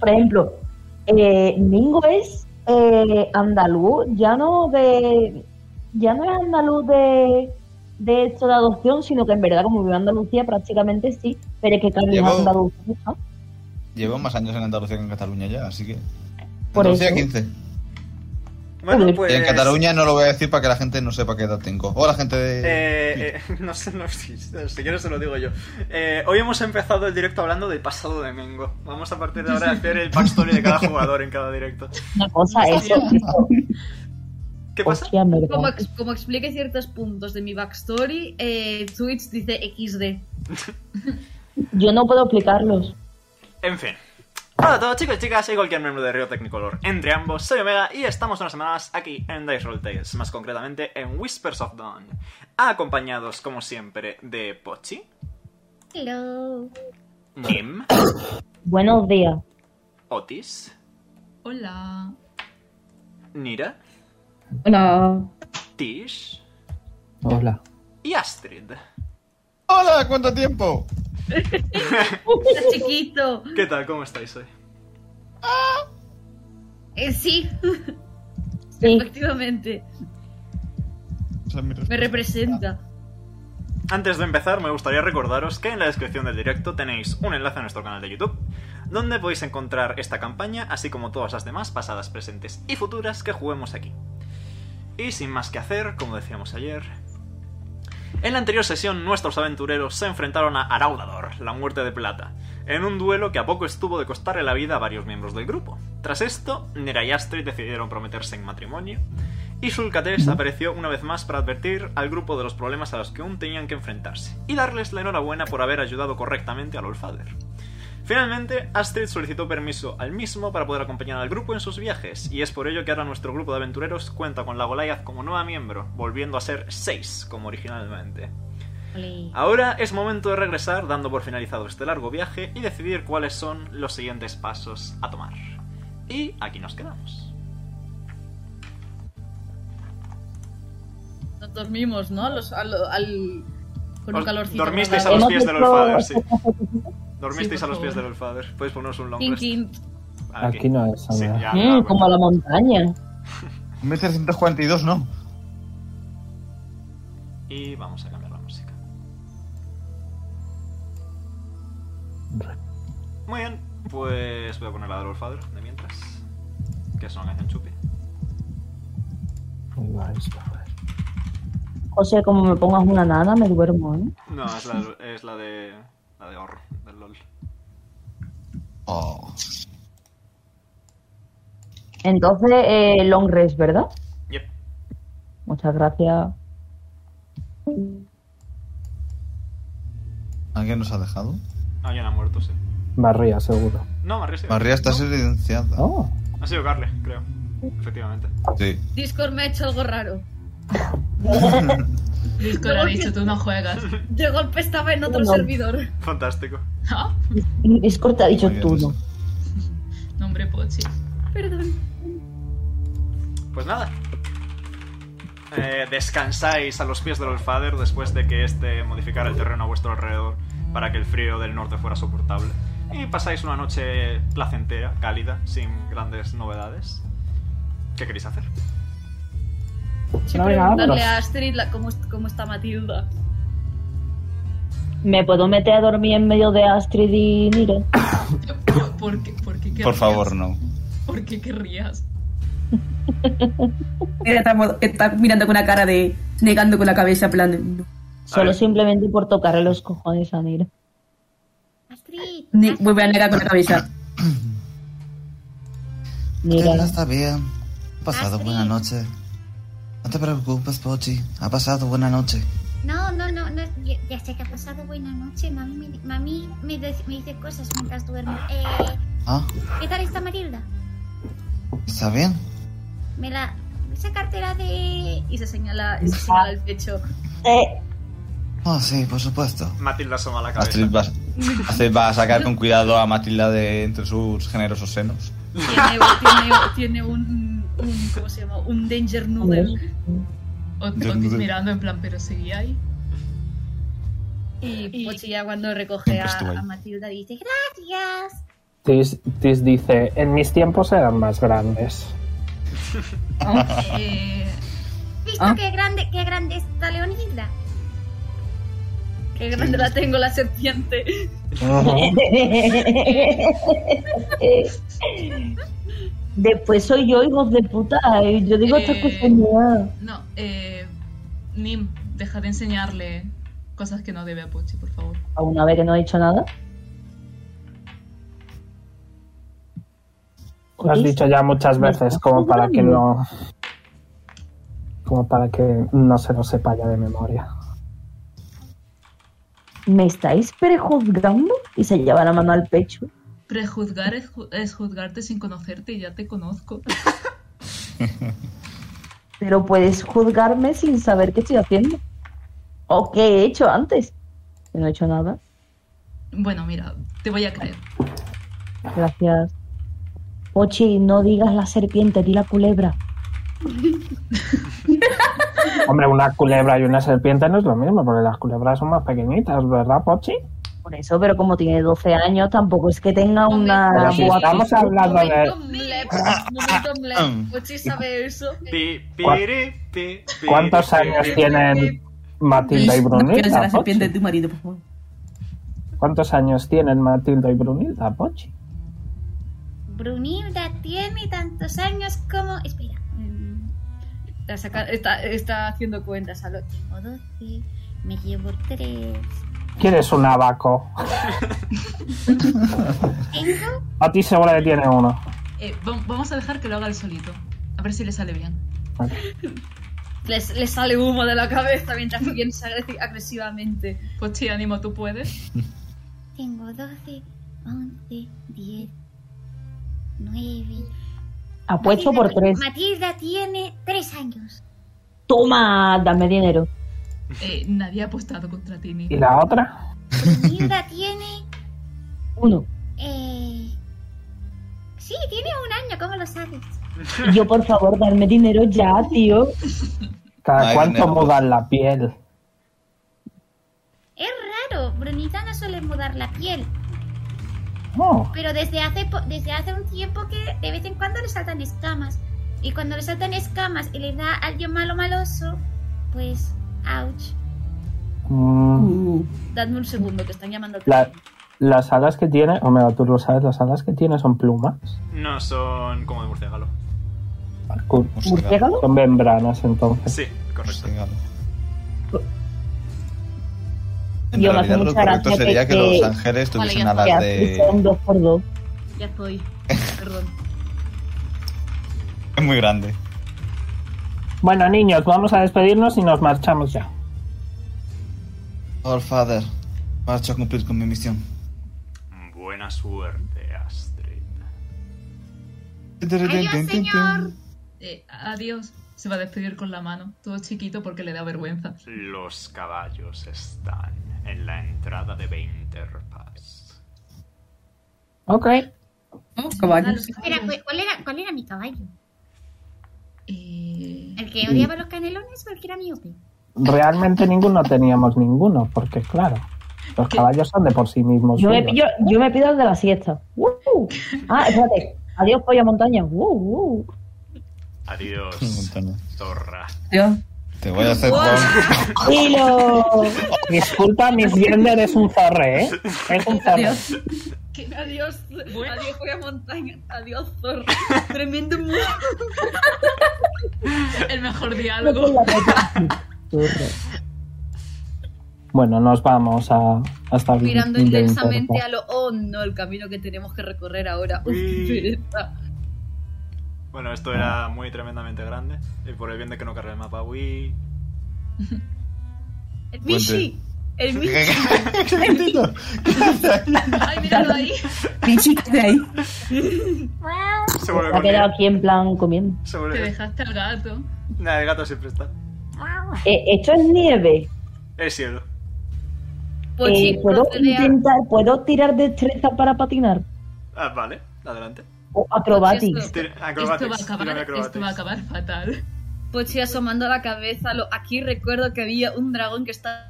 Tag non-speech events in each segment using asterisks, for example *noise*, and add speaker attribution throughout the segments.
Speaker 1: por ejemplo, eh, Mingo es eh, andaluz, ya no de, ya no es andaluz de, de hecho de adopción, sino que en verdad como vive en Andalucía prácticamente sí, pero es que Carlos
Speaker 2: Llevo-
Speaker 1: es andaluz, ¿no?
Speaker 2: Llevo más años en Andalucía que en Cataluña ya, así que.
Speaker 1: Por
Speaker 2: Andalucía
Speaker 1: eso.
Speaker 2: 15.
Speaker 1: Joder.
Speaker 3: Bueno,
Speaker 1: Y
Speaker 3: pues.
Speaker 2: Y en Cataluña no lo voy a decir para que la gente no sepa qué edad tengo. Hola, gente de.
Speaker 3: eh, eh, *laughs* no sé, no, si, si quieres se lo digo yo. Eh, hoy hemos empezado el directo hablando del pasado de Mengo. Vamos a partir de ahora a hacer el backstory de cada jugador en cada directo.
Speaker 1: Una cosa, eso, eso,
Speaker 3: ¿Qué pasa?
Speaker 1: hostia, en verdad.
Speaker 4: Como, ex- como explique ciertos puntos de mi backstory, eh, Twitch dice XD.
Speaker 1: Yo no puedo explicarlos.
Speaker 3: En fin. Hola a todos chicos y chicas y cualquier miembro de Río Technicolor. Entre ambos, soy Omega y estamos unas semanas aquí en Dice Roll Tales, más concretamente en Whispers of Dawn. Acompañados, como siempre, de Pochi,
Speaker 4: Hello.
Speaker 2: *coughs*
Speaker 3: Nim,
Speaker 1: Buenos días.
Speaker 3: Otis,
Speaker 4: Hola.
Speaker 3: Nira,
Speaker 5: Hola.
Speaker 3: Tish
Speaker 6: Hola.
Speaker 3: y Astrid.
Speaker 2: ¡Hola! ¿Cuánto tiempo?
Speaker 4: Está chiquito.
Speaker 3: ¿Qué tal? ¿Cómo estáis hoy?
Speaker 4: Eh, sí,
Speaker 1: Sí,
Speaker 4: efectivamente.
Speaker 2: Esa es mi
Speaker 4: Me
Speaker 2: respuesta.
Speaker 4: representa.
Speaker 3: Antes de empezar, me gustaría recordaros que en la descripción del directo tenéis un enlace a nuestro canal de YouTube, donde podéis encontrar esta campaña, así como todas las demás pasadas, presentes y futuras que juguemos aquí. Y sin más que hacer, como decíamos ayer... En la anterior sesión, nuestros aventureros se enfrentaron a Araudador, la muerte de plata, en un duelo que a poco estuvo de costarle la vida a varios miembros del grupo. Tras esto, Nera y Astrid decidieron prometerse en matrimonio, y Sulcates apareció una vez más para advertir al grupo de los problemas a los que aún tenían que enfrentarse y darles la enhorabuena por haber ayudado correctamente al Olfader. Finalmente, Astrid solicitó permiso al mismo para poder acompañar al grupo en sus viajes, y es por ello que ahora nuestro grupo de aventureros cuenta con la Goliath como nueva miembro, volviendo a ser 6 como originalmente.
Speaker 4: Ole.
Speaker 3: Ahora es momento de regresar, dando por finalizado este largo viaje, y decidir cuáles son los siguientes pasos a tomar. Y aquí nos quedamos.
Speaker 4: Nos dormimos, ¿no? Los- al, al- con un
Speaker 3: Os-
Speaker 4: calorcito.
Speaker 3: dormisteis a
Speaker 1: Hemos
Speaker 3: los
Speaker 4: agradable.
Speaker 1: este
Speaker 3: pies del
Speaker 1: hecho-
Speaker 3: Olfader, sí. Dormisteis
Speaker 4: Sí,
Speaker 3: a
Speaker 4: por
Speaker 3: los pies del
Speaker 4: favor.
Speaker 3: Olfader. Podéis ponernos un long
Speaker 4: Tin,
Speaker 3: rest.
Speaker 4: tin.
Speaker 6: Aquí no es,
Speaker 3: Ah, Sí,
Speaker 6: amiga.
Speaker 3: ya,
Speaker 1: Mm,
Speaker 3: ya,
Speaker 1: como
Speaker 3: bueno.
Speaker 1: la montaña.
Speaker 2: 1342, no.
Speaker 3: Y vamos a cambiar la música. Muy bien, pues voy a poner la del Olfader de mientras. Que es una canción chupi.
Speaker 6: Ahí va, eso, a ver.
Speaker 1: José, como me pongas una nada, me duermo, ¿eh?
Speaker 3: No, es la, del- es la de. La de Horror, del LOL.
Speaker 2: Oh.
Speaker 1: Entonces, eh, long rest, ¿verdad?
Speaker 3: Yep.
Speaker 1: Muchas gracias.
Speaker 2: ¿Alguien nos ha dejado?
Speaker 3: Alguien ha muerto, sí.
Speaker 6: Barría, seguro.
Speaker 3: No, María sí.
Speaker 2: María está silenciada.
Speaker 6: Oh,
Speaker 3: Ha sido Carle, creo. Efectivamente.
Speaker 2: Sí.
Speaker 4: Discord me ha hecho algo raro.
Speaker 7: Discord ha dicho, tú no juegas.
Speaker 4: De golpe estaba en otro
Speaker 1: No.
Speaker 4: servidor.
Speaker 3: Fantástico.
Speaker 7: ¿No?
Speaker 1: Discord te ha dicho
Speaker 2: Muy bien,
Speaker 1: tú, ¿no?
Speaker 7: Nombre Pochi. *coughs*
Speaker 4: Perdón.
Speaker 3: Pues nada. Eh, descansáis a los pies del Olfader después de que este modificara el terreno a vuestro alrededor para que el frío del norte fuera soportable. Y pasáis una noche placentera, cálida, sin grandes novedades. ¿Qué queréis hacer?
Speaker 4: Sí,
Speaker 6: No, venga,
Speaker 4: preguntarle
Speaker 6: vámonos.
Speaker 4: a Astrid la- cómo, cómo está Matilda.
Speaker 1: ¿Me puedo meter a dormir en medio de Astrid y Nire?
Speaker 7: ¿Por qué, por qué
Speaker 2: Por
Speaker 7: querrías?
Speaker 2: favor, no.
Speaker 7: ¿Por qué querrías?
Speaker 5: Mira, está, mo- está mirando con una cara de. negando con la cabeza, en plan. de, "No".
Speaker 1: Solo
Speaker 3: ver.
Speaker 1: simplemente por tocarle los cojones a Nire.
Speaker 4: Astrid.
Speaker 6: Ah.
Speaker 5: Ne- vuelve a negar con la cabeza.
Speaker 1: Mira,
Speaker 2: Ya está bien. Ha pasado
Speaker 4: Astrid.
Speaker 2: buena noche. No te preocupes, Pochi. Ha pasado buena noche.
Speaker 8: No, no, no, no, ya, ya sé que ha pasado buena noche. Mami me, mami me, de- me dice cosas mientras duermo. Eh,
Speaker 2: Ah,
Speaker 8: ¿Qué tal está Matilda?
Speaker 2: está bien.
Speaker 8: Me la. Esa cartera de.
Speaker 4: Y se señala, y se señala el pecho.
Speaker 1: eh,
Speaker 2: Ah, sí, por supuesto.
Speaker 3: Matilda asoma la cabeza.
Speaker 2: Astrid va, Astrid va a sacar con cuidado a Matilda de entre sus generosos senos.
Speaker 4: Tiene, tiene, tiene un, un. ¿Cómo se llama? Un Danger Noodle.
Speaker 7: Ot-
Speaker 2: Yo
Speaker 7: Otis
Speaker 2: no-
Speaker 7: mirando en plan, pero seguía ahí.
Speaker 4: Y
Speaker 7: Y-
Speaker 4: Pochi ya cuando recoge
Speaker 2: Siempre
Speaker 4: a,
Speaker 2: estuvo ahí.
Speaker 4: a Matilda dice:
Speaker 8: Gracias.
Speaker 6: Tis, Tis dice, en mis tiempos eran más grandes.
Speaker 7: Eh,
Speaker 8: ¿Visto
Speaker 5: Ah.
Speaker 8: qué grande, qué grande está Leonilda?
Speaker 4: Qué grande la tengo la serpiente.
Speaker 5: *laughs*
Speaker 6: Ujú.
Speaker 1: *laughs* Después soy yo, hijos de puta. y yo digo esto que
Speaker 7: Eh.
Speaker 1: soy nueva.
Speaker 7: no, eh, Nim, deja de enseñarle cosas que no debe a Pochi, por favor.
Speaker 1: A una vez que no he dicho nada.
Speaker 6: Lo has dicho ya muchas veces, como para que no... Como para que no se lo sepa ya de memoria.
Speaker 1: ¿Me estáis prejuzgando? Y se lleva la mano al pecho.
Speaker 7: Prejuzgar es, ju- es juzgarte sin conocerte y ya te conozco.
Speaker 1: Pero puedes juzgarme sin saber qué estoy haciendo. O qué he hecho antes. Yo no he hecho nada.
Speaker 7: Bueno, mira, te voy a creer.
Speaker 1: Gracias. Pochi, no digas la serpiente, di la culebra.
Speaker 6: Hombre, una culebra y una serpiente no es lo mismo, porque las culebras son más pequeñitas, ¿verdad, Pochi?
Speaker 1: Por eso, pero como tiene 12 años, tampoco es que tenga
Speaker 7: Hombre,
Speaker 1: Ah, una...
Speaker 6: Pero si
Speaker 7: Guau.
Speaker 6: estamos hablando de...
Speaker 4: Momento Mleps, momento Mleps. Pochi sabe eso.
Speaker 3: Pi, pi,
Speaker 6: ¿Cuá-
Speaker 3: ri, pi, pi,
Speaker 6: ¿Cuántos
Speaker 3: ri,
Speaker 6: años
Speaker 3: pi,
Speaker 6: tienen Matilda y
Speaker 5: *laughs* No pierdas a
Speaker 6: Brunilda,
Speaker 5: la serpiente
Speaker 6: Pochi?
Speaker 5: de tu marido, por favor.
Speaker 6: ¿Cuántos años tienen Matilda y Brunilda, Pochi?
Speaker 8: Brunilda tiene tantos años como... Espera. mm,
Speaker 4: Está, saca- está- está haciendo cuentas a lo-
Speaker 8: Tengo 12, me llevo 3.
Speaker 6: ¿Quieres un abaco?
Speaker 8: Tengo...
Speaker 6: A ti seguro que tiene uno.
Speaker 7: Eh, vam- vamos a dejar que lo haga él solito. A ver si le sale bien.
Speaker 4: Les, les sale humo de la cabeza mientras piensa agresi- agresivamente.
Speaker 7: Pochi, ánimo, tú *laughs* puedes.
Speaker 8: Tengo 12, 11, 10, 9...
Speaker 1: Apuesto por tres.
Speaker 8: Matilda tiene 3 años.
Speaker 1: Toma, dame dinero.
Speaker 7: Eh, nadie ha apostado contra ti, Nim.
Speaker 6: ¿Y la otra?
Speaker 8: Brunilda *laughs* tiene...
Speaker 1: Uno.
Speaker 8: Eh... Sí, tiene un año, ¿cómo lo sabes?
Speaker 1: Y Yo, por favor, darme dinero ya, tío.
Speaker 6: ¿Cada
Speaker 2: Ay,
Speaker 6: cuánto
Speaker 2: nervios.
Speaker 6: mudan la piel?
Speaker 8: Es raro, Brunilda no suele mudar la piel,
Speaker 6: Oh,
Speaker 8: pero desde hace, po- desde hace un tiempo que de vez en cuando le saltan escamas. Y cuando le saltan escamas y le da a alguien malo maloso, pues, ouch.
Speaker 6: mm,
Speaker 5: Uh,
Speaker 4: Dadme un segundo, que están llamando al
Speaker 6: la-
Speaker 4: teléfono.
Speaker 6: las alas que tiene, Omega, tú lo sabes, las alas que tiene son plumas.
Speaker 3: pi. No son como de murciélago.
Speaker 6: Cu-
Speaker 1: ¿Murciélago?
Speaker 6: Son membranas, entonces.
Speaker 3: Sí, correcto.
Speaker 2: En
Speaker 1: Yo me hace
Speaker 2: realidad lo
Speaker 1: mucha
Speaker 2: correcto
Speaker 1: gracia
Speaker 2: sería que,
Speaker 1: que-
Speaker 2: los ángeles
Speaker 7: Vale,
Speaker 2: tuviesen
Speaker 7: ya está.
Speaker 1: Que
Speaker 2: alas
Speaker 1: así
Speaker 2: de...
Speaker 1: son dos por dos.
Speaker 4: Ya estoy. Perdón.
Speaker 2: Es *laughs* muy grande.
Speaker 6: Bueno, niños, vamos a despedirnos y nos marchamos ya.
Speaker 2: All Father, marcho a cumplir con mi misión.
Speaker 3: Buena suerte, Astrid.
Speaker 8: Adiós, señor.
Speaker 7: Eh, adiós. Se va a despedir con la mano, todo chiquito porque le da vergüenza.
Speaker 3: Los caballos están en la entrada de Winterpass.
Speaker 6: Ok.
Speaker 5: Vamos,
Speaker 7: Ah,
Speaker 5: caballos.
Speaker 7: los
Speaker 8: Espera,
Speaker 7: caballos.
Speaker 8: cu- ¿cuál era, ¿cuál era mi caballo?
Speaker 7: Eh,
Speaker 8: ¿El que odiaba los canelones o el que era miope?
Speaker 6: Realmente ninguno teníamos ninguno, porque claro, los caballos son de por sí mismos.
Speaker 1: Yo me,
Speaker 6: suyos.
Speaker 1: yo, yo me pido el de la siesta. ¡Uh! Ah, espérate. Adiós, polla montaña.
Speaker 6: *laughs*
Speaker 1: ¡Uh! uh.
Speaker 2: *laughs*
Speaker 3: Adiós, zorra.
Speaker 5: Yo.
Speaker 2: Te voy a hacer don.
Speaker 1: *laughs* ¡Dilo!
Speaker 6: Disculpa, Miss Gender es un zorre, ¿eh? Es un zorre.
Speaker 5: Adiós.
Speaker 4: ¿Qué? Adiós. Adiós, voy a montaña. Adiós, zorro. Tremendo mundo.
Speaker 7: *laughs* el mejor diálogo.
Speaker 3: *laughs*
Speaker 6: Bueno, nos vamos a, hasta
Speaker 4: Mirando
Speaker 6: Vin-
Speaker 4: intensamente
Speaker 6: Vinterpa.
Speaker 4: a lo. Oh no, el camino que tenemos que recorrer ahora. Uf,
Speaker 3: Uy.
Speaker 4: qué pereza.
Speaker 3: Bueno, esto
Speaker 2: Ah.
Speaker 3: era muy tremendamente grande. Y por el bien de que no cargue el mapa, uy.
Speaker 4: El Michi.
Speaker 2: *laughs*
Speaker 4: El Michi.
Speaker 7: Ay, míralo ahí.
Speaker 5: Pichi, ¿qué de ahí?
Speaker 8: ¡Wow!
Speaker 3: Se vuelve
Speaker 1: Me ha
Speaker 3: con
Speaker 1: quedado
Speaker 3: él.
Speaker 1: aquí en plan comiendo.
Speaker 3: Se
Speaker 7: Te
Speaker 3: vuelve.
Speaker 7: dejaste al gato.
Speaker 3: Nah, el gato siempre está.
Speaker 1: Eh, esto es nieve.
Speaker 3: Es cielo.
Speaker 4: Pochi
Speaker 1: Eh, ¿Puedo
Speaker 4: procede a-
Speaker 1: intentar, puedo tirar destreza para patinar?
Speaker 3: Ah, vale, adelante.
Speaker 1: O acrobatics.
Speaker 4: Esto-
Speaker 3: Tira-
Speaker 7: Esto va,
Speaker 3: Acrobatics, tírame
Speaker 7: a acabar, esto va a
Speaker 3: acrobatics.
Speaker 7: acabar fatal.
Speaker 4: Pochi asomando la cabeza. lo- Aquí recuerdo que había un dragón que está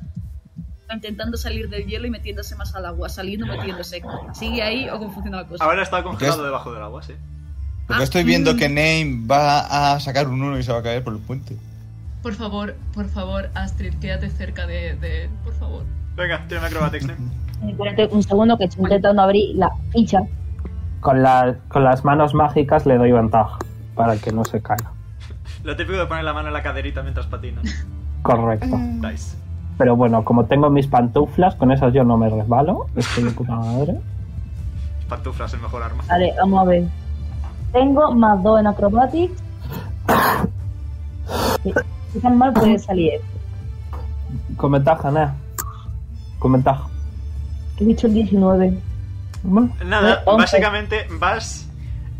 Speaker 4: intentando salir del hielo y metiéndose más al agua, saliendo metiéndose. ¿Sigue ahí o cómo funciona la cosa?
Speaker 3: Ahora está
Speaker 2: ¿Qué
Speaker 3: congelado
Speaker 2: es?
Speaker 3: debajo del agua, sí.
Speaker 2: Porque
Speaker 4: Ah,
Speaker 2: estoy viendo
Speaker 4: mm.
Speaker 2: que Name va a sacar un 1 y se va a caer por el puente.
Speaker 7: Por favor, por favor, Astrid, quédate cerca de, de él, por favor.
Speaker 3: Venga, tírame acrobatics, eh.
Speaker 2: *laughs*
Speaker 3: Nim.
Speaker 1: Eh, Espérate un segundo que estoy intentando abrir la ficha.
Speaker 6: Con, la- con las manos mágicas le doy ventaja para que no se caiga.
Speaker 3: Lo típico de poner la mano en la caderita mientras
Speaker 7: *laughs*
Speaker 3: patinas.
Speaker 6: Correcto.
Speaker 3: Dice.
Speaker 6: Pero bueno, como tengo mis pantuflas, con esas yo no me resbalo. Estoy de puta madre.
Speaker 3: Pantuflas, el mejor arma.
Speaker 1: Vale, vamos a ver. Tengo más dos en
Speaker 3: *coughs*
Speaker 1: acrobatics. ¿Qué, qué tan mal puede salir? esto?
Speaker 6: Con ventaja, nada. Con ventaja.
Speaker 1: He dicho el 19.
Speaker 6: Bueno,
Speaker 3: Nada,
Speaker 1: Once.
Speaker 3: básicamente vas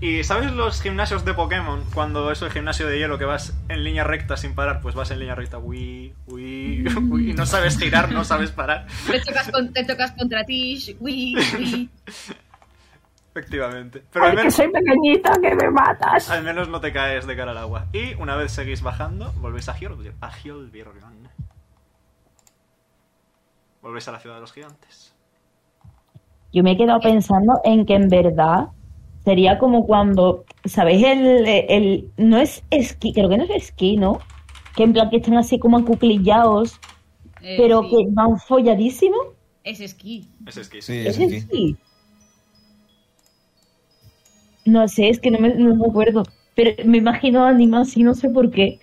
Speaker 3: y ¿sabes los gimnasios de Pokémon? Cuando es el gimnasio de hielo que vas en línea recta sin parar, pues vas en línea recta, uy, *laughs* uy, uy, no sabes girar, no sabes parar.
Speaker 4: Te tocas, con- te tocas contra ti, uy, uy.
Speaker 3: Efectivamente. Pero al menos,
Speaker 5: pequeñita que me matas!
Speaker 3: al menos no te caes de cara al agua. Y una vez seguís bajando, volvéis a Hjolbjörn. A Hjolbjörn. Volvéis a la ciudad de los gigantes.
Speaker 1: Yo me he quedado pensando en que en verdad sería como cuando, ¿sabéis? El, el no es esquí, creo que no es esquí, ¿no? Que en plan que están así como acuclillados,
Speaker 4: Eh,
Speaker 1: pero
Speaker 4: sí,
Speaker 1: que van folladísimos.
Speaker 4: Es esquí.
Speaker 3: Ese esquí.
Speaker 2: Sí,
Speaker 1: ¿Es
Speaker 2: es aquí.
Speaker 1: esquí? No sé, es que no me, no me acuerdo. Pero me imagino animal así, no sé por qué.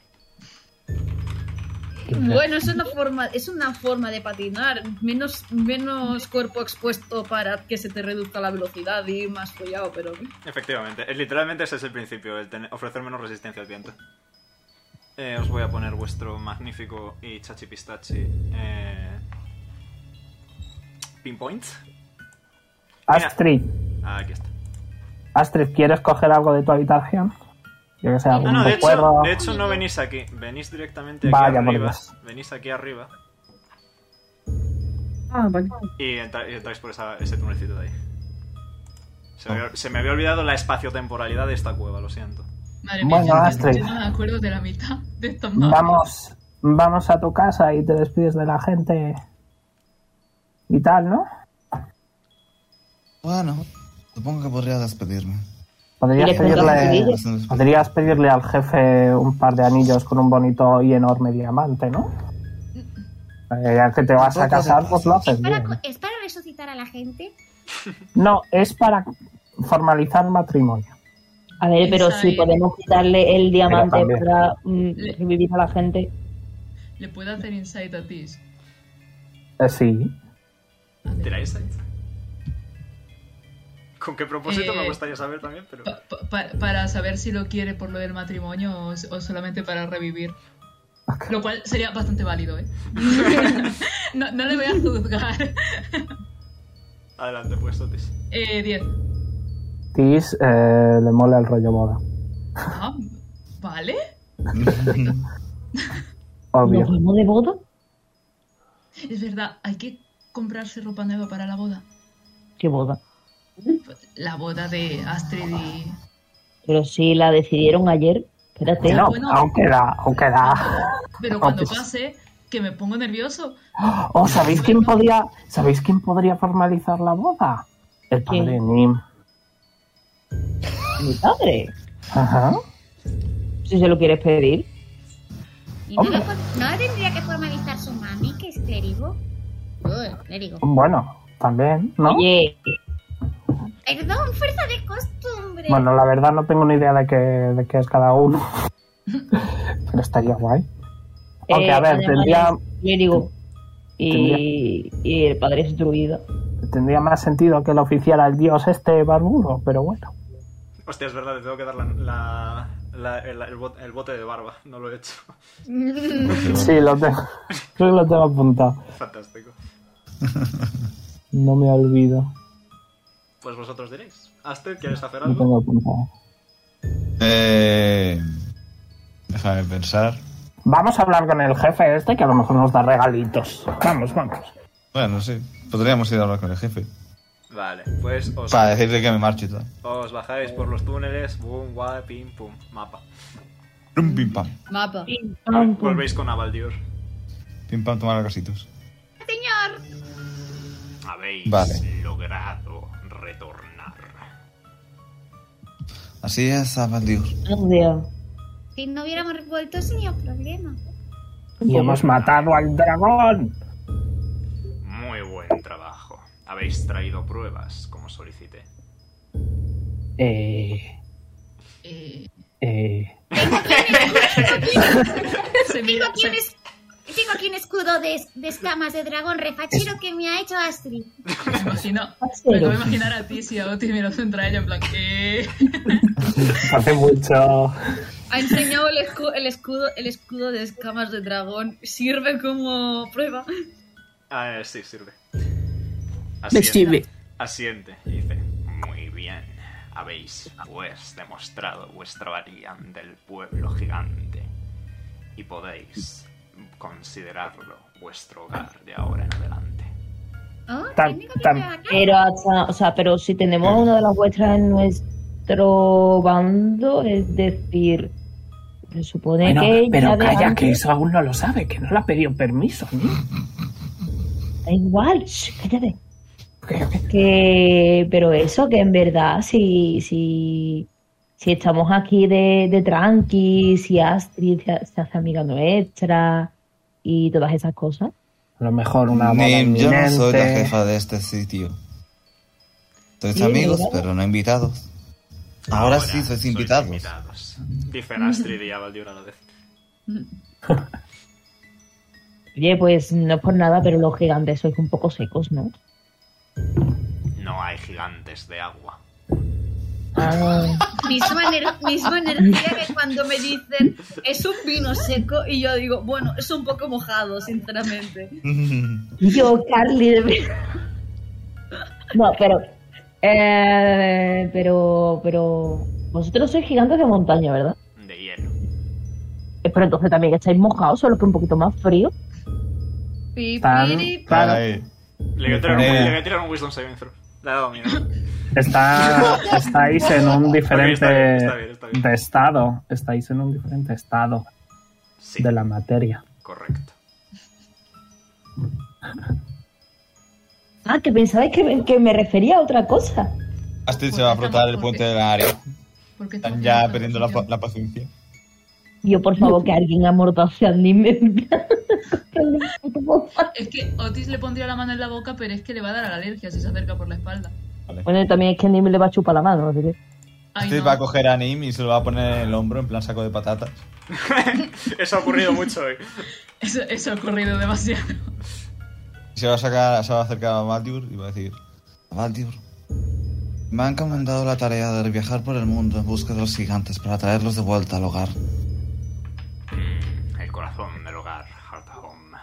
Speaker 4: Bueno, es una forma, es una forma de patinar. Menos, menos cuerpo expuesto para que se te reduzca la velocidad y más follado, pero.
Speaker 3: Efectivamente, eh, literalmente ese es el principio, el tener- ofrecer menos resistencia al viento. Eh, os voy a poner vuestro magnífico y chachi pistachi eh, pinpoint.
Speaker 6: Astrid,
Speaker 3: Ah, aquí está.
Speaker 6: Astrid, ¿quieres coger algo de tu habitación? Yo que sé,
Speaker 3: Ah,
Speaker 6: algún
Speaker 3: no, de hecho,
Speaker 6: recuerdo.
Speaker 3: de hecho no venís aquí, venís directamente aquí
Speaker 6: Vaya, por
Speaker 3: arriba.
Speaker 6: Dios.
Speaker 3: Venís aquí arriba
Speaker 5: Ah, vale.
Speaker 3: y, entra- y entráis por esa- ese túnelcito de ahí. Se me, había, se me había olvidado la espaciotemporalidad de esta cueva, lo siento.
Speaker 7: Madre
Speaker 6: Bueno,
Speaker 7: mía, yo-
Speaker 6: Astrid.
Speaker 7: yo no me acuerdo de la mitad de estos mapas.
Speaker 6: Vamos, vamos a tu casa y te despides de la gente y tal, ¿no?
Speaker 2: Bueno, supongo que podría despedirme.
Speaker 6: Podrías
Speaker 1: Y le cuentas a
Speaker 6: pedirle,
Speaker 1: Sevilla.
Speaker 2: Bastante-
Speaker 6: podrías pedirle al jefe un par de anillos con un bonito y enorme diamante, ¿no? Eh, Ya que te vas a casar, pues lo haces
Speaker 8: ¿Para
Speaker 6: bien.
Speaker 8: co- ¿Es para resucitar a la gente?
Speaker 6: No, es para formalizar matrimonio.
Speaker 1: A ver, pero
Speaker 7: Esa
Speaker 1: si
Speaker 7: es.
Speaker 1: podemos quitarle el diamante
Speaker 6: también.
Speaker 1: para mm, revivir a la gente.
Speaker 7: Le puedo hacer insight a ti.
Speaker 6: Eh, sí.
Speaker 7: A ver.
Speaker 3: ¿Tiráis ahí? ¿Con qué propósito? Me
Speaker 7: Eh,
Speaker 3: gustaría saber también, pero...
Speaker 7: Pa- pa- pa- para saber si lo quiere por lo del matrimonio o, s- o solamente para revivir. Lo cual sería bastante válido,
Speaker 6: *laughs*
Speaker 7: ¿eh? *laughs* no, no le voy a juzgar.
Speaker 3: Adelante, pues, Otis.
Speaker 7: Eh, 10.
Speaker 6: Tis eh, le mola el rollo moda.
Speaker 7: Ah, vale.
Speaker 6: Obvio.
Speaker 1: ¿Nos vamos de boda?
Speaker 7: Es verdad, hay que comprarse ropa nueva para la boda.
Speaker 1: ¿Qué boda?
Speaker 7: La boda de Astrid y...
Speaker 1: Pero si la decidieron ayer, espérate.
Speaker 6: No,
Speaker 7: bueno.
Speaker 6: aunque da, aunque da.
Speaker 2: Ah,
Speaker 7: Pero cuando
Speaker 6: pues.
Speaker 7: pase, que me pongo nervioso.
Speaker 6: Oh, ¿sabéis quién podría, ¿sabéis quién podría formalizar la boda? El padre de
Speaker 1: ¿Quién?
Speaker 6: Nim.
Speaker 1: Mi padre,
Speaker 6: Ajá.
Speaker 1: si se lo quieres pedir.
Speaker 8: ¿Y no,
Speaker 6: Hombre.
Speaker 8: lo pon- no tendría que formalizar su mami, que es clérigo? Uy, clérigo.
Speaker 6: Bueno, también, ¿no?
Speaker 1: Oye,
Speaker 8: Perdón, fuerza de costumbre. *laughs*
Speaker 6: Bueno, la verdad no tengo ni idea de qué, de qué es cada *laughs* uno. Pero estaría guay. Aunque,
Speaker 1: eh,
Speaker 6: a ver,
Speaker 1: además
Speaker 6: tendría,
Speaker 1: es clérigo. Y, y el padre es druida.
Speaker 6: tendría más sentido que lo oficiara el dios este barbudo, pero bueno.
Speaker 3: Hostia, es verdad, le tengo que dar la, la- la- el, el bot- el bote de barba. No lo he hecho. *laughs*
Speaker 6: Sí, lo tengo, *laughs* creo que lo tengo apuntado.
Speaker 3: Fantástico.
Speaker 6: No me olvido.
Speaker 3: Pues vosotros diréis. Aster, ¿quieres hacer
Speaker 6: Lo
Speaker 3: algo?
Speaker 6: tengo apuntado.
Speaker 2: Eh, déjame pensar.
Speaker 6: Vamos a hablar con el jefe este que a lo mejor nos da regalitos. Vamos, vamos.
Speaker 2: Bueno, sí. Podríamos ir a hablar con el jefe.
Speaker 3: Vale, pues os,
Speaker 2: Para decirle que me marche y todo.
Speaker 3: os bajáis por los túneles. Boom, guay, pim, pum. Mapa.
Speaker 2: Pum, pim, pam.
Speaker 4: Mapa.
Speaker 3: Volvéis con Avaldior.
Speaker 2: Pim, pam, tomar los casitos.
Speaker 8: Señor,
Speaker 3: habéis
Speaker 2: Vale.
Speaker 3: logrado retornar.
Speaker 2: Así es, Amandius.
Speaker 1: Oh, Dios.
Speaker 8: Si no hubiéramos vuelto, sería un problema.
Speaker 6: Y hemos matado al dragón.
Speaker 3: Muy buen trabajo. Habéis traído pruebas, como solicité.
Speaker 6: Eh,
Speaker 7: Eh,
Speaker 6: eh,
Speaker 7: se
Speaker 8: Tengo
Speaker 7: mira,
Speaker 8: aquí un, es- tengo aquí un escudo de, de escamas de dragón refachero que me ha hecho Astrid.
Speaker 7: se- me imagino.
Speaker 1: Astrid.
Speaker 7: Me puedo imaginar a ti si a Otis mirando entre ellos en plan, eh.
Speaker 6: hace mucho.
Speaker 4: Ha enseñado el, escu- el escudo el escudo de escamas de dragón. Sirve como prueba.
Speaker 3: Ah, eh, sí, sirve.
Speaker 5: Me
Speaker 3: Asiente,
Speaker 5: sirve.
Speaker 3: asiente y dice, muy bien, habéis pues demostrado vuestra valía del pueblo gigante y podéis considerarlo vuestro hogar de ahora en adelante.
Speaker 8: Oh,
Speaker 6: Tam-
Speaker 8: ¿tiene que
Speaker 6: tam-
Speaker 8: llevar acá?
Speaker 1: Pero hasta, o sea, pero si tenemos a una de las vuestras en nuestro bando, es decir, se supone
Speaker 6: Bueno,
Speaker 1: que ya
Speaker 6: pero
Speaker 1: de
Speaker 6: calla, que
Speaker 1: antes-
Speaker 6: eso aún no lo sabe, que no le ha pedido permiso. ¿no?
Speaker 1: Da igual, shh, cállate.
Speaker 6: Que- que-
Speaker 1: Que, pero eso, que en verdad, si, si, si estamos aquí de, de tranqui, si Astrid se, ha- se hace amiga nuestra y todas esas cosas.
Speaker 6: A lo mejor una boda
Speaker 2: Nim, yo no soy la
Speaker 6: inminente.
Speaker 2: jefa de este sitio. Sois
Speaker 1: Sí,
Speaker 2: amigos,
Speaker 1: ¿verdad?
Speaker 2: pero no invitados. Ahora, sí sois invitados.
Speaker 3: invitados. Dicen Astrid y Avaldior a la vez.
Speaker 1: Oye, pues no es por nada, pero los gigantes sois un poco secos, ¿no?
Speaker 3: No hay gigantes de agua.
Speaker 1: Ah,
Speaker 4: Misma, ener- misma energía que cuando me dicen es un vino seco y yo digo, bueno, es un poco mojado, sinceramente.
Speaker 1: yo, Carly, de verdad. No, pero. eh, pero, pero. Vosotros sois gigantes de montaña, ¿verdad?
Speaker 3: De hielo.
Speaker 1: Eh, Pero entonces también estáis mojados, solo que un poquito más frío.
Speaker 4: Pi,
Speaker 6: Tan-
Speaker 4: piri, pi.
Speaker 6: Claro.
Speaker 2: Ay,
Speaker 3: Le voy a tirar un,
Speaker 2: Eh.
Speaker 3: le voy a tirar un Wisdom Saving Throw. Le ha dado miedo.
Speaker 6: Está, estáis en un diferente
Speaker 3: Ok, está bien, está bien, está bien.
Speaker 6: de estado. Estáis en un diferente estado
Speaker 3: Sí,
Speaker 6: de la materia.
Speaker 3: correcto.
Speaker 1: Ah, que pensabais que me, que me refería a otra cosa.
Speaker 2: Astrid se va a frotar el puente de la área.
Speaker 7: ¿Por qué
Speaker 2: Están
Speaker 7: estamos
Speaker 2: ya
Speaker 7: haciendo
Speaker 2: perdiendo
Speaker 7: esta
Speaker 2: la, pa- la paciencia.
Speaker 1: Yo, por favor, que alguien amordace a Nim.
Speaker 7: posición? Es que Otis le pondría la mano en la boca, pero es que le va a dar alergia si se acerca por la espalda.
Speaker 1: *laughs* Bueno, y también es que Nim le va a chupar la mano, así que.
Speaker 7: Ay,
Speaker 2: Astrid
Speaker 7: no.
Speaker 2: Este va a coger a Nim y se lo va a poner en el hombro en plan saco de patatas.
Speaker 3: Eso ha ocurrido mucho hoy.
Speaker 7: Eso, eso ha ocurrido demasiado. *laughs*
Speaker 2: Y se va a sacar, se va a acercar a Valdur y va a decir: Valdur, me han encomendado la tarea de viajar por el mundo en busca de los gigantes para traerlos de vuelta al hogar.
Speaker 3: El corazón del hogar, Hartahom.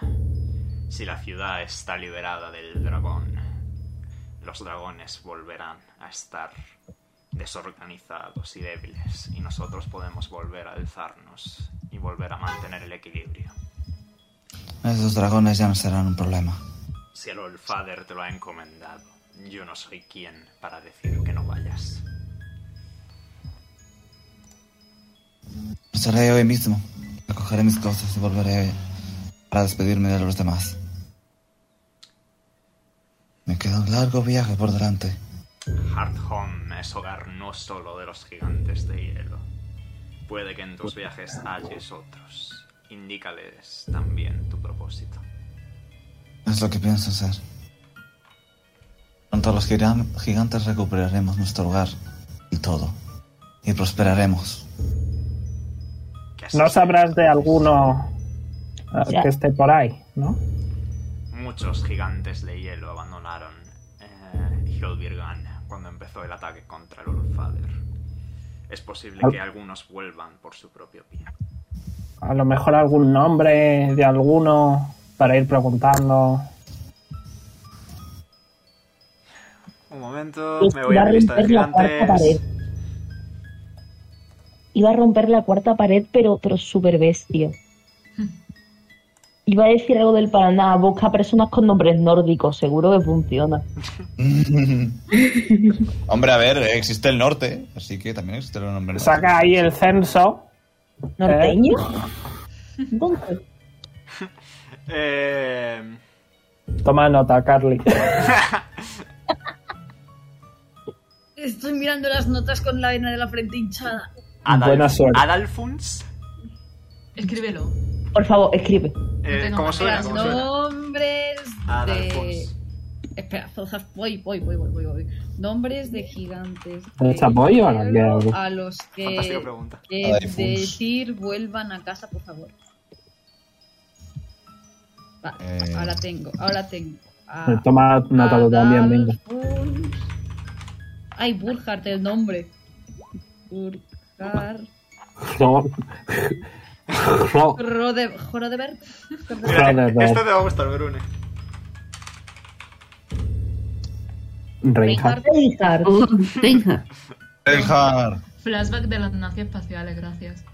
Speaker 3: Si la ciudad está liberada del dragón, los dragones volverán a estar desorganizados y débiles, y nosotros podemos volver a alzarnos y volver a mantener el equilibrio.
Speaker 2: Esos dragones ya no serán un problema.
Speaker 3: Si el Olfader te lo ha encomendado, yo no soy quien para decir que no vayas.
Speaker 2: Pasaré hoy mismo. Recogeré mis cosas y volveré para despedirme de los demás. Me queda un largo viaje por delante.
Speaker 3: Hardhome es hogar no solo de los gigantes de hielo. Puede que en tus viajes halles otros. Indícales también tu propósito.
Speaker 2: Es lo que pienso hacer. Pronto los giran- gigantes recuperaremos nuestro hogar y todo. Y prosperaremos.
Speaker 3: Que así
Speaker 6: No
Speaker 3: sea.
Speaker 6: sabrás de alguno eh,
Speaker 1: Ya.
Speaker 6: que esté por ahí, ¿no?
Speaker 3: Muchos gigantes de hielo abandonaron eh, Hrothvirgan cuando empezó el ataque contra el Ulfader. Es posible
Speaker 6: Al-
Speaker 3: que algunos vuelvan por su propio pie.
Speaker 6: A lo mejor algún nombre de alguno para ir preguntando.
Speaker 3: Un momento,
Speaker 1: Pues
Speaker 3: me voy
Speaker 1: va
Speaker 3: a
Speaker 1: a
Speaker 3: la lista de
Speaker 1: romper la cuarta
Speaker 3: gigantes.
Speaker 6: eh.
Speaker 1: Iba a romper la cuarta pared, pero, pero súper bestia. Iba a decir algo del Paraná, busca personas con nombres nórdicos, seguro que funciona.
Speaker 2: Hombre, a ver, eh, existe el norte, así que también existe el nombre.
Speaker 6: Saca ahí el censo.
Speaker 1: ¿Norteño? ¿Dónde?
Speaker 3: Eh,
Speaker 6: Toma nota, Carly.
Speaker 4: Estoy mirando las notas con la vena de la frente hinchada.
Speaker 3: Adal- eh,
Speaker 6: Buena suerte.
Speaker 3: Adalfuns.
Speaker 7: Escríbelo.
Speaker 1: Por favor, escribe.
Speaker 3: Eh,
Speaker 7: tengo
Speaker 3: ¿Cómo
Speaker 7: más
Speaker 3: suena?
Speaker 7: ideas,
Speaker 3: ¿Cómo
Speaker 7: no.
Speaker 3: suena?
Speaker 4: Nombres de...
Speaker 3: Adalfuns.
Speaker 4: Espera, *laughs* Zojas, voy, voy, voy, voy, voy, voy. Nombres de gigantes.
Speaker 6: ¿De Chapoy o no?
Speaker 4: hierro A los
Speaker 3: Fantástica
Speaker 4: que,
Speaker 3: pregunta.
Speaker 4: que
Speaker 2: Adalfuns.
Speaker 4: decir vuelvan a casa, por favor. Va,
Speaker 2: Eh.
Speaker 4: ahora tengo, ahora tengo. A-
Speaker 2: Ah.
Speaker 6: Me *laughs* Toma nota tú también,
Speaker 2: *laughs*
Speaker 6: venga. *laughs*
Speaker 4: Adalfus. Ay, Burkhardt, el nombre. Burkhardt.
Speaker 6: Ro- Ro-
Speaker 4: Rode- Rodebert.
Speaker 3: Mira,
Speaker 6: Joder, no.
Speaker 3: este te va a gustar, Verune.
Speaker 6: Reinhardt.
Speaker 1: Reinhardt.
Speaker 9: Oh, venga.
Speaker 2: Reinhardt.
Speaker 7: Flashback de las nacias espaciales, gracias.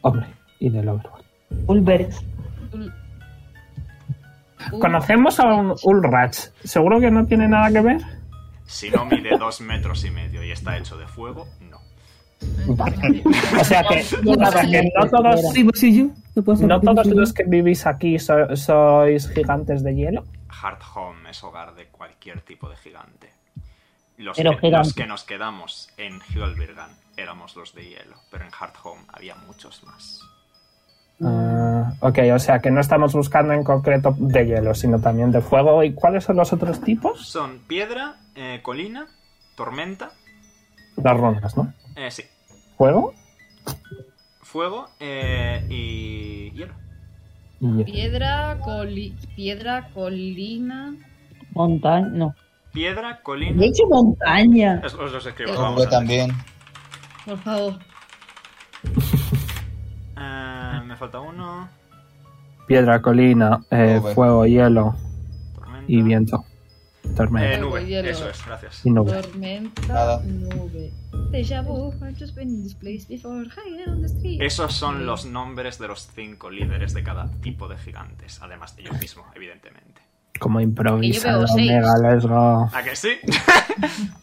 Speaker 6: Hombre, y del Overwatch.
Speaker 1: Ulbert.
Speaker 6: Uh. Conocemos a un Ulrach. ¿Seguro que no tiene nada que ver?
Speaker 3: Si no mide dos metros y medio y está hecho de fuego, no.
Speaker 6: Vale. O sea que, a ver, que no todos,
Speaker 5: Sí, pues sí, yo. No, puedo hacer
Speaker 6: no
Speaker 5: nada.
Speaker 6: todos los que vivís aquí so- sois gigantes de hielo.
Speaker 3: Hard Home es hogar de cualquier tipo de gigante. Los,
Speaker 1: Pero
Speaker 3: que,
Speaker 1: gigante.
Speaker 3: los que nos quedamos en Hjolbergan éramos los de hielo, pero en Hard Home había muchos más.
Speaker 6: Ah, ok, o sea que no estamos buscando en concreto de hielo, sino también de fuego. ¿Y cuáles son los otros tipos?
Speaker 3: Son piedra, eh, colina, tormenta,
Speaker 6: Las rondas, ¿no?
Speaker 3: eh, sí,
Speaker 6: Fuego
Speaker 3: fuego eh, y hielo.
Speaker 6: y hielo.
Speaker 4: Piedra, coli- piedra, colina.
Speaker 1: Montaña. No.
Speaker 3: Piedra,
Speaker 1: De
Speaker 3: colina.
Speaker 1: hecho, montaña.
Speaker 3: Es- Os los escribo.
Speaker 4: Yo
Speaker 3: vamos
Speaker 2: Hombre,
Speaker 3: a ver.
Speaker 2: también.
Speaker 4: Por favor.
Speaker 3: Eh, me falta uno.
Speaker 6: Piedra, colina, eh,
Speaker 2: Nube.
Speaker 6: fuego, hielo
Speaker 3: Tormenta.
Speaker 6: y viento. Tormenta
Speaker 3: Eh, nube,
Speaker 4: Fuego, hielo.
Speaker 3: eso es, gracias.
Speaker 6: y nube.
Speaker 4: Tormenta,
Speaker 2: Nada.
Speaker 4: nube. Deja vu, I've just been in this place before. Hiding on the street.
Speaker 3: Esos son los nombres de los cinco líderes de cada tipo de gigantes, además de yo mismo, evidentemente.
Speaker 6: Como improvisado,
Speaker 4: Yo veo seis.
Speaker 6: Omega, let's go.
Speaker 3: ¿A que sí?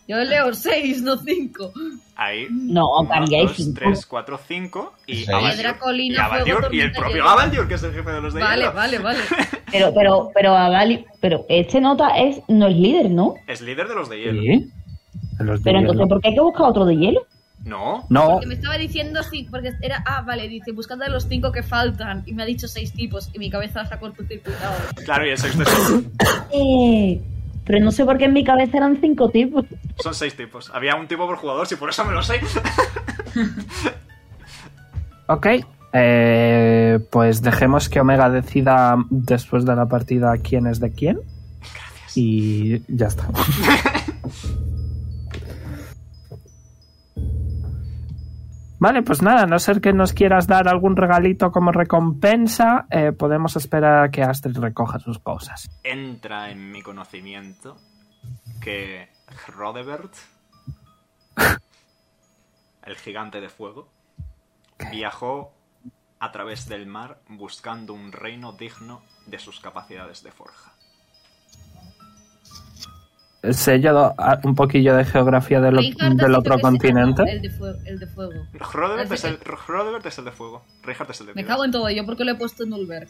Speaker 4: Yo leo 6, no 5.
Speaker 3: Ahí.
Speaker 1: No, cambiáis
Speaker 3: 2,
Speaker 1: cinco.
Speaker 3: 3, 4, 5 y
Speaker 2: Seis.
Speaker 3: Avalur.
Speaker 4: Piedra,
Speaker 3: y,
Speaker 4: colina,
Speaker 3: Avalur,
Speaker 4: fuego,
Speaker 3: y el
Speaker 4: tormenta,
Speaker 3: propio
Speaker 4: hielo.
Speaker 3: Avalur, que es el jefe de los de
Speaker 4: Vale,
Speaker 3: hielo.
Speaker 4: vale, vale.
Speaker 1: Pero, pero, pero a Gali, pero este nota es, no es líder, ¿no?
Speaker 3: Es líder de los de hielo.
Speaker 6: ¿Sí? De los de
Speaker 1: Pero entonces,
Speaker 6: hielo.
Speaker 1: ¿por qué hay que buscar otro de hielo?
Speaker 3: No,
Speaker 6: No,
Speaker 4: Porque me estaba diciendo sí, porque era. Ah, vale, dice, buscando a los 5 que faltan. Y me ha dicho 6 tipos. Y mi cabeza se ha cortocircuitado.
Speaker 3: claro, y el sexto es-
Speaker 1: Eh, pero no sé por qué en mi cabeza eran cinco tipos.
Speaker 3: son seis tipos. Había un tipo por jugador, si por eso me lo sé.
Speaker 6: Ok. eh, pues dejemos que Omega decida después de la partida quién es de quién. Y
Speaker 4: *laughs*
Speaker 6: ya está. Vale, pues nada, a no ser que nos quieras dar algún regalito como recompensa, eh, podemos esperar a que Astrid recoja sus cosas.
Speaker 3: Entra en mi conocimiento que Rodebert, el gigante de fuego, viajó a través del mar buscando un reino digno de sus capacidades de forja.
Speaker 6: Sello ah, un poquillo de geografía del, o-
Speaker 4: Reinhardt ha
Speaker 6: del
Speaker 4: dicho
Speaker 6: otro
Speaker 4: que es- ah, no,
Speaker 6: continente.
Speaker 4: el de fuego- el de fuego.
Speaker 3: Rodebert es el, Rodebert es el de fuego. Richard es el de
Speaker 4: Me
Speaker 3: piedra.
Speaker 4: cago en todo, yo porque lo he puesto en Ulver.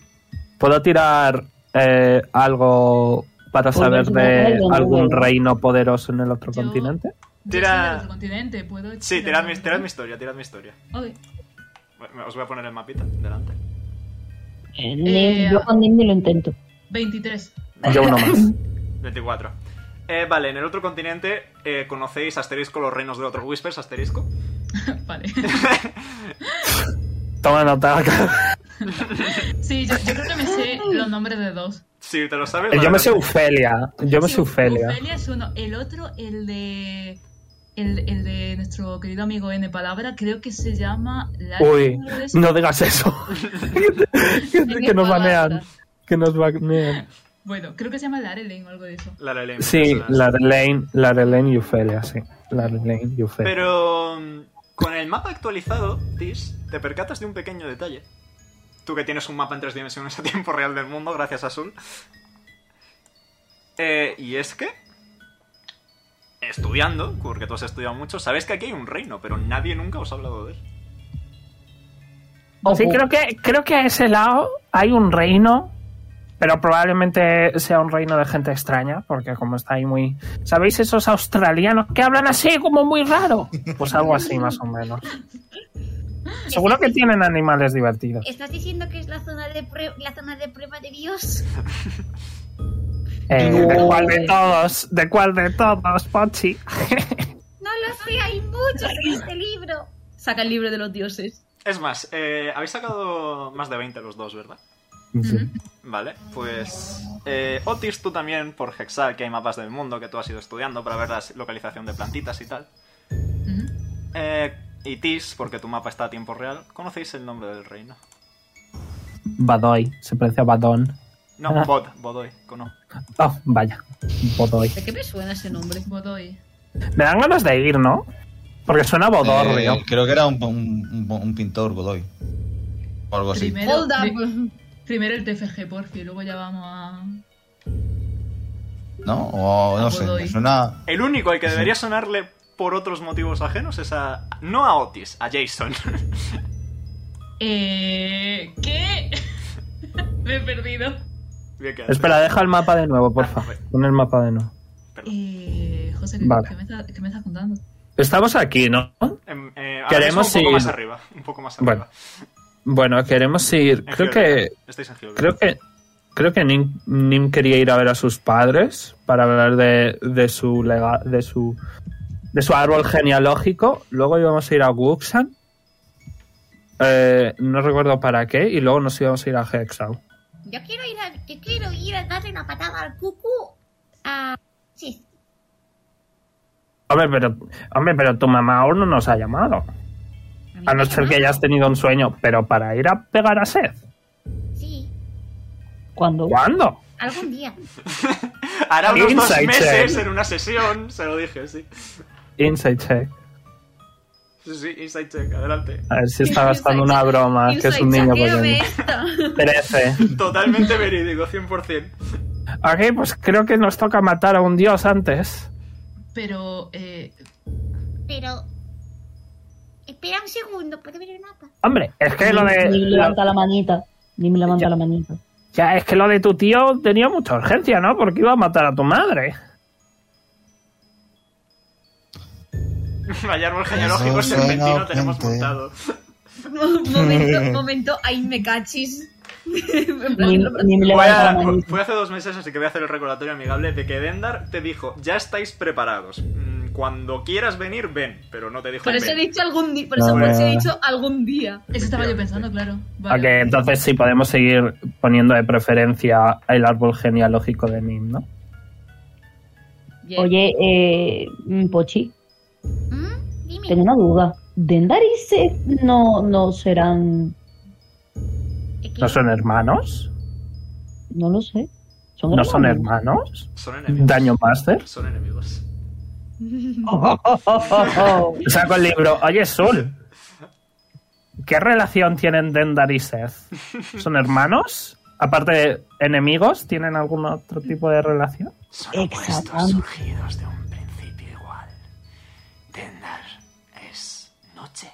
Speaker 6: ¿Puedo tirar eh, algo para
Speaker 1: Pues
Speaker 6: saber
Speaker 1: no, no,
Speaker 6: de
Speaker 1: no, no,
Speaker 6: algún
Speaker 1: no.
Speaker 6: reino poderoso en el otro
Speaker 7: Yo-
Speaker 6: continente?
Speaker 7: Yo
Speaker 3: Tira-
Speaker 7: soy del otro continente, puedo
Speaker 3: Sí, tirad
Speaker 7: tirar
Speaker 3: mi, tirad mi historia, tirad mi historia.
Speaker 7: Ok.
Speaker 3: Me- Os voy a poner el mapita delante.
Speaker 1: Eh, ni-
Speaker 7: Eh,
Speaker 1: yo con Nim ni lo intento.
Speaker 7: 23.
Speaker 6: Yo uno más.
Speaker 3: 24. Eh, vale, en el otro continente eh, conocéis asterisco los reinos de otros whispers, asterisco.
Speaker 7: Vale.
Speaker 6: Toma nota.
Speaker 7: Sí, yo, yo creo que me sé los nombres de dos.
Speaker 3: Si te lo sabes...
Speaker 6: Eh, Yo me
Speaker 3: adelante.
Speaker 6: sé Ofelia. Yo me
Speaker 7: Sí,
Speaker 6: sé Ofelia.
Speaker 7: Ofelia es uno. El otro, el de. El, el de nuestro querido amigo N Palabra, creo que se llama. Lars-
Speaker 6: Uy,
Speaker 7: Lars-
Speaker 6: no digas eso. que, que nos banean. Que nos banean.
Speaker 7: Bueno, creo que se llama Larelin o algo de eso.
Speaker 3: La Lelem,
Speaker 6: Sí,
Speaker 3: personas.
Speaker 6: Larelaine, Larelaine y Ofelia, sí. Larelaine y Ofelia.
Speaker 3: Pero mm, con el mapa actualizado, Tis, te percatas de un pequeño detalle. Tú que tienes un mapa en tres dimensiones a tiempo real del mundo, gracias a Sul. Eh, y es que, estudiando, porque tú has estudiado mucho, sabes que aquí hay un reino, pero nadie nunca os ha hablado de él.
Speaker 1: Ojo,
Speaker 6: Sí, creo que, creo que a ese lado hay un reino Pero probablemente sea un reino de gente extraña, porque como está ahí muy... ¿Sabéis esos australianos que hablan así como muy raro? Pues algo así más o menos. Seguro que tienen animales divertidos.
Speaker 8: ¿Estás diciendo que es la zona de, prue- la zona de prueba de Dios?
Speaker 6: Eh, ¿De cuál de todos? ¿De cuál de todos, Pochi?
Speaker 8: No lo sé, hay muchos en este libro.
Speaker 4: Saca el libro de los dioses.
Speaker 3: Es más, eh, habéis sacado más de 20 los dos, ¿verdad? Vale, pues eh, Otis, tú también por Hexal, que hay mapas del mundo que tú has ido estudiando para ver la localización de plantitas y tal.
Speaker 7: Ujú.
Speaker 3: Eh, y Tis, porque tu mapa está a tiempo real, ¿conocéis el nombre del reino?
Speaker 6: Badoy, se parece a Badón.
Speaker 3: No,
Speaker 6: Ah.
Speaker 3: Bod, Bodoy, cono.
Speaker 6: Oh, vaya, Bodoy.
Speaker 4: ¿De qué me suena ese nombre?
Speaker 7: Godoy.
Speaker 6: Me dan ganas de ir, ¿no? Porque suena
Speaker 2: Eh,
Speaker 6: bodorrio.
Speaker 2: creo que era un, un- un- un pintor Godoy. O algo
Speaker 1: Pues
Speaker 2: así.
Speaker 7: Primero,
Speaker 4: Hold
Speaker 7: pri-
Speaker 4: up.
Speaker 7: primero el TFG, porfi, luego ya vamos a.
Speaker 2: ¿No? O no sé.
Speaker 7: Godoy.
Speaker 2: me Suena.
Speaker 3: El único al que debería sonarle por otros motivos ajenos es a... No a Otis, a Jason. *laughs*
Speaker 7: Eh, ¿Qué? *laughs* Me he perdido.
Speaker 3: Bien que-
Speaker 6: Espera, deja el mapa de nuevo, porfa.
Speaker 3: Ah, vale.
Speaker 6: Pon el mapa de nuevo.
Speaker 7: Eh, José, ¿qué,
Speaker 6: Vale.
Speaker 7: qué me está- qué me estás contando?
Speaker 6: Estamos aquí, ¿no?
Speaker 3: Em, eh, ahora
Speaker 6: Queremos
Speaker 3: mismo un poco
Speaker 6: ir-
Speaker 3: más arriba, un poco más arriba.
Speaker 6: Bueno, Bueno, queremos ir.
Speaker 3: En
Speaker 6: Creo
Speaker 3: Hilbert.
Speaker 6: que.
Speaker 3: Estáis en Hilbert.
Speaker 6: Creo que. Creo que Nim, Nim quería ir a ver a sus padres para hablar de, de su lega- de su de su árbol genealógico. Luego íbamos a ir a Wuxan. Eh, no recuerdo para qué. Y luego nos íbamos a ir a Hexau.
Speaker 8: Yo quiero ir a, yo quiero ir a darle una patada al cucu. A... Sí,
Speaker 6: Hombre, pero, hombre, pero tu mamá aún no nos ha llamado.
Speaker 8: mí
Speaker 6: A
Speaker 8: me
Speaker 6: no ser que
Speaker 8: llamaron.
Speaker 6: hayas tenido un sueño. Pero para ir a pegar a Seth.
Speaker 8: sí,
Speaker 1: Cuando
Speaker 6: ¿Cuándo?
Speaker 8: algún día.
Speaker 3: Hará unos dos
Speaker 6: Inside
Speaker 3: meses
Speaker 6: check.
Speaker 3: en una sesión, se lo dije, sí.
Speaker 6: Inside check.
Speaker 3: Sí, sí, inside check, adelante.
Speaker 6: A ver si está gastando una broma. Que Ah, es un niño
Speaker 4: Saqueame
Speaker 7: eh.
Speaker 6: pequeño.
Speaker 4: esta.
Speaker 6: 13.
Speaker 3: Totalmente verídico, *laughs* 100%.
Speaker 6: Ok, pues creo que nos toca matar a un dios antes.
Speaker 7: Pero, eh,
Speaker 8: Pero. Espera un segundo, puedo ver el mapa.
Speaker 6: Hombre, es que lo
Speaker 1: Nim-
Speaker 6: de.
Speaker 1: Nim levanta la manita. Nim levanta
Speaker 6: Ya.
Speaker 1: la manita.
Speaker 6: Ya, es que lo de tu tío tenía mucha urgencia, ¿no? Porque iba a matar a tu madre.
Speaker 3: Vaya árbol genealógico
Speaker 2: Eso
Speaker 3: serpentino
Speaker 2: suena
Speaker 3: tenemos
Speaker 2: urgente.
Speaker 3: montado.
Speaker 4: Mo- *laughs* momento, momento, ahí me cachis. En plan,
Speaker 1: Nim, Nim
Speaker 3: Voy
Speaker 1: levanta la
Speaker 3: a-
Speaker 1: manita.
Speaker 3: fue hace dos meses, así que voy a hacer el recordatorio amigable de que Dendar te dijo, ya estáis preparados. Mm, Cuando quieras venir, ven. Pero no te dijo
Speaker 4: Por eso he
Speaker 3: ven.
Speaker 4: dicho algún día. Por eso,
Speaker 6: No,
Speaker 4: por eso he
Speaker 6: no, no.
Speaker 4: dicho algún día.
Speaker 7: eso estaba yo pensando, claro. Vale.
Speaker 6: Ok, entonces sí podemos seguir poniendo de preferencia el árbol genealógico de Nim, ¿no?
Speaker 4: Bien. *laughs*
Speaker 1: Oye, eh, mm, Pochi,
Speaker 8: ¿Mm? Dime.
Speaker 1: tengo una duda. ¿Dendar y Seth no, no serán...
Speaker 8: ¿Qué?
Speaker 6: ¿No son hermanos?
Speaker 1: No lo sé. ¿Son
Speaker 6: ¿No son
Speaker 1: hermanos?
Speaker 6: hermanos?
Speaker 3: Son enemigos. *laughs*
Speaker 6: ¿Daño
Speaker 1: ¿eh?
Speaker 6: Master?
Speaker 3: Son enemigos.
Speaker 1: Oh,
Speaker 6: Saco el libro. Oye, Sul. ¿Qué relación tienen Dendar y Seth? ¿Son hermanos? Aparte de enemigos, ¿tienen algún otro tipo de relación?
Speaker 3: Son
Speaker 1: Exactamente.
Speaker 3: opuestos surgidos de un principio igual. Dendar es noche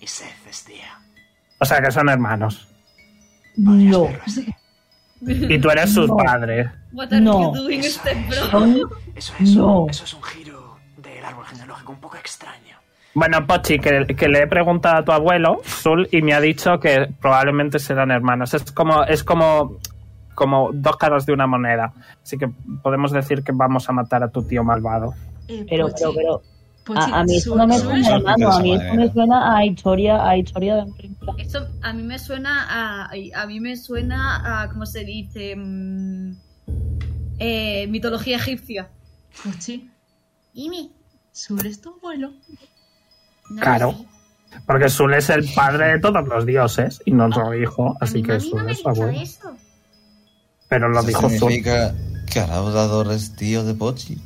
Speaker 3: y Seth es día.
Speaker 6: O sea, que son hermanos.
Speaker 3: Podrías
Speaker 1: No,
Speaker 3: verlo así.
Speaker 6: Y tú eres su
Speaker 1: No.
Speaker 6: padre.
Speaker 4: What are
Speaker 1: No.
Speaker 4: you doing, este
Speaker 3: Eso
Speaker 4: step
Speaker 3: es.
Speaker 4: bro?
Speaker 3: Eso es,
Speaker 1: No.
Speaker 3: un, eso es un giro del árbol genealógico un poco extraño.
Speaker 6: Bueno, Pochi, que, que le he preguntado a tu abuelo, Sul, y me ha dicho que probablemente serán hermanos. Es como, es como, como dos caras de una moneda. Así que podemos decir que vamos a matar a tu tío malvado.
Speaker 7: Eh,
Speaker 1: pero,
Speaker 7: Pochi,
Speaker 1: pero, pero...
Speaker 7: Pochi,
Speaker 1: A, a mí eso
Speaker 7: Sul-
Speaker 1: no me
Speaker 7: Sul-
Speaker 1: suena,
Speaker 2: Eso es-
Speaker 1: hermano. A mí
Speaker 2: eso
Speaker 1: eso me
Speaker 2: es-
Speaker 1: suena a historia, a historia de amor. en plan.
Speaker 4: Esto a mí me suena a. A mí me suena a. ¿Cómo se dice? Mm, eh, mitología egipcia.
Speaker 7: Pochi,
Speaker 8: Dime.
Speaker 7: Sul es tu abuelo.
Speaker 8: No
Speaker 6: Claro.
Speaker 8: lo sé.
Speaker 6: Porque Sul es el padre de todos los dioses y no lo dijo,
Speaker 8: A
Speaker 6: así
Speaker 8: mi
Speaker 6: que
Speaker 8: mami no
Speaker 6: Sul
Speaker 8: me ha
Speaker 6: es su
Speaker 8: dicho
Speaker 6: abuelo.
Speaker 8: eso.
Speaker 6: Pero lo
Speaker 2: Eso
Speaker 6: dijo Sul.
Speaker 2: significa que Araudador es tío de Pochi.
Speaker 8: Uy,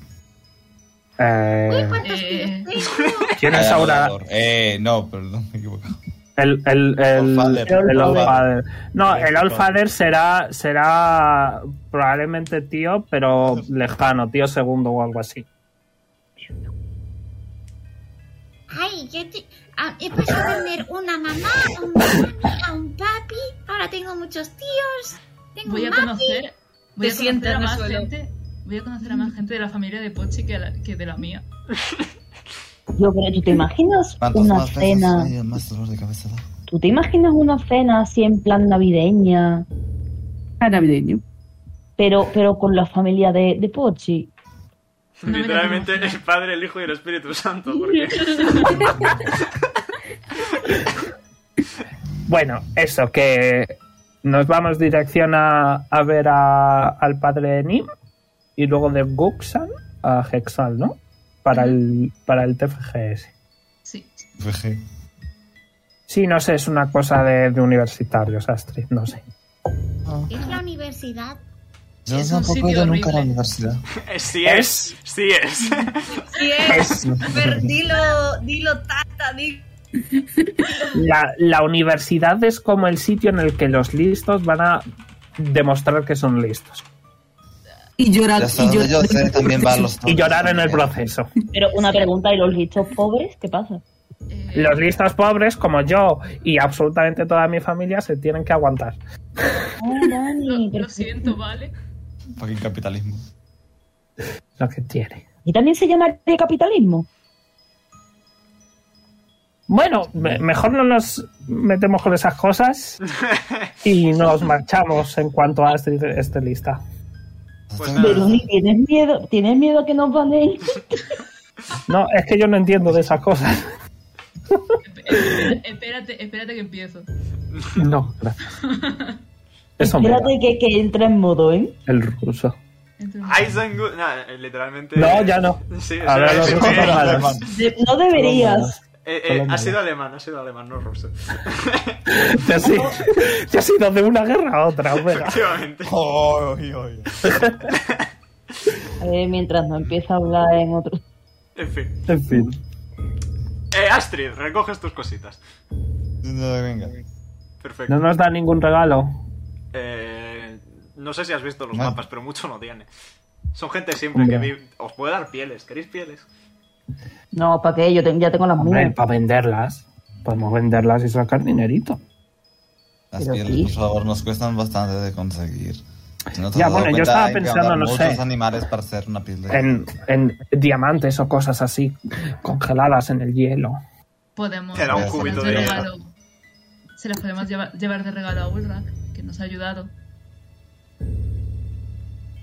Speaker 6: Eh,
Speaker 8: ¿cuántos
Speaker 7: Eh.
Speaker 8: tíos
Speaker 6: ¿Quién es ahora?
Speaker 2: Araudador. Eh, no, perdón, me he equivocado.
Speaker 6: El, el, el,
Speaker 2: Allfather.
Speaker 6: el
Speaker 1: El
Speaker 6: Allfather. No,
Speaker 2: El
Speaker 6: el Allfather será, será probablemente tío, pero lejano, tío segundo o algo así.
Speaker 8: Ay, yo te- ah, he pasado a tener una mamá, a un mami, a un papi. Ahora tengo muchos tíos. Tengo
Speaker 7: Voy a
Speaker 8: un mapa.
Speaker 7: conocer. Voy a
Speaker 4: Te
Speaker 7: conocer
Speaker 4: sientas
Speaker 7: a
Speaker 4: en el
Speaker 7: más
Speaker 4: suelo. Mm.
Speaker 7: gente. Voy a conocer a más gente de la familia de Pochi que, a la- que de la mía.
Speaker 1: Yo, pero tú te imaginas
Speaker 2: Cuantas
Speaker 1: una
Speaker 2: más veces
Speaker 1: cena.
Speaker 2: hay, más dolor de cabeza da.
Speaker 1: ¿Tú te imaginas una cena así en plan navideña?
Speaker 5: Ah, navideño.
Speaker 1: Pero, pero con la familia de, de Pochi.
Speaker 7: *laughs* No me la
Speaker 3: Literalmente
Speaker 7: imagino.
Speaker 3: el Padre, el Hijo y el Espíritu Santo.
Speaker 7: *laughs*
Speaker 3: Porque...
Speaker 6: Bueno, eso, que nos vamos dirección a, a ver a- al padre de Nim y luego de Guxan a Hexal, ¿no? Para el, para el TFGS.
Speaker 7: Sí.
Speaker 2: Veje.
Speaker 6: Sí, no sé, es una cosa de, de universitarios, Astrid, no sé.
Speaker 2: Ah,
Speaker 8: Es la universidad.
Speaker 2: Yo
Speaker 7: Es un
Speaker 2: tampoco he
Speaker 7: sitio
Speaker 2: ido nunca a la
Speaker 7: horrible.
Speaker 2: universidad.
Speaker 1: Ah,
Speaker 3: *laughs* Sí es, sí es.
Speaker 6: *laughs*
Speaker 4: Sí es. Fer, dilo, dilo, tata, dilo.
Speaker 6: La, la universidad es como el sitio en el que los listos van a demostrar que son listos
Speaker 5: Y llorar.
Speaker 2: Ya
Speaker 5: y
Speaker 2: sabes, yo
Speaker 5: llorar-
Speaker 2: sé,
Speaker 1: *laughs*
Speaker 2: también van los
Speaker 6: y llorar en el
Speaker 2: tontos.
Speaker 6: proceso.
Speaker 1: Pero una pregunta, ¿y los listos pobres? ¿Qué pasa?
Speaker 7: eh,
Speaker 6: Los listos pobres, como yo y absolutamente toda mi familia, se tienen que aguantar.
Speaker 1: Ah,
Speaker 7: lo,
Speaker 1: Dani,
Speaker 7: lo
Speaker 1: pero-
Speaker 7: siento, ¿vale?
Speaker 2: Fucking capitalismo.
Speaker 6: Lo que tiene.
Speaker 1: ¿Y también se llama de capitalismo?
Speaker 6: Bueno, me- mejor no nos metemos con esas cosas y nos marchamos en cuanto a Astrid esté lista.
Speaker 3: Pues
Speaker 2: Tengo-
Speaker 1: Pero ni tienes miedo, tienes miedo a que nos baneen.
Speaker 6: No, es que yo no entiendo de esas cosas.
Speaker 7: Espérate, espérate, espérate que empiezo.
Speaker 6: No, gracias. Eso me da
Speaker 1: Espérate que, que entra en modo, ¿eh?
Speaker 6: el ruso.
Speaker 7: Entonces,
Speaker 3: Aizengu... No, eh, literalmente...
Speaker 6: No, ya no.
Speaker 3: *laughs* Sí, sí,
Speaker 6: Ahora los
Speaker 3: sí,
Speaker 6: rusos
Speaker 3: sí.
Speaker 6: son malos.
Speaker 2: Alemán.
Speaker 1: De- no deberías.
Speaker 3: *laughs* Eh,
Speaker 6: Solo
Speaker 3: eh, ha
Speaker 6: malos.
Speaker 3: sido alemán, ha sido alemán, no ruso.
Speaker 6: Te has, ido, te has ido de una guerra a otra, *laughs* venga.
Speaker 3: Efectivamente.
Speaker 2: Oh, oy, oy.
Speaker 1: A ver, mientras no empieza a hablar en otro.
Speaker 3: En fin.
Speaker 6: En fin.
Speaker 3: Eh, Astrid, recoges tus cositas.
Speaker 2: No, venga.
Speaker 3: Perfecto.
Speaker 6: No nos da ningún regalo.
Speaker 3: Eh, no sé si has visto los
Speaker 2: Vale.
Speaker 3: mapas, pero mucho no tiene. Son gente simple
Speaker 6: Hombre.
Speaker 3: que vive... Os puede dar pieles, ¿queréis pieles?
Speaker 1: No, ¿para qué? Yo te- ya tengo las
Speaker 6: Hombre,
Speaker 1: mías.
Speaker 6: para venderlas. Podemos venderlas y sacar dinerito.
Speaker 2: Las
Speaker 1: Pero
Speaker 2: pieles,
Speaker 1: sí.
Speaker 2: por favor, nos cuestan bastante de conseguir. Si no te
Speaker 6: Ya,
Speaker 2: has dado
Speaker 6: bueno, yo
Speaker 2: cuenta,
Speaker 6: estaba
Speaker 2: hay que
Speaker 6: pensando,
Speaker 2: matar
Speaker 6: no sé.
Speaker 2: muchos animales para hacer una piel de...
Speaker 6: En, en diamantes o cosas así congeladas en el hielo.
Speaker 7: Podemos.
Speaker 3: Te da
Speaker 2: un
Speaker 7: se las
Speaker 2: cubito
Speaker 3: de
Speaker 7: regalo. Se las podemos llevar, llevar de regalo a Ulrak, que nos ha ayudado.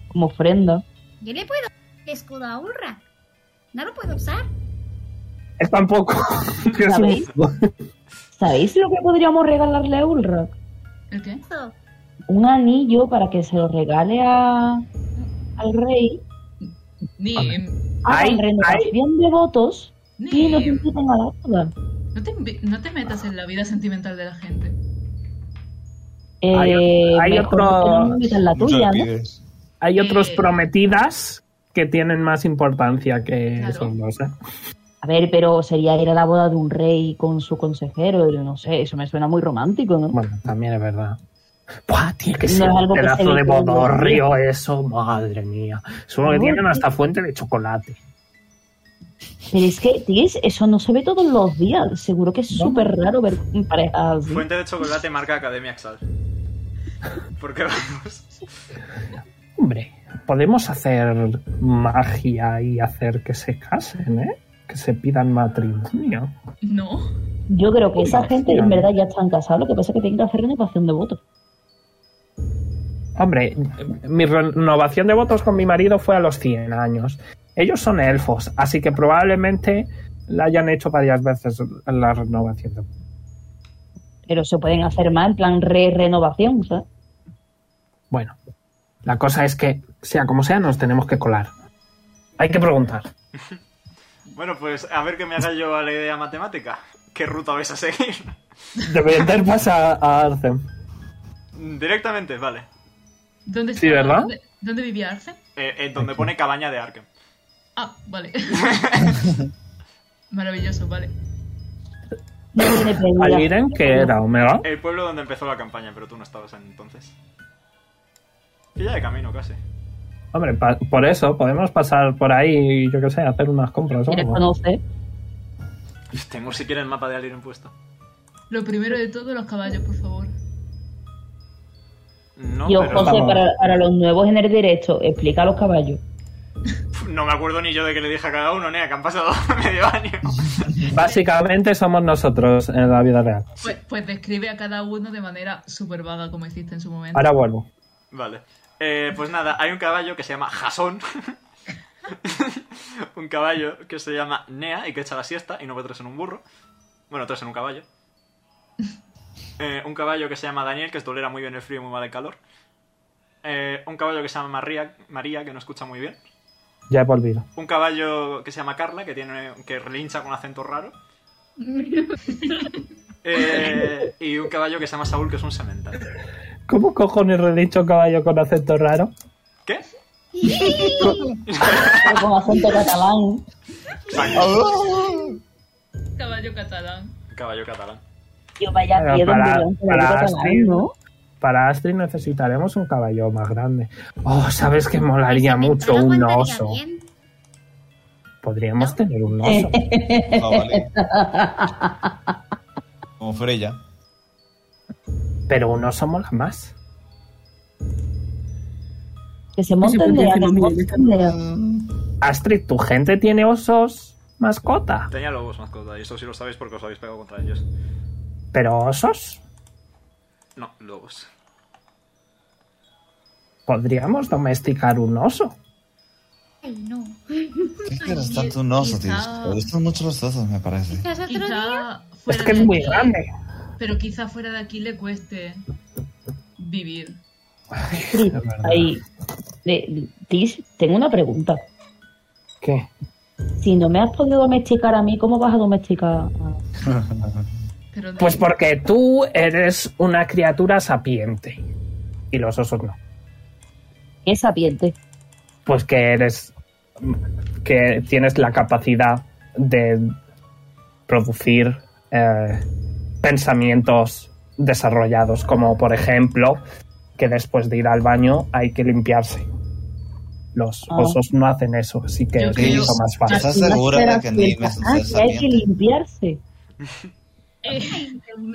Speaker 1: Como ofrenda.
Speaker 8: Yo le puedo dar el escudo a Ulra. No lo puedo usar.
Speaker 6: Es tampoco. *laughs* que es un-
Speaker 1: ¿Sabéis? ¿Sabéis lo que podríamos regalarle a Ulrak?
Speaker 7: ¿El qué?
Speaker 8: Esto.
Speaker 1: Un anillo para que se lo regale a, al rey.
Speaker 7: Nim.
Speaker 6: Ay,
Speaker 1: Hagan Ah, renovación de votos y nos
Speaker 7: Nim.
Speaker 1: invitan a la boda.
Speaker 7: No te, invi- no te metas en la vida sentimental de la gente.
Speaker 1: Eh,
Speaker 6: Hay- hay
Speaker 1: mejor
Speaker 6: otro-
Speaker 1: que no me metan la
Speaker 2: Mucho
Speaker 1: tuya,
Speaker 2: le
Speaker 1: ¿no? *laughs*
Speaker 2: pides.
Speaker 6: Hay otros
Speaker 7: Eh.
Speaker 6: prometidas que tienen más importancia que
Speaker 7: Claro.
Speaker 6: esos dos, ¿eh?
Speaker 1: A ver, pero sería ir a la boda de un rey con su consejero, yo no sé, eso me suena muy romántico, ¿no?
Speaker 6: Bueno, también es verdad. Buah, tiene que
Speaker 1: No
Speaker 6: ser
Speaker 1: es
Speaker 6: un
Speaker 1: algo que se
Speaker 6: pedazo
Speaker 1: ve
Speaker 6: de
Speaker 1: todo el día.
Speaker 6: bodorrio eso, madre mía. Solo que
Speaker 1: Uy.
Speaker 6: tienen hasta fuente de chocolate.
Speaker 1: Pero es que, Tis, eso no se ve todos los días. Seguro que es súper raro ver parejas. así.
Speaker 3: Fuente de chocolate marca Academia Xal. *laughs* Porque vamos...
Speaker 6: Hombre, podemos hacer magia y hacer que se casen, ¿eh? Que se pidan matrimonio.
Speaker 7: No.
Speaker 1: Yo creo que esa
Speaker 6: Uy,
Speaker 1: gente en
Speaker 6: mira.
Speaker 1: verdad ya están casados, lo que pasa es que tienen que hacer renovación de votos.
Speaker 6: Hombre, mi renovación de votos con mi marido fue a los 100 años. Ellos son elfos, así que probablemente la hayan hecho varias veces la renovación de votos.
Speaker 1: Pero se pueden hacer más en plan re-renovación, ¿sabes?
Speaker 6: Bueno, la cosa es que, sea como sea, nos tenemos que colar. Hay que preguntar.
Speaker 3: Bueno, pues a ver que me haga yo a la idea matemática. ¿Qué ruta vais a seguir? *laughs*
Speaker 6: De vender más a, a Arcem.
Speaker 3: Directamente, vale.
Speaker 7: ¿Dónde
Speaker 6: Sí,
Speaker 7: estaba?
Speaker 6: ¿verdad?
Speaker 7: ¿Dónde, dónde vivía Arce?
Speaker 3: Eh, eh, donde pone cabaña de Arkham.
Speaker 7: Ah,
Speaker 6: *laughs*
Speaker 7: vale. Maravilloso, vale.
Speaker 1: No tiene
Speaker 6: ¿Al
Speaker 1: pérdida.
Speaker 6: Irem que era Omega?
Speaker 3: El pueblo donde empezó la campaña, pero tú no estabas en- entonces. Pilla de camino casi.
Speaker 6: Hombre, pa- por eso podemos pasar por ahí y yo qué sé, hacer unas compras. o
Speaker 1: ¿Quieres
Speaker 6: algo.
Speaker 1: conocer?
Speaker 3: Tengo si quieres el mapa de alguien puesto.
Speaker 7: Lo primero de todo, los caballos, por favor.
Speaker 3: No,
Speaker 1: Yo,
Speaker 3: pero-
Speaker 1: José,
Speaker 2: Vamos.
Speaker 1: para, para los nuevos en el directo, explica los caballos.
Speaker 3: no me acuerdo ni yo de qué le dije a cada uno, nea, que han pasado *laughs* medio año.
Speaker 6: Básicamente somos nosotros en la vida real.
Speaker 7: Pues, pues describe a cada uno de manera súper vaga como hiciste en su momento.
Speaker 6: Ahora vuelvo.
Speaker 3: Vale. Eh, pues nada, hay un caballo que se llama Jasón. *laughs* un caballo que se llama Nea y que echa la siesta y no ve tres en un burro. Bueno, tres en un caballo. Eh, un caballo que se llama Daniel, que tolera muy bien el frío y muy mal el calor. Eh, un caballo que se llama María, María, que no escucha muy bien.
Speaker 6: Ya he volvido.
Speaker 3: Un caballo que se llama Carla, que tiene que relincha con acento raro. Eh, y un caballo que se llama Saúl, que es un semental.
Speaker 6: ¿Cómo cojones relincho un caballo con acento raro?
Speaker 3: ¿Qué?
Speaker 1: Pero con acento catalán.
Speaker 7: Caballo catalán.
Speaker 3: Caballo catalán.
Speaker 1: Yo vaya
Speaker 6: Pero
Speaker 1: miedo,
Speaker 6: para-
Speaker 1: Miguel, con el
Speaker 6: para
Speaker 1: catalán,
Speaker 6: Astrid.
Speaker 1: ¿no?
Speaker 6: Para Astrid necesitaremos un caballo más grande. Oh, sabes que molaría
Speaker 8: Ese
Speaker 6: mucho
Speaker 8: mentón
Speaker 6: un
Speaker 8: aguantaría
Speaker 6: oso.
Speaker 8: bien.
Speaker 6: Podríamos tener un oso.
Speaker 2: Ah, vale. Como Freya.
Speaker 6: Pero un oso mola más.
Speaker 1: Que se
Speaker 5: No sé por
Speaker 1: monten
Speaker 5: qué
Speaker 1: de que se
Speaker 5: hacemos
Speaker 1: monten de
Speaker 6: Astrid, ¿tu gente tiene osos mascota?
Speaker 3: Tenía lobos mascota, y eso sí lo sabéis porque os habéis pegado contra ellos.
Speaker 6: ¿Pero osos?
Speaker 3: No, lobos.
Speaker 6: Podríamos domesticar un oso.
Speaker 8: Ay, no.
Speaker 2: ¿Qué quieres tanto un oso, tío?
Speaker 7: quizá-
Speaker 2: Me gustan mucho los osos, me parece.
Speaker 8: Quizás otro día.
Speaker 7: Quizá fuera
Speaker 6: Es que
Speaker 7: de
Speaker 6: es muy
Speaker 7: aquí-
Speaker 6: grande.
Speaker 7: Pero quizá fuera de aquí le cueste vivir.
Speaker 1: Astrid, ahí. Le- Tis, tengo una pregunta.
Speaker 6: ¿Qué?
Speaker 1: Si no me has podido domesticar a mí, ¿cómo vas a domesticar a
Speaker 7: Pero
Speaker 6: Pues porque tú eres una criatura sapiente. Y los osos no.
Speaker 1: qué sapiente?
Speaker 6: Pues que eres. que tienes la capacidad de producir eh, pensamientos desarrollados. Como por ejemplo, que después de ir al baño hay que limpiarse. Los
Speaker 1: Ah.
Speaker 6: osos no hacen eso, así que
Speaker 7: Yo
Speaker 6: es
Speaker 7: creo-
Speaker 6: mucho más fácil.
Speaker 2: ¿Estás
Speaker 1: Y más
Speaker 2: segura
Speaker 1: te
Speaker 2: de
Speaker 1: das
Speaker 2: que Nim
Speaker 1: cuenta,
Speaker 2: es un
Speaker 1: ah,
Speaker 2: ser
Speaker 1: que hay que
Speaker 2: sapiente?
Speaker 1: limpiarse.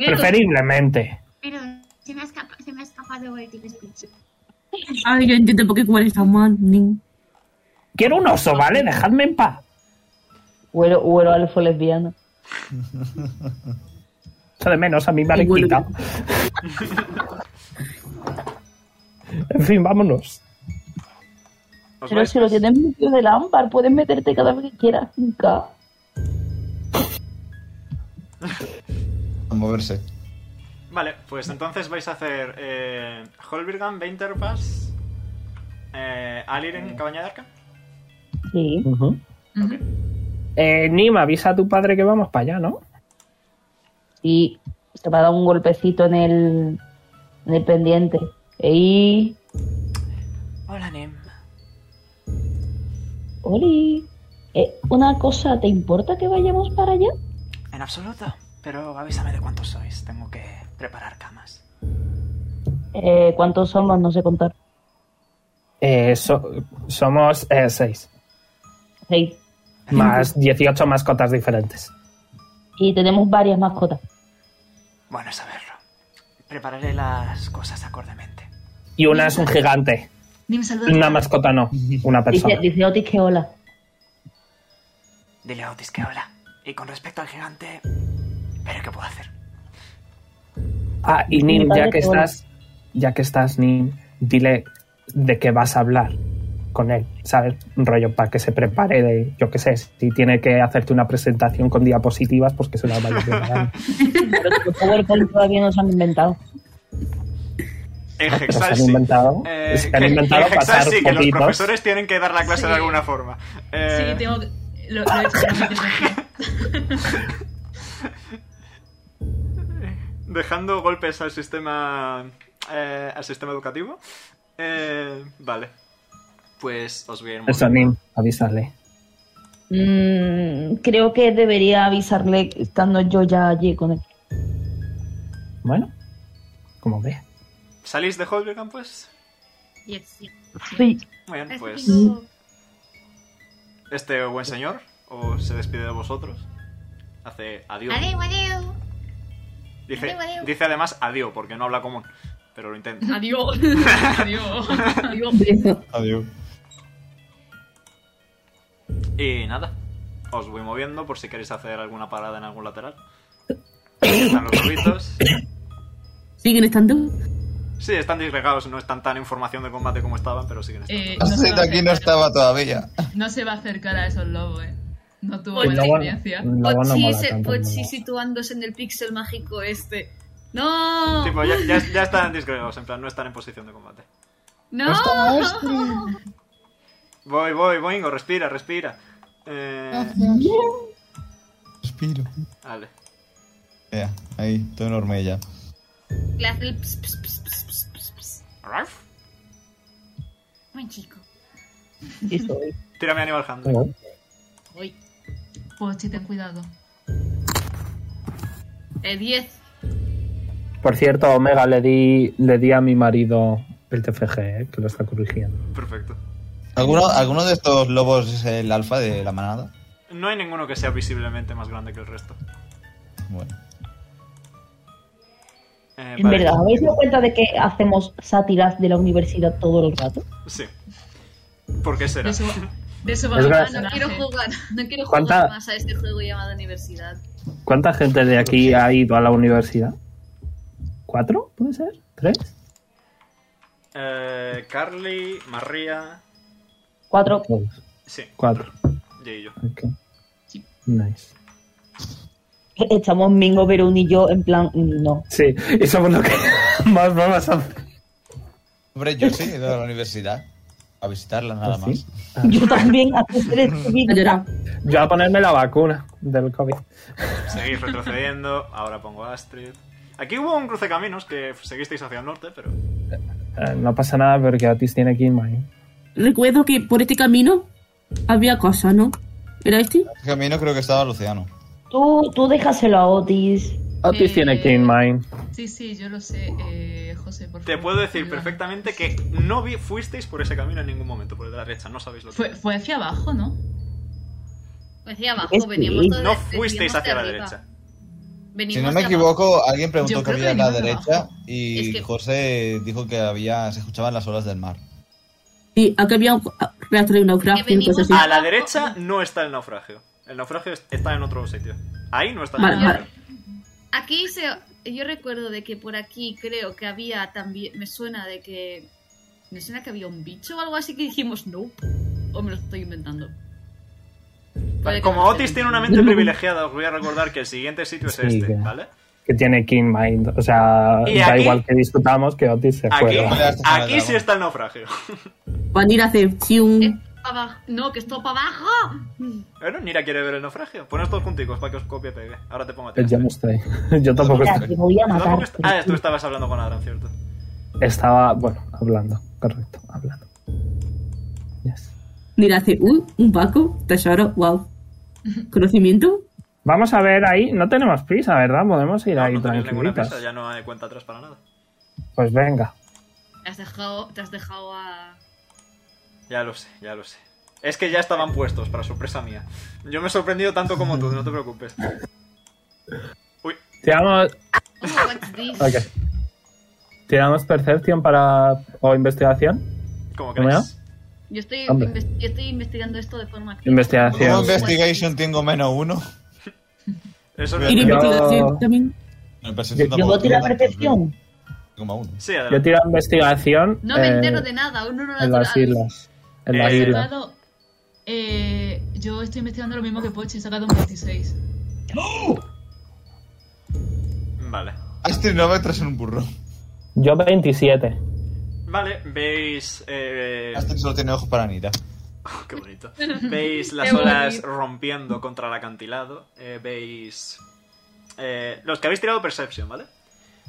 Speaker 6: Preferiblemente.
Speaker 8: Pero se me ha escapado, se me ha escapado el tipo speech.
Speaker 5: Ay, yo entiendo por qué cuál está mal. ni-
Speaker 6: Quiero un oso, ¿vale? Dejadme en paz.
Speaker 1: Huelo, huelo a elfo lesbiana.
Speaker 6: Echo de menos a mi
Speaker 5: Y bueno.
Speaker 6: mariquita. en fin, vámonos.
Speaker 3: ¿Os
Speaker 1: Pero
Speaker 3: vais?
Speaker 1: si lo tienes metido de lámpara, puedes meterte cada vez que quieras. Nunca.
Speaker 2: A moverse.
Speaker 3: Vale, pues entonces vais a hacer eh, Holbergan, Winterpass, eh, Aliren, Cabaña de Arca.
Speaker 1: Sí.
Speaker 7: Ujú.
Speaker 6: Eh, Nim, avisa a tu padre que vamos para allá, ¿no?
Speaker 1: Y se me ha dado un golpecito en el, en el pendiente. ¡Ey!
Speaker 3: Hola, Nem.
Speaker 1: ¡Oli! Eh, una cosa, ¿te importa que vayamos para allá?
Speaker 3: En absoluto, pero avísame de cuántos sois, tengo que preparar camas.
Speaker 1: Eh, ¿Cuántos somos? No sé contar.
Speaker 6: Eh, so- somos eh, seis.
Speaker 1: Seis.
Speaker 6: Más 18 mascotas diferentes.
Speaker 1: Y tenemos varias mascotas.
Speaker 3: Bueno, saberlo. Prepararé las cosas acordemente.
Speaker 6: Y una es un gigante.
Speaker 7: Nim, saluda.
Speaker 6: Una mascota no, una persona.
Speaker 1: Dice, dice Otis que hola.
Speaker 3: Dile a Otis que hola. Y con respecto al gigante, veré qué puedo hacer.
Speaker 6: Ah, y
Speaker 1: dice mi
Speaker 6: Nim,
Speaker 1: padre
Speaker 6: ya que
Speaker 1: que hola.
Speaker 6: estás, ya que estás, Nim, dile de qué vas a hablar con él, ¿sabes? Un rollo para que se prepare de, yo qué sé, si tiene que hacerte una presentación con diapositivas, pues que se la vaya preparando.
Speaker 1: Pero es que PowerPoint todavía no se han inventado.
Speaker 3: En
Speaker 6: Pero se han inventado,
Speaker 3: Eh,
Speaker 6: se han
Speaker 3: que-
Speaker 6: inventado
Speaker 3: que-
Speaker 6: pasar
Speaker 3: sí, que los
Speaker 6: fotitos.
Speaker 3: profesores tienen que dar la clase de
Speaker 7: Sí.
Speaker 3: alguna forma. Eh,
Speaker 7: Sí, tengo que. Lo, lo he hecho, lo he *laughs* hecho.
Speaker 3: Dejando golpes al sistema. eh, al sistema educativo. Eh, vale. Pues os voy a ir
Speaker 6: Eso,
Speaker 3: moviendo.
Speaker 6: Nim, avísale.
Speaker 1: Mm, creo que debería avisarle estando yo ya allí con él.
Speaker 6: Bueno, como ve.
Speaker 3: ¿Salís de Holbergan, pues?
Speaker 8: Yes.
Speaker 1: Sí.
Speaker 3: Muy bien, pues.
Speaker 8: Digo,
Speaker 3: Este buen señor os se despide de vosotros. Hace adiós.
Speaker 8: Adiós, adiós.
Speaker 3: Dice,
Speaker 8: adiós, adiós.
Speaker 3: dice además adiós, porque no habla común. pero lo intento.
Speaker 7: Adiós. Adiós.
Speaker 4: Digo,
Speaker 2: Adiós.
Speaker 3: Y nada, os voy moviendo por si queréis hacer alguna parada en algún
Speaker 6: *coughs*
Speaker 3: lateral. Ahí Están los globitos.
Speaker 5: ¿Siguen estando?
Speaker 3: Sí, están disgregados, no están tan en formación de combate como estaban, pero siguen estando.
Speaker 7: Eh, se
Speaker 2: Así
Speaker 7: va
Speaker 2: que
Speaker 7: a
Speaker 2: aquí no
Speaker 7: acercar-
Speaker 2: estaba todavía.
Speaker 7: no se va a acercar a esos lobos, eh. No tuvo
Speaker 4: Pues
Speaker 7: buena
Speaker 4: no,
Speaker 6: bueno, Mm.
Speaker 7: experiencia.
Speaker 6: luego no
Speaker 4: Pochi,
Speaker 6: mola
Speaker 4: se- pues
Speaker 6: tanto,
Speaker 4: Pochi
Speaker 6: no.
Speaker 4: situándose en el píxel mágico este. ¡No!
Speaker 3: Tipo, pues ya, ya- ya están disgregados, en plan, no están en posición de combate.
Speaker 4: ¡No!
Speaker 3: Voy, voy, voy, Ingo, respira, respira. Eh,
Speaker 2: Respiro.
Speaker 3: vale.
Speaker 2: Ya, ahí, todo enorme ya.
Speaker 8: Le hace el ps, ps, ps, ps, ps, ps, ps.
Speaker 3: Ralph,
Speaker 8: Buen chico.
Speaker 1: Sí, soy.
Speaker 3: Tírame Animal Handling.
Speaker 4: Uy,
Speaker 7: Pochi, ten cuidado.
Speaker 4: eh, 10.
Speaker 6: Por cierto, Omega, le di, le di a mi marido el TFG, eh, que lo está corrigiendo.
Speaker 3: Perfecto.
Speaker 2: ¿Alguno, ¿Alguno de estos lobos es el alfa de la manada?
Speaker 3: No hay ninguno que sea visiblemente más grande que el resto.
Speaker 2: Bueno.
Speaker 3: Eh,
Speaker 1: En
Speaker 3: vale.
Speaker 1: verdad, ¿habéis dado cuenta de que hacemos sátiras de la universidad todo el rato?
Speaker 3: Sí. ¿Por qué será?
Speaker 7: De eso, de eso va
Speaker 6: Es
Speaker 7: mi
Speaker 6: verdad.
Speaker 4: No
Speaker 7: personaje.
Speaker 4: quiero jugar, no quiero jugar
Speaker 6: ¿Cuánta-
Speaker 4: más a este juego llamado Universidad.
Speaker 6: ¿Cuánta gente de aquí ha ido a la universidad? ¿Cuatro? ¿Puede ser? ¿Tres?
Speaker 3: Eh, Carly, María.
Speaker 1: Cuatro.
Speaker 6: Todos.
Speaker 3: Sí,
Speaker 6: Cuatro.
Speaker 3: yo y yo.
Speaker 6: Ok. Nice.
Speaker 1: Estamos Mingo, Verón y yo en plan, no.
Speaker 6: Sí, y somos lo que *laughs* más bromas hace.
Speaker 2: Hombre, yo sí he ido a la universidad a visitarla nada más.
Speaker 6: ¿Sí?
Speaker 1: Yo también a
Speaker 5: *laughs*
Speaker 1: hacer este
Speaker 5: A
Speaker 1: vídeo.
Speaker 5: llorar.
Speaker 6: Yo a ponerme la vacuna del COVID.
Speaker 3: Seguís retrocediendo. Ahora pongo a Astrid. Aquí hubo un cruce de caminos que seguisteis hacia el norte, pero.
Speaker 6: Eh, no pasa nada porque Otis tiene que ir Mine.
Speaker 5: Recuerdo que por este camino había casa, ¿no? ¿Era este?
Speaker 2: El camino creo que estaba Luciano.
Speaker 1: Tú, tú déjaselo a Otis.
Speaker 6: Otis
Speaker 7: Eh,
Speaker 6: tiene que ir Mine.
Speaker 7: Sí, sí, yo lo sé, eh, José, por favor.
Speaker 3: Te puedo decir
Speaker 7: ayúdame.
Speaker 3: perfectamente que no vi, fuisteis por ese camino en ningún momento, por el de la derecha. No sabéis lo que.
Speaker 7: Fue, fue hacia abajo, ¿no?
Speaker 4: Hacia Pues abajo,
Speaker 1: Es que-
Speaker 4: veníamos todos
Speaker 3: No
Speaker 4: de-
Speaker 3: fuisteis
Speaker 4: veníamos de
Speaker 3: hacia la
Speaker 4: arriba.
Speaker 3: derecha.
Speaker 4: Venimos
Speaker 2: Si no
Speaker 4: de
Speaker 2: me
Speaker 4: abajo.
Speaker 2: equivoco, alguien
Speaker 7: Yo
Speaker 2: preguntó que
Speaker 7: creo que
Speaker 2: había a la
Speaker 7: venimos de
Speaker 2: derecha
Speaker 7: abajo.
Speaker 2: y
Speaker 4: Es que-
Speaker 2: José dijo que había se escuchaban las olas del mar.
Speaker 5: Sí, aquí había un ah, rastro de naufragio y cosas
Speaker 3: A
Speaker 5: así.
Speaker 3: la derecha no está el naufragio. El naufragio es- está en otro sitio. Ahí no está el
Speaker 5: Vale,
Speaker 3: naufragio.
Speaker 4: Aquí se, yo recuerdo de que por aquí creo que había también, me suena de que, me suena que había un bicho o algo así que dijimos no, o me lo estoy inventando. Puede
Speaker 3: Vale,
Speaker 4: que
Speaker 3: como
Speaker 4: no
Speaker 3: Otis
Speaker 4: sea.
Speaker 3: tiene una mente privilegiada, os voy a recordar que el siguiente sitio es
Speaker 6: Sí,
Speaker 3: este,
Speaker 6: que-
Speaker 3: ¿vale?
Speaker 6: Que tiene que ir Mine. O sea,
Speaker 3: Y
Speaker 6: da
Speaker 3: aquí-
Speaker 6: igual que discutamos que Otis se
Speaker 3: Aquí,
Speaker 6: juega.
Speaker 2: Fuera.
Speaker 3: aquí sí está el naufragio.
Speaker 5: Van a ir a hacer sí,
Speaker 4: Eh,
Speaker 5: un...
Speaker 4: pa' abajo. No, que esto para abajo.
Speaker 3: Bueno, Nira quiere ver el naufragio. Ponos todos junticos para que os copie y pegue. Ahora te pongo a ti.
Speaker 6: Pues Yo no estoy. *laughs* Yo Pues tampoco
Speaker 1: Mira,
Speaker 6: estoy.
Speaker 1: te voy a
Speaker 3: ¿Tú
Speaker 1: matar.
Speaker 3: tampoco est- Ah, tú estabas hablando con Adran, ¿cierto?
Speaker 6: Estaba, bueno, hablando. Correcto, hablando. Yes.
Speaker 5: Mira, hace un, un barco, tesoro, wow. ¿Conocimiento?
Speaker 6: Vamos a ver ahí. No tenemos prisa, ¿verdad? Podemos ir
Speaker 3: No,
Speaker 6: ahí
Speaker 3: no tenéis ninguna
Speaker 6: tranquilitas.
Speaker 3: prisa, ya no hay cuenta atrás para nada.
Speaker 6: Pues venga.
Speaker 4: Te has dejado, te has dejado a...
Speaker 3: Ya lo sé, ya lo sé. Es que ya estaban puestos, para sorpresa mía. Yo me he sorprendido tanto como tú, no te preocupes.
Speaker 6: Tiramos.
Speaker 4: Oh, what's this?
Speaker 6: Ok. Tiramos percepción para. o investigación.
Speaker 3: Como
Speaker 6: ¿Cómo
Speaker 3: queréis.
Speaker 4: Yo estoy,
Speaker 6: Hombre.
Speaker 4: inves- yo estoy investigando esto de forma activa.
Speaker 6: Investigación.
Speaker 2: ¿Cómo
Speaker 6: Hacíamos-
Speaker 2: investigation tengo menos uno?
Speaker 3: Eso
Speaker 5: Y de
Speaker 3: es...
Speaker 6: Yo-
Speaker 5: investigación también.
Speaker 2: En percepción
Speaker 1: Yo
Speaker 6: Yo-
Speaker 2: tampoco
Speaker 1: voy a tirar
Speaker 2: tengo
Speaker 1: percepción.
Speaker 2: Como uno.
Speaker 3: Sí,
Speaker 6: Yo
Speaker 3: adelante.
Speaker 6: tiro investigación.
Speaker 4: No me
Speaker 6: eh,
Speaker 4: entero de nada, uno no
Speaker 6: En las islas. En la
Speaker 3: Eh,
Speaker 7: He
Speaker 6: isla.
Speaker 7: sacado- eh, yo estoy investigando lo mismo que Pochi, he sacado un 26.
Speaker 3: Vale.
Speaker 2: Astrinómetros en un burro.
Speaker 6: Yo 27.
Speaker 3: Vale, veis... eh,
Speaker 2: Astrid solo tiene ojos para Anita.
Speaker 3: *laughs* Qué
Speaker 7: *laughs*
Speaker 3: bonito. Veis las
Speaker 7: Qué
Speaker 3: olas
Speaker 7: bonito.
Speaker 3: rompiendo contra el acantilado. eh, veis. eh, los que habéis tirado Perception, ¿vale?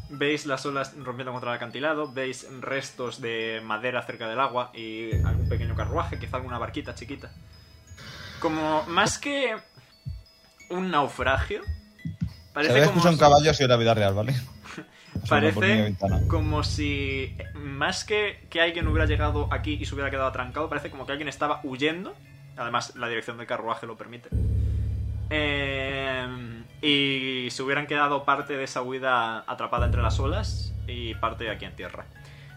Speaker 3: Veis las olas rompiendo contra el acantilado. Veis restos de madera cerca del agua y algún pequeño carruaje, quizá alguna barquita chiquita. Como más que un naufragio,
Speaker 2: Se
Speaker 3: parece
Speaker 2: había
Speaker 3: como.
Speaker 2: escuchado un caballo así en la vida
Speaker 3: *laughs*
Speaker 2: real, ¿vale?
Speaker 3: Parece-
Speaker 2: Por mi ventana.
Speaker 3: Como si eh, más que que alguien hubiera llegado aquí y se hubiera quedado atrancado, parece como que alguien estaba huyendo. Además, la dirección del carruaje lo permite. Em, Eh, y se hubieran quedado parte de esa huida atrapada entre las olas y parte de aquí en tierra.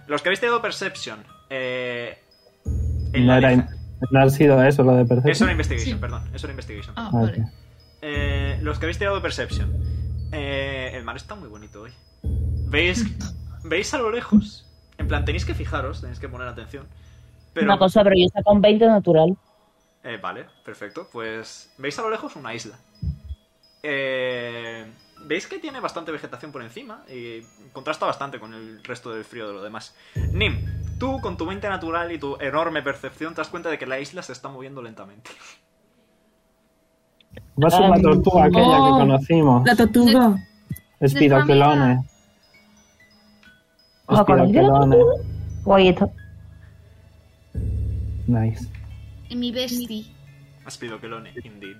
Speaker 3: Los que habéis tenido Perception. Eh, en
Speaker 6: No,
Speaker 3: la
Speaker 6: era
Speaker 3: deja-
Speaker 6: no ha sido eso lo de Perception.
Speaker 3: Es una investigation,
Speaker 7: Sí.
Speaker 3: perdón. Es una investigation.
Speaker 7: Ah,
Speaker 6: Ah, ok.
Speaker 7: vale.
Speaker 3: Eh, los que habéis tirado Perception. Eh, el mar está muy bonito hoy.
Speaker 1: *laughs*
Speaker 3: ¿Veis, ¿Veis a lo lejos? En plan, tenéis que fijaros, tenéis que poner atención. Pero,
Speaker 1: Una cosa, pero yo saco un 20 natural.
Speaker 3: Eh, vale, perfecto. Pues veis a lo lejos una isla. Eh, veis que tiene bastante vegetación por encima y contrasta bastante con el resto del frío de lo demás. Nim, tú con tu mente natural y tu enorme percepción te das cuenta de que la isla se está moviendo lentamente. *laughs*
Speaker 6: No es una
Speaker 1: Ay,
Speaker 6: tortuga aquella que
Speaker 5: no.
Speaker 6: conocimos.
Speaker 5: La tortuga.
Speaker 6: Espiroclone.
Speaker 1: Ah, ¿con el dedo?
Speaker 6: Espiroclone.
Speaker 1: Oye, esto.
Speaker 6: Nice.
Speaker 4: En mi bestie.
Speaker 3: Has pido que lo ne- indeed.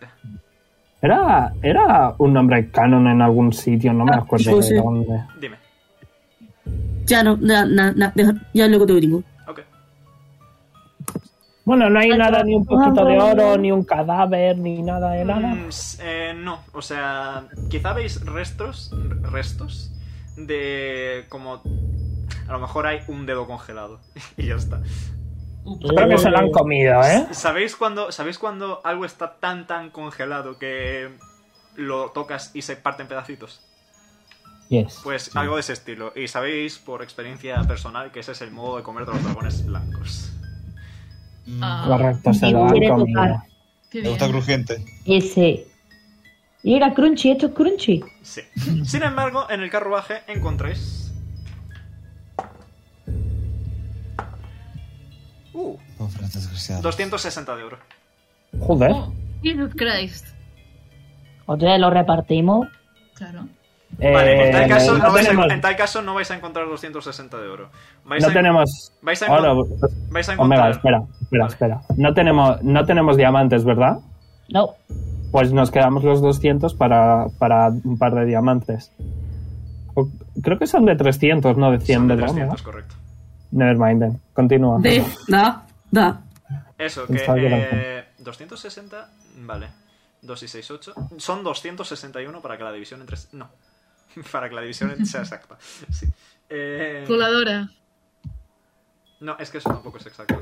Speaker 6: Era, era un nombre canon en algún sitio, no me
Speaker 5: Ah,
Speaker 6: acuerdo
Speaker 5: sí,
Speaker 6: de
Speaker 5: sí.
Speaker 6: dónde.
Speaker 3: Dime.
Speaker 5: Ya no, nada, nada, na, deja- ya luego te lo digo.
Speaker 3: Ok.
Speaker 6: Bueno, no hay
Speaker 1: Ay,
Speaker 6: nada,
Speaker 1: no.
Speaker 6: ni un poquito de oro, ni un cadáver, ni nada de nada.
Speaker 3: Mm, s- eh, no, o sea, quizá veis restos, r- restos de como a lo mejor hay un dedo congelado *laughs* y ya está.
Speaker 7: Ups.
Speaker 6: Creo que se lo han comido, ¿eh?
Speaker 3: S- ¿Sabéis cuando sabéis cuando algo está tan tan congelado que lo tocas y se parte en pedacitos?
Speaker 6: Yes.
Speaker 3: Pues algo de ese estilo. Y sabéis por experiencia personal que ese es el modo de comer de los dragones blancos.
Speaker 7: Ah,
Speaker 6: Correcto, se lo han
Speaker 1: Quiere
Speaker 6: comido.
Speaker 1: tocar.
Speaker 7: qué
Speaker 2: Me
Speaker 7: bien.
Speaker 2: gusta crujiente.
Speaker 1: Ese. Y era crunchy, esto es crunchy.
Speaker 3: Sí. Sin embargo, en el carruaje encontráis. Uh,
Speaker 2: Pobres desgraciados.
Speaker 3: 260 de oro.
Speaker 6: Joder.
Speaker 7: Oh,
Speaker 4: Jesus Christ.
Speaker 1: Otra lo repartimos.
Speaker 7: claro.
Speaker 3: Vale, en tal,
Speaker 6: Eh,
Speaker 3: caso,
Speaker 6: no
Speaker 3: no vais a-
Speaker 6: tenemos,
Speaker 3: en tal caso no vais a encontrar 260 de oro. Vais,
Speaker 6: no
Speaker 3: a,
Speaker 6: tenemos
Speaker 3: vais, a, encon-
Speaker 6: oro.
Speaker 3: vais a
Speaker 6: Omega,
Speaker 3: encontrar.
Speaker 6: espera, espera,
Speaker 3: Vale.
Speaker 6: espera. No tenemos, no tenemos diamantes, ¿verdad?
Speaker 1: No.
Speaker 6: Pues nos quedamos los 200 para, para un par de diamantes. O- creo que son de 300, no de 100
Speaker 3: son de
Speaker 6: de gramo,
Speaker 3: 300, correcto.
Speaker 6: ¿no? Never mind, then. continúa.
Speaker 5: De, da, da.
Speaker 3: Eso, que.
Speaker 6: Pensaba que era
Speaker 3: eh, 260. Vale. 2 y 6, 8. Son 261 para que la división entre. No. *laughs* Para que la división
Speaker 6: *laughs*
Speaker 3: sea exacta. Sí. Eh,
Speaker 4: Coladora.
Speaker 3: No, es que eso tampoco es exacto.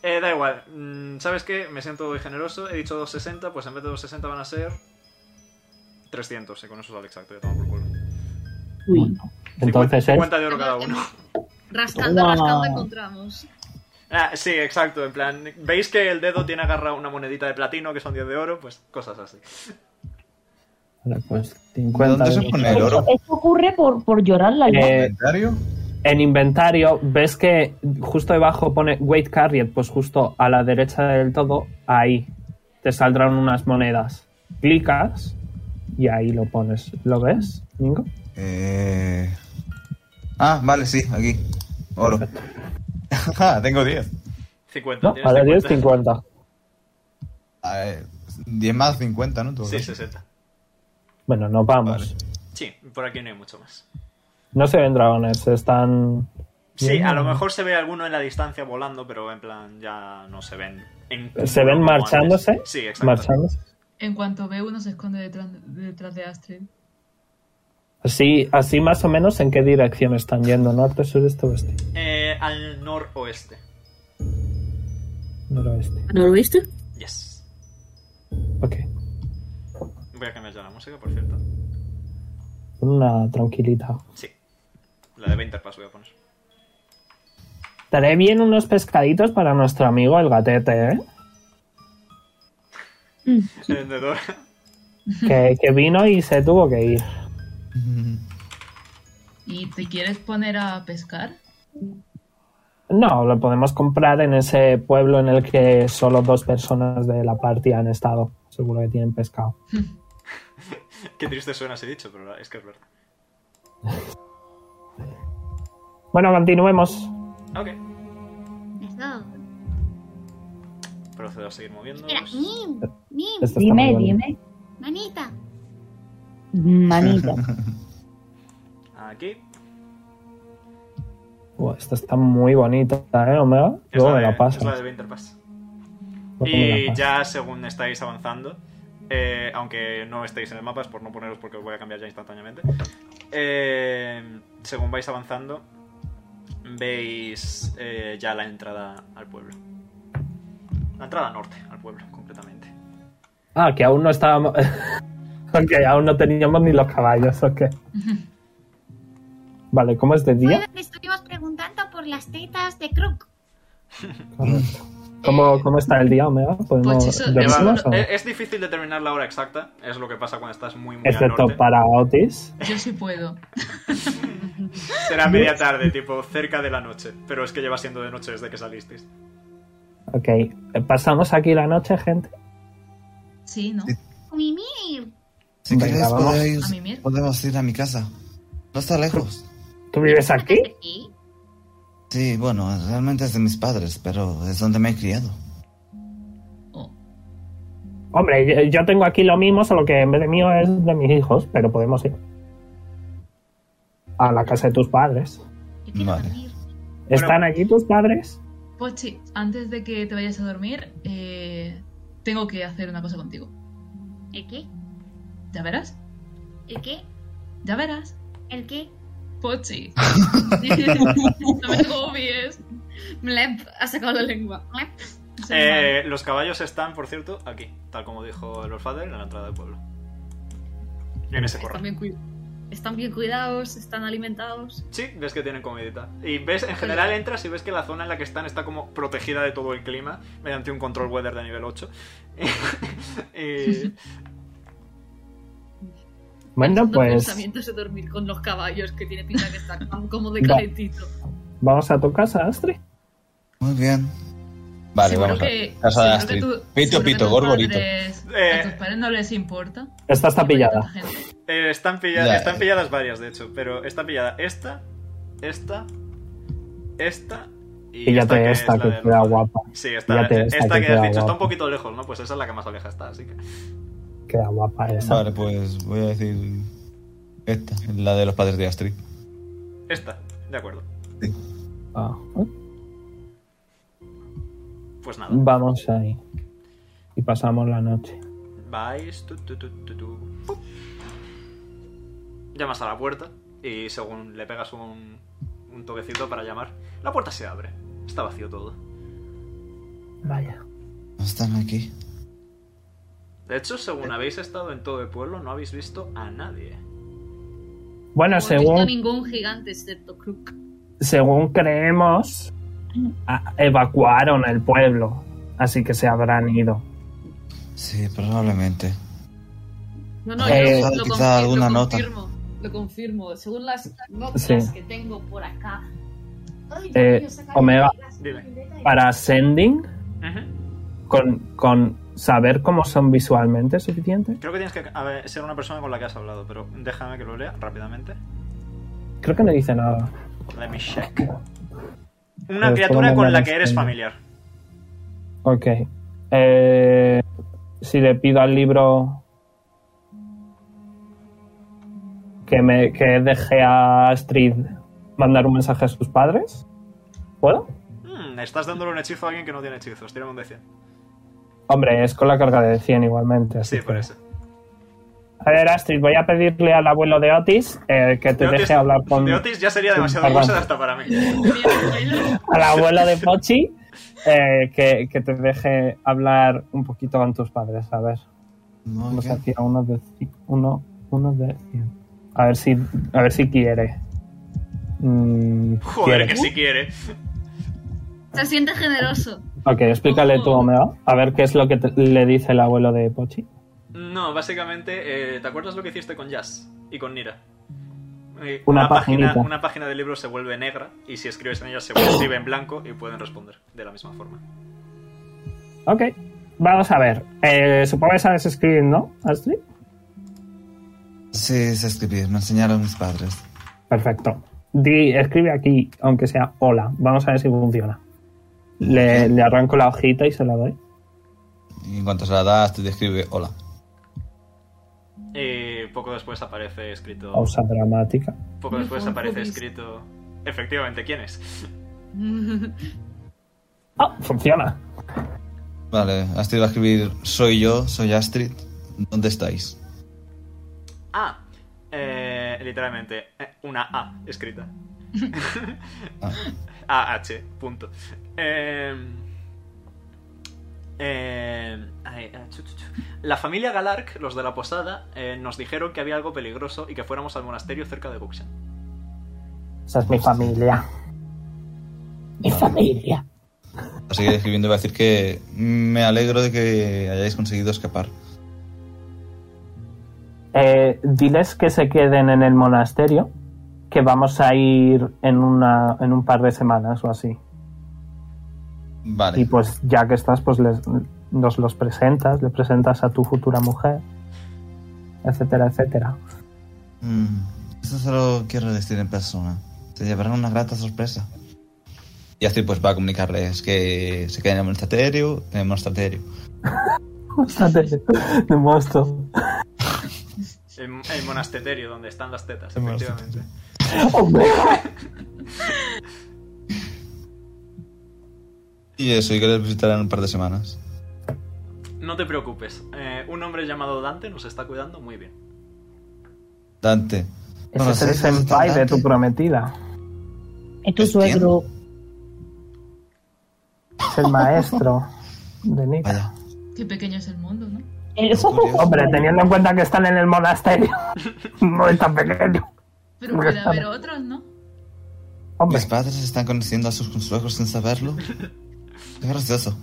Speaker 3: Eh, da igual. Mm, ¿Sabes qué? Me siento muy generoso. He dicho 260, pues en vez de 260 van a ser 300. Y con eso sale exacto. Ya tomo por culo.
Speaker 5: Uy.
Speaker 6: Entonces ¿eh? es
Speaker 3: 50 de oro cada uno.
Speaker 4: Rascando,
Speaker 1: Wow.
Speaker 4: rascando encontramos.
Speaker 3: Ah, sí, exacto. En plan, ¿veis que el dedo tiene agarrado una monedita de platino que son 10 de oro? Pues cosas así.
Speaker 6: Vale, pues
Speaker 2: ¿De
Speaker 6: 50
Speaker 2: dónde se
Speaker 6: de-
Speaker 2: pone el oro?
Speaker 1: Esto ocurre por, por llorar la luz.
Speaker 6: Eh,
Speaker 2: ¿Inventario?
Speaker 6: En inventario ves que justo debajo pone weight carried, pues justo a la derecha del todo, ahí te saldrán unas monedas. Clicas y ahí lo pones. ¿Lo ves, Mingo?
Speaker 2: Eh... Ah, vale, sí, aquí. Oro. *laughs* Ajá, tengo 10.
Speaker 3: 50.
Speaker 6: No,
Speaker 3: tienes
Speaker 6: a la 10,
Speaker 3: 50.
Speaker 6: 50.
Speaker 2: A ver, 10 Ah, eh, más 50, ¿no? Todo
Speaker 3: Sí,
Speaker 2: eso.
Speaker 3: 60.
Speaker 6: Bueno, nos vamos.
Speaker 3: Sí, por aquí no hay mucho más.
Speaker 6: No se ven dragones, están...
Speaker 3: Sí,
Speaker 6: Bien.
Speaker 3: a lo mejor se ve alguno en la distancia volando, pero en plan ya no se ven. en-
Speaker 6: ¿Se ven
Speaker 3: como antes.
Speaker 6: marchándose?
Speaker 3: Sí, exacto.
Speaker 6: marchándose.
Speaker 7: En cuanto ve uno se esconde detrás, detrás de Astrid.
Speaker 6: Así, así más o menos en qué dirección están yendo, norte, sureste, oeste.
Speaker 3: Eh, al noroeste.
Speaker 6: Noroeste.
Speaker 5: ¿Noroeste?
Speaker 3: Yes.
Speaker 6: Ok.
Speaker 3: Voy a cambiar ya la música, por cierto.
Speaker 6: Una tranquilita.
Speaker 3: Sí. La de Winterpass voy a poner. *laughs*
Speaker 6: Estaré bien unos pescaditos para nuestro amigo el
Speaker 1: *laughs*
Speaker 6: gatete, ¿eh?
Speaker 3: El vendedor.
Speaker 6: que, que vino y se tuvo que ir.
Speaker 7: ¿Y te quieres poner a pescar?
Speaker 6: No, lo podemos comprar en ese pueblo en el que solo dos personas de la party han estado. Seguro que tienen pescado.
Speaker 3: Qué triste suena ese dicho, pero es que es verdad.
Speaker 6: Bueno, continuemos.
Speaker 3: Ok.
Speaker 8: Eso.
Speaker 3: Procedo a seguir moviendo. Pues-
Speaker 8: Espera, Nim, Nim,
Speaker 6: Esto está muy
Speaker 1: dime,
Speaker 6: bueno.
Speaker 1: dime.
Speaker 8: manita.
Speaker 1: Manita.
Speaker 3: Aquí.
Speaker 6: Buah, esta está muy bonita, ¿eh, Omega?
Speaker 3: Es
Speaker 6: Luego
Speaker 3: la,
Speaker 6: me
Speaker 3: de,
Speaker 6: la
Speaker 3: es
Speaker 6: pasas.
Speaker 3: la de Winterpass.
Speaker 6: Luego Pues me la
Speaker 3: Y
Speaker 6: pasas.
Speaker 3: ya según estáis avanzando, eh, aunque no estéis en el mapa, es por no poneros porque os voy a cambiar ya instantáneamente. Eh, según vais avanzando, veis eh, ya la entrada al pueblo. La entrada norte al pueblo, concretamente.
Speaker 6: Ah, que aún no estábamos. *laughs* ok, aún no teníamos ni los caballos, ok. Vale, ¿cómo es de
Speaker 8: Fue
Speaker 6: día?
Speaker 8: donde estuvimos preguntando por las tetas de Crook.
Speaker 6: ¿Cómo, cómo está el día, Omega? ¿Podemos
Speaker 7: Pues eso,
Speaker 6: lo
Speaker 7: Eva,
Speaker 6: mismo, o-
Speaker 3: Es, es difícil determinar la hora exacta, es lo que pasa cuando estás muy, muy al
Speaker 6: Excepto
Speaker 3: norte.
Speaker 6: para Otis.
Speaker 7: Yo sí puedo.
Speaker 3: Será
Speaker 6: *laughs*
Speaker 3: media tarde, tipo cerca de la noche, pero es que lleva siendo de noche desde que salisteis.
Speaker 6: Ok, eh, ¿pasamos aquí la noche, gente?
Speaker 7: Sí, ¿no?
Speaker 8: Mimir.
Speaker 2: Si
Speaker 6: Venga,
Speaker 2: queréis,
Speaker 6: vamos.
Speaker 7: A
Speaker 2: podéis,
Speaker 7: mimir.
Speaker 2: podemos ir a mi casa. No está lejos.
Speaker 6: ¿Tú vives aquí?
Speaker 7: *laughs*
Speaker 2: Sí, bueno, realmente es de mis padres, pero es donde me he criado.
Speaker 7: Oh.
Speaker 6: Hombre, yo- yo tengo aquí lo mismo, solo que en vez de mío es de mis hijos, pero podemos ir. A la casa de tus padres.
Speaker 8: Yo quiero
Speaker 2: Vale.
Speaker 8: dormir.
Speaker 6: ¿Están allí tus padres?
Speaker 7: Pochi, antes de que te vayas a dormir, eh, tengo que hacer una cosa contigo.
Speaker 8: ¿El qué?
Speaker 7: ¿Ya verás?
Speaker 8: ¿El qué?
Speaker 7: ¿Ya verás?
Speaker 8: ¿El qué?
Speaker 2: *laughs*
Speaker 7: Pochi. no me agobies.
Speaker 4: Mlep ha sacado la lengua. Mlep.
Speaker 7: Soy
Speaker 3: Eh, los caballos están, por cierto, aquí, tal como dijo el Orfader, en la entrada del pueblo. En ese corral.
Speaker 4: Están bien, cuid- están bien cuidados, están alimentados.
Speaker 3: Sí, ves que tienen comidita. Y ves, en general entras y ves que la zona en la que están está como protegida de todo el clima mediante un control weather de nivel 8. *laughs* y,
Speaker 6: Bueno,
Speaker 4: Haciendo
Speaker 6: pues
Speaker 4: pensamientos de dormir con los caballos que tiene pinta que están tan como de
Speaker 6: *laughs* Va.
Speaker 4: calentito.
Speaker 6: vamos a tu casa, Astrid.
Speaker 2: Muy bien. Vale,
Speaker 7: Seguro
Speaker 2: vamos a
Speaker 7: que-
Speaker 2: Casa de
Speaker 7: seguro que
Speaker 2: Astrid.
Speaker 7: tú-
Speaker 2: Pito,
Speaker 7: seguro que
Speaker 2: pito,
Speaker 7: tus
Speaker 2: gorborito.
Speaker 7: padres-
Speaker 3: Eh.
Speaker 7: A tus padres no les importa.
Speaker 6: Esta está pillada.
Speaker 7: Hay tanta gente.
Speaker 3: eh, están, pilladas,
Speaker 2: Ya,
Speaker 3: están
Speaker 2: eh.
Speaker 3: pilladas varias, de hecho, pero está pillada esta, esta, esta y esta
Speaker 6: Píllate
Speaker 3: que
Speaker 6: esta
Speaker 3: es la
Speaker 6: que
Speaker 3: del
Speaker 6: queda
Speaker 3: Orfader.
Speaker 6: guapa.
Speaker 3: Sí, esta,
Speaker 6: Píllate
Speaker 3: esta,
Speaker 6: esta que
Speaker 3: que
Speaker 6: queda
Speaker 3: has dicho está
Speaker 6: guapa.
Speaker 3: un poquito lejos, ¿no? Pues esa es la que más aleja está, así que...
Speaker 6: Queda guapa esa.
Speaker 2: Vale, pues voy a decir esta, la de los padres de Astrid.
Speaker 3: Esta, de acuerdo.
Speaker 6: Ah,
Speaker 3: Pues nada.
Speaker 6: Vamos ahí. Y pasamos la noche.
Speaker 3: Vais. tu, tu, tu, tu, tu, ¡pum! Llamas a la puerta y según le pegas un, un toquecito para llamar, la puerta se abre. Está vacío todo.
Speaker 6: Vaya.
Speaker 2: No están aquí.
Speaker 3: De hecho, según habéis estado en todo el pueblo, no habéis visto a nadie.
Speaker 4: No
Speaker 6: Bueno,
Speaker 4: he visto
Speaker 6: según,
Speaker 4: ningún gigante excepto Crook.
Speaker 6: según creemos, a- evacuaron el pueblo. Así que se habrán ido.
Speaker 2: Sí, probablemente.
Speaker 4: No, no,
Speaker 6: Eh,
Speaker 4: yo
Speaker 2: quizá
Speaker 4: lo, confirmo,
Speaker 2: alguna
Speaker 4: lo
Speaker 2: nota.
Speaker 4: confirmo. Lo confirmo. Según las notas
Speaker 6: Sí.
Speaker 4: que tengo por acá. Ay,
Speaker 6: Eh,
Speaker 4: Dios mío, saca
Speaker 6: Omega.
Speaker 4: las
Speaker 3: Dime.
Speaker 4: libretas y-
Speaker 6: Para Sending, con, con saber cómo son visualmente ¿es suficiente.
Speaker 3: Creo que tienes que a ver, ser una persona con la que has hablado, pero déjame que lo lea rápidamente.
Speaker 6: Creo que no dice nada.
Speaker 3: Let me check.
Speaker 6: Eh,
Speaker 3: Una criatura
Speaker 6: ¿cómo
Speaker 3: con la
Speaker 6: mandas
Speaker 3: que eres
Speaker 6: el-
Speaker 3: familiar.
Speaker 6: Ok. Eh, si le pido al libro que me que deje a Astrid mandar un mensaje a sus padres, ¿puedo?
Speaker 3: Mm, estás dándole un hechizo a alguien que no tiene hechizos. Tírame un de 100.
Speaker 6: Hombre, es con la carga de 100 igualmente. así
Speaker 3: Sí, por
Speaker 6: que-
Speaker 3: eso.
Speaker 6: A ver, Astrid, voy a pedirle al abuelo de Otis eh, que te
Speaker 3: De Otis-
Speaker 6: deje hablar con.
Speaker 3: de Otis ya sería demasiado
Speaker 6: Perdón.
Speaker 3: cosa *laughs* hasta para mí.
Speaker 7: Mira, abuelo.
Speaker 6: Al abuelo de Pochi, eh, que, que te deje hablar un poquito con tus padres, a ver.
Speaker 2: Muy
Speaker 6: Vamos
Speaker 2: bien.
Speaker 6: aquí a uno de ci- uno, uno de cien. A ver si a ver si quiere. Mm,
Speaker 3: Joder,
Speaker 6: quiere.
Speaker 3: que si quiere.
Speaker 4: Se siente generoso.
Speaker 6: Ok, explícale
Speaker 3: Oh.
Speaker 6: tú, Omega. A ver qué es lo que te- le dice el abuelo de Pochi.
Speaker 3: No, básicamente, eh, ¿te acuerdas lo que hiciste con Jazz y con Nira? Eh,
Speaker 6: Una
Speaker 3: página,
Speaker 6: paginita.
Speaker 3: una página del libro se vuelve negra y si escribes en ella se vuelve escribe en blanco y pueden responder de la misma forma.
Speaker 6: Ok, vamos a ver. Eh, supongo que sabes escribir, ¿no, Astrid?
Speaker 2: Sí, sé escribir, me enseñaron mis padres.
Speaker 6: Perfecto. Di, escribe aquí, aunque sea hola. Vamos a ver si funciona. Le, le arranco la hojita y se la doy.
Speaker 2: Y en cuanto se la das, te escribe hola.
Speaker 3: Y poco después aparece escrito.
Speaker 6: Pausa dramática.
Speaker 3: Poco
Speaker 4: Me
Speaker 3: después
Speaker 4: fue un
Speaker 3: aparece
Speaker 4: hobby.
Speaker 3: escrito. Efectivamente, ¿quién es?
Speaker 6: ¡Ah! funciona.
Speaker 2: Vale, Astrid va a escribir soy yo, soy Astrid. ¿Dónde estáis?
Speaker 3: Ah, eh, eh, literalmente eh, una A escrita.
Speaker 2: Ah.
Speaker 3: A-H, punto. Eh, eh, ay, ah, chu, chu, chu. la familia Galark, los de la posada, eh, nos dijeron que había algo peligroso y que fuéramos al monasterio cerca de Buxan.
Speaker 6: Esa es mi familia. Mi familia.
Speaker 2: Así que escribiendo va a decir que me alegro de que hayáis conseguido escapar.
Speaker 6: Eh, diles que se queden en el monasterio, que vamos a ir en, una, en un par de semanas o así.
Speaker 2: Vale.
Speaker 6: Y pues ya que estás, pues les- nos los presentas, le presentas a tu futura mujer, etcétera, etcétera. *laughs*
Speaker 2: Mm, Eso solo quiero decir en persona. Te llevarán una grata sorpresa. Y así pues va a comunicarles que se queden en el monasterio, en el monasterio.
Speaker 6: Bastante de monstruo.
Speaker 3: El, el monasterio, donde están las tetas,
Speaker 2: El
Speaker 3: efectivamente.
Speaker 6: Hombre.
Speaker 2: Y eso, y que les visitarán en un par de semanas.
Speaker 3: No te preocupes, eh, un hombre llamado Dante nos está cuidando muy bien.
Speaker 2: Dante.
Speaker 6: Ese es el
Speaker 2: ¿Conocéis a este
Speaker 6: senpai de
Speaker 2: Dante?
Speaker 6: tu prometida.
Speaker 1: Es tu
Speaker 2: ¿Es
Speaker 1: suegro.
Speaker 6: Es el maestro de Nick.
Speaker 2: Vaya.
Speaker 7: Qué pequeño es el mundo, ¿no?
Speaker 1: El-
Speaker 2: Es curioso.
Speaker 6: Hombre, teniendo en cuenta que están en el monasterio, *laughs* no es tan pequeño.
Speaker 7: Pero puede haber otros, ¿no?
Speaker 6: Hombre,
Speaker 2: Mis padres están conociendo a sus consuegros sin
Speaker 4: *laughs*
Speaker 2: saberlo. Qué gracioso.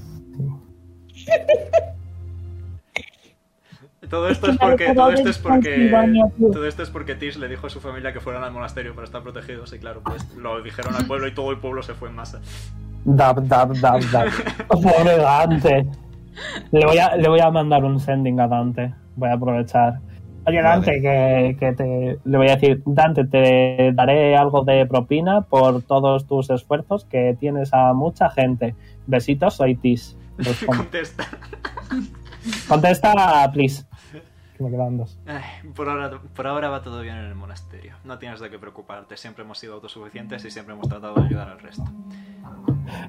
Speaker 3: Todo esto es
Speaker 1: me ha
Speaker 3: porque.
Speaker 1: dejado
Speaker 3: Todo esto es porque.
Speaker 1: Transilvania, tío.
Speaker 3: Todo esto es porque Tis le dijo a su familia que fueran al monasterio para estar protegidos. Y claro, pues lo dijeron al pueblo y todo el pueblo se fue en masa. *laughs*
Speaker 6: dab, dab, dab, dab. Pobre Dante. Le voy, a, le voy a mandar un sending a Dante. Voy a aprovechar. Oye, Dante, que, que te, le voy a decir, Dante, te daré algo de propina por todos tus esfuerzos que tienes a mucha gente. Besitos, soy Tis.
Speaker 3: *laughs*
Speaker 6: Responde.
Speaker 3: Contesta.
Speaker 6: Contesta, please. Que me quedan dos.
Speaker 3: Ay, por, ahora, por ahora va todo bien en el monasterio. No tienes de qué preocuparte. Siempre hemos sido autosuficientes y siempre hemos tratado de ayudar al resto.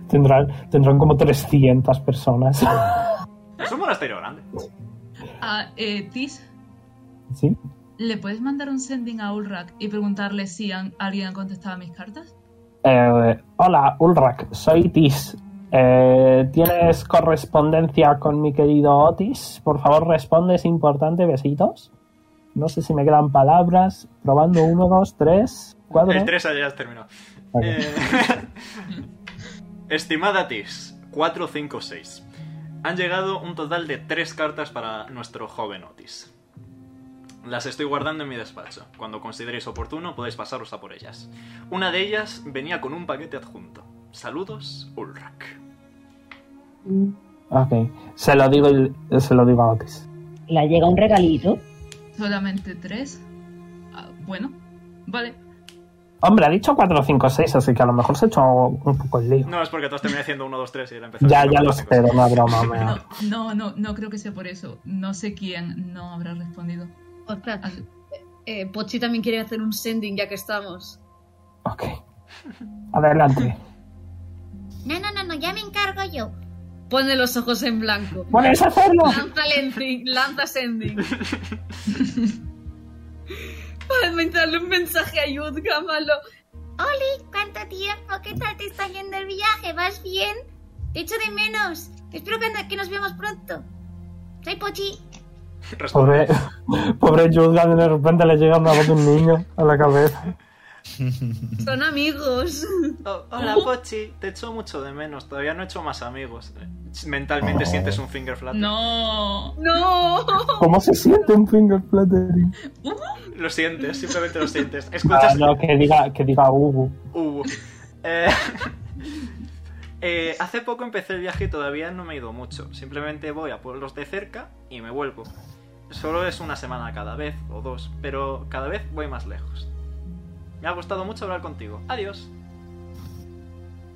Speaker 6: Tendrán, tendrán como 300 personas. *laughs*
Speaker 3: Es un monasterio grande.
Speaker 7: A eh, Tis,
Speaker 6: ¿Sí?
Speaker 7: ¿le puedes mandar un sending a Ulrak y preguntarle si han- alguien ha contestado a mis cartas?
Speaker 6: Eh, hola, Ulrak, soy Tis. Eh, ¿Tienes correspondencia con mi querido Otis? Por favor, responde, es importante. Besitos. No sé si me quedan palabras. Probando uno, dos, tres, cuatro.
Speaker 3: El 3 ya has terminado.
Speaker 6: Vale.
Speaker 3: Eh, *laughs* Estimada Tis, 4, 5, 6. Han llegado un total de 3 cartas para nuestro joven Otis. Las estoy guardando en mi despacho. Cuando consideréis oportuno podéis pasaros a por ellas. Una de ellas venía con un paquete adjunto. Saludos, Ulrak.
Speaker 6: Ok, se lo, digo, y- se lo digo a Otis.
Speaker 1: Le llega un regalito.
Speaker 7: Solamente tres. Ah, bueno, vale.
Speaker 6: Hombre, ha dicho 4, 5, 6, así que a lo mejor se ha hecho un poco el lío.
Speaker 3: No, es porque todos terminé haciendo 1, 2, 3 y él empezó
Speaker 6: ya,
Speaker 3: haciendo
Speaker 6: ya lo
Speaker 3: cuatro, cinco,
Speaker 6: espero, una broma. mea.
Speaker 7: No, no, no, no creo que sea por eso. No sé quién no habrá respondido.
Speaker 4: Ostras,
Speaker 7: Ah,
Speaker 4: eh, Pochi también quiere hacer un sending ya que estamos.
Speaker 6: Ok. Adelante.
Speaker 8: No, no, no, no, ya me encargo yo.
Speaker 4: Pone los ojos en
Speaker 6: *laughs*
Speaker 4: blanco.
Speaker 6: ¿Puedes hacerlo?
Speaker 4: Lanza lending, lanza sending. *laughs* Para mandarle un mensaje a Yudga, malo.
Speaker 8: Oli, ¿cuánto tiempo? ¿Qué tal te está yendo el viaje? ¿Vas bien? Te echo de menos. Espero que, que nos veamos pronto. Soy Pochi.
Speaker 3: seis. Responde.
Speaker 6: Pobre, pobre Juzgan, de repente le llega una voz de un niño a la cabeza.
Speaker 4: Son amigos.
Speaker 3: Oh, hola Pochi, te echo mucho de menos, todavía no he hecho más amigos. Mentalmente
Speaker 2: Oh.
Speaker 3: sientes un finger flat.
Speaker 7: No.
Speaker 4: No.
Speaker 6: ¿Cómo se siente un finger flattering?
Speaker 3: Lo sientes, simplemente lo sientes.
Speaker 6: Ah,
Speaker 3: Escuchas.
Speaker 6: no, que diga, que diga Hugo.
Speaker 3: Uh. Eh, *laughs* eh, hace poco empecé el viaje y todavía no me he ido mucho. Simplemente voy a pueblos de cerca y me vuelvo. Solo es una semana cada vez o dos, pero cada vez voy más lejos. Me ha gustado mucho hablar contigo. Adiós.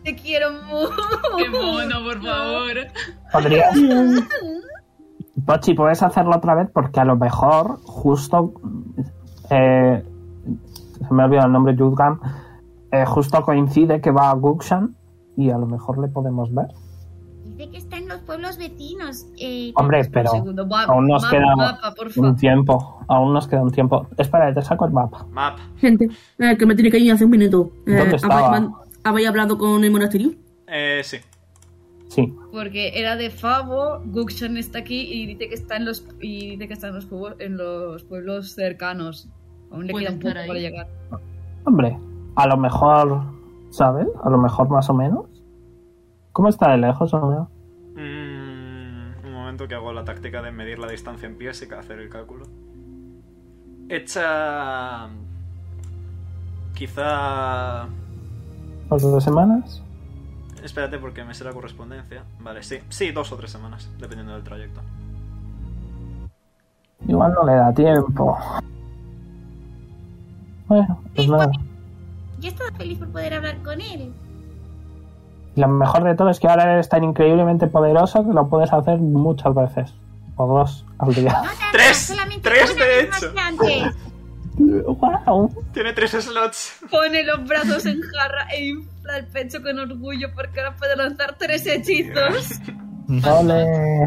Speaker 4: Te quiero mucho.
Speaker 8: *laughs*
Speaker 7: ¡Qué mono, por favor!
Speaker 6: ¿Podrías? Pochi, ¿puedes hacerlo otra vez? Porque a lo mejor, justo. eh, se me ha olvidado el nombre Juzgan. eh, justo coincide que va a Guxan y a lo mejor le podemos ver.
Speaker 8: Dice que está en los pueblos vecinos. destinos. eh,
Speaker 6: Hombre,
Speaker 8: tenemos-
Speaker 6: pero
Speaker 4: Un segundo, va-
Speaker 6: aún nos
Speaker 4: mapa,
Speaker 6: queda
Speaker 4: mapa, por
Speaker 6: un
Speaker 4: favor.
Speaker 6: tiempo. Aún nos queda un tiempo. Espera, te saco el mapa.
Speaker 3: Map.
Speaker 10: Gente, eh, que me tiene que ir hace un minuto. Eh,
Speaker 6: ¿Dónde estaba?
Speaker 10: ¿habéis, habéis hablado con el monasterio?
Speaker 3: Eh, sí.
Speaker 6: Sí.
Speaker 4: Porque era de Favo, Guxion está aquí y dice que está en los y dice que está en los pueblos, en los pueblos cercanos. Aún le
Speaker 7: Puede
Speaker 4: queda un poco
Speaker 7: estar ahí.
Speaker 4: para llegar.
Speaker 6: Hombre, a lo mejor, ¿sabes? A lo mejor más o menos. ¿Cómo está de lejos, hombre?
Speaker 3: Mm, un momento que hago la táctica de medir la distancia en pies y ca- hacer el cálculo. Hecha. Quizá.
Speaker 6: ¿Dos o tres semanas?
Speaker 3: Espérate porque me sé la correspondencia. Vale, sí. Sí, dos o tres semanas, dependiendo del trayecto.
Speaker 6: Igual no le da tiempo. Bueno, pues nada.
Speaker 8: Yo estaba feliz por poder hablar con él.
Speaker 6: Y Lo mejor de todo es que ahora eres tan increíblemente poderoso que lo puedes hacer muchas veces. O dos al día.
Speaker 10: *laughs*
Speaker 8: No tanto,
Speaker 3: Ah, Tres,
Speaker 8: solamente
Speaker 3: tres
Speaker 8: una
Speaker 3: de
Speaker 8: vez más
Speaker 3: hecho. *laughs*
Speaker 8: que antes.
Speaker 6: ¡Wow!
Speaker 3: Tiene tres slots.
Speaker 4: Pone los brazos en jarra e infla el pecho con orgullo porque ahora puede lanzar tres hechizos.
Speaker 7: Pat,
Speaker 6: ¡Ole!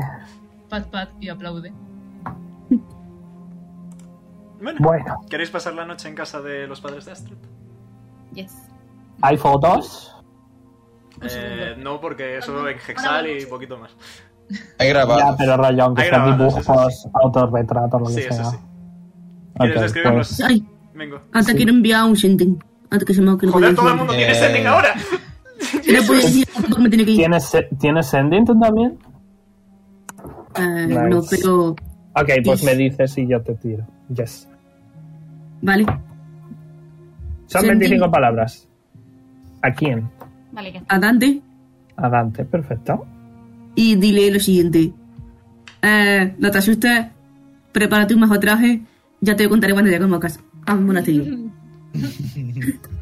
Speaker 7: pat, pat y aplaude.
Speaker 3: Bueno,
Speaker 6: Bueno,
Speaker 3: ¿queréis pasar la noche en casa de los padres de Astrid?
Speaker 4: Yes.
Speaker 6: ¿hay fotos?
Speaker 3: Eh, no, porque
Speaker 7: Ajá.
Speaker 3: eso en
Speaker 7: Ahora
Speaker 3: Hexal y
Speaker 7: vamos.
Speaker 3: poquito más.
Speaker 2: Hay
Speaker 6: Ya,
Speaker 2: grabado.
Speaker 6: pero rollo, aunque
Speaker 3: Hay
Speaker 6: sean
Speaker 3: grabadas,
Speaker 6: dibujos,
Speaker 3: eso
Speaker 6: autorretratos, lo que
Speaker 3: Sí,
Speaker 6: sea.
Speaker 3: eso sí.
Speaker 6: Pues Ok, pues,
Speaker 3: ¿Quieres describirlos?
Speaker 10: Ay,
Speaker 3: Vengo.
Speaker 10: hasta quiero enviar un sending. Hasta que se me ocurra.
Speaker 3: Joder, todo el mundo tiene
Speaker 2: Eh.
Speaker 3: sending ahora.
Speaker 10: No puedo decir que me tiene que
Speaker 6: pues,
Speaker 10: ir.
Speaker 6: ¿Tienes, se- ¿Tienes sending tú también?
Speaker 10: Eh, No,
Speaker 6: Nice.
Speaker 10: pero.
Speaker 6: Ok, pues
Speaker 10: Yes.
Speaker 6: me dices y yo te tiro. Yes.
Speaker 10: Vale.
Speaker 6: Son
Speaker 10: Sending.
Speaker 6: 25 palabras. ¿A quién?
Speaker 8: Vale, que
Speaker 10: A Dante.
Speaker 6: A Dante, perfecto.
Speaker 10: y dile lo siguiente. Eh, no te asustes, prepárate un mejor traje, ya te contaré cuando lleguemos a Ah, casa, a un monasterio.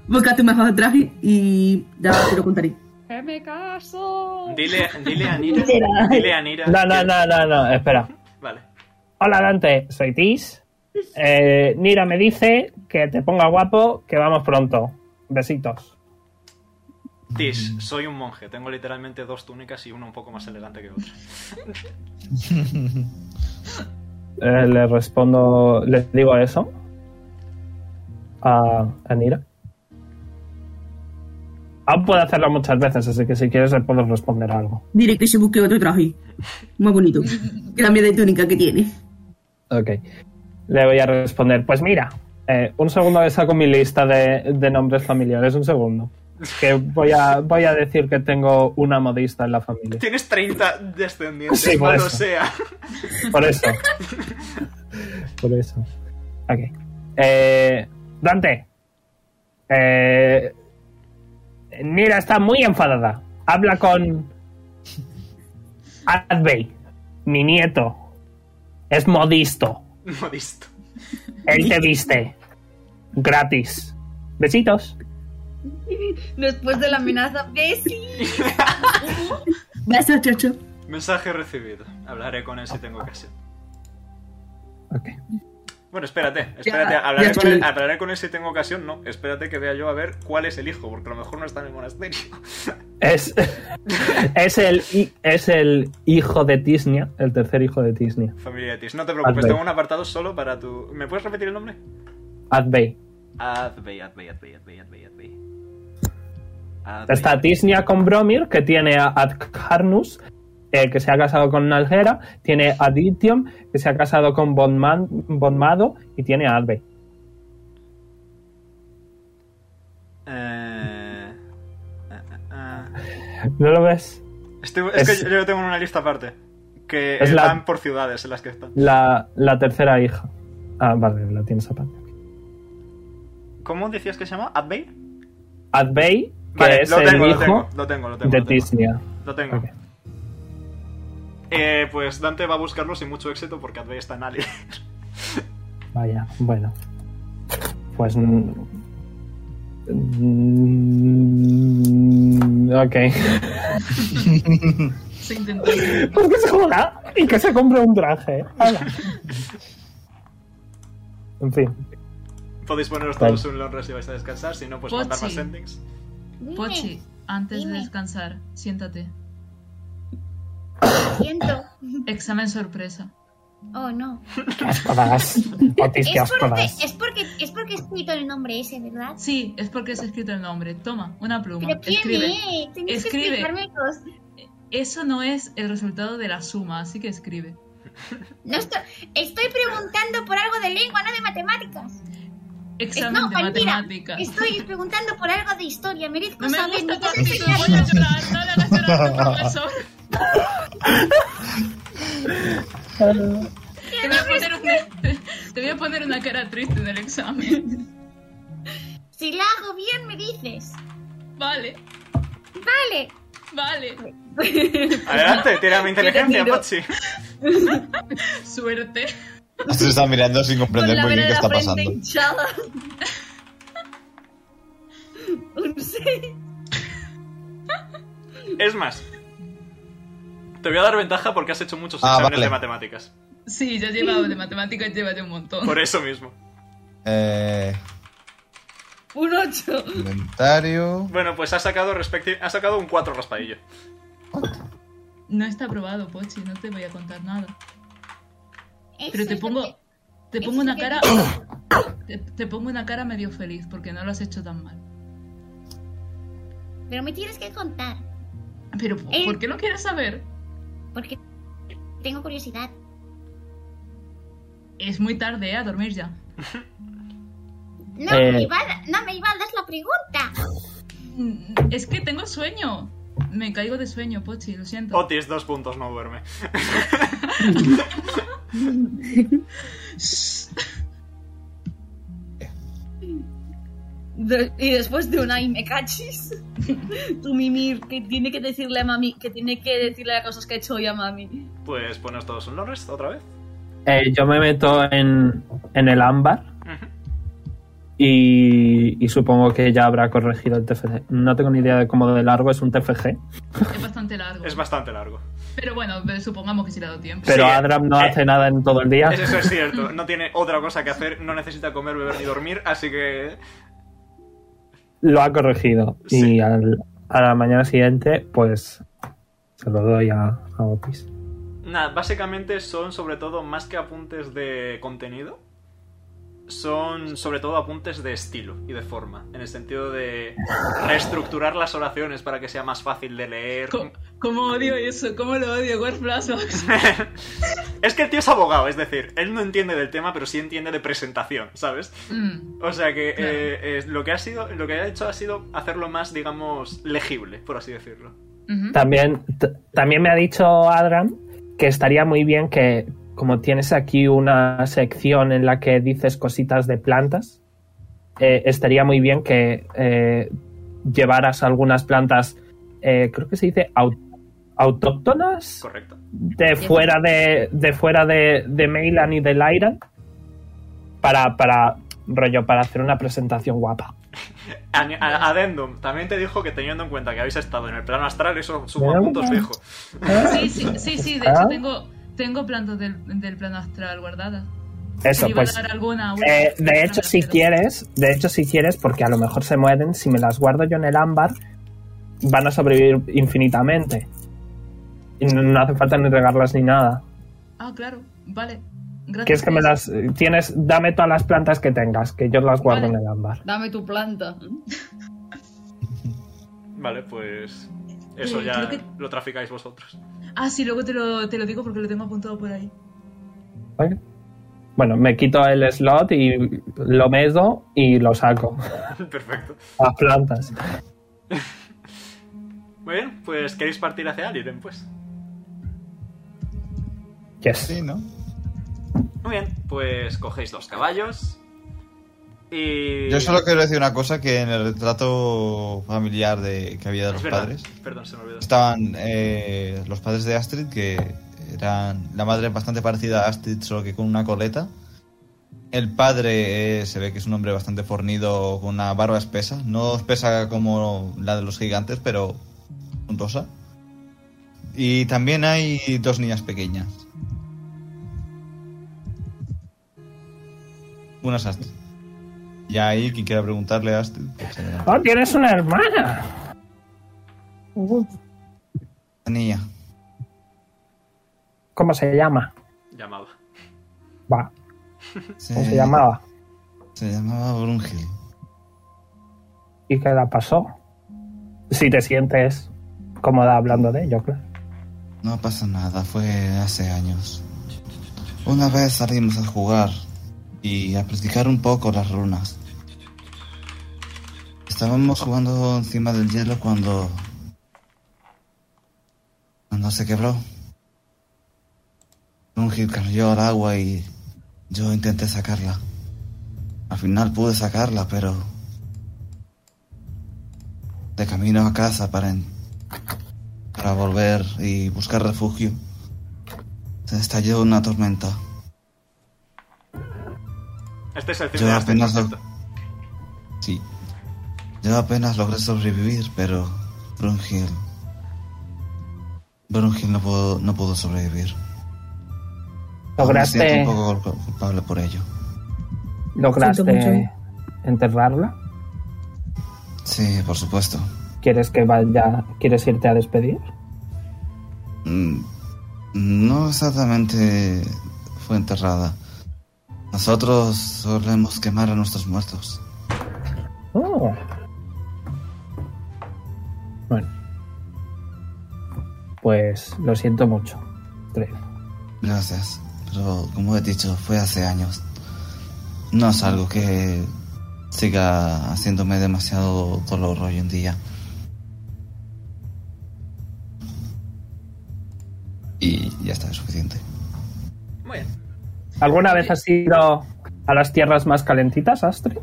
Speaker 10: Búscate un mejor traje y ya te lo contaré.
Speaker 4: ¡Que me caso!
Speaker 3: Dile, dile a Nira.
Speaker 11: Literal.
Speaker 3: Dile a Nira.
Speaker 6: No, no,
Speaker 3: que-
Speaker 6: no, no, no, espera.
Speaker 3: Vale.
Speaker 6: Hola Dante, soy Tis. Eh, Nira me dice que te ponga guapo, que vamos pronto. Besitos.
Speaker 3: Tish, soy un monje. Tengo literalmente dos túnicas y una un poco más elegante que otra.
Speaker 6: Eh, le respondo, les digo eso a, a Nira. Aún puedo hacerlo muchas veces, así que si quieres le puedo responder algo.
Speaker 10: Diré que se busque otro traje, más bonito, que la mía de túnica que tiene.
Speaker 6: Ok. Le voy a responder. Pues mira, eh, un segundo que saco mi lista de, de nombres familiares. Un segundo. Que voy a, voy a decir que tengo una modista en la familia.
Speaker 3: Tienes 30 descendientes,
Speaker 6: Sí, por
Speaker 3: malo
Speaker 6: eso.
Speaker 3: sea. *laughs*
Speaker 6: Por eso. Por eso. Ok. Eh, Dante. Eh, Nira está muy enfadada. Habla con. Advey, mi nieto. Es modisto.
Speaker 3: Modisto.
Speaker 6: Él te viste. Gratis. Besitos.
Speaker 4: Después de la amenaza, Bessie.
Speaker 10: Besos, chocho.
Speaker 3: Mensaje recibido. Hablaré con él si tengo ocasión.
Speaker 6: Ok.
Speaker 3: Bueno, espérate, espérate.
Speaker 10: Ya,
Speaker 3: hablaré,
Speaker 10: ya
Speaker 3: con él,
Speaker 10: estoy.
Speaker 3: hablaré con él si tengo ocasión. No, espérate que vea yo a ver cuál es el hijo, porque a lo mejor no está en el monasterio. *laughs*
Speaker 6: Es, es, el, hi- es el hijo de Tisnia, el tercer hijo de Tisnia.
Speaker 3: Familia de Tish, no te preocupes,
Speaker 6: Advey.
Speaker 3: tengo un apartado solo para tu. ¿Me puedes repetir el nombre?
Speaker 6: Advey.
Speaker 3: Advey, Advey, Advey, Advey, Advey, Advey. Advey.
Speaker 6: Está Tisnia con Bromir, que tiene a Adkarnus, eh, que se ha casado con Nalgera. Tiene a Ditium, que se ha casado con Bonman- Bonmado. Y tiene a Advey.
Speaker 3: Eh, eh, eh,
Speaker 6: ¿No lo ves?
Speaker 3: estoy- es,
Speaker 6: Es-
Speaker 3: que yo, yo tengo una lista aparte. Que
Speaker 6: Es la-
Speaker 3: van por ciudades en las que están.
Speaker 6: La, la tercera hija. Ah, vale, la tienes aparte.
Speaker 3: ¿Cómo decías que se llama? ¿Advey?
Speaker 6: Advey, que
Speaker 3: Vale,
Speaker 6: es
Speaker 3: lo
Speaker 6: el
Speaker 3: tengo, lo
Speaker 6: hijo
Speaker 3: tengo, lo tengo, lo tengo.
Speaker 6: de
Speaker 3: lo tengo.
Speaker 6: Tisnia.
Speaker 3: Lo tengo.
Speaker 6: Ok.
Speaker 3: Eh, pues Dante va a buscarlo sin mucho éxito porque Advey está en Ali.
Speaker 2: *laughs*
Speaker 6: Vaya, bueno. Pues. mm, mm, Ok.
Speaker 7: Se intentó.
Speaker 6: Pues que se joda y que se compre un traje. Hala. En fin.
Speaker 3: Podéis poneros
Speaker 6: Vale.
Speaker 3: todos un long rest si vais a descansar, si no, pues
Speaker 7: Pochi.
Speaker 3: mandar más endings.
Speaker 8: dime.
Speaker 7: Pochi, antes de
Speaker 8: Dime.
Speaker 7: descansar, siéntate.
Speaker 8: lo siento.
Speaker 7: Examen sorpresa.
Speaker 8: Oh, no.
Speaker 9: Qué ascodas. Otis, qué
Speaker 8: Es porque,
Speaker 9: ascodas.
Speaker 8: es, porque, es porque he escrito el nombre ese, ¿verdad?
Speaker 7: Sí, es porque has escrito el nombre. Toma, una pluma.
Speaker 8: Pero ¿quién
Speaker 7: Escribe.
Speaker 8: es? Tienes
Speaker 7: Escribe.
Speaker 8: que explicarme cosas.
Speaker 7: Eso no es el resultado de la suma, así que escribe.
Speaker 8: No estoy, estoy preguntando por algo de lengua, no de matemáticas. Es-
Speaker 7: Examen
Speaker 8: no,
Speaker 7: de
Speaker 8: mentira.
Speaker 7: matemáticas.
Speaker 8: Estoy preguntando por algo de historia. Merezco
Speaker 7: No me
Speaker 8: saber
Speaker 7: gusta
Speaker 8: no
Speaker 7: tu
Speaker 8: te
Speaker 7: actitud,
Speaker 8: enseñaré.
Speaker 7: voy a llorar, no le hagas llorar a tu profesor. Te voy, a poner una, te voy a poner una cara triste en el examen.
Speaker 8: Si la hago bien, me dices.
Speaker 7: Vale,
Speaker 8: Vale.
Speaker 7: vale.
Speaker 3: Adelante, tira mi inteligencia,
Speaker 4: tiro.
Speaker 3: Patsy.
Speaker 7: Suerte.
Speaker 2: Estos se están mirando sin
Speaker 4: Con
Speaker 2: comprender
Speaker 4: la
Speaker 2: muy bien
Speaker 4: vena
Speaker 2: qué
Speaker 4: de la
Speaker 2: está
Speaker 4: frente
Speaker 2: pasando.
Speaker 4: hinchada. Un seis.
Speaker 3: Es más, te voy a dar ventaja porque has hecho muchos
Speaker 2: Ah,
Speaker 3: exámenes
Speaker 2: vale.
Speaker 3: de matemáticas.
Speaker 7: Sí, ya llevaba de matemáticas, llévate un montón.
Speaker 3: Por eso mismo.
Speaker 2: Eh,
Speaker 4: Un 8.
Speaker 2: inventario.
Speaker 3: Bueno, pues has sacado, respecti- has sacado un 4 raspadillo.
Speaker 7: No está aprobado, Pochi, no te voy a contar nada.
Speaker 8: Eso
Speaker 7: Pero te
Speaker 8: es lo
Speaker 7: pongo, te
Speaker 8: eso
Speaker 7: pongo
Speaker 8: es
Speaker 7: una
Speaker 8: lo que-
Speaker 7: cara, te, te pongo una cara medio feliz porque no lo has hecho tan mal.
Speaker 8: que- Pero me tienes que contar.
Speaker 7: Pero ¿por qué lo quieres saber?
Speaker 8: Porque tengo curiosidad.
Speaker 7: Es muy tarde, ¿eh? a dormir ya.
Speaker 8: No,
Speaker 9: Eh.
Speaker 8: me iba a- no me iba a dar la pregunta.
Speaker 7: Mm, Es que tengo sueño. Me caigo de sueño, Pochi, lo siento.
Speaker 3: Otis, dos puntos, no duerme.
Speaker 4: De- y después de un ay, me cachis. *laughs* tu mimir, que tiene que decirle a mami, que tiene que decirle las cosas que he hecho hoy a mami.
Speaker 3: Pues ponos todos un Lores otra vez.
Speaker 6: Eh, yo me meto en, en el ámbar
Speaker 3: Ujú.
Speaker 6: y, y supongo que ya habrá corregido el TFG. No tengo ni idea de cómo de largo es un TFG,
Speaker 7: Es bastante largo.
Speaker 3: Es bastante largo.
Speaker 7: Pero bueno, ve- supongamos que sí le ha dado tiempo.
Speaker 6: pero
Speaker 3: Sí,
Speaker 6: Adram no
Speaker 3: eh.
Speaker 6: hace nada en todo el
Speaker 2: Ah.
Speaker 6: día.
Speaker 3: Eso es cierto. No tiene otra cosa que hacer, no necesita comer, beber ni dormir, así que
Speaker 6: Lo ha corregido
Speaker 3: Sí.
Speaker 6: y al- a la mañana siguiente pues se lo doy a, a Otis.
Speaker 3: Nada, básicamente son sobre todo más que apuntes de contenido, son sobre todo apuntes de estilo y de forma, en el sentido de reestructurar las oraciones para que sea más fácil de leer.
Speaker 7: Co- ¿Cómo odio eso? ¿Cómo lo odio?
Speaker 6: *laughs*
Speaker 7: Word flashbacks.
Speaker 3: *laughs* es que el tío es abogado, es decir, él no entiende del tema, pero sí entiende de presentación, ¿sabes?
Speaker 7: Mm,
Speaker 3: O sea que eh,
Speaker 7: Claro.
Speaker 3: eh, lo que ha sido, lo que ha hecho ha sido hacerlo más, digamos, legible, por así decirlo.
Speaker 7: ujú.
Speaker 6: También, t- también me ha dicho Adram que estaría muy bien que, como tienes aquí una sección en la que dices cositas de plantas, eh, estaría muy bien que eh, llevaras algunas plantas, eh, creo que se dice au- autóctonas,
Speaker 3: Correcto.
Speaker 6: de fuera de, de fuera de, de Mailand y de Lyran, para, para, rollo, para hacer una presentación guapa.
Speaker 3: Ani- a- Adendum, también te dijo que teniendo en cuenta que habéis estado en el plano astral, eso suma
Speaker 6: Bien.
Speaker 3: puntos fijo.
Speaker 7: Sí, sí, sí, sí, de
Speaker 6: ¿Ah?
Speaker 7: hecho tengo, tengo plantas del, del plano astral guardadas.
Speaker 6: Eso,
Speaker 7: Le iba a
Speaker 6: pues...
Speaker 7: dar alguna, una-
Speaker 6: Eh, de hecho,
Speaker 7: pero-
Speaker 6: si quieres, de hecho, si quieres, porque a lo mejor se mueren, si me las guardo yo en el ámbar, van a sobrevivir infinitamente. Y no, no hace falta ni regarlas ni nada.
Speaker 7: Ah, claro, vale. Gracias.
Speaker 6: ¿Quieres que me
Speaker 7: Chris.
Speaker 6: las eh, tienes? Dame todas las plantas que tengas, que yo las guardo
Speaker 7: Vale.
Speaker 6: en el ámbar.
Speaker 4: Dame tu planta.
Speaker 3: Vale, pues eso
Speaker 7: Eh,
Speaker 3: ya
Speaker 7: creo que-
Speaker 3: lo traficáis vosotros. *laughs*
Speaker 7: Ah, sí, luego te lo, te lo digo porque lo tengo apuntado por ahí. *laughs*
Speaker 6: ¿Vale? Bueno, me quito el slot y lo medo y lo saco. *laughs*
Speaker 3: Perfecto.
Speaker 6: Las plantas.
Speaker 3: Muy bien, pues queréis partir hacia Aliren, pues.
Speaker 6: Yes.
Speaker 2: Sí, ¿no?
Speaker 3: Muy bien, pues cogéis dos caballos. Y.
Speaker 2: Yo solo quiero decir una cosa, que en el retrato familiar de, que había de
Speaker 3: Es
Speaker 2: los
Speaker 3: verdad,
Speaker 2: padres,
Speaker 3: Perdón, se me olvidó.
Speaker 2: estaban eh, los padres de Astrid, que eran la madre es bastante parecida a Astrid, solo que con una coleta. El padre eh, se ve que es un hombre bastante fornido, con una barba espesa, no espesa como la de los gigantes, pero puntosa. Y también hay dos niñas pequeñas. Una es Astrid. Y ahí, quien quiera preguntarle a Astrid, pues adelante.
Speaker 6: ¡Oh, tienes una hermana!
Speaker 2: Niña.
Speaker 6: ¿Cómo se llama?
Speaker 3: Llamaba.
Speaker 6: Va, ¿cómo
Speaker 2: Eh,
Speaker 6: se llamaba?
Speaker 2: Se llamaba Brunhild.
Speaker 6: ¿Y qué la pasó? Si te sientes cómoda hablando de ello, claro.
Speaker 2: No pasa nada, fue hace años. Una vez salimos a jugar y a practicar un poco las runas. Estábamos jugando encima del hielo cuando. cuando se quebró. Un gil cayó al agua y yo intenté sacarla. Al final pude sacarla, pero. de camino a casa para. en- para volver y buscar refugio. Se estalló una tormenta.
Speaker 3: Este es el fin
Speaker 2: Yo
Speaker 3: de Astrid,
Speaker 2: apenas lo-
Speaker 3: perfecto.
Speaker 2: Sí. Yo apenas logré sobrevivir, pero Brunhild. Brunhild no pudo, no pudo sobrevivir. Aún Ah, me siento
Speaker 6: Lograste,
Speaker 2: un poco culpa- culpable por ello.
Speaker 10: Siento mucho.
Speaker 6: lograste enterrarla.
Speaker 2: Sí, por supuesto.
Speaker 6: ¿Quieres que vaya? ¿Quieres irte a despedir?
Speaker 2: Mm, No exactamente fue enterrada. Nosotros solemos quemar a nuestros muertos.
Speaker 6: Oh. Bueno. Pues lo siento mucho. Tres.
Speaker 2: Gracias. Pero como he dicho, fue hace años. No es algo que siga haciéndome demasiado dolor hoy en día. Y ya está, es suficiente.
Speaker 3: Muy bien.
Speaker 6: ¿Alguna vez has ido a las tierras más calentitas, Astrid?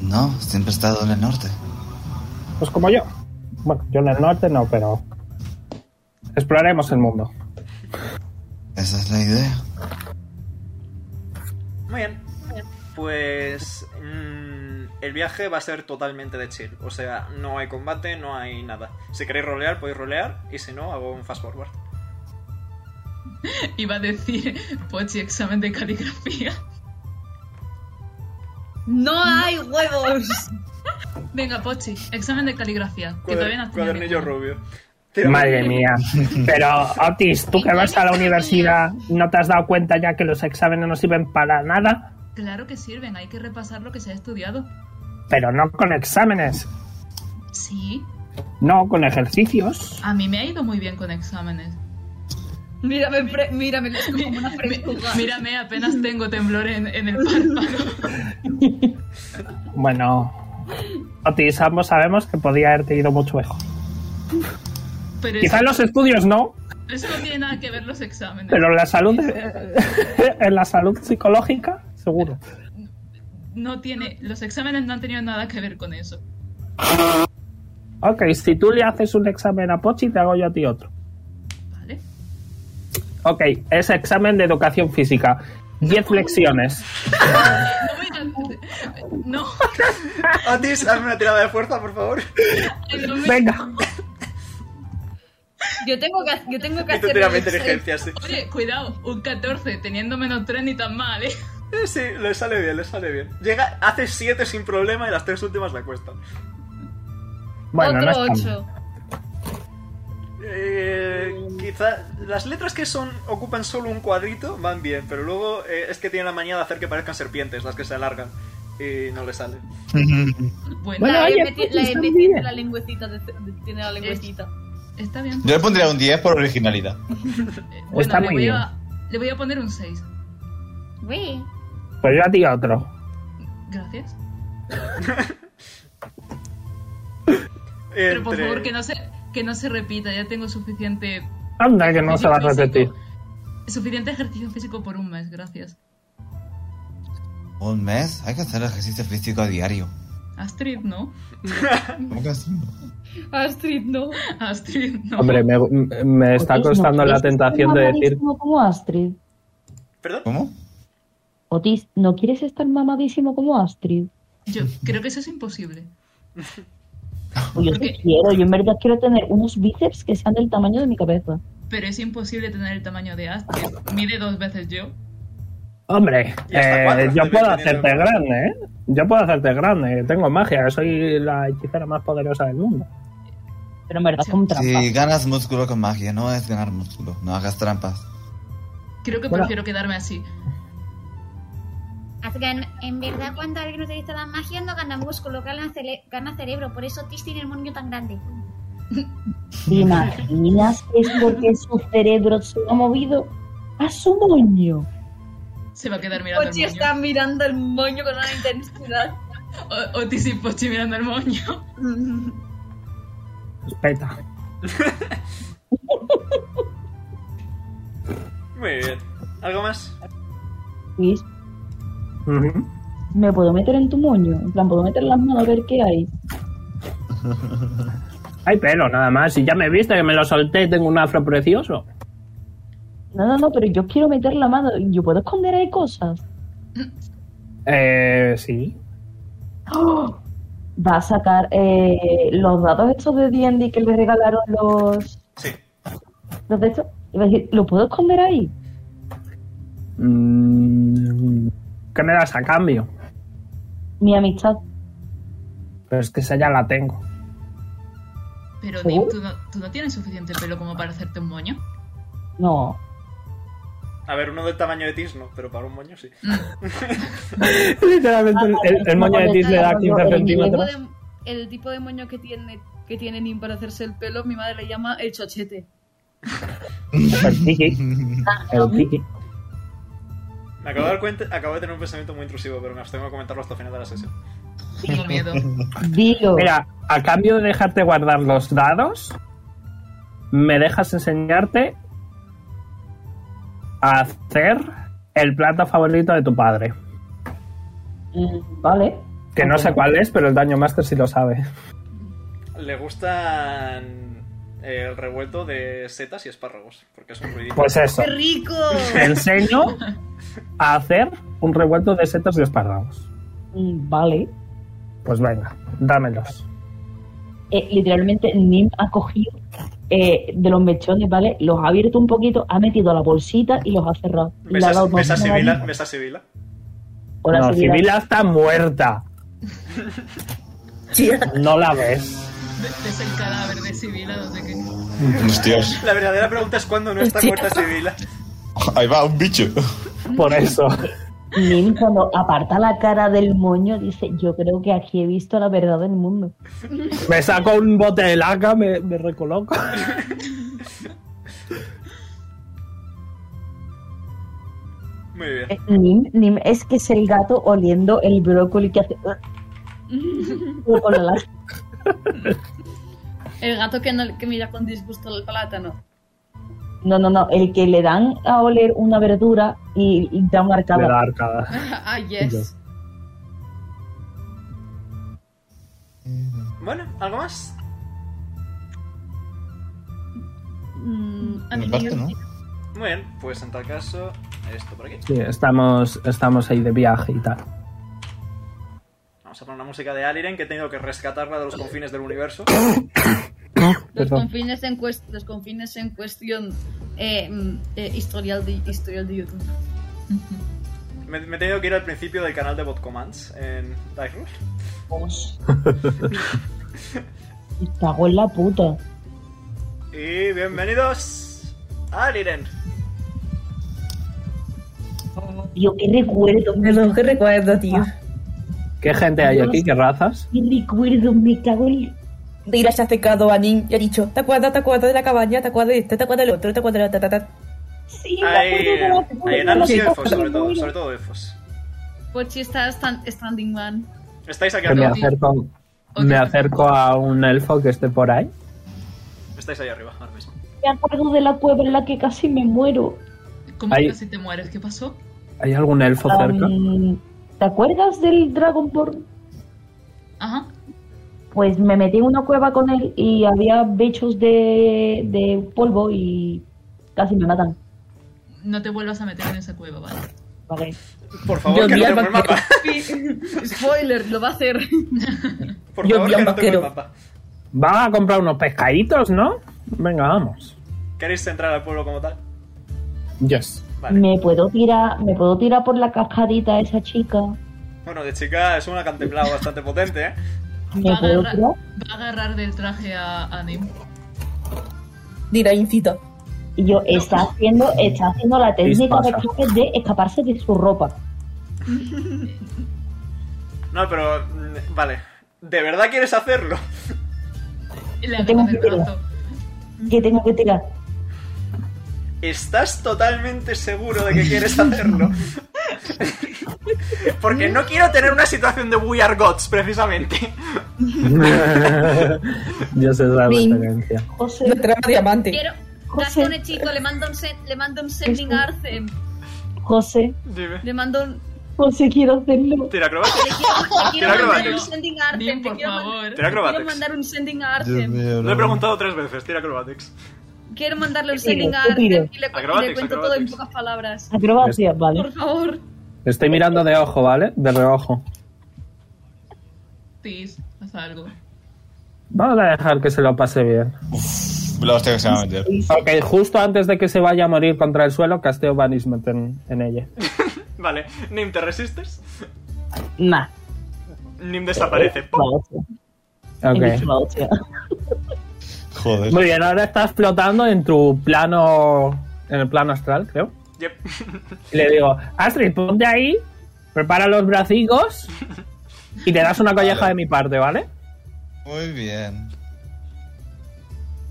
Speaker 2: No, siempre he estado en el norte.
Speaker 6: Pues como yo. Bueno, yo en el norte no, pero. Exploraremos el mundo.
Speaker 2: Esa es la idea.
Speaker 3: Muy bien. Pues mm, el viaje va a ser totalmente de chill. O sea, no hay combate, no hay nada. Si queréis rolear, podéis rolear. Y si no, hago un fast forward.
Speaker 7: Iba a decir, Pochi, examen de caligrafía.
Speaker 4: ¡No hay huevos!
Speaker 7: Venga, Pochi, examen de caligrafía. Que
Speaker 3: Cuader-
Speaker 7: todavía no has tenido
Speaker 3: Cuadernillo
Speaker 7: ninguno.
Speaker 3: rubio.
Speaker 6: Madre mía. Pero, Otis, tú que vas a la universidad, ¿no te has dado cuenta ya que los exámenes no sirven para nada?
Speaker 7: Claro que sirven, hay que repasar lo que se ha estudiado.
Speaker 6: Pero no con exámenes,
Speaker 7: Sí,
Speaker 6: no con ejercicios.
Speaker 7: a mí me ha ido muy bien con exámenes.
Speaker 4: Mírame, fre- mírame, es como una
Speaker 7: Mi-
Speaker 4: frescura.
Speaker 7: mírame, apenas tengo temblor en, en el párpado.
Speaker 6: Bueno, Otis, ambos sabemos que podía haberte ido mucho mejor.
Speaker 7: Pero eso,
Speaker 6: Quizás los estudios no,
Speaker 7: eso no tiene nada que ver los exámenes.
Speaker 6: pero en la salud, *laughs* en la salud psicológica, seguro.
Speaker 7: No tiene, los exámenes no han tenido nada que ver con eso.
Speaker 6: Ok, si tú le haces un examen a Pochi, te hago yo a ti otro.
Speaker 7: ¿Vale?
Speaker 6: Ok, es examen de educación física. 10 flexiones.
Speaker 7: No voy a- No,
Speaker 3: Otis, hazme una tirada de fuerza, por favor.
Speaker 7: ay, no me-
Speaker 6: Venga.
Speaker 4: Yo tengo que, yo tengo que
Speaker 3: Y tú
Speaker 4: hacer...
Speaker 3: tiras mi
Speaker 4: un save.
Speaker 3: inteligencia, sí.
Speaker 7: Oye, cuidado, un 14, teniendo menos 3 ni tan mal, ¿eh?
Speaker 3: Eh, Sí, le sale bien, le sale bien. Llega, hace 7 sin problema y las tres últimas le cuestan.
Speaker 6: Bueno, no
Speaker 4: Otro
Speaker 6: está mal.
Speaker 4: 8.
Speaker 3: Eh, quizá las letras que son ocupan solo un cuadrito van bien, pero luego eh, es que tienen la manía de hacer que parezcan serpientes las que se alargan y no le sale.
Speaker 7: Bueno,
Speaker 6: Bueno,
Speaker 4: La
Speaker 6: oye,
Speaker 4: he metido-
Speaker 6: pues,
Speaker 4: la he
Speaker 6: está
Speaker 4: metido
Speaker 6: bien.
Speaker 4: la lengüecita, de- de- tiene la lengüecita.
Speaker 7: está bien.
Speaker 2: Yo le pondría un 10 por originalidad.
Speaker 7: Bueno,
Speaker 6: Está
Speaker 7: le
Speaker 6: muy
Speaker 7: voy
Speaker 6: bien.
Speaker 7: a- le voy a poner un 6.
Speaker 8: Uy,
Speaker 6: Pues yo a ti otro.
Speaker 7: Gracias.
Speaker 3: Entre-
Speaker 7: Pero por favor, que no se, que no se repita, ya tengo suficiente.
Speaker 6: Anda, que no se va a
Speaker 7: ejercicio
Speaker 6: repetir.
Speaker 7: físico. Suficiente ejercicio físico por un mes, gracias.
Speaker 2: Un mes, hay que hacer ejercicio físico a diario.
Speaker 7: Astrid, no. *laughs*
Speaker 2: ¿Cómo que así?
Speaker 4: Astrid, no.
Speaker 7: Astrid, no.
Speaker 6: Hombre, me, me está
Speaker 1: Otis, no,
Speaker 6: costando la
Speaker 1: ¿quieres
Speaker 6: tentación
Speaker 1: estar
Speaker 6: de decir.
Speaker 1: mamadísimo como Astrid?
Speaker 3: ¿Perdón?
Speaker 2: ¿Cómo?
Speaker 1: Otis, ¿no quieres estar mamadísimo como Astrid?
Speaker 7: Yo creo que eso es imposible.
Speaker 1: Pues yo
Speaker 7: Porque-
Speaker 1: sí quiero, yo en verdad quiero tener unos bíceps que sean del tamaño de mi cabeza.
Speaker 7: Pero es imposible tener el tamaño de Astrid. Mide dos veces yo.
Speaker 6: Hombre,
Speaker 3: Y hasta
Speaker 6: eh,
Speaker 3: cuatro,
Speaker 6: yo
Speaker 3: estoy
Speaker 6: puedo
Speaker 3: teniendo-
Speaker 6: hacerte grande, ¿eh? Yo puedo hacerte grande, tengo magia, soy la hechicera más poderosa del mundo.
Speaker 1: Pero en verdad es como trampa.
Speaker 2: Si ganas músculo con magia, no es ganar músculo. No hagas trampas.
Speaker 7: Creo que
Speaker 6: Bueno.
Speaker 7: prefiero quedarme así.
Speaker 8: Afgan, en verdad, cuando alguien utiliza la magia no gana músculo, gana, cele- gana cerebro. Por eso Tis tiene el moño tan grande.
Speaker 1: ¿Te imaginas que es porque su cerebro se ha movido a su moño?
Speaker 7: Se va a quedar mirando
Speaker 4: Pochi
Speaker 7: el moño.
Speaker 4: Pues está mirando el moño con una
Speaker 6: *laughs*
Speaker 4: intensidad.
Speaker 7: O- Otis y Pochi mirando el moño.
Speaker 6: Peta.
Speaker 3: Muy bien. ¿Algo más?
Speaker 1: Luis,
Speaker 6: Ujú.
Speaker 1: ¿me puedo meter en tu moño? En plan, ¿puedo meter las manos a ver qué hay?
Speaker 6: Hay pelo, nada más. Si ya me viste que me lo solté, tengo un afro precioso.
Speaker 1: No, no, no, pero yo quiero meter la mano. ¿Yo puedo esconder ahí cosas?
Speaker 6: Eh, sí.
Speaker 1: ¡Oh! Va a sacar eh, los dados estos de D&D que le regalaron los...
Speaker 3: Sí.
Speaker 1: los de estos. Y va a decir, ¿lo puedo esconder ahí?
Speaker 6: Mm, ¿Qué me das a cambio?
Speaker 1: Mi amistad.
Speaker 6: Pero es que esa ya la tengo.
Speaker 7: Pero
Speaker 1: ¿Seguro?
Speaker 7: Dim, ¿tú no, tú no tienes suficiente pelo como para hacerte un moño.
Speaker 1: No.
Speaker 3: A ver, uno del tamaño de Tis no, pero para un moño sí.
Speaker 6: Literalmente el, el- el moño de Tis le da
Speaker 1: El
Speaker 6: 15
Speaker 4: El tipo
Speaker 6: centímetros.
Speaker 4: de, el tipo de moño que tiene que tiene Nim para hacerse el pelo, mi madre le llama el chochete.
Speaker 6: El tiki. El tiki.
Speaker 3: Me acabo de dar cuenta, acabo de tener un pensamiento muy intrusivo, pero me abstengo de comentarlo hasta el final de la sesión.
Speaker 7: Tengo
Speaker 6: *laughs*
Speaker 7: miedo.
Speaker 1: Dilo.
Speaker 6: Mira, a cambio de dejarte guardar los dados, me dejas enseñarte a hacer el plato favorito de tu padre.
Speaker 1: Mm, Vale.
Speaker 6: Que no sé cuál es, pero el Daño Master sí lo sabe.
Speaker 3: Le gustan eh, el revuelto de setas y espárragos, porque es un ruidito.
Speaker 6: Pues eso.
Speaker 4: ¡Qué rico!
Speaker 6: Te enseño a hacer un revuelto de setas y espárragos.
Speaker 1: Mm, Vale.
Speaker 6: Pues venga, dámelos.
Speaker 1: eh, literalmente Nim ha cogido eh, de los mechones, ¿vale? Los ha abierto un poquito, ha metido a la bolsita y los ha cerrado. Y
Speaker 3: ¿Ves
Speaker 1: le ha
Speaker 3: a,
Speaker 1: dado
Speaker 3: ves a
Speaker 1: dos
Speaker 3: Sibila?
Speaker 1: manos.
Speaker 3: ¿Ves a Sibila?
Speaker 1: Hola,
Speaker 6: no,
Speaker 1: Sibila.
Speaker 6: Sibila está muerta. No la ves.
Speaker 7: Ve- Ves el cadáver de Sibila, no sé qué.
Speaker 2: Hostias.
Speaker 3: La verdadera pregunta es cuándo no
Speaker 1: *laughs*
Speaker 3: está muerta Sibila.
Speaker 2: Ahí va, un bicho.
Speaker 6: Por eso.
Speaker 1: Nim cuando aparta la cara del moño dice, yo creo que aquí he visto la verdad del mundo.
Speaker 6: Me saco un bote de laca, me, me recoloco.
Speaker 3: Muy bien.
Speaker 1: Eh, Nim, Nim es que es el gato oliendo el brócoli que hace... Pero con la lata.
Speaker 4: El gato que, no, que mira con disgusto el plátano.
Speaker 1: no, no, no, el que le dan a oler una verdura y, y da una
Speaker 6: Me
Speaker 1: arcada.
Speaker 6: da arcada.
Speaker 4: ah, yes.
Speaker 3: Bueno, ¿algo más?
Speaker 4: Mm, a
Speaker 2: Me
Speaker 4: mí-
Speaker 2: parte, ¿no?
Speaker 3: Muy bien, pues en tal caso, esto por aquí.
Speaker 6: Sí, estamos, estamos ahí de viaje y tal.
Speaker 3: Vamos a poner una música de Aliren que he tenido que rescatarla de los confines del universo.
Speaker 4: Los
Speaker 6: Perdón.
Speaker 4: confines en, cuest- los confines en cuestión eh, mm, eh, historial, de, historial de YouTube.
Speaker 3: Me, me he tenido que ir al principio del canal de Bot Commands en Dairus.
Speaker 1: Y cago en la puta.
Speaker 3: Y bienvenidos a Aliren.
Speaker 1: Tío, qué recuerdo.
Speaker 10: Perdón, qué recuerdo, tío.
Speaker 6: ¿Qué gente hay aquí? ¿Qué razas?
Speaker 1: Qué recuerdo, me cago en...
Speaker 10: Deira se ha acercado a Nin y ha dicho: ¿Te acuerdas, te acuerdas de la cabaña? ¿Te acuerdas de este? ¿Te acuerdas del otro? ¿Te acuerdas de la ta, ta, ta?
Speaker 1: Sí, me
Speaker 3: Hay,
Speaker 1: acuerdo de la-
Speaker 3: hay enanos y
Speaker 1: de la-
Speaker 3: elfos, sobre todo, sobre todo elfos.
Speaker 4: Pochi está stan- standing man.
Speaker 3: Estáis aquí
Speaker 6: Que me
Speaker 3: arriba.
Speaker 6: acerco,
Speaker 7: Ok.
Speaker 6: me acerco a un elfo que esté por ahí.
Speaker 3: Estáis ahí arriba, ahora mismo.
Speaker 1: Me acuerdo de la cueva en la que casi me muero.
Speaker 7: ¿Cómo
Speaker 6: Ahí.
Speaker 7: que si te mueres? ¿Qué pasó?
Speaker 6: ¿Hay algún elfo cerca?
Speaker 1: Um, ¿Te acuerdas del Dragonborn?
Speaker 7: Ajá.
Speaker 1: Pues me metí en una cueva con él y había bichos de, de polvo y casi me matan.
Speaker 7: No te vuelvas a meter en esa cueva, ¿vale?
Speaker 1: Vale.
Speaker 3: Por
Speaker 10: Yo
Speaker 3: favor, que
Speaker 10: vi
Speaker 3: no
Speaker 10: al
Speaker 3: tengo el
Speaker 10: vaquero.
Speaker 3: mapa.
Speaker 4: Spoiler, lo va a hacer.
Speaker 3: Por
Speaker 10: Yo
Speaker 3: favor,
Speaker 10: vi a
Speaker 3: que
Speaker 10: un
Speaker 3: no tengo el
Speaker 10: vaquero.
Speaker 3: mapa.
Speaker 6: Van a comprar unos pescaditos, ¿no? Venga, vamos.
Speaker 3: ¿Queréis entrar al pueblo como tal?
Speaker 6: Yes.
Speaker 3: Vale.
Speaker 1: Me puedo tirar, me puedo tirar por la cascadita a esa chica.
Speaker 3: Bueno, de chica es una contemplada bastante potente, ¿eh?
Speaker 7: Va a,
Speaker 1: puedo
Speaker 7: agarrar,
Speaker 1: tirar?
Speaker 7: va a agarrar del traje a, a Nim.
Speaker 10: Dirá incita.
Speaker 1: Y yo, está haciendo, está haciendo la técnica de
Speaker 6: pasa.
Speaker 1: escape de escaparse de su ropa.
Speaker 3: No, pero. mm, Vale. ¿De verdad quieres hacerlo?
Speaker 7: Y Le
Speaker 1: Tengo
Speaker 7: agarra del
Speaker 1: que tirar.
Speaker 7: brazo.
Speaker 1: ¿Qué tengo que tirar?
Speaker 3: ¿Estás totalmente seguro de que
Speaker 10: *laughs*
Speaker 3: quieres hacerlo? Porque no quiero tener una situación de We Are Gods, precisamente.
Speaker 6: *laughs*
Speaker 3: *laughs*
Speaker 6: Yo sé esa
Speaker 10: Bing.
Speaker 6: referencia.
Speaker 1: José,
Speaker 10: No trae diamante.
Speaker 4: Quiero.
Speaker 1: José.
Speaker 4: Gastón, chico, le mando un, se- le mando un sending a Arcem.
Speaker 1: José,
Speaker 3: Dime.
Speaker 4: Le mando un.
Speaker 1: José, quiero hacerlo.
Speaker 3: Tira acrobacia.
Speaker 4: Le quiero, le quiero
Speaker 3: Tira
Speaker 4: mandar un
Speaker 3: acrobatics.
Speaker 4: sending a Arcem.
Speaker 7: Nim,
Speaker 4: Te
Speaker 7: por
Speaker 4: quiero, man-
Speaker 7: favor.
Speaker 3: Tira
Speaker 4: quiero
Speaker 3: acrobatics.
Speaker 4: mandar un sending a
Speaker 2: Dios
Speaker 4: Arcem.
Speaker 2: mío,
Speaker 3: Lo he
Speaker 2: no.
Speaker 3: preguntado tres veces. Tira acrobatics.
Speaker 4: Quiero mandarle un
Speaker 1: Te pido,
Speaker 4: sending a
Speaker 1: te
Speaker 4: Arcem y
Speaker 1: pido.
Speaker 4: le, cu- y le
Speaker 3: Acrobatics,
Speaker 4: cuento todo en
Speaker 3: acrobatics.
Speaker 4: pocas palabras.
Speaker 1: Acrobacias, vale.
Speaker 4: Por favor.
Speaker 6: Estoy mirando de ojo, ¿vale? De reojo.
Speaker 7: Tis, haz algo.
Speaker 6: Vamos a dejar que se lo pase bien.
Speaker 2: La hostia que se va a meter.
Speaker 6: Ok, justo antes de que se vaya a morir contra el suelo, casteo Banishment en, en ella.
Speaker 3: Vale. Nim, ¿te resistes?
Speaker 1: Nah.
Speaker 3: Nim desaparece. ¡Pum!
Speaker 1: La hostia. He dicho
Speaker 6: Ok.
Speaker 1: la hostia.
Speaker 2: Joder.
Speaker 6: Muy bien, ahora estás flotando en tu plano. En el plano astral, creo.
Speaker 3: Yep. *laughs*
Speaker 6: Y le digo, Astrid, ponte ahí, prepara los bracicos y te das una colleja de mi parte, ¿vale?
Speaker 2: Muy bien.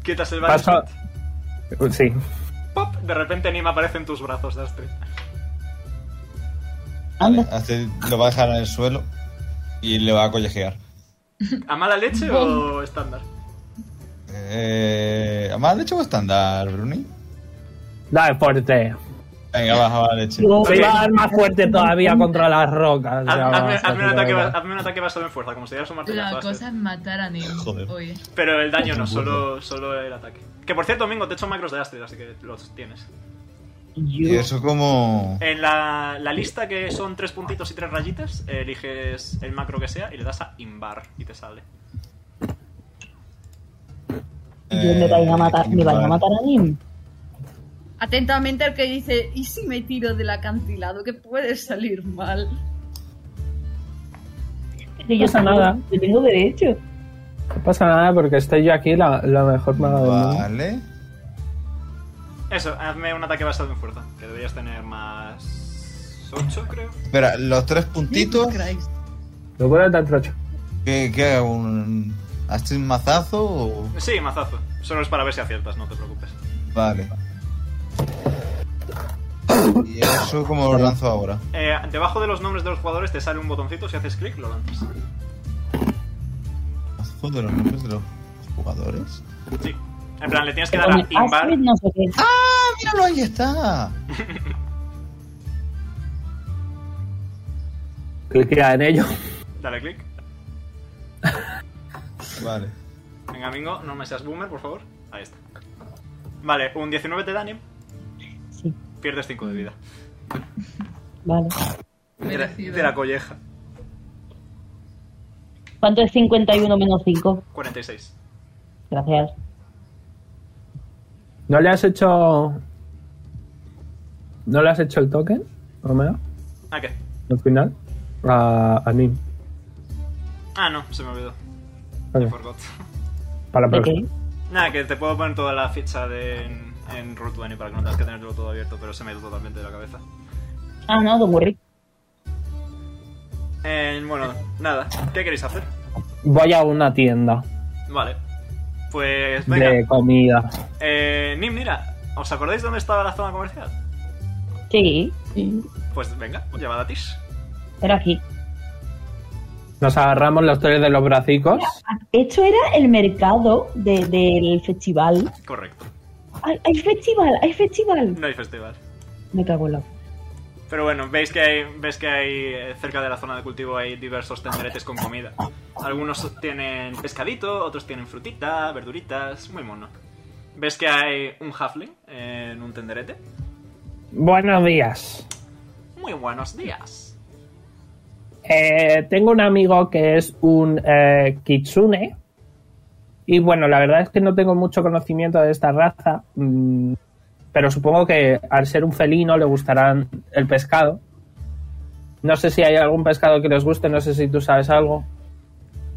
Speaker 3: Quitas el
Speaker 6: Paso.
Speaker 3: banishment.
Speaker 6: Sí.
Speaker 3: ¡Pop! De repente Nim aparece en tus brazos, Astrid.
Speaker 2: Vale,
Speaker 1: Anda.
Speaker 2: Astrid lo va a dejar en el suelo y le va a collejear.
Speaker 3: ¿A mala leche o estándar?
Speaker 2: Eh, ¿A mala leche o estándar, Bruni?
Speaker 6: Dale fuerte.
Speaker 2: Venga, baja mala leche.
Speaker 1: Yo-
Speaker 6: Se iba a dar más fuerte todavía contra las rocas.
Speaker 3: Haz-
Speaker 6: ya
Speaker 3: hazme,
Speaker 6: basta,
Speaker 3: hazme un
Speaker 6: tío,
Speaker 3: ataque,
Speaker 6: venga.
Speaker 3: ba- hazme un ataque basado en fuerza, como si dieras un martillazo.
Speaker 7: La
Speaker 3: Astrid.
Speaker 7: cosa es matar a Nim.
Speaker 2: Joder.
Speaker 7: Oye.
Speaker 3: Pero el daño no, solo, solo el ataque. Que por cierto, Domingo, te he hecho macros de Astrid, así que los tienes.
Speaker 2: Y
Speaker 1: Yo,
Speaker 2: eso como...
Speaker 3: En la, la lista que son tres puntitos y tres rayitas, eliges el macro que sea y le das a invar y te sale.
Speaker 1: yo
Speaker 6: Eh,
Speaker 2: eh,
Speaker 1: me vais a matar, me vais a matar a mí.
Speaker 4: Atentamente al que dice, ¿y si me tiro del acantilado? Que puede salir mal.
Speaker 1: Y yo
Speaker 6: pasa
Speaker 1: tengo-
Speaker 6: nada.
Speaker 1: Yo tengo derecho.
Speaker 6: No pasa nada porque estoy yo aquí la, la mejor maga del mundo.
Speaker 2: Vale.
Speaker 3: Eso, hazme un ataque basado en fuerza, que deberías tener más 8, creo.
Speaker 2: Espera, los tres puntitos.
Speaker 6: Lo vuelvo tan trocho.
Speaker 2: ¿Qué, qué hago? ¿Un Astrid mazazo o...?
Speaker 3: Sí, mazazo. Solo es para ver si aciertas, no te preocupes.
Speaker 2: Vale. ¿Y eso como lo lanzo ahora?
Speaker 3: Eh, debajo de los nombres de los jugadores te sale un botoncito, si haces clic lo lanzas.
Speaker 2: ¿Mazazo de los nombres de los jugadores?
Speaker 3: Sí. En plan, le tienes que dar a invar.
Speaker 1: Astrid no sé qué.
Speaker 2: ¡Ah, míralo! ¡Ahí está!
Speaker 6: Cliquea en ello.
Speaker 3: Dale clic.
Speaker 2: Vale.
Speaker 3: Venga, Mingo, no me seas boomer, por favor. Ahí está. Vale, un 19 te daño,
Speaker 1: Sí,
Speaker 3: pierdes 5 de vida.
Speaker 1: vale.
Speaker 3: De la,
Speaker 7: Merecido.
Speaker 3: de la colleja.
Speaker 1: ¿Cuánto es 51 menos 5?
Speaker 3: 46.
Speaker 1: Gracias.
Speaker 6: ¿No le has hecho. ¿No le has hecho el token, Romeo?
Speaker 3: Ah, ¿qué?
Speaker 6: Al final. A, a Nim.
Speaker 3: Ah, no, se me olvidó.
Speaker 6: Vale,
Speaker 3: I forgot. *laughs*
Speaker 6: para la
Speaker 1: ¿De
Speaker 6: próxima.
Speaker 1: qué?
Speaker 3: Nada, que te puedo poner toda la ficha de, en, en Root 20 para que no tengas que tenerlo todo abierto, pero se me ha ido totalmente de la cabeza.
Speaker 1: Ah, no, Don Worry.
Speaker 3: Eh, bueno, nada. ¿Qué queréis hacer?
Speaker 6: Voy a una tienda
Speaker 3: Vale. Pues venga.
Speaker 6: de comida.
Speaker 3: Eh, Nim, mira. ¿Os acordáis dónde estaba la zona comercial?
Speaker 1: Sí,
Speaker 3: Pues venga, llevad a Tish.
Speaker 1: era aquí.
Speaker 6: Nos agarramos los tres de los bracicos.
Speaker 1: Esto era el mercado de- del festival.
Speaker 3: Correcto.
Speaker 1: ¡Hay, hay festival! ¡Hay festival!
Speaker 3: No hay festival.
Speaker 1: Me cago en la.
Speaker 3: Pero bueno, veis que hay, ves que hay eh, cerca de la zona de cultivo hay diversos tenderetes con comida. Algunos tienen pescadito, otros tienen frutita, verduritas, muy mono. Ves que hay un halfling en un tenderete.
Speaker 6: Buenos días.
Speaker 3: Muy buenos días.
Speaker 6: Eh, tengo un amigo que es un eh, kitsune. Y bueno, la verdad es que no tengo mucho conocimiento de esta raza. mm, pero supongo que al ser un felino le gustarán el pescado. No sé si hay algún pescado que les guste, no sé si tú sabes algo.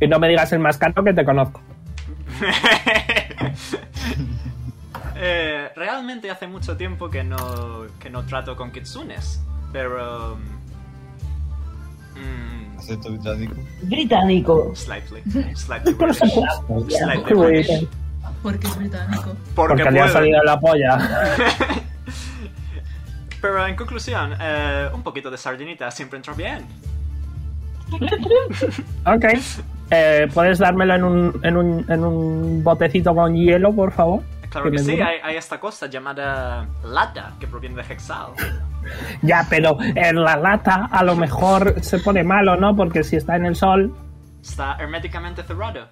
Speaker 6: Y no me digas el más caro que te conozco.
Speaker 3: *laughs* Eh, realmente hace mucho tiempo que no, que no trato con kitsunes, pero... mm,
Speaker 2: Acento británico.
Speaker 1: Británico.
Speaker 3: slightly, slightly British. Slightly
Speaker 6: Qué bueno.
Speaker 3: British.
Speaker 7: Porque es
Speaker 2: *laughs*
Speaker 7: británico.
Speaker 3: Porque
Speaker 6: Porque le ha
Speaker 3: puedo.
Speaker 6: salido la polla.
Speaker 3: *laughs*
Speaker 6: *laughs*
Speaker 3: Pero en conclusión, eh, un poquito de sardinita siempre entra bien.
Speaker 6: ok. Eh, ¿Puedes dármelo en un, en, un, en un botecito con hielo, por favor?
Speaker 3: Claro que
Speaker 6: me
Speaker 3: sí,
Speaker 6: dure.
Speaker 3: hay, hay esta cosa llamada lata que proviene de Hexal.
Speaker 6: Ya, pero en la lata a lo mejor se pone malo, ¿no? Porque si está en el sol,
Speaker 3: Está herméticamente cerrado.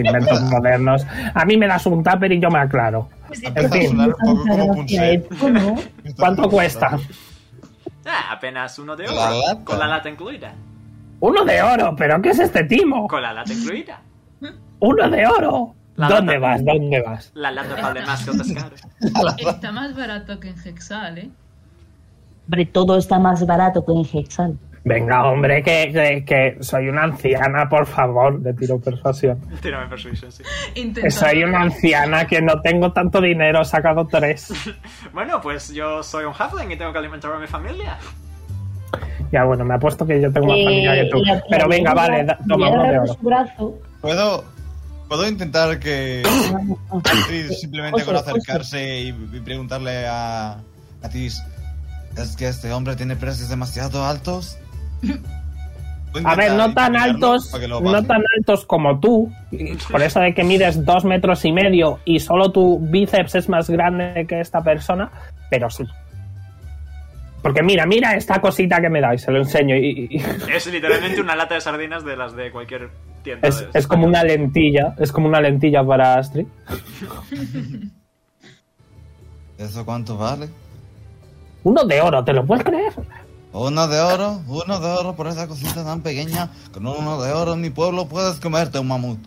Speaker 3: *laughs*
Speaker 6: inventos modernos. A mí me das un tupper y yo me aclaro. En
Speaker 2: Empieza a
Speaker 6: fin,
Speaker 2: sonar un poco como Punset.
Speaker 3: *laughs*
Speaker 6: ¿cuánto cuesta?
Speaker 3: Ah, apenas uno de
Speaker 2: La
Speaker 3: oro.
Speaker 2: lata.
Speaker 3: Con la lata incluida.
Speaker 6: Uno de oro, pero ¿qué es este timo?
Speaker 3: Con la lata incluida.
Speaker 6: Uno de oro.
Speaker 3: La
Speaker 6: ¿Dónde
Speaker 3: lata.
Speaker 6: vas? ¿Dónde vas?
Speaker 3: La lata vale más que otras caras.
Speaker 7: Está más barato que en Hexal, ¿eh?
Speaker 1: Hombre, todo está más barato que en Hexal.
Speaker 6: Venga, hombre, que, que, que soy una anciana, por favor. Le tiro persuasión.
Speaker 3: Tírame persuasion, sí.
Speaker 6: Que
Speaker 7: Intentando-
Speaker 6: soy una anciana, que no tengo tanto dinero, he sacado tres.
Speaker 3: Bueno, pues yo soy un halfling y tengo que alimentar a mi familia.
Speaker 6: Ya, bueno, me apuesto que yo tengo más familia que tú.
Speaker 1: Eh, la- pues,
Speaker 6: Pero
Speaker 1: la
Speaker 6: venga,
Speaker 1: niña
Speaker 6: vale, da- toma
Speaker 1: le
Speaker 6: uno de
Speaker 1: agarra
Speaker 6: oro.
Speaker 1: su brazo.
Speaker 2: Puedo, puedo intentar
Speaker 6: *coughs*
Speaker 2: que Astrid simplemente con acercarse y, y preguntarle a, a Tis, ¿es que este hombre tiene precios demasiado
Speaker 6: *coughs*
Speaker 2: altos? Voy
Speaker 6: A ver, no
Speaker 2: intentar
Speaker 6: tan
Speaker 2: encaminarlo
Speaker 6: altos,
Speaker 2: para que lo
Speaker 6: no
Speaker 2: baje.
Speaker 6: tan altos como tú. Por eso de que mides dos metros y medio y solo tu bíceps es más grande que esta persona, pero sí. Porque mira, mira esta cosita que me dais, se lo enseño y, y- y
Speaker 3: Es literalmente una lata de sardinas de las de cualquier tienda.
Speaker 6: *laughs* es,
Speaker 3: de-
Speaker 6: es como una lentilla, es como una lentilla para Astrid.
Speaker 2: ¿Eso cuánto vale?
Speaker 6: Uno de oro, ¿te lo puedes creer?
Speaker 2: Uno de oro, uno de oro por esa cosita tan pequeña. Con uno de oro en mi pueblo puedes comerte un mamut.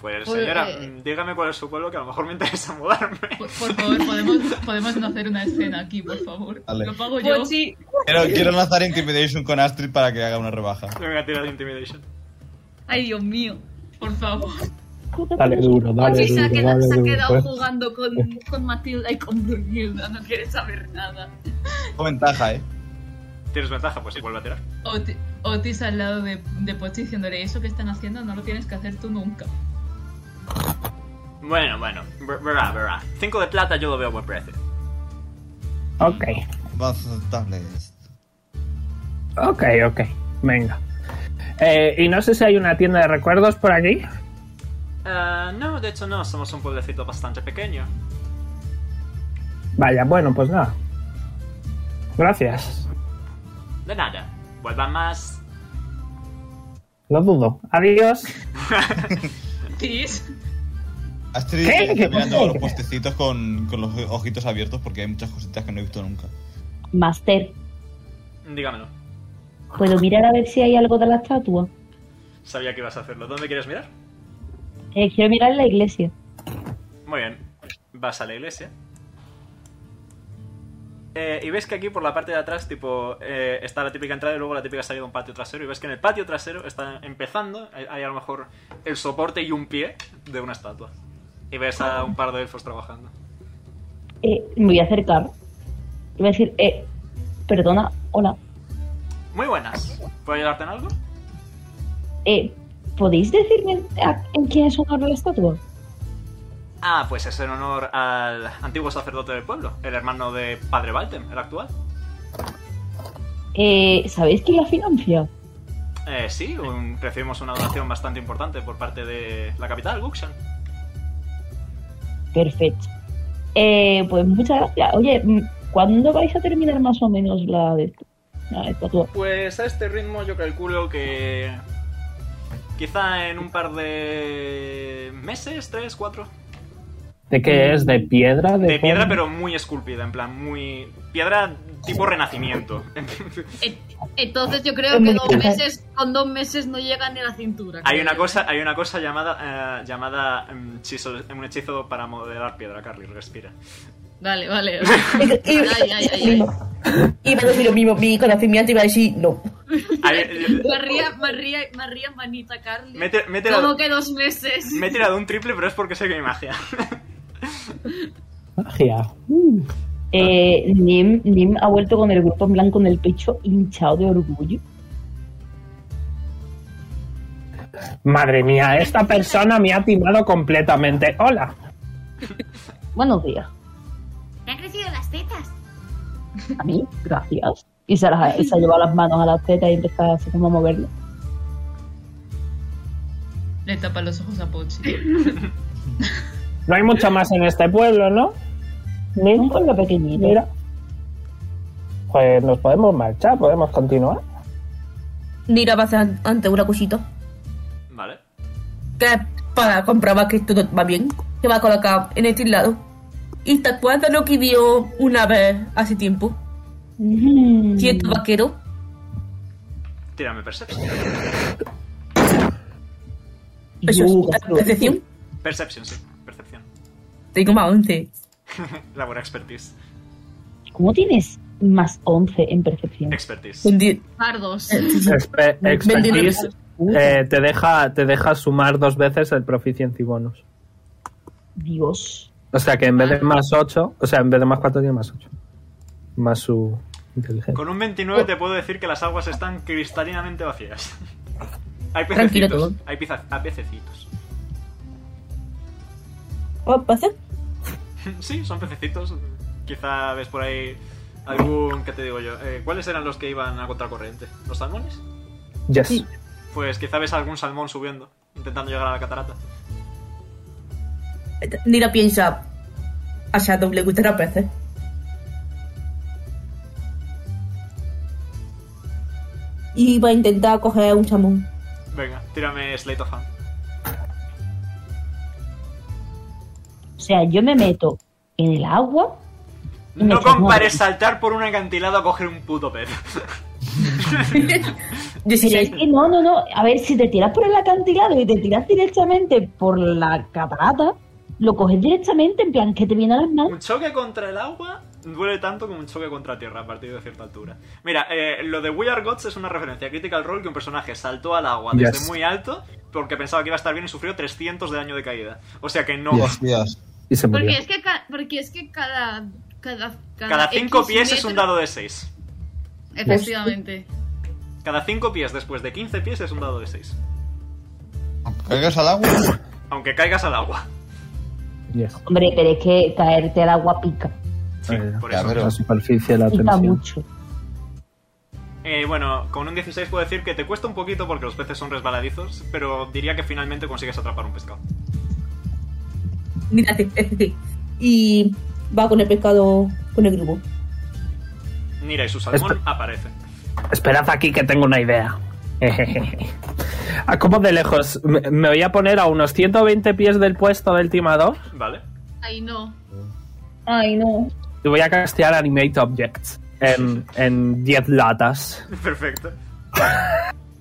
Speaker 3: Pues
Speaker 4: Pues,
Speaker 3: señora,
Speaker 4: eh,
Speaker 3: mm, dígame cuál es su pueblo que a lo mejor me interesa mudarme.
Speaker 7: Por, por favor, podemos, podemos no hacer una escena aquí, por favor.
Speaker 2: Vale.
Speaker 7: Lo pago yo.
Speaker 4: Pochi,
Speaker 2: Pero quiero lanzar Intimidation con Astrid para que haga una rebaja.
Speaker 3: Me voy a tirar de intimidation.
Speaker 4: ay Dios mío.
Speaker 7: Por favor.
Speaker 6: Dale duro, dale
Speaker 4: Pochi se ha
Speaker 6: duro,
Speaker 4: quedado,
Speaker 6: dale
Speaker 4: se ha
Speaker 6: duro,
Speaker 4: quedado
Speaker 6: pues.
Speaker 4: jugando con, con Matilda y con Brunilda, no quiere saber nada.
Speaker 2: Con ventaja, ¿eh?
Speaker 3: Pues
Speaker 9: Eh,
Speaker 3: Eh,
Speaker 9: pues
Speaker 1: Eh,
Speaker 3: Eh,
Speaker 1: Eh, Eh, Eh, Eh, pues mm,
Speaker 3: Ah, pues Eh, Pues este eh, em,
Speaker 4: Vale, vale. Ay, ay, ay, ay.
Speaker 10: Y, y- y me decir lo mismo, mi conocimiento iba a decir no.
Speaker 3: Ahí-
Speaker 4: María, María, María Manita Carly.
Speaker 3: Me he tir- me he
Speaker 4: Como
Speaker 3: tirado-
Speaker 4: que dos meses.
Speaker 3: *laughs* me he tirado un triple, pero es porque sé que hay magia.
Speaker 9: Magia.
Speaker 1: Eh, Nim, Nim ha vuelto con el grupo en blanco en el pecho hinchado de orgullo.
Speaker 9: Madre mía, esta persona me ha timado completamente. Hola.
Speaker 1: Buenos días.
Speaker 8: Me han crecido las tetas.
Speaker 1: A mí, gracias. Y se, las ha, y se ha llevado las manos a las tetas y empezado así como a moverlo.
Speaker 7: Le tapa los ojos a Pochi.
Speaker 9: No hay mucho más en este pueblo, ¿no? Ni-
Speaker 1: Un pueblo pequeñito.
Speaker 9: Mira. Pues nos podemos marchar, podemos continuar.
Speaker 10: Nira va a hacer an- antes una cosita.
Speaker 3: Vale.
Speaker 10: Que para comprobar que todo va bien, que va a colocar en este lado. ¿Y te acuerdas lo que vio una vez hace tiempo?
Speaker 1: Mm.
Speaker 10: Cierto vaquero.
Speaker 3: Tírame Perception.
Speaker 10: Eso es
Speaker 1: Uh,
Speaker 10: una
Speaker 1: qué asco.
Speaker 10: percepción.
Speaker 3: Perception, sí. Percepción.
Speaker 10: Tengo más 11.
Speaker 3: La buena expertise.
Speaker 1: ¿Cómo tienes más 11 en percepción?
Speaker 3: Expertise.
Speaker 10: Son 10.
Speaker 6: *laughs*
Speaker 4: Pardos.
Speaker 6: Expe- Expertise
Speaker 10: Veintinueve.
Speaker 6: eh, te, deja, te deja sumar dos veces el proficiency bonus.
Speaker 1: Dios.
Speaker 6: O sea que en vez de más 8, o sea, en vez de más 4 tiene más 8. Más su inteligencia.
Speaker 3: Con un 29 te puedo decir que las aguas están cristalinamente vacías. Hay
Speaker 10: Tranquilo,
Speaker 3: pececitos.
Speaker 10: todo.
Speaker 3: Hay, piza- hay pececitos. *laughs*
Speaker 10: ¿Puedo pasar?
Speaker 3: Sí, son pececitos. Quizá ves por ahí algún... ¿Qué te digo yo? Eh, ¿Cuáles eran los que iban a contracorriente? ¿Los salmones?
Speaker 6: Yes.
Speaker 3: Pues quizá ves algún salmón subiendo, intentando llegar a la catarata.
Speaker 10: Nira piensa. A Shadow le gustará peces. Y va a intentar coger un *laughs* chamón.
Speaker 3: Venga, tírame Slate of Hand.
Speaker 1: O sea, yo me meto en el agua. y me
Speaker 3: No
Speaker 1: transformo.
Speaker 3: compares saltar por un acantilado a coger un puto pez.
Speaker 1: Pero es
Speaker 10: 16.
Speaker 1: que no, no, no. A ver, si te tiras por el acantilado y te tiras directamente por la catarata, lo coges directamente, en plan, que te viene a las manos.
Speaker 3: Un choque contra el agua duele tanto como un choque contra tierra a partir de cierta altura. Mira, eh, lo de We Are Gods es una referencia a Critical Role que un personaje saltó al agua desde
Speaker 6: Yes.
Speaker 3: muy alto porque pensaba que iba a estar bien y sufrió 300 de daño de caída. O sea que no.
Speaker 2: Dios, Dios.
Speaker 6: Y se murió.
Speaker 4: Porque es que, ca- porque es que cada. Cada,
Speaker 3: Cada 5
Speaker 4: X
Speaker 3: pies es un
Speaker 4: metro-
Speaker 3: dado de 6.
Speaker 4: Efectivamente.
Speaker 3: Cada 5 pies después de 15 pies es un dado de 6.
Speaker 2: Aunque caigas al agua,
Speaker 3: Aunque caigas al agua.
Speaker 6: Yes.
Speaker 1: Hombre, pero es que caerte al agua pica.
Speaker 3: Sí,
Speaker 6: Eh,
Speaker 3: por
Speaker 2: ya,
Speaker 3: eso.
Speaker 2: pero-
Speaker 6: La superficie, la
Speaker 1: Pica
Speaker 6: tensión.
Speaker 1: mucho.
Speaker 3: Eh, bueno, con un 16 puedo decir que te cuesta un poquito porque los peces son resbaladizos, pero diría que finalmente consigues atrapar un pescado.
Speaker 10: Mira, este, este. Y va con el pescado, con el grupo.
Speaker 3: Mira, y su salmón
Speaker 6: Espe-
Speaker 3: aparece.
Speaker 6: Esperad aquí que tengo una idea. *laughs* ¿A cómo de lejos? Me me voy a poner a unos 120 pies del puesto del timador
Speaker 3: Vale. *laughs*
Speaker 4: Ay, no.
Speaker 1: Ay, no.
Speaker 6: y voy a castear Animate Objects en, en
Speaker 3: *laughs*
Speaker 6: 10 latas
Speaker 3: Perfecto.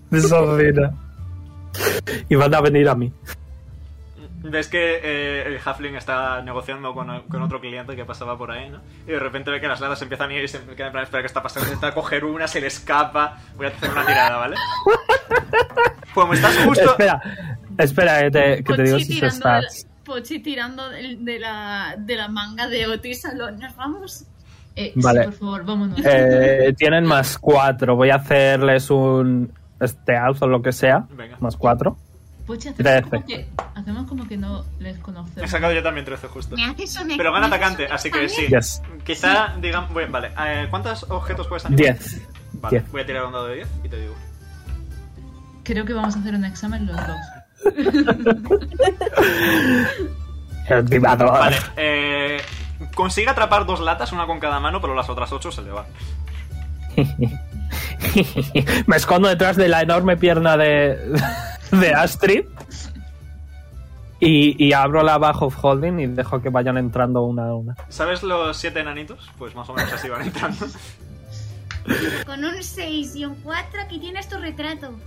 Speaker 6: de sardina. Y van a venir a mí.
Speaker 3: Ves que eh, el Huffling está negociando con, con otro cliente que pasaba por ahí, ¿no? Y de repente ve que las latas empiezan a ir y se queda en plan, espera, ¿qué está pasando? Intenta coger una, se le escapa. Voy a hacer una tirada,
Speaker 6: *laughs*
Speaker 3: ¿vale? Como estás justo...
Speaker 6: Espera, espera, que te, que te digo si se
Speaker 4: tirando, de la,
Speaker 6: estás.
Speaker 4: Pochi tirando del- de, la, de la manga de Otis a lo- Nos vamos.
Speaker 7: Eh,
Speaker 6: Vale.
Speaker 7: sí, por favor, vámonos.
Speaker 6: Eh, tienen más cuatro. Voy a hacerles un este alzo o lo que sea.
Speaker 3: Venga.
Speaker 6: Más cuatro.
Speaker 7: Pochi, hacemos como,
Speaker 6: trece.
Speaker 7: que, hacemos como que no les
Speaker 3: He
Speaker 7: conocemos.
Speaker 3: sacado yo también 13 justo.
Speaker 8: Me haces un
Speaker 3: Pero gana
Speaker 8: me haces
Speaker 3: atacante,
Speaker 8: un
Speaker 3: así que sí.
Speaker 6: Yes.
Speaker 3: Quizá digan... Bueno, vale. eh, ¿Cuántos objetos puedes animar?
Speaker 6: 10.
Speaker 3: Vale,
Speaker 6: Diez.
Speaker 3: voy a tirar un dado de 10 y te digo.
Speaker 7: Creo que vamos a hacer un examen los dos.
Speaker 6: El timador.
Speaker 3: Vale, eh, consigue atrapar dos latas, una con cada mano, pero las otras ocho se le van.
Speaker 6: *laughs* Me escondo detrás de la enorme pierna de, *laughs* de Astrid. Y, y abro la bajo of holding y dejo que vayan entrando una a una.
Speaker 3: ¿Sabes los siete enanitos? Pues más o menos así van entrando.
Speaker 8: Con un 6 y un 4 aquí tienes tu retrato.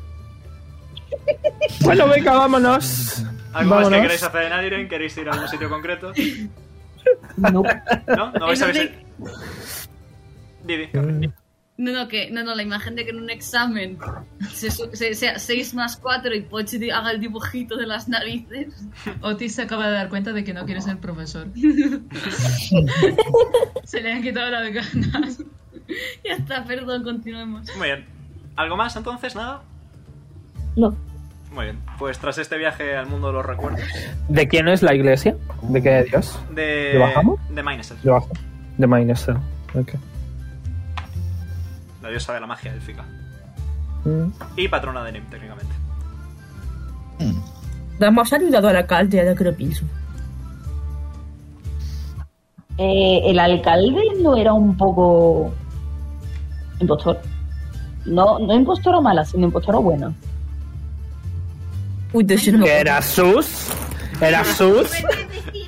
Speaker 6: Bueno, venga, vámonos.
Speaker 3: ¿Algo más
Speaker 6: Vámonos.
Speaker 3: que queréis hacer en Adiren? ¿Queréis ir a algún sitio concreto?
Speaker 1: No.
Speaker 3: ¿No? ¿No vais a
Speaker 4: Entonces-
Speaker 3: ver? Didi,
Speaker 6: Eh.
Speaker 3: Carmen.
Speaker 4: No, no, que, no, no, la imagen de que en un examen se su- se- sea 6 más 4 y Pochi di- haga el dibujito de las
Speaker 7: *laughs*
Speaker 4: narices.
Speaker 7: Otis se acaba de dar cuenta de que no quiere ser
Speaker 4: *laughs*
Speaker 7: profesor. se le han quitado las ganas.
Speaker 4: Ya está, perdón, continuemos.
Speaker 3: Muy bien. ¿Algo más entonces? ¿Nada?
Speaker 1: No.
Speaker 3: Muy bien. Pues tras este viaje al mundo de los recuerdos
Speaker 6: ¿De quién es la iglesia? ¿De qué dios?
Speaker 3: de.
Speaker 6: ¿Lo bajamos?
Speaker 3: De Mineset,
Speaker 6: De abajo. De Minester. Ok.
Speaker 3: la diosa de la magia élfica.
Speaker 6: Mm.
Speaker 3: Y patrona de Nim, técnicamente.
Speaker 10: Damos ayudado a la calle, ahora que lo pienso.
Speaker 1: Eh, el alcalde no era un poco impostor. No, no impostora mala, sino impostora buena.
Speaker 10: Uy, de eso no me
Speaker 6: ¿Que
Speaker 10: acuerdo.
Speaker 6: era Sus? ¿Era Sus?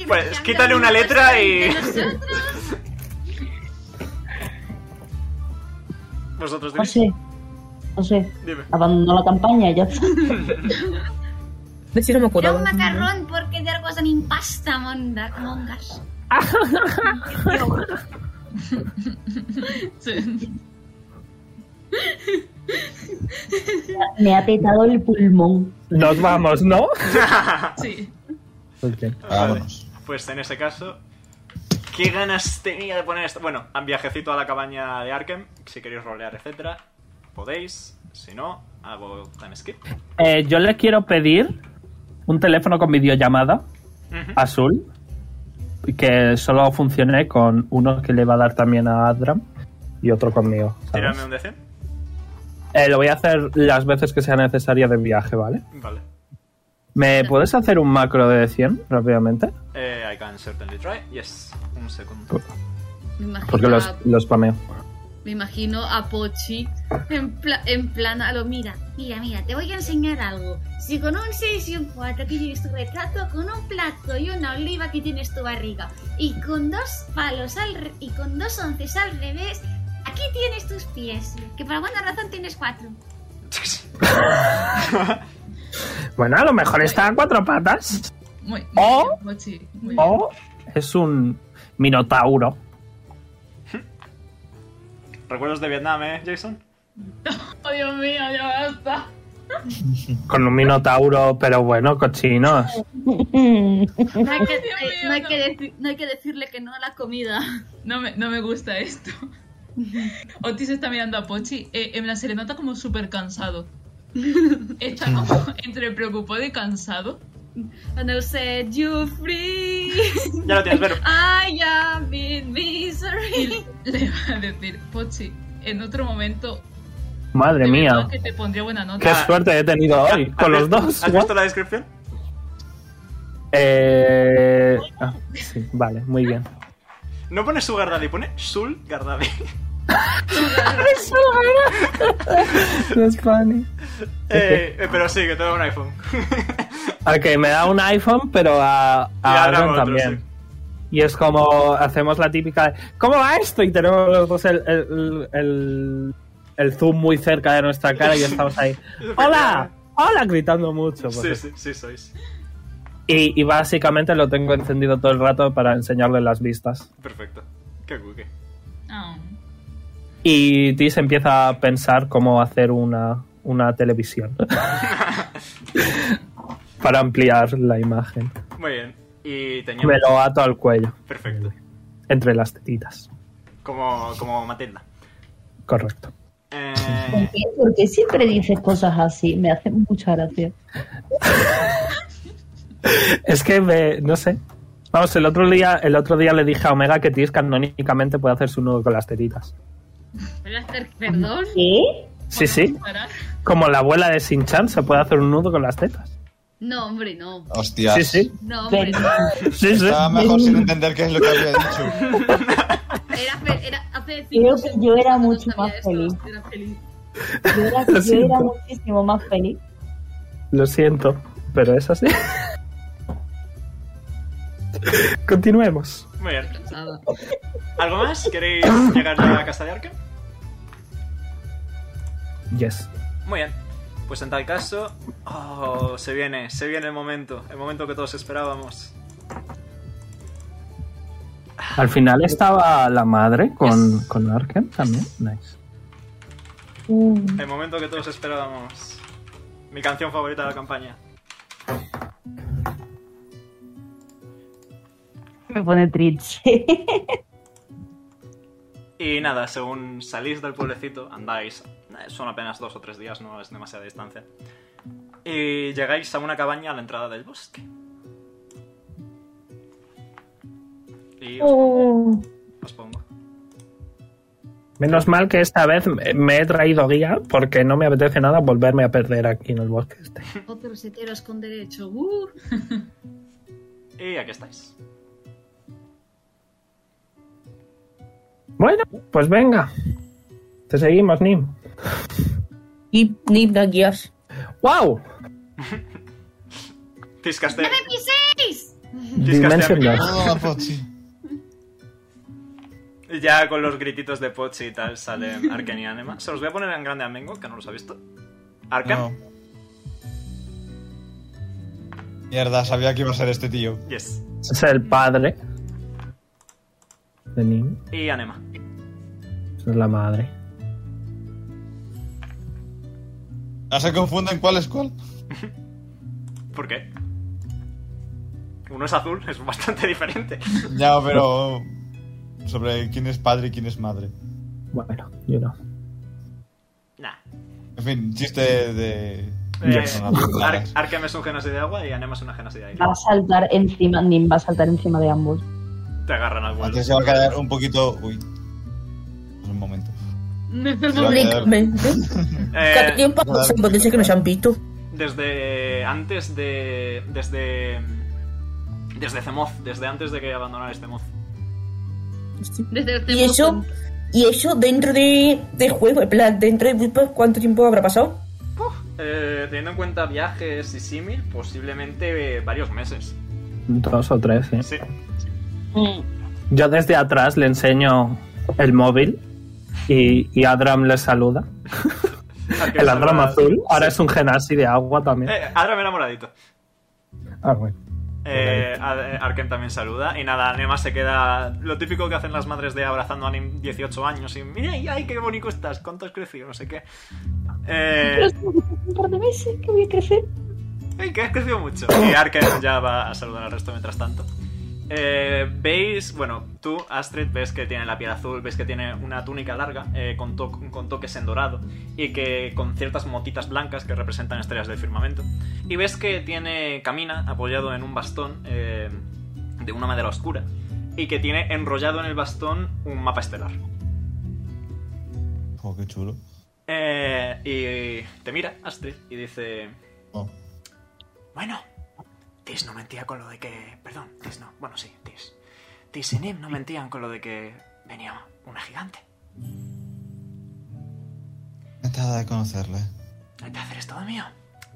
Speaker 3: Pues quítale una letra y. Vosotros
Speaker 1: No
Speaker 6: Ah,
Speaker 3: diréis.
Speaker 1: sé, no sé.
Speaker 3: Dime.
Speaker 1: Abandonó la campaña y ya está.
Speaker 10: De eso no me
Speaker 8: Era un
Speaker 10: acordaba.
Speaker 8: macarrón porque de algo son impasta, monda, mongas.
Speaker 7: Sí.
Speaker 1: Me ha petado el pulmón.
Speaker 6: Nos vamos, ¿no?
Speaker 7: sí.
Speaker 6: Ok.
Speaker 2: Vámonos.
Speaker 3: Pues en ese caso, ¿qué ganas tenía de poner esto? Bueno, a un viajecito a la cabaña de Arkham, si queréis rolear, etcétera, podéis. Si no, hago time skip.
Speaker 6: Eh, yo le quiero pedir un teléfono con videollamada
Speaker 3: Ujú.
Speaker 6: azul que solo funcione con uno que le va a dar también a Adram y otro conmigo. ¿sabes?
Speaker 3: Tírame un DC.
Speaker 6: Eh, lo voy a hacer las veces que sea necesaria de viaje, ¿vale?
Speaker 3: Vale.
Speaker 6: ¿Me puedes hacer un macro de 100 rápidamente?
Speaker 3: Eh, I can certainly try. Yes. Un segundo.
Speaker 6: Por-
Speaker 4: Me imagino,
Speaker 6: Porque los,
Speaker 3: Ah.
Speaker 4: a,
Speaker 6: los spameo.
Speaker 4: me imagino a Pochi en, pla- en plan a lo mira.
Speaker 8: Mira, mira, te voy a enseñar algo. Si con un 6 y un 4 que tienes tu retrato, con un plato y una oliva que tienes tu barriga, y con dos palos al re- y con dos onces al revés, aquí tienes tus pies, que por alguna razón tienes cuatro.
Speaker 6: Bueno, a lo mejor está a cuatro patas.
Speaker 7: Muy, muy
Speaker 6: O-
Speaker 7: bien, Mochi, muy bien.
Speaker 6: O es un minotauro.
Speaker 3: Recuerdos de Vietnam, ¿eh, Jason?
Speaker 7: Oh, Dios mío, ya basta.
Speaker 6: Con un minotauro, pero bueno, cochinos.
Speaker 4: No hay que,
Speaker 7: Dios
Speaker 4: eh,
Speaker 7: mío,
Speaker 4: no hay
Speaker 7: no.
Speaker 4: que deci- no hay que decirle que no a la comida.
Speaker 7: No me, no me gusta esto. Otis está mirando a Pochi. Eh, en plan, se le nota como súper cansado. Está
Speaker 6: Mm.
Speaker 7: como entre preocupado y cansado.
Speaker 4: And I said, you free.
Speaker 3: Ya lo
Speaker 6: *laughs*
Speaker 3: tienes, Vero.
Speaker 4: I am in misery.
Speaker 7: Le va a decir, Pochi, en otro momento.
Speaker 6: Madre
Speaker 7: de
Speaker 6: mía.
Speaker 7: verdad que te pondría buena
Speaker 6: Qué
Speaker 7: nota.
Speaker 3: Ah.
Speaker 6: suerte he tenido hoy
Speaker 3: ¿Has
Speaker 6: con los
Speaker 3: visto-
Speaker 6: dos.
Speaker 3: ¿Has visto la descripción?
Speaker 6: Eh, ah, sí, vale, muy bien.
Speaker 3: No pone Sugar Daddy, pone Sul
Speaker 6: *laughs*
Speaker 3: Gardaddy. eh, eh, pero sí, que te da un iPhone.
Speaker 6: Ok, me da un iPhone, pero a, a
Speaker 3: Y ahora
Speaker 6: Aaron
Speaker 3: otro,
Speaker 6: también. Y es como hacemos la típica de, ¿Cómo va esto? Y tenemos los dos el, el, el- el zoom muy cerca de nuestra cara y
Speaker 3: *laughs*
Speaker 6: estamos ahí. ¡Hola! ¡Hola! gritando mucho. pues
Speaker 3: Sí,
Speaker 6: eso.
Speaker 3: sí, sí, sois.
Speaker 6: Y, y básicamente lo tengo encendido todo el rato para enseñarle las vistas.
Speaker 3: Perfecto. Qué cuque.
Speaker 7: Ah.
Speaker 6: Y Tis empieza a pensar cómo hacer una, una
Speaker 3: *laughs*
Speaker 6: televisión. para ampliar la imagen.
Speaker 3: Muy bien. Y teníamos.
Speaker 6: Me lo ato al cuello,
Speaker 3: Perfecto.
Speaker 6: entre las tetitas.
Speaker 3: Como, como Matilda.
Speaker 6: Correcto.
Speaker 3: Eh,
Speaker 1: ¿Por qué? Porque siempre dices cosas así. Me hace mucha gracia.
Speaker 6: Es que me- no sé. Vamos, el otro día, el otro día le dije a Omega que Tis canónicamente puede hacer su nudo con las tetitas.
Speaker 4: Voy a hacer- Perdón.
Speaker 1: ¿Qué?
Speaker 6: Sí, sí.
Speaker 7: Parar.
Speaker 6: Como la abuela de Sinchan se puede hacer un nudo con las tetas.
Speaker 4: No, hombre, no.
Speaker 2: Hostias.
Speaker 6: Sí, sí.
Speaker 4: No, hombre, no.
Speaker 6: Sí, sí.
Speaker 2: Estaba mejor sin entender qué es lo que había dicho.
Speaker 4: Era, fe- era hace
Speaker 1: Creo
Speaker 4: cinco
Speaker 1: que
Speaker 4: segundos
Speaker 1: yo era
Speaker 4: no
Speaker 1: mucho
Speaker 4: sabía
Speaker 1: más
Speaker 4: esto,
Speaker 1: feliz.
Speaker 4: Era feliz.
Speaker 1: Yo era,
Speaker 6: *laughs* Lo
Speaker 1: yo era
Speaker 6: siento.
Speaker 1: muchísimo más feliz.
Speaker 6: Lo siento, pero es así. Continuemos.
Speaker 3: muy bien.
Speaker 4: Cansada.
Speaker 3: ¿Algo más? ¿Queréis llegar ya a la casa de Arkham?
Speaker 6: Yes.
Speaker 3: Muy bien. Pues en tal caso. Oh, se viene, se viene el momento. El momento que todos esperábamos.
Speaker 6: Al final estaba la madre con, con Arkham también. Nice.
Speaker 3: El momento que todos esperábamos. Mi canción favorita de la campaña.
Speaker 1: Me pone triste.
Speaker 3: Y nada, según salís del pueblecito, andáis, eh, son apenas dos o tres días, no es demasiada distancia. Y llegáis a una cabaña a la entrada del bosque. Y os,
Speaker 1: Oh,
Speaker 3: os pongo.
Speaker 6: Menos mal que esta vez me- me he traído guía porque no me apetece nada volverme a perder aquí en el bosque este.
Speaker 4: Otros heteros con derecho. ¡uh!
Speaker 3: Y aquí estáis.
Speaker 6: Bueno, pues venga. Te seguimos, Nim.
Speaker 10: Y ni da guías.
Speaker 6: ¡Wow!
Speaker 3: Tiscaste.
Speaker 8: ¡Me piséis!
Speaker 6: Dimension
Speaker 3: Tiscaste.
Speaker 6: Lost.
Speaker 2: Ah, Pochi.
Speaker 3: Ya con los grititos de Pochi y tal sale Arken y Anema. Se los voy a poner en grande a Mengo, que no los ha visto. Arken.
Speaker 2: No. Mierda, sabía que iba a ser este tío.
Speaker 3: Yes.
Speaker 6: Es el padre de Nim.
Speaker 3: Y Anema.
Speaker 6: Es la madre.
Speaker 2: No se confunden cuál es cuál.
Speaker 3: ¿Por qué? Uno es azul, es bastante diferente.
Speaker 2: Ya, pero. Sobre quién es padre y quién es madre.
Speaker 6: Bueno, yo no.
Speaker 3: Nah.
Speaker 2: En fin, chiste de.
Speaker 3: Eh,
Speaker 6: Yes.
Speaker 3: Ar- Arkham es un genasi de agua y Anema es una genasi de aire.
Speaker 1: *laughs* va a saltar encima, Nim va a saltar encima de ambos.
Speaker 3: Te agarran al vuelo.
Speaker 2: Antes se va a quedar un poquito. Uy. Es un momento. Se va a quedar-
Speaker 10: Públicamente. Cada
Speaker 3: Eh,
Speaker 10: tiempo
Speaker 2: claro.
Speaker 10: se que nos han visto.
Speaker 3: desde antes de. Desde. Desde Zemoz, desde antes de que este abandonarais Zemoz.
Speaker 4: Desde el
Speaker 10: Y eso, y eso dentro de, de juego, en plan, dentro de pues, ¿cuánto tiempo habrá pasado?
Speaker 3: Eh, teniendo en cuenta viajes y símil, posiblemente eh, varios meses.
Speaker 6: Dos o tres, ¿eh?
Speaker 3: Sí.
Speaker 6: Yo desde atrás le enseño el móvil y, y Adram le saluda. El Adram azul. Ahora es un genasi de agua también.
Speaker 3: Eh, Adram era moradito.
Speaker 6: Ah, bueno.
Speaker 3: Eh, Ad- eh, Arken también saluda. Y nada, Anema se queda. Lo típico que hacen las madres de abrazando a Nim 18 años. Y mira, ay, ay, qué bonito estás, cuánto has crecido, no sé qué. Eh,
Speaker 1: Un par de meses que voy a crecer.
Speaker 3: Ey, que has crecido mucho. Y Arken ya va a saludar al resto mientras tanto. Eh, veis, bueno, tú, Astrid, ves que tiene la piel azul, ves que tiene una túnica larga eh, con, to- con toques en dorado y que con ciertas motitas blancas que representan estrellas del firmamento. Y ves que tiene camina apoyado en un bastón eh, de una madera oscura y que tiene enrollado en el bastón un mapa estelar.
Speaker 2: Oh, qué chulo.
Speaker 3: Eh, y te mira, Astrid, y dice...
Speaker 2: Oh.
Speaker 3: Bueno, Tis no mentía con lo de que. Perdón, Tis no. Bueno, sí, Tis. Tis y Nim no mentían con lo de que venía una gigante.
Speaker 2: Encantada de conocerle.
Speaker 3: El placer es todo mío.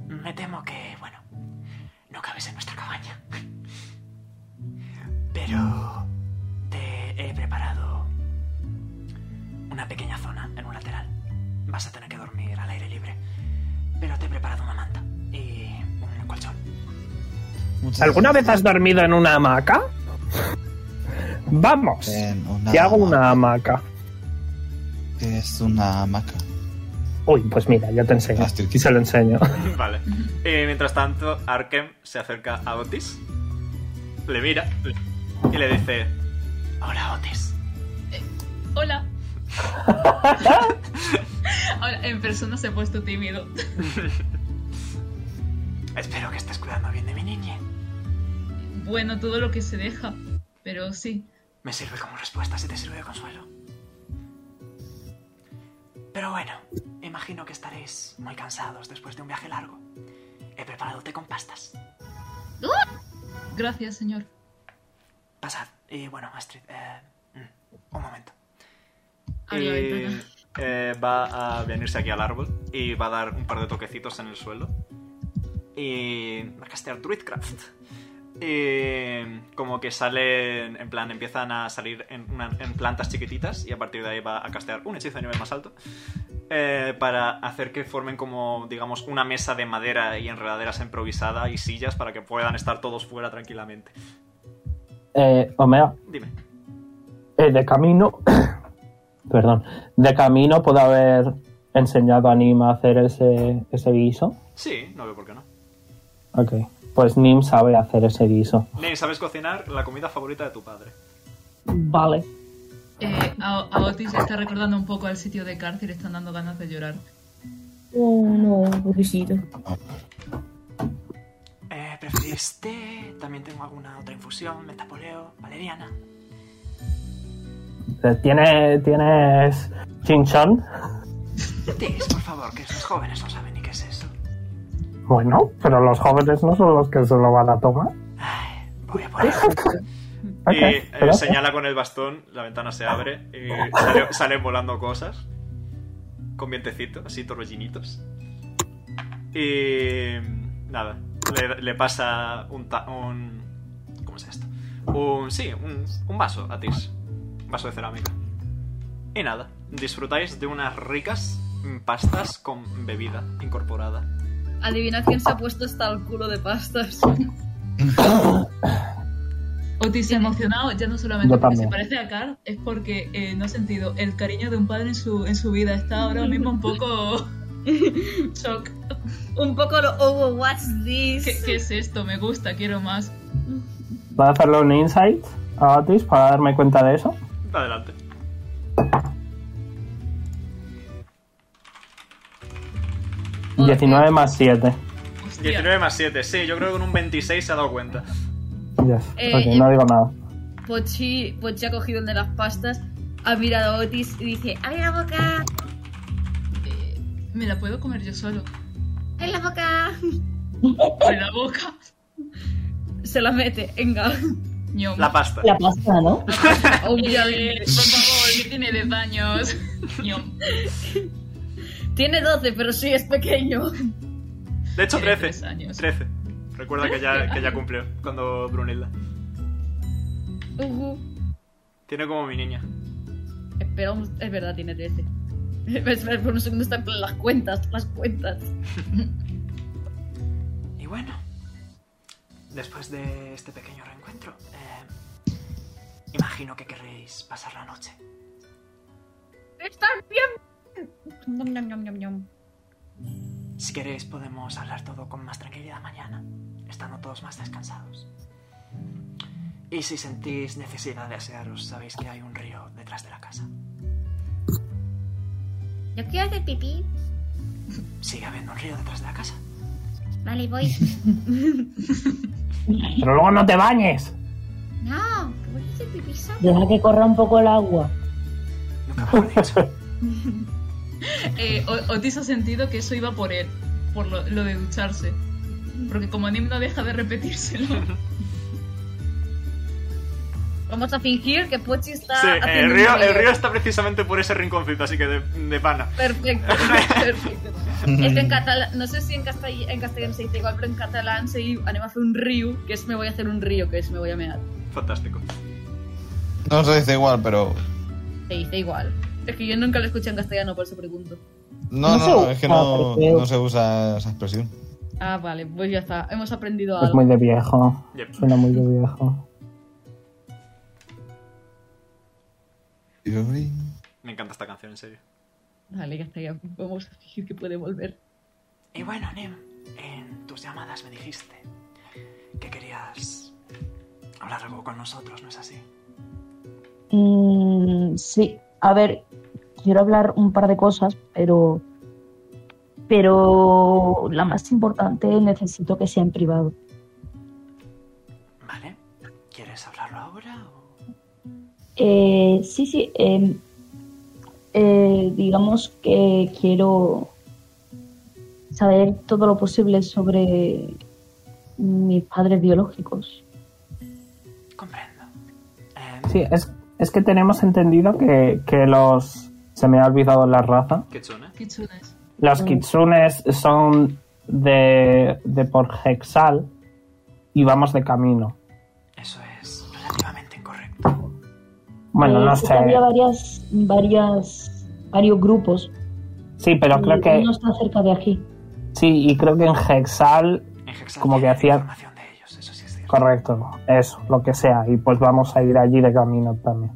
Speaker 3: Me temo que, bueno, no cabes en nuestra cabaña. Pero te he preparado una pequeña zona en un lateral. Vas a tener que dormir al aire libre. Pero te he preparado una manta y un colchón.
Speaker 2: Muchas
Speaker 6: ¿Alguna vez has dormido en una hamaca? Vamos.
Speaker 2: En una
Speaker 6: Te hago
Speaker 2: hamaca.
Speaker 6: una hamaca.
Speaker 2: ¿Qué es una
Speaker 4: *coughs*
Speaker 2: hamaca?
Speaker 6: Uy, pues mira, ya te enseño.
Speaker 2: Astrid.
Speaker 6: Y se lo enseño.
Speaker 3: *laughs* Vale. Y mientras tanto, Arkem se acerca a Otis, le mira y le dice: Hola, Otis.
Speaker 6: *laughs*
Speaker 7: Hola. Ahora, en persona se ha puesto tímido.
Speaker 3: Espero que estés cuidando bien de mi niña.
Speaker 7: Bueno, todo lo que se deja. Pero sí.
Speaker 3: Me sirve como respuesta si te sirve de consuelo. Pero bueno, imagino que estaréis muy cansados después de un viaje largo. He preparado té con pastas.
Speaker 7: Gracias, señor.
Speaker 3: Pasad. Y bueno, Astrid, eh, mm, un momento.
Speaker 4: Abre la ventana.
Speaker 3: eh, va a venirse aquí al árbol y va a dar un par de toquecitos en el suelo. Y va a castear Druidcraft. Y como que salen, en plan, empiezan a salir en, una- en plantas chiquititas y a partir de ahí va a castear un hechizo de nivel más alto eh, para hacer que formen como, digamos, una mesa de madera y enredaderas improvisada y sillas para que puedan estar todos fuera tranquilamente.
Speaker 6: Eh, Omega,
Speaker 3: Dime.
Speaker 6: Eh, de camino, *coughs* perdón, de camino puedo haber enseñado a Nim a hacer ese, ese guiso.
Speaker 3: Sí, no veo por qué no.
Speaker 6: Ok, pues Nim sabe hacer ese guiso.
Speaker 3: Nim, ¿sabes cocinar la comida favorita de tu padre?
Speaker 1: Vale.
Speaker 7: Eh, a, a Otis le está recordando un poco al sitio de cárcel, le están dando ganas de llorar.
Speaker 10: Oh, no, pobrecito.
Speaker 3: Eh, ¿Preferís té? También tengo alguna otra infusión, metapoleo, valeriana.
Speaker 6: Eh, ¿Tiene, ¿Tienes chinchón?
Speaker 3: Tés, por favor, que estos jóvenes no saben ni qué es eso.
Speaker 6: Bueno, pero los jóvenes no son los que se lo van a tomar.
Speaker 3: Ay, voy a poner.
Speaker 6: Ok,
Speaker 3: Y eh,
Speaker 6: gracias.
Speaker 3: señala con el bastón, la ventana se abre y sale- salen volando cosas. Con vientecito, así torbellinitos. Y. Nada, le, le pasa un, ta- un. ¿Cómo es esto? Un. Sí, un, un vaso a Tis. Un vaso de cerámica. Y nada, disfrutáis de unas ricas mm, pastas con bebida incorporada.
Speaker 4: Adivina quién se ha puesto hasta el culo de pastas.
Speaker 7: Otis se ha emocionado, ya no solamente
Speaker 6: Yo
Speaker 7: porque se
Speaker 6: también.
Speaker 7: parece a Carl, es porque eh, no ha sentido el cariño de un padre en su, en su vida. Está ahora mismo un poco. shock.
Speaker 8: Un poco lo oh, what's this?
Speaker 7: ¿Qué, qué es esto? Me gusta, quiero más.
Speaker 6: ¿Va a hacerle un insight a Otis para darme cuenta de eso?
Speaker 3: Adelante.
Speaker 7: Ok.
Speaker 6: 19 más 7.
Speaker 7: Hostia.
Speaker 3: 19 más 7, sí, yo creo que con un 26 se ha dado cuenta.
Speaker 6: Yes.
Speaker 4: Eh,
Speaker 6: ok,
Speaker 4: eh.
Speaker 6: no digo nada.
Speaker 4: Pochi, Pochi ha cogido el de las pastas, ha mirado a Otis y dice:
Speaker 8: Abre la boca,
Speaker 7: Eh, me la puedo comer yo solo.
Speaker 8: abre la boca.
Speaker 7: Con la boca.
Speaker 4: Se la mete, venga.
Speaker 7: Ñom.
Speaker 3: La pasta.
Speaker 1: La pasta, ¿no?
Speaker 7: Eh,
Speaker 4: Obviamente.
Speaker 7: por favor, que tiene 10 años. *laughs* Ñom.
Speaker 4: Tiene 12, pero sí es pequeño.
Speaker 3: De hecho,
Speaker 7: Tiene
Speaker 3: 13.
Speaker 7: tres años.
Speaker 3: 13. Recuerda que ya, que ya cumplió cuando Brunilda.
Speaker 4: Ujú.
Speaker 3: Tiene como mi niña.
Speaker 4: Espera, un- es verdad, tiene 13. Espera, por un segundo están en plan las cuentas, las cuentas.
Speaker 3: Y bueno, después de este pequeño reencuentro, eh, imagino que querréis pasar la noche.
Speaker 4: ¡Están bien! Nom, nom, nom, nom, nom.
Speaker 3: Si queréis podemos hablar todo con más tranquilidad mañana, estando todos más descansados. Y si sentís necesidad de asearos, sabéis que hay un río detrás de la casa.
Speaker 8: Yo quiero hacer pipí.
Speaker 3: Sigue habiendo un río detrás de la casa.
Speaker 8: Vale, voy.
Speaker 6: Pero luego no te *laughs* bañes.
Speaker 8: No, voy a hacer pipí solo.
Speaker 1: Deja que corra un poco el agua.
Speaker 3: Nunca mejor dicho.
Speaker 7: Eh, O- Otis ha sentido que eso iba por él, por lo, lo de ducharse. Porque como Nim no deja
Speaker 4: *laughs*
Speaker 7: de repetírselo.
Speaker 4: Vamos a fingir que Pochi está. haciendo
Speaker 3: el
Speaker 4: un
Speaker 3: río,
Speaker 4: video.
Speaker 3: el río está precisamente por ese rinconcito, así que de, de pana.
Speaker 4: Perfecto, perfecto. Es que en catalán, no sé si en, castell- en castellano se dice igual, pero en catalán se diu anem a fer un riu, que es me voy a hacer un río, que es me voy a mear.
Speaker 3: Fantástico.
Speaker 2: *laughs* No se dice igual, pero.
Speaker 4: Se dice igual. Es que yo nunca lo escuché en castellano, por eso pregunto.
Speaker 2: No,
Speaker 1: No se
Speaker 2: no,
Speaker 1: usa,
Speaker 2: es que no,
Speaker 1: creo.
Speaker 2: no se usa esa
Speaker 4: *laughs*
Speaker 2: expresión.
Speaker 4: Ah, vale, pues ya está. Hemos aprendido
Speaker 6: Es
Speaker 4: algo.
Speaker 6: muy de viejo.
Speaker 3: Yep.
Speaker 6: Suena muy de viejo.
Speaker 3: Me encanta esta canción, en serio.
Speaker 4: Vale, ya está, ya vamos a fingir que puede volver.
Speaker 3: Y bueno, Nim, en tus llamadas me dijiste que querías hablar algo con nosotros, ¿no es así?
Speaker 1: Mm, sí, a ver, quiero hablar un par de cosas, pero. Pero la más importante necesito que sea en privado.
Speaker 3: Vale. ¿Quieres hablarlo ahora o...?
Speaker 1: Eh, sí, sí. eh, eh, digamos que quiero saber todo lo posible sobre mis padres biológicos.
Speaker 3: Comprendo. Eh,
Speaker 6: Sí, es, es que tenemos entendido que, que los... Se me ha olvidado la raza.
Speaker 3: Kitsune.
Speaker 7: Qué chulas.
Speaker 6: Los kitsunes son de, de por hexal y vamos de camino.
Speaker 3: Eso es relativamente incorrecto.
Speaker 6: Bueno,
Speaker 1: Eh,
Speaker 6: no
Speaker 1: sé
Speaker 6: sé.
Speaker 1: que Había varias, varias, varios grupos.
Speaker 6: Sí, pero creo
Speaker 1: y
Speaker 6: que...
Speaker 1: Uno está cerca de aquí.
Speaker 6: Sí, y creo que en hexal
Speaker 3: En Hexal
Speaker 6: Como
Speaker 3: tienen
Speaker 6: que hacía-
Speaker 3: información de ellos, eso sí es cierto.
Speaker 6: Correcto, eso, lo que sea. Y pues vamos a ir allí de camino también.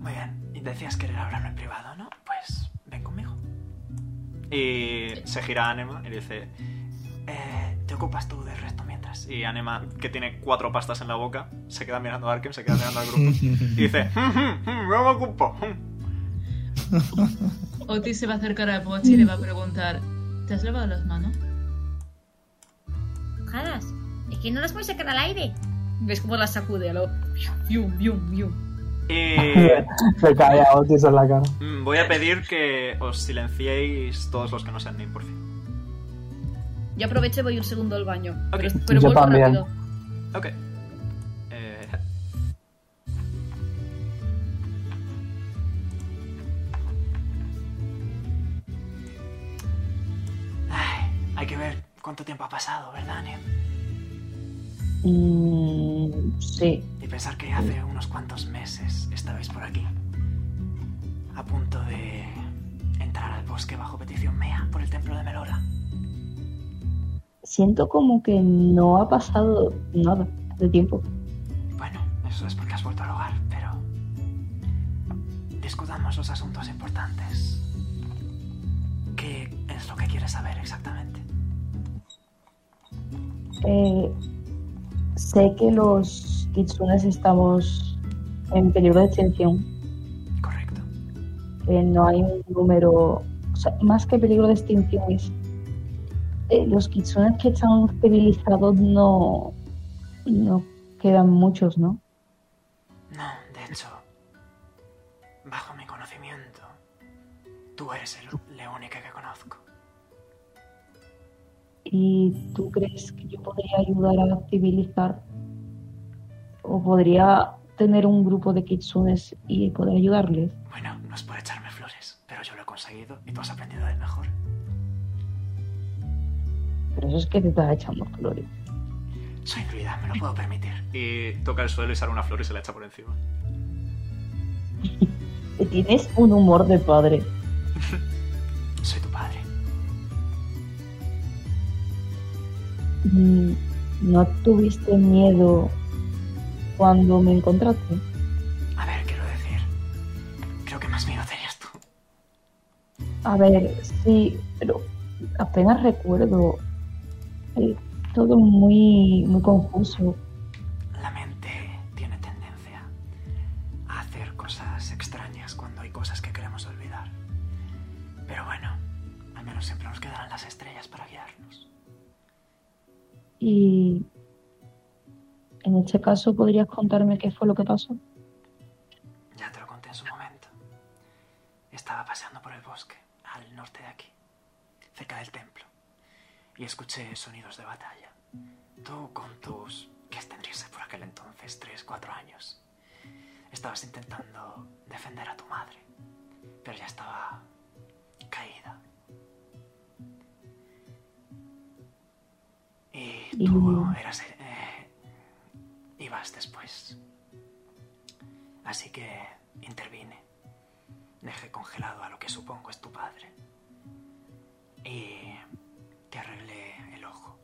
Speaker 3: Pues, Y se gira a Anema y le dice: "Eh, Te ocupas tú del resto mientras. Y Anema, que tiene cuatro pastas en la boca, se queda mirando a Arkham, se queda mirando al grupo. Y dice: "Mm, mm, mm, No me ocupo. mm".
Speaker 7: Otis se va a acercar a Pochi y le va a preguntar: ¿Te has lavado las manos?
Speaker 8: Ojadas. Es que no las puedes sacar al aire.
Speaker 4: ¿Ves cómo la sacude? Lo... Yum, yum, yum.
Speaker 6: *laughs*
Speaker 3: Y
Speaker 9: Le cae a Otis en la cara.
Speaker 3: mm, voy a pedir que os silenciéis todos los que no sean Nim, por fin.
Speaker 4: Yo aprovecho y voy un segundo al baño.
Speaker 3: Ok.
Speaker 4: Pero, pero
Speaker 9: Yo
Speaker 4: vuelvo
Speaker 9: también.
Speaker 4: rápido.
Speaker 3: Ok. Eh, Ay, hay que ver cuánto tiempo ha pasado, ¿verdad, Nim?
Speaker 1: Mm, sí.
Speaker 3: Y pensar que hace unos cuantos meses estabais por aquí. A punto de entrar al bosque bajo petición mea por el templo de Melora.
Speaker 1: Siento como que no ha pasado nada de tiempo.
Speaker 3: Bueno, eso es porque has vuelto al hogar, pero... Discutamos los asuntos importantes. ¿Qué es lo que quieres saber exactamente?
Speaker 1: Eh, sé que los kitsunes estamos en peligro de extinción.
Speaker 3: Correcto.
Speaker 1: eh, no hay un número, o sea, más que peligro de extinción es eh, los kitsunes que están civilizados no, no quedan muchos, ¿no?
Speaker 3: No, de hecho, bajo mi conocimiento, tú eres el, la única que conozco.
Speaker 1: ¿Y tú crees que yo podría ayudar a civilizar o podría tener un grupo de kitsunes y poder ayudarles?
Speaker 3: Bueno, no es por echarme flores, pero yo lo he conseguido y tú has aprendido del mejor.
Speaker 1: Pero eso es que te estás echando flores.
Speaker 3: Soy fluida, me lo puedo permitir. Y toca el suelo y sale una flor y se la echa por encima.
Speaker 1: Tienes un humor de padre.
Speaker 3: Soy tu padre.
Speaker 1: Mm, ¿No tuviste miedo cuando me encontraste?
Speaker 3: A ver, quiero decir, creo que más miedo tenías tú.
Speaker 1: A ver, sí, pero apenas recuerdo. Eh, todo muy, muy confuso.
Speaker 3: La mente tiene tendencia a hacer cosas extrañas cuando hay cosas que queremos olvidar. Pero bueno, al menos siempre nos quedarán las estrellas para guiarnos.
Speaker 1: Y en este caso, ¿podrías contarme qué fue lo que pasó?
Speaker 3: Ya te lo conté en su momento. Estaba paseando por el bosque, al norte de aquí, cerca del templo, y escuché sonidos de batalla. Tú con tus... ¿Qué tendrías por aquel entonces? ¿Tres, cuatro años? Estabas intentando defender a tu madre, pero ya estaba caída. Y tú
Speaker 1: Y-
Speaker 3: eras... eh, ibas después. Así que intervine. Dejé congelado a lo que supongo es tu padre. Y te arreglé el ojo,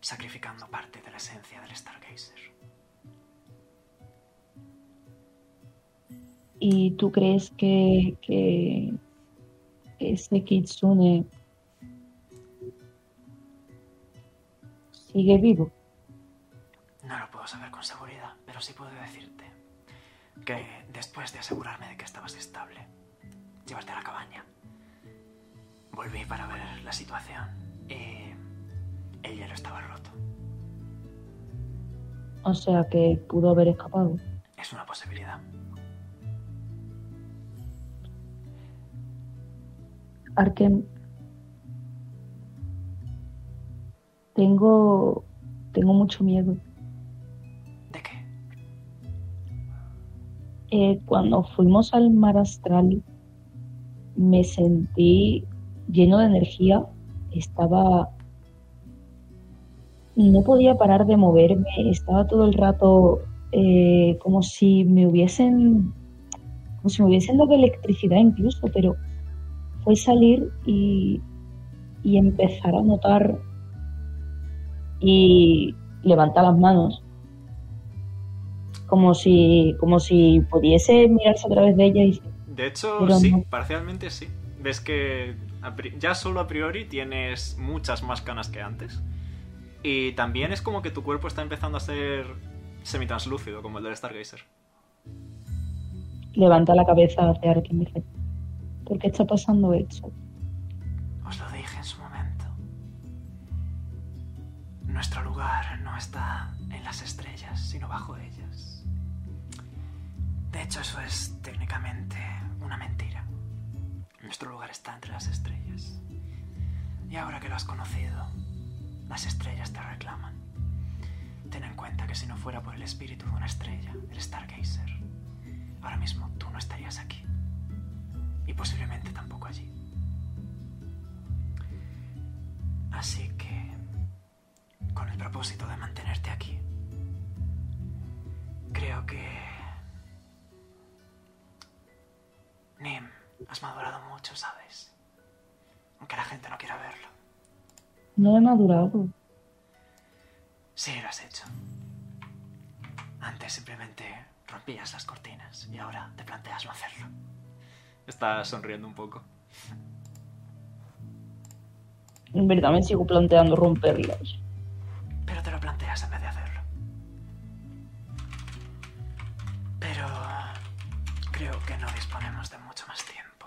Speaker 3: sacrificando parte de la esencia del Stargazer.
Speaker 1: ¿Y tú crees que, que, que ese Kitsune sigue vivo?
Speaker 3: No lo puedo saber con seguridad, pero sí puedo decirte que después de asegurarme de que estabas estable, llevarte a la cabaña, volví para ver la situación y el hielo estaba roto.
Speaker 1: O sea, que pudo haber escapado.
Speaker 3: Es una posibilidad.
Speaker 1: Arkem, tengo, tengo mucho miedo.
Speaker 3: ¿De qué?
Speaker 1: Eh, cuando fuimos al mar astral, me sentí lleno de energía. Estaba. No podía parar de moverme. Estaba todo el rato eh, como si me hubiesen. Como si me hubiesen dado electricidad, incluso, pero fue salir y, y empezar a notar y levantar las manos como si, como si pudiese mirarse a través de ella y
Speaker 3: De hecho,
Speaker 1: Pero
Speaker 3: sí,
Speaker 1: no.
Speaker 3: parcialmente sí. Ves que A pri- Ya solo a priori tienes muchas más canas que antes. Y también es como que tu cuerpo está empezando a ser semitranslucido, como el del Stargazer.
Speaker 1: Levanta la cabeza hacia Arkin y dice, ¿por qué está pasando esto?
Speaker 3: Os lo dije en su momento. Nuestro lugar no está en las estrellas, sino bajo ellas. De hecho, eso es técnicamente una mentira. Nuestro lugar está entre las estrellas. Y ahora que lo has conocido, las estrellas te reclaman. Ten en cuenta que si no fuera por el espíritu de una estrella, el Stargazer, ahora mismo tú no estarías aquí. Y posiblemente tampoco allí. Así que, con el propósito de mantenerte aquí, creo que... Nim, has madurado mucho, ¿sabes? Aunque la gente no quiera verlo.
Speaker 1: No he madurado.
Speaker 3: Sí, lo has hecho. Antes simplemente rompías las cortinas y ahora te planteas no hacerlo. Está sonriendo un poco.
Speaker 1: En verdad me sigo planteando romperlas.
Speaker 3: Pero te lo planteas en vez de hacerlo. Pero creo que no disponemos de mucho más tiempo.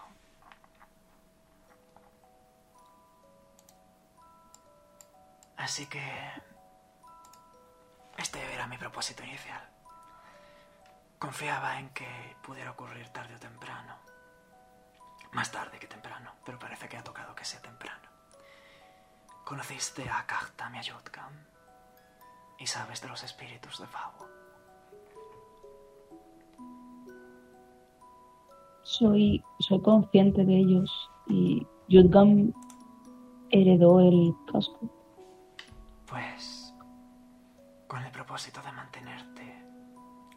Speaker 3: Así que... Este era mi propósito inicial. Confiaba en que pudiera ocurrir tarde o temprano. Más tarde que temprano, pero parece que ha tocado que sea temprano. Conociste a Kachtam y a Yotgam y sabes de los espíritus de Favo.
Speaker 1: Soy, soy consciente de ellos y Yudgam heredó el casco.
Speaker 3: Pues, con el propósito de mantenerte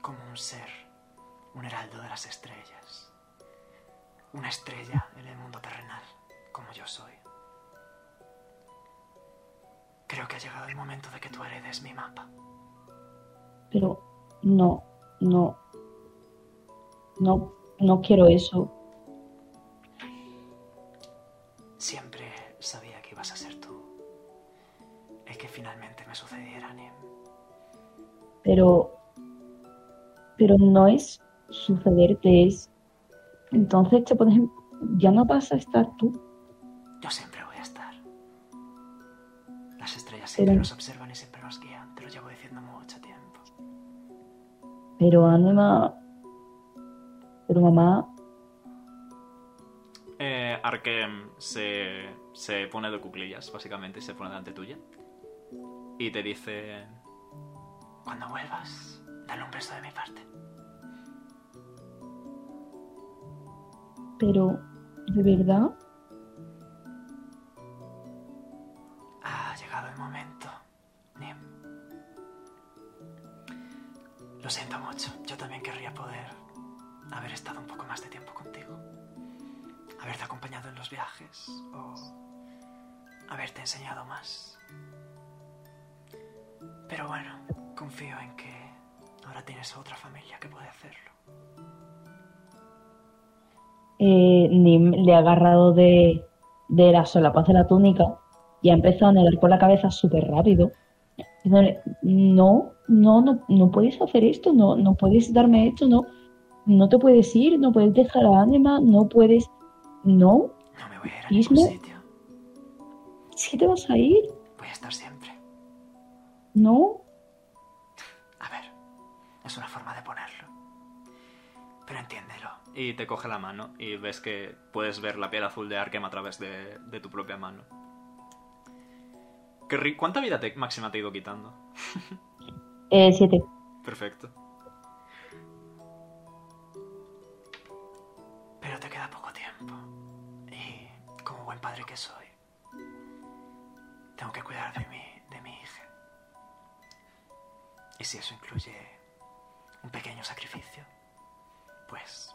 Speaker 3: como un ser, un heraldo de las estrellas, una estrella en el mundo terrenal, como yo soy. Creo que ha llegado el momento de que tú heredes mi mapa.
Speaker 1: Pero no, no, no, no quiero eso.
Speaker 3: Siempre sabía que ibas a ser tú. Es que finalmente me sucediera, Nim.
Speaker 1: Pero, pero no es sucederte, es. Entonces te pones, en- ya no vas a estar tú.
Speaker 3: Yo siempre voy a estar. Las estrellas siempre
Speaker 1: Pero-
Speaker 3: nos observan y siempre nos guían. Te lo llevo diciendo mucho tiempo.
Speaker 1: Pero Anima, pero mamá,
Speaker 3: Eh, Arkem se, se pone de cuclillas, básicamente, y se pone delante tuya. Y te dice... Cuando vuelvas, dale un beso de mi parte.
Speaker 1: pero de verdad,
Speaker 3: Ha llegado el momento, Nim. Lo siento mucho. Yo también querría poder haber estado un poco más de tiempo contigo. Haberte acompañado en los viajes o haberte enseñado más. Pero bueno, confío en que ahora tienes otra familia que puede hacerlo.
Speaker 1: eh, Nim le ha agarrado de, de la solapaz de la túnica y ha empezado a negar con la cabeza súper rápido. Diciéndole, No, no, no, no puedes hacer esto, no, no puedes darme esto, no, no te puedes ir, no puedes dejar a Anima, no puedes, no,
Speaker 3: No me voy a ir a
Speaker 1: ¿Y es
Speaker 3: ningún
Speaker 1: mu-
Speaker 3: sitio.
Speaker 1: si te vas a ir,
Speaker 3: Voy a estar siempre.
Speaker 1: no,
Speaker 3: A ver, es una forma de ponerlo. Pero entiéndelo. Y te coge la mano y ves que puedes ver la piel azul de Arkham a través de, de tu propia mano. Qué ri- ¿Cuánta vida te- máxima te he ido quitando?
Speaker 1: eh, siete.
Speaker 3: Perfecto. Pero te queda poco tiempo. Y como buen padre que soy, tengo que cuidar de mi, de mi hija. Y si eso incluye un pequeño sacrificio, pues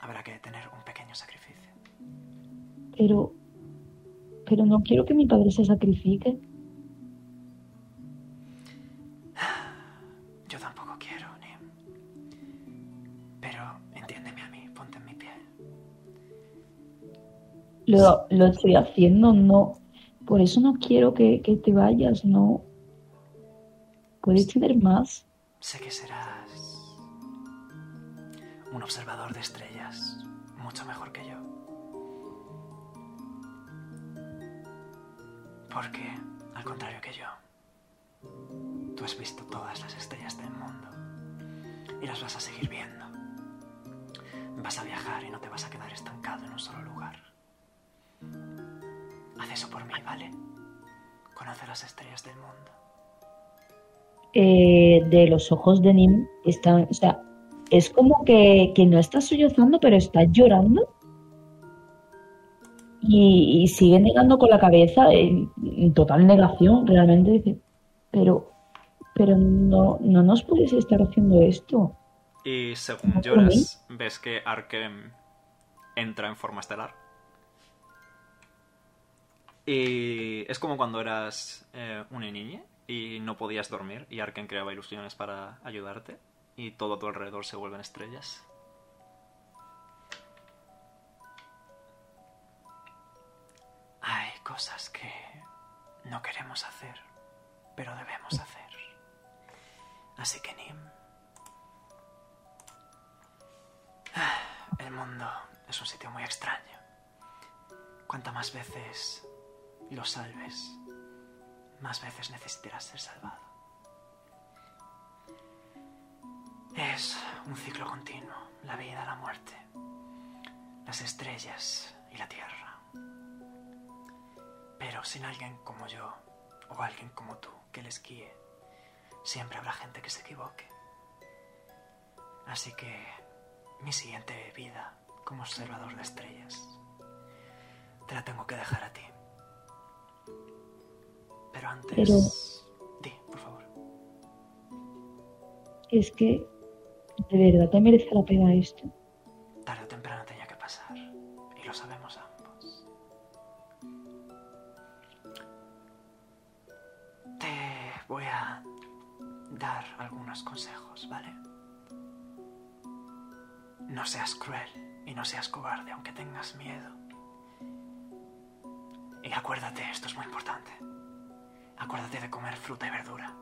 Speaker 3: habrá que tener un pequeño sacrificio.
Speaker 1: Pero, pero no quiero que mi padre se sacrifique.
Speaker 3: Yo tampoco quiero, Nim. Pero entiéndeme a mí, ponte en mi piel.
Speaker 1: Lo, lo estoy haciendo, no. Por eso no quiero que, que te vayas, no. Puedes tener más.
Speaker 3: Sé que serás un observador de estrellas mucho mejor que yo. Porque, al contrario que yo, tú has visto todas las estrellas del mundo y las vas a seguir viendo. Vas a viajar y no te vas a quedar estancado en un solo lugar. Haz eso por mí, ¿vale? Conoce las estrellas del mundo.
Speaker 1: eh, de los ojos de Nim están, o sea, es como que, que no está sollozando, pero está llorando. Y, y sigue negando con la cabeza, en, en total negación, realmente dice, pero, pero no, no nos puedes estar haciendo esto.
Speaker 3: Y según lloras, ves que Arkem entra en forma estelar. Y es como cuando eras eh, una niña y no podías dormir y Arkem creaba ilusiones para ayudarte y todo a tu alrededor se vuelven estrellas. Hay cosas que no queremos hacer, pero debemos hacer. Así que Nim, El mundo es un sitio muy extraño. Cuanta más veces lo salves, más veces necesitarás ser salvado. Es un ciclo continuo, la vida, la muerte, las estrellas y la tierra. Pero sin alguien como yo o alguien como tú que les guíe, siempre habrá gente que se equivoque. Así que mi siguiente vida como observador de estrellas te la tengo que dejar a ti. Pero antes... Di, por favor.
Speaker 1: Es que, de verdad, te merece la pena esto.
Speaker 3: Tarde o temprano tenía que pasar. Y lo sabemos ambos. Te voy a dar algunos consejos, ¿vale? No seas cruel y no seas cobarde aunque tengas miedo. Y acuérdate, esto es muy importante. Acuérdate de comer fruta y verdura.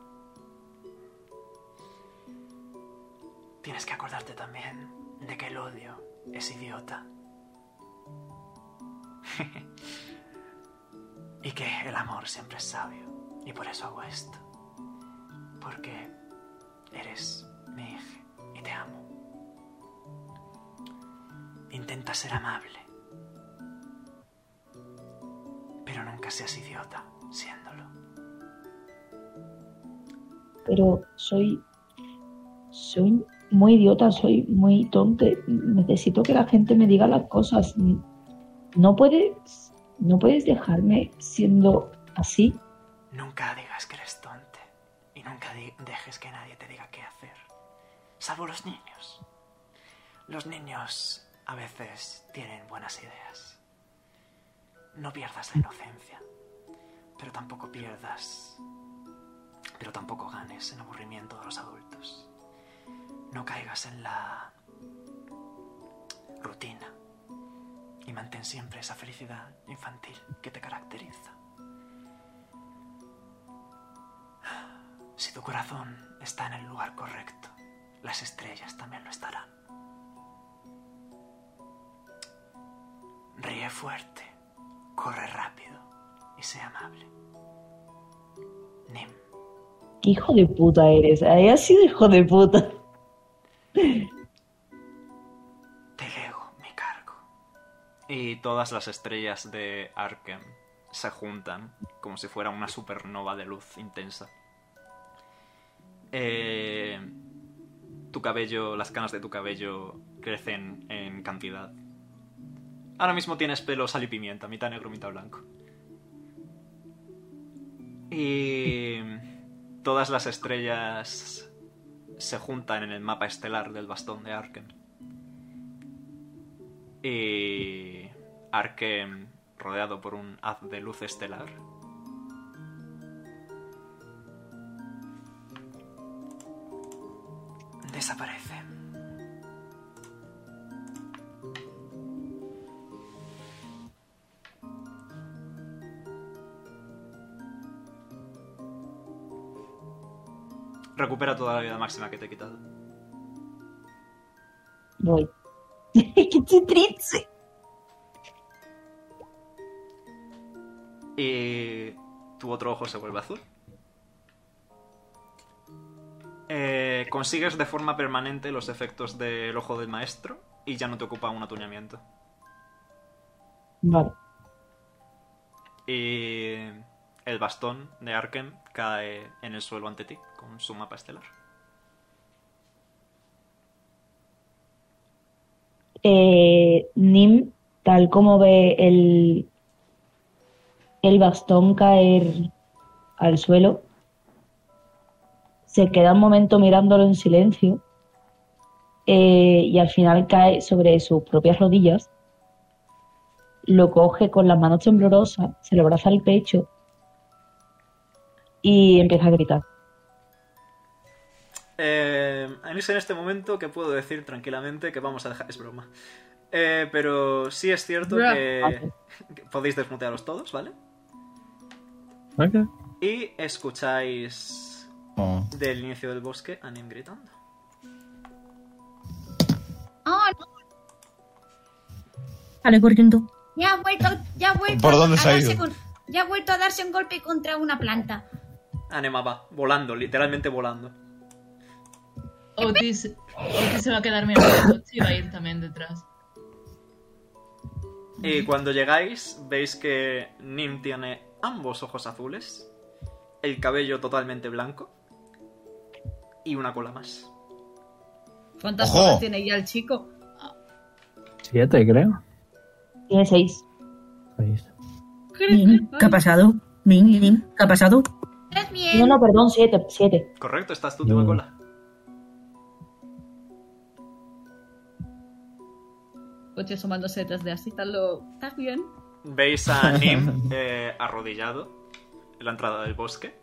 Speaker 3: Tienes que acordarte también de que el odio es idiota. *laughs* y que el amor siempre es sabio. Y por eso hago esto. Porque eres mi hija y te amo. Intenta ser amable. Pero nunca seas idiota siéndolo.
Speaker 1: pero soy soy muy idiota, soy muy tonte. Necesito que la gente me diga las cosas. No puedes no puedes dejarme siendo así.
Speaker 3: Nunca digas que eres tonte y nunca di- dejes que nadie te diga qué hacer, salvo los niños. Los niños a veces tienen buenas ideas. No pierdas la inocencia, pero tampoco pierdas, pero tampoco ganes en aburrimiento de los adultos. No caigas en la rutina y mantén siempre esa felicidad infantil que te caracteriza. Si tu corazón está en el lugar correcto, las estrellas también lo estarán. Ríe fuerte, corre rápido y sé amable. Nim,
Speaker 1: ¿Qué hijo de puta eres? Ahí has sido hijo de puta.
Speaker 3: te lego mi cargo. Y todas las estrellas de Arkham se juntan como si fuera una supernova de luz intensa. Eh, tu cabello, las canas de tu cabello crecen en cantidad. Ahora mismo tienes pelo sal y pimienta, mitad negro, mitad blanco. Y todas las estrellas se juntan en el mapa estelar del bastón de Arkham. Y Arkham, rodeado por un haz de luz estelar, desaparece. Recupera toda la vida máxima que te he quitado.
Speaker 1: Voy. *laughs* ¡Qué triste!
Speaker 3: Y tu otro ojo se vuelve azul. Eh, consigues de forma permanente los efectos del ojo del maestro y ya no te ocupa un atuneamiento.
Speaker 1: Vale.
Speaker 3: Y el bastón de Arkham cae en el suelo ante ti con su mapa estelar.
Speaker 1: Eh, Nim, tal como ve el, el bastón caer al suelo, se queda un momento mirándolo en silencio eh, y al final cae sobre sus propias rodillas, lo coge con las manos temblorosas, se lo abraza al pecho y empieza a gritar.
Speaker 3: Eh, es en este momento que puedo decir tranquilamente que vamos a dejar. Es broma. Eh, pero sí es cierto
Speaker 4: Bra-
Speaker 3: que, *laughs* que podéis desmutearos todos, ¿vale?
Speaker 6: Ok.
Speaker 3: Y escucháis
Speaker 2: Oh.
Speaker 3: del inicio del bosque a Nim gritando.
Speaker 8: ¡Oh, no!
Speaker 10: Sale corriendo.
Speaker 8: Ya ha vuelto, ya ha vuelto
Speaker 2: ¿Por dónde
Speaker 8: a
Speaker 2: se ha
Speaker 8: darse
Speaker 2: ido?
Speaker 8: con- ya ha vuelto a darse un golpe contra una planta.
Speaker 3: Anema va, volando, literalmente volando.
Speaker 7: Otis, Otis se va a quedar mirando el coche y va a ir también detrás.
Speaker 3: Y cuando llegáis, veis que Nim tiene ambos ojos azules, el cabello totalmente blanco y una cola más.
Speaker 4: ¿Cuántas
Speaker 2: Ojo.
Speaker 4: cosas tiene ya el chico?
Speaker 6: Siete, creo.
Speaker 1: Tiene seis.
Speaker 6: Seis.
Speaker 10: Min, ¿qué ha pasado? Min, Min, ¿qué ha pasado?
Speaker 8: ¿Estás bien?
Speaker 1: No, no, perdón, siete, siete.
Speaker 3: Correcto, esta es tu última
Speaker 6: Mm.
Speaker 3: cola.
Speaker 4: Ocho asomándose detrás de así, tal lo... ¿Estás bien?
Speaker 3: Veis a Nim eh, arrodillado en la entrada del bosque,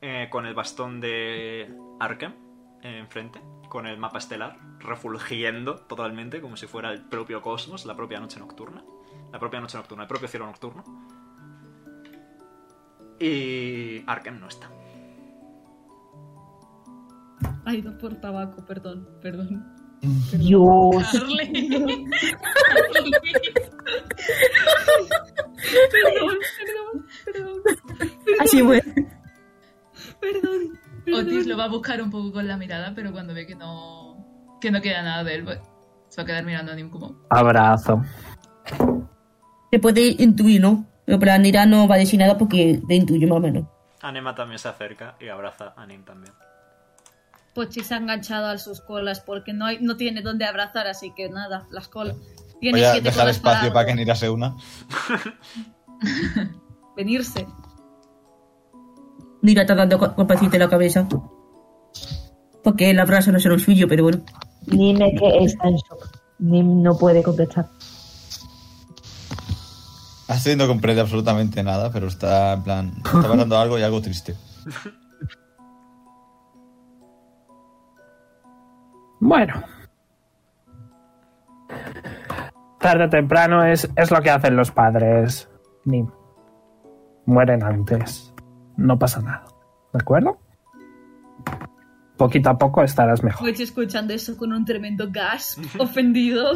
Speaker 3: eh, con el bastón de Arkham eh, enfrente, con el mapa estelar, refulgiendo totalmente como si fuera el propio cosmos, la propia noche nocturna, la propia noche nocturna, el propio cielo nocturno. Y Arkham no está.
Speaker 4: Ay, no por tabaco, perdón, perdón.
Speaker 1: Dios.
Speaker 7: Carly. perdón,
Speaker 4: Perdón, perdón,
Speaker 10: Así bueno.
Speaker 4: perdón, perdón.
Speaker 7: Otis lo va a buscar un poco con la mirada, pero cuando ve que no, que no queda nada de él, pues, se va a quedar mirando a Nim como...
Speaker 6: Abrazo.
Speaker 10: Se puede intuir, ¿no? Pero para Nira no va a decir nada porque le intuyo más o menos.
Speaker 3: Anema también se acerca y abraza a Nim también. *laughs*
Speaker 4: Pochi se ha enganchado a sus colas porque no, hay, no tiene dónde abrazar, así que nada, las colas. Tiene
Speaker 2: Voy a
Speaker 4: siete
Speaker 2: dejar
Speaker 4: colas
Speaker 2: espacio para que
Speaker 4: algo.
Speaker 2: Nira se una.
Speaker 4: venirse.
Speaker 10: Nira está dando go- golpecito en la cabeza. Porque el abrazo no será el suyo, pero bueno.
Speaker 1: Nim es que está en shock. Nim no puede contestar.
Speaker 2: Astrid no comprende absolutamente nada, pero está en plan. Está pasando algo y algo triste.
Speaker 6: Bueno. Tarde o temprano es, es lo que hacen los padres. Nim. Mueren antes. No pasa nada. ¿De acuerdo? Poquito a poco estarás mejor.
Speaker 4: Pochi escuchando eso con un tremendo gas, ofendido.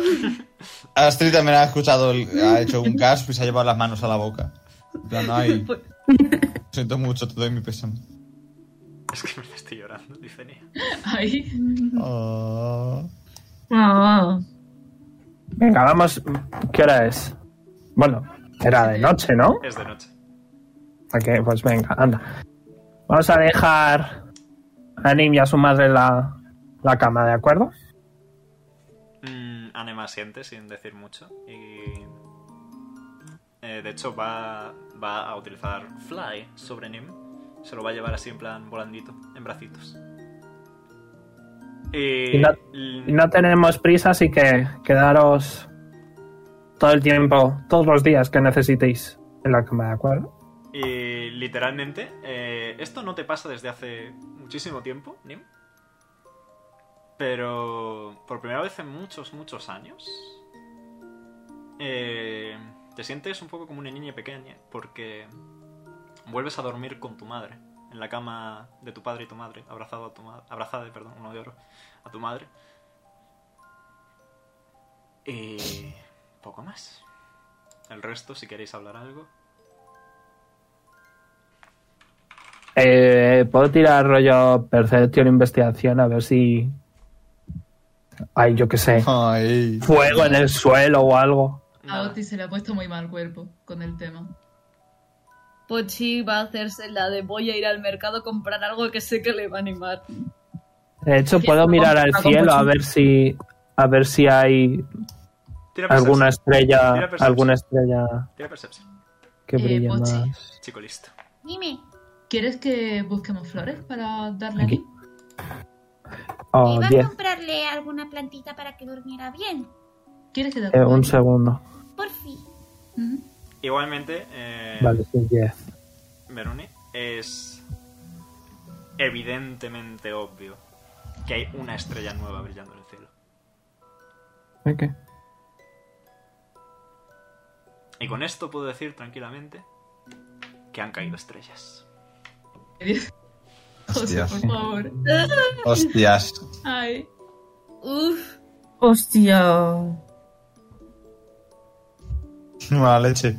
Speaker 2: Astrid también ha escuchado, el- ha hecho un gasp y se ha llevado las manos a la boca. En plan, *laughs* ay,
Speaker 4: Po-
Speaker 2: siento mucho, te doy mi pésame.
Speaker 3: Es que me la estoy llorando, dice Nim.
Speaker 7: Ay,
Speaker 2: Oh.
Speaker 10: Ah,
Speaker 6: Venga, vamos. ¿Qué hora es? Bueno, era de noche, ¿no?
Speaker 3: Es de noche.
Speaker 6: Ok, pues venga, anda. Vamos a dejar a Nim y a su madre en la, la cama, ¿de acuerdo?
Speaker 3: Mm, Anema siente sin decir mucho y... eh, de hecho va, va a utilizar Fly sobre Nim. Se lo va a llevar así en plan volandito, en bracitos. Y...
Speaker 6: Y no-
Speaker 3: y-
Speaker 6: No tenemos prisa, así que quedaros todo el tiempo, todos los días que necesitéis en la cama, ¿de acuerdo?
Speaker 3: Y literalmente, eh, esto no te pasa desde hace muchísimo tiempo, Nim. Pero por primera vez en muchos, muchos años, eh, te sientes un poco como una niña pequeña, porque vuelves a dormir con tu madre. en la cama de tu padre y tu madre, abrazado a tu ma- abrazada, perdón, uno de oro, a tu madre. Y poco más. El resto, si queréis hablar algo.
Speaker 6: Eh, Puedo tirar rollo Percepción, investigación, a ver si. Ay, yo qué sé.
Speaker 2: Ay.
Speaker 6: Fuego en el suelo o algo.
Speaker 7: A Oti se le ha puesto muy mal cuerpo con el tema.
Speaker 4: Pochi va a hacerse la de voy a ir al mercado a comprar algo que sé que le va a animar.
Speaker 6: De hecho, puedo mirar al cielo a ver si. A ver si hay
Speaker 3: Tira
Speaker 6: alguna
Speaker 3: percepción.
Speaker 6: estrella.
Speaker 3: Tira percepción.
Speaker 6: Alguna estrella
Speaker 3: Tira percepción.
Speaker 6: que
Speaker 7: Eh,
Speaker 6: brille
Speaker 7: Pochi.
Speaker 6: más.
Speaker 3: Chico listo.
Speaker 8: Dime.
Speaker 7: ¿Quieres que busquemos flores para darle a
Speaker 6: Aquí.
Speaker 7: Nim?
Speaker 6: Oh,
Speaker 8: Iba a
Speaker 6: 10.
Speaker 8: comprarle alguna plantita para que durmiera bien.
Speaker 7: ¿Quieres que te
Speaker 6: Eh, un
Speaker 7: acompañe?
Speaker 6: segundo.
Speaker 8: Por fin.
Speaker 7: Ujú.
Speaker 3: Igualmente, eh,
Speaker 6: Vale, sí, 10.
Speaker 3: Veroni, es evidentemente obvio que hay una estrella nueva brillando en el cielo.
Speaker 6: Ok.
Speaker 3: Y con esto puedo decir tranquilamente que han caído estrellas.
Speaker 7: *laughs* José,
Speaker 2: Hostias.
Speaker 7: por favor.
Speaker 2: Hostias.
Speaker 7: Ay.
Speaker 4: Uf,
Speaker 10: Hostia.
Speaker 2: Mala leche.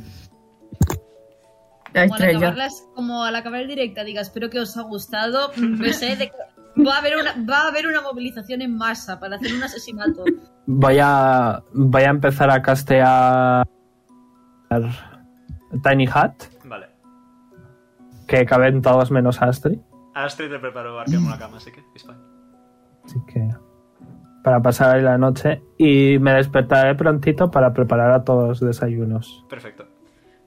Speaker 4: como
Speaker 10: La
Speaker 4: al,
Speaker 10: estrella.
Speaker 4: acabarlas, como al acabar el directa diga, espero que os ha gustado. Mm, No sé, de que va, a haber una, va a haber una movilización en masa para hacer un asesinato.
Speaker 6: Voy a. Voy a empezar a castear. Tiny Hat.
Speaker 3: Vale.
Speaker 6: Que caben todos menos Astrid.
Speaker 3: Astrid te preparó Arkham una cama, así que dispara.
Speaker 6: Así que para pasar ahí la noche y me despertaré prontito para preparar a todos los desayunos.
Speaker 3: Perfecto.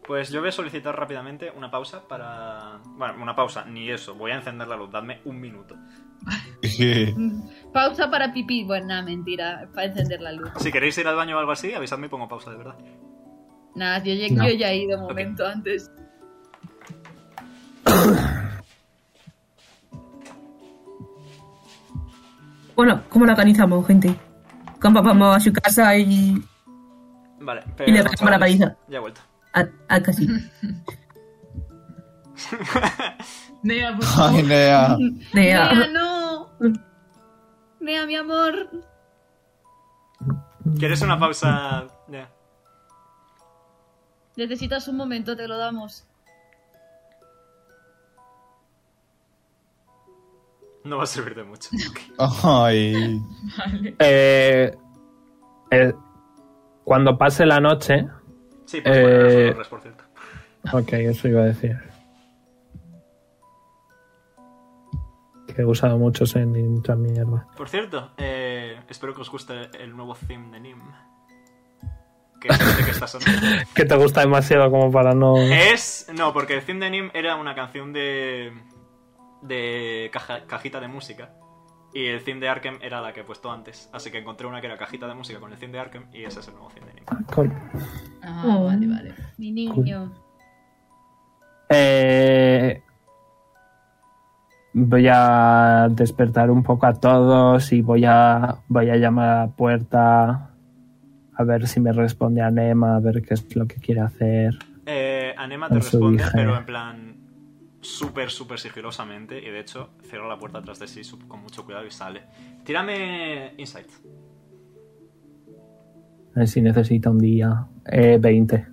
Speaker 3: Pues yo voy a solicitar rápidamente una pausa para... Bueno, una pausa, ni eso. Voy a encender la luz, dadme un minuto.
Speaker 4: Mm, Pausa para pipí. Bueno, nada, mentira, para encender la luz.
Speaker 3: Si queréis ir al baño o algo así, avisadme y pongo pausa, de verdad.
Speaker 4: Nada, yo, ya-
Speaker 6: No.
Speaker 4: yo ya he ido un momento antes.
Speaker 10: Bueno, ¿cómo la organizamos, gente? ¿Cómo vamos a su casa y
Speaker 3: Vale.
Speaker 10: Y le
Speaker 3: perdón,
Speaker 10: dejamos la
Speaker 3: chavales.
Speaker 10: paliza.
Speaker 3: Ya he vuelto.
Speaker 10: a, a casi?
Speaker 7: Nea, por
Speaker 2: Ay,
Speaker 7: favor.
Speaker 2: Nea.
Speaker 10: Nea.
Speaker 4: Nea, no. Nea, mi amor.
Speaker 3: ¿Quieres una pausa? Ya.
Speaker 4: Necesitas un momento, te lo damos.
Speaker 3: No va a servir de mucho. Ok.
Speaker 2: Ay.
Speaker 7: Vale.
Speaker 6: Eh, eh, cuando pase la noche,
Speaker 3: Sí, pues bueno,
Speaker 6: Eh,
Speaker 3: eres un horror, por cierto.
Speaker 6: ok, eso iba a decir. Que he usado mucho en mucha mierda.
Speaker 3: Por cierto, eh, espero que os guste el nuevo theme de Nim. Que es este que está sonando.
Speaker 6: Que te gusta demasiado como para no.
Speaker 3: Es. No, porque el theme de Nim era una canción de. de caja- cajita de música. Y el theme de Arkham era la que he puesto antes. Así que encontré una que era cajita de música con el theme de Arkham y ese es el nuevo theme de Nim.
Speaker 6: Con-
Speaker 7: Ah,
Speaker 10: Oh.
Speaker 7: vale, vale.
Speaker 4: Mi niño.
Speaker 6: Eh, voy a despertar un poco a todos y voy a, voy a llamar a la puerta a ver si me responde a Nema, a ver qué es lo que quiere hacer.
Speaker 3: Eh, Anema te
Speaker 6: Con su
Speaker 3: responde,
Speaker 6: hija,
Speaker 3: pero
Speaker 6: eh.
Speaker 3: en plan. Súper, súper sigilosamente. Y de hecho, cierra la puerta atrás de sí sup- con mucho cuidado y sale. Tírame Insight.
Speaker 6: A ver si necesita un día. Eh, 20.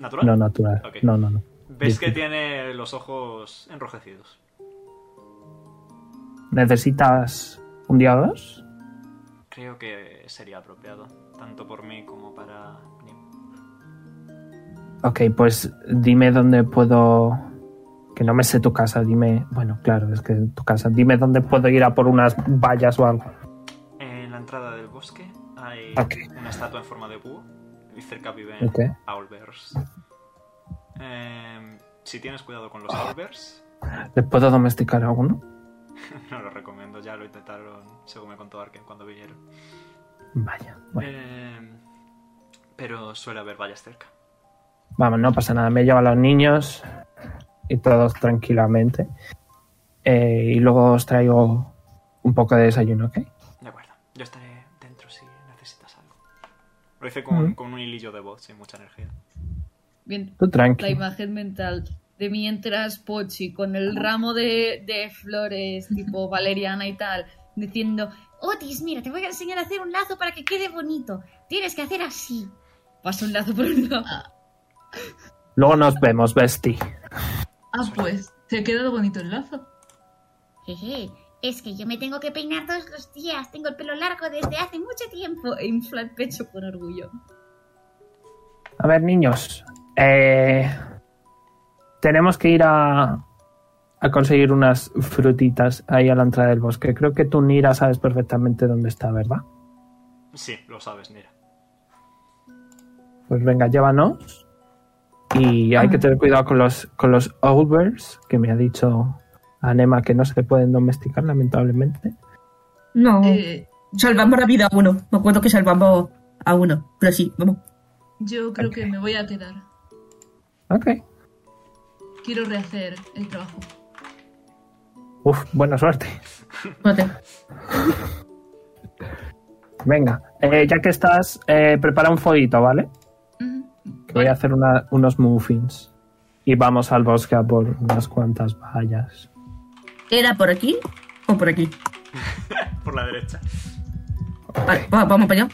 Speaker 3: ¿Natural?
Speaker 6: No, natural.
Speaker 3: Ok.
Speaker 6: No, no, no.
Speaker 3: Ves que
Speaker 6: Difícil.
Speaker 3: tiene los ojos enrojecidos.
Speaker 6: ¿Necesitas un día o dos?
Speaker 3: Creo que sería apropiado, tanto por mí como para Nim.
Speaker 6: Ok, pues dime dónde puedo... Que no me sé tu casa, dime... Bueno, claro, es que tu casa. Dime dónde puedo ir a por unas vallas o algo.
Speaker 3: En la entrada del bosque hay
Speaker 6: Ok.
Speaker 3: una estatua en forma de búho y cerca viven
Speaker 6: Ok.
Speaker 3: owlbears. Em, si tienes cuidado con los owlbears,
Speaker 6: ¿Le puedo domesticar a uno?
Speaker 3: no lo recomiendo, ya lo intentaron según me contó Arken cuando vinieron.
Speaker 6: Vaya. Bueno,
Speaker 3: Em, pero suele haber vallas cerca.
Speaker 6: vamos, no pasa nada. Me llevo a los niños y todos tranquilamente. Eh, y luego os traigo un poco de desayuno, ¿ok?
Speaker 3: De acuerdo, yo estaré dentro si necesitas algo. Lo hice con,
Speaker 6: Mm.
Speaker 3: con un hilillo de voz, sin mucha energía.
Speaker 4: Bien,
Speaker 6: Tú
Speaker 4: la
Speaker 6: tranqui.
Speaker 4: imagen mental. de mientras Pochi con el ramo de, de flores tipo valeriana y tal, diciendo,
Speaker 8: Otis, mira, te voy a enseñar a hacer un lazo para que quede bonito. Tienes que hacer así. Ah.
Speaker 4: pasa un lazo por un lado.
Speaker 6: Luego nos vemos, Besti.
Speaker 7: Ah, pues, te ha quedado bonito el lazo.
Speaker 8: Jeje, es que yo me tengo que peinar todos los días. Tengo el pelo largo desde hace mucho tiempo.
Speaker 4: e infla el pecho con orgullo.
Speaker 6: A ver, niños. eh, tenemos que ir a, a conseguir unas frutitas ahí a la entrada del bosque. Creo que tú, Nira, sabes perfectamente dónde está, ¿verdad?
Speaker 3: Sí, lo sabes, Nira.
Speaker 6: Pues venga, llévanos. Y hay que tener cuidado con los, con los owlbears, que me ha dicho Anema que no se pueden domesticar, lamentablemente.
Speaker 5: No.
Speaker 10: Oh.
Speaker 7: Eh,
Speaker 5: Salvamos la vida a uno. Me acuerdo que salvamos a uno. Pero sí, vamos.
Speaker 7: yo creo que me voy a quedar.
Speaker 6: Ok.
Speaker 7: Quiero rehacer el trabajo.
Speaker 6: Uf, buena suerte.
Speaker 5: Espérate.
Speaker 6: Venga, eh, ya que estás, eh, prepara un fueguito, ¿vale?
Speaker 7: Ujú.
Speaker 6: Que voy a hacer una- unos muffins. Y vamos al bosque a por unas cuantas vallas.
Speaker 4: Eh,
Speaker 5: ¿Era por aquí o por aquí?
Speaker 3: Por la derecha.
Speaker 5: Vale, va- vamos para allá.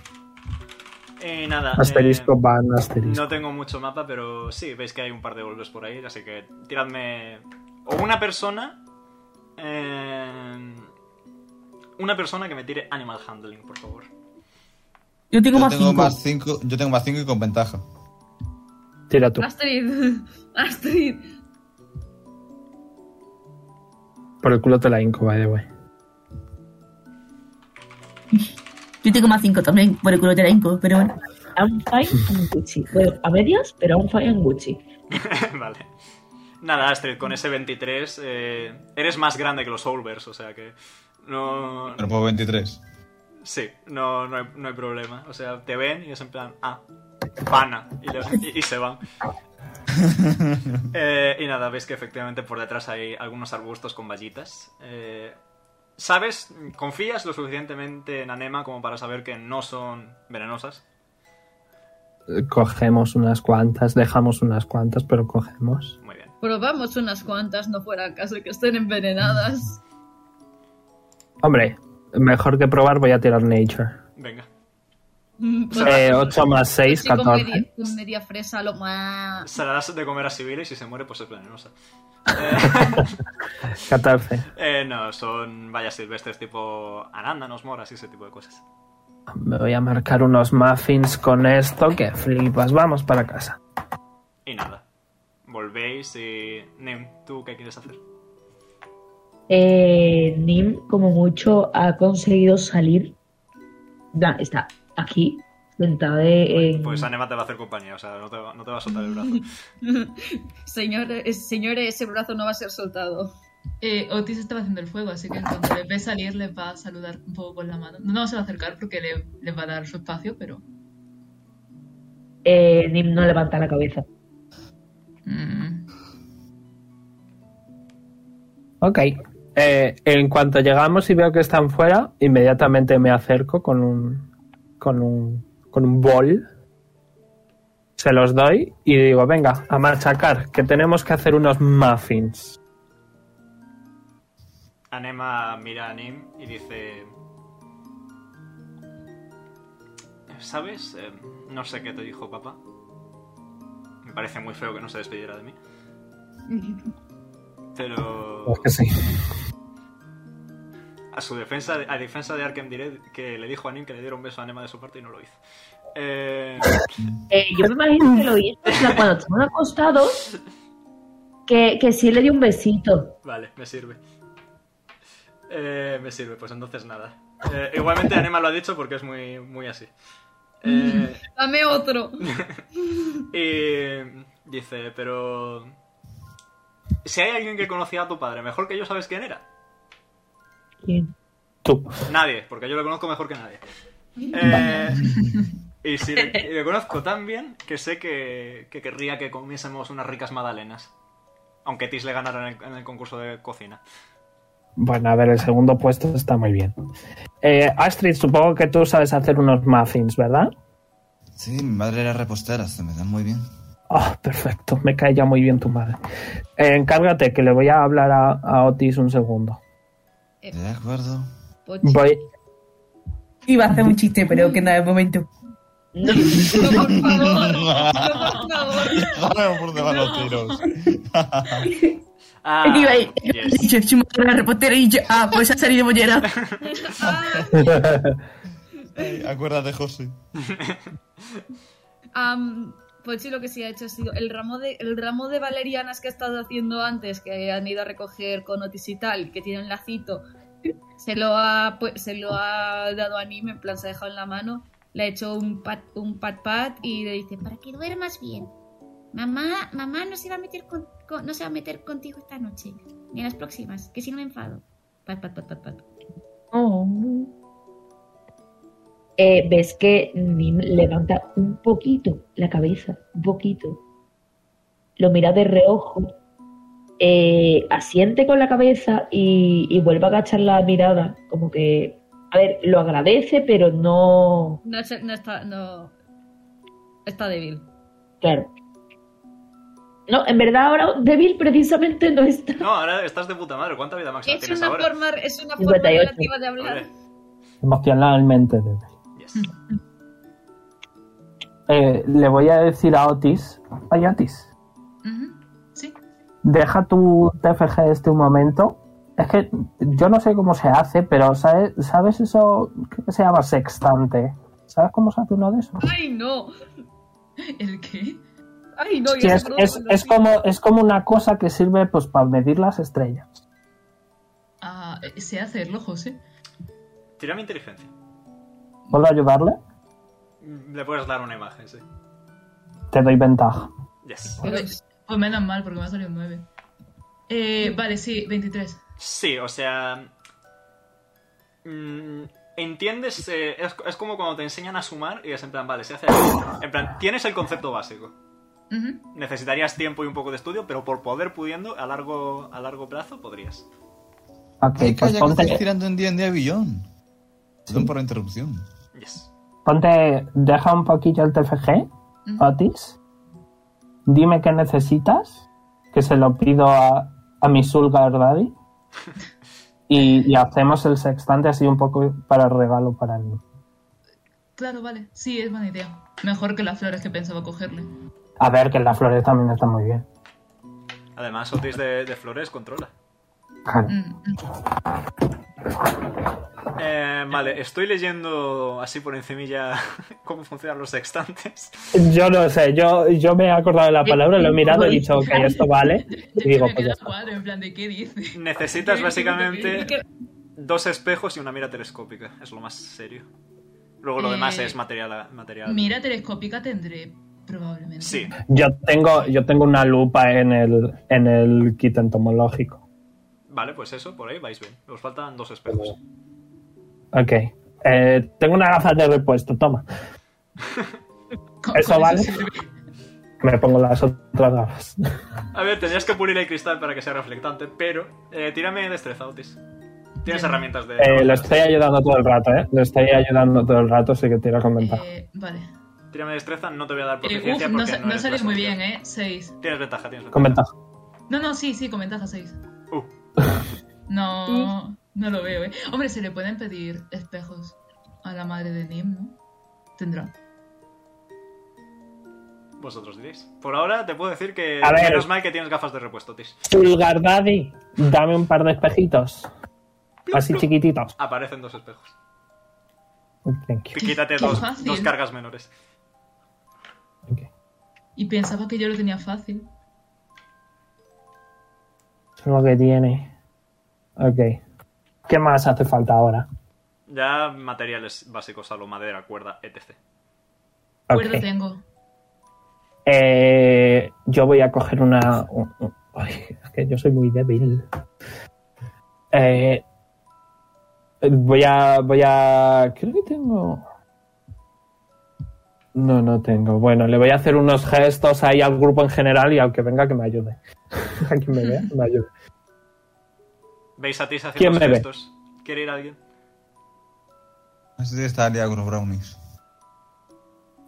Speaker 3: Eh, nada.
Speaker 6: Asterisco
Speaker 3: eh,
Speaker 6: van, asterisco.
Speaker 3: No tengo mucho mapa, pero sí, veis que hay un par de golpes por ahí, así que tiradme. O una persona. eh, una persona que me tire Animal Handling, por favor.
Speaker 5: Yo tengo
Speaker 2: Yo
Speaker 5: más
Speaker 2: tengo,
Speaker 5: cinco.
Speaker 2: más cinco, yo tengo más 5 y con ventaja.
Speaker 6: Tira tú.
Speaker 4: Astrid, Astrid,
Speaker 6: Por el culo te la inco, by the way.
Speaker 5: Yo tengo más cinco también. Por el culo de la Inco, pero bueno.
Speaker 1: I'm fine and Gucci. Bueno, a medias, pero I'm fine and Gucci.
Speaker 3: *laughs* vale. Nada, Astrid, con ese 23 eh, eres más grande que los Solvers, o sea que. No.
Speaker 2: Pero puedo 23.
Speaker 3: Sí, no, no, hay, no hay problema. O sea, te ven y es en plan, ah, pana. Y, le- y- y se van. Eh, y nada, ves que efectivamente por detrás hay algunos arbustos con vallitas. Eh, ¿Sabes? ¿Confías lo suficientemente en Anema como para saber que no son venenosas?
Speaker 6: Eh, Cogemos unas cuantas, dejamos unas cuantas, pero cogemos.
Speaker 3: Muy bien.
Speaker 4: probamos unas cuantas, no fuera caso que estén envenenadas.
Speaker 6: Hombre, mejor que probar voy a tirar Nature.
Speaker 3: Venga.
Speaker 4: Mm,
Speaker 3: sea,
Speaker 4: pues,
Speaker 6: Eh, 8 más 6,
Speaker 4: sí, con
Speaker 6: 14.
Speaker 4: media, con media fresa a lo más. *laughs*
Speaker 3: Se la das de comer a Sibila y si se muere, pues es venenosa.
Speaker 6: 14.
Speaker 3: Eh, no, son vallas silvestres tipo arándanos, moras y ese tipo de cosas.
Speaker 6: Me voy a marcar unos muffins con esto que flipas. Vamos para casa.
Speaker 3: Y nada. Volvéis y. Nim, ¿tú qué quieres hacer?
Speaker 1: Eh, Nim, como mucho, ha conseguido salir. Da- Está aquí, sentada eh, de. en-
Speaker 3: Pues Anema te va a hacer compañía, o sea, no te va, no te va a soltar el brazo.
Speaker 4: Señor, eh, señores, ese brazo no va a ser soltado.
Speaker 7: Eh, Otis estaba haciendo el fuego, así que en cuanto le ve salir, les va a saludar un poco con la mano. No se va a acercar porque le, les va a dar su espacio, pero.
Speaker 1: eh, Nim no levanta la cabeza.
Speaker 7: mm,
Speaker 6: Ok. Eh, en cuanto llegamos y veo que están fuera, inmediatamente me acerco con un. con un. con un bol. Se los doy y digo, venga, a machacar, que tenemos que hacer unos muffins.
Speaker 3: Anema mira a Nim y dice... ¿Sabes? Eh, no sé qué te dijo papá. Me parece muy feo que no se despidiera de mí. Pero
Speaker 6: Pues que sí.
Speaker 3: a su defensa, a defensa de Arkham diré que le dijo a Nim que le diera un beso a Anema de su parte y no lo hizo. Eh,
Speaker 1: Eh, yo me imagino que lo hizo o sea, cuando estaban acostados, que, que sí le dio un besito.
Speaker 3: Vale, me sirve. Eh, me sirve, pues entonces nada. Eh, igualmente Anema lo ha dicho porque es muy, muy así. Eh,
Speaker 4: Dame otro.
Speaker 3: Y dice, pero... Si hay alguien que conocía a tu padre mejor que yo, ¿sabes quién era?
Speaker 1: ¿Quién?
Speaker 6: Tú.
Speaker 3: Nadie, porque yo lo conozco mejor que nadie. Eh, y si
Speaker 7: *laughs*
Speaker 3: le, y le conozco tan bien que sé que, que querría que comiésemos unas ricas magdalenas. Aunque Tis le ganara en el, en el concurso de cocina.
Speaker 6: Bueno, a ver, el segundo puesto está muy bien. Eh, Astrid, supongo que tú sabes hacer unos muffins, ¿verdad?
Speaker 2: Sí, mi madre era repostera, se me dan muy bien.
Speaker 6: Ah, perfecto, me cae ya muy bien tu madre. Eh, encárgate, que le voy a hablar a, a Otis un segundo.
Speaker 2: De *laughs* acuerdo.
Speaker 4: Pochi.
Speaker 6: Voy,
Speaker 10: Iba a hacer un chiste, pero que nada, de momento.
Speaker 2: *laughs* Ahora por dónde van los tiros.
Speaker 3: Ah,
Speaker 7: *laughs*
Speaker 10: Y iba ahí,
Speaker 3: yes.
Speaker 10: dicho, si me queda la repostera y yo, ah, pues ha salido mollera.
Speaker 7: Ah,
Speaker 2: Eh, Acuérdate, José.
Speaker 7: Am, Pochi lo que sí ha hecho ha sido el ramo de el ramo de valerianas que ha estado haciendo antes, que han ido a recoger con Otis y tal, que tiene un lacito, se lo ha pu- se lo ha dado a Nime, en plan se ha dejado en la mano, le ha hecho un pat un pat pat y le dice
Speaker 8: Para que duermas bien. Mamá, mamá no se va a meter con- con- no se va a meter contigo esta noche, ni en las próximas, que si no me enfado.
Speaker 7: pat pat pat pat pat.
Speaker 1: Eh, ves que Nim levanta un poquito la cabeza, un poquito. Lo mira de reojo, eh, asiente con la cabeza y, y vuelve a agachar la mirada. Como que, a ver, lo agradece, pero no.
Speaker 7: No, se- no está no está débil.
Speaker 1: Claro. No, en verdad ahora débil precisamente no está.
Speaker 3: No, ahora estás de puta madre. ¿Cuánta vida máxima
Speaker 7: Es
Speaker 3: tienes
Speaker 7: una
Speaker 3: ahora?
Speaker 7: forma es una forma
Speaker 1: 58.
Speaker 7: relativa de hablar.
Speaker 3: Hombre,
Speaker 6: emocionalmente débil.
Speaker 3: yes.
Speaker 6: Eh, le voy a decir a Otis, oye Otis,
Speaker 7: Ujú, Sí.
Speaker 6: deja tu TFG este un momento. Es que yo no sé cómo se hace, pero ¿sabes, ¿sabes eso que se llama sextante? ¿Sabes cómo se hace uno de esos?
Speaker 7: ¡Ay, no! ¿El qué? ¡Ay, no! y
Speaker 6: Sí,
Speaker 7: ese
Speaker 6: es,
Speaker 7: grupo, pues,
Speaker 6: es-
Speaker 7: lo
Speaker 6: es
Speaker 7: siento.
Speaker 6: como, es como una cosa que sirve pues para medir las estrellas.
Speaker 7: Ah, sé hacerlo, José.
Speaker 3: Tira mi inteligencia. Mm,
Speaker 6: ¿Puedo ayudarle?
Speaker 3: Le puedes dar una imagen, sí.
Speaker 6: Te doy ventaja.
Speaker 3: Yes.
Speaker 7: Pues, pues menos mal, porque me ha salido un 9. Eh, vale, sí, 23.
Speaker 3: Sí, o sea. mm, Entiendes, eh, es, es como cuando te enseñan a sumar y es en plan, vale, se hace así. En plan, tienes el concepto básico.
Speaker 7: Ujú.
Speaker 3: Necesitarías tiempo y un poco de estudio, pero por poder pudiendo, a largo, a largo plazo podrías.
Speaker 6: Ok,
Speaker 2: Ay,
Speaker 6: pues
Speaker 2: calla, que estáis
Speaker 6: ponte,
Speaker 2: tirando en día en día billón. Perdón por la interrupción.
Speaker 3: Yes.
Speaker 6: ponte, deja un poquillo el TFG,
Speaker 7: Ujú.
Speaker 6: Otis. Dime qué necesitas, que se lo pido a, a mi Sulgar Daddy. Y, y hacemos el sextante así un poco para regalo para mí.
Speaker 7: Claro, vale. Sí, es buena idea. Mejor que las flores que pensaba cogerle.
Speaker 6: A ver, que las flores también están muy bien.
Speaker 3: Además, Otis de, de Flores controla.
Speaker 6: Claro.
Speaker 7: Mm, *laughs* mm.
Speaker 3: Eh, vale, estoy leyendo así por encimilla *laughs* cómo funcionan los sextantes.
Speaker 6: Yo no sé, yo, yo me he acordado de la palabra, lo he mirado y he dicho, ok, esto
Speaker 7: *laughs*
Speaker 6: vale.
Speaker 7: Es
Speaker 6: Y
Speaker 7: que
Speaker 6: digo,
Speaker 7: me
Speaker 6: pues ya
Speaker 7: queda
Speaker 6: está.
Speaker 7: cuadro, en plan, ¿de qué dice?
Speaker 3: Necesitas básicamente
Speaker 7: Es que-
Speaker 3: dos espejos y una mira telescópica. Es lo más serio. Luego lo
Speaker 7: Eh,
Speaker 3: demás es material. material.
Speaker 7: Mira telescópica tendré, probablemente.
Speaker 3: Sí,
Speaker 6: Yo tengo, yo tengo una lupa en el, en el kit entomológico.
Speaker 3: vale, pues eso, por ahí vais bien. Os faltan dos espejos.
Speaker 6: Ok. Eh, tengo una gafa de repuesto, toma.
Speaker 7: Con-
Speaker 6: Eso
Speaker 7: con
Speaker 6: vale.
Speaker 7: sirve.
Speaker 6: Me pongo las otras gafas.
Speaker 3: A ver, tendrías que pulir el cristal para que sea reflectante, pero eh, tírame destreza, Otis. Tienes
Speaker 7: Bien.
Speaker 3: herramientas de...
Speaker 6: Eh, lo estoy ayudando todo el rato, ¿eh? Lo estoy ayudando todo el rato, así que tira con ventaja.
Speaker 7: Eh, vale.
Speaker 3: Tírame destreza, no te voy a dar
Speaker 7: Eh,
Speaker 3: proficiencia
Speaker 7: uf, no,
Speaker 3: porque
Speaker 7: sa-
Speaker 3: no,
Speaker 7: no
Speaker 3: eres
Speaker 7: salió
Speaker 3: clase
Speaker 7: muy
Speaker 3: social.
Speaker 7: bien, ¿eh? 6.
Speaker 3: Tienes ventaja, tienes ventaja.
Speaker 6: Con ventaja.
Speaker 7: No, no, sí, sí, con ventaja 6.
Speaker 3: Uh.
Speaker 7: No, no lo veo, ¿eh? Hombre, se le pueden pedir espejos a la madre de Nim, ¿no? Tendrá.
Speaker 3: Vosotros diréis. Por ahora te puedo decir que
Speaker 6: A ver.
Speaker 3: menos mal que tienes gafas de repuesto, Otis.
Speaker 6: Pulgar Daddy, dame un par de espejitos. Así chiquititos.
Speaker 3: Aparecen dos
Speaker 7: *laughs*
Speaker 3: espejos.
Speaker 6: Thank you.
Speaker 3: Quítate
Speaker 7: qué
Speaker 3: dos,
Speaker 7: fácil.
Speaker 3: dos cargas menores.
Speaker 6: Ok.
Speaker 7: Y pensaba que yo lo tenía fácil.
Speaker 6: Eso es lo que tiene. Ok. ¿Qué más hace falta ahora?
Speaker 3: Ya materiales básicos, a lo madera, cuerda, etc.
Speaker 6: Ok.
Speaker 7: Cuerda tengo.
Speaker 6: Eh, yo voy a coger una. un- un- Ay, es que yo soy muy débil. Eh, voy a. Voy a. Creo que tengo. No, no tengo. Bueno, le voy a hacer unos gestos ahí al grupo en general y al que venga que me ayude. *laughs* a quien me vea, que me ayude.
Speaker 3: ¿Veis a Tis
Speaker 6: ¿Quién
Speaker 3: haciendo
Speaker 6: me ve?
Speaker 3: gestos? ¿Quiere ir alguien?
Speaker 2: Así está aliado con los brownies.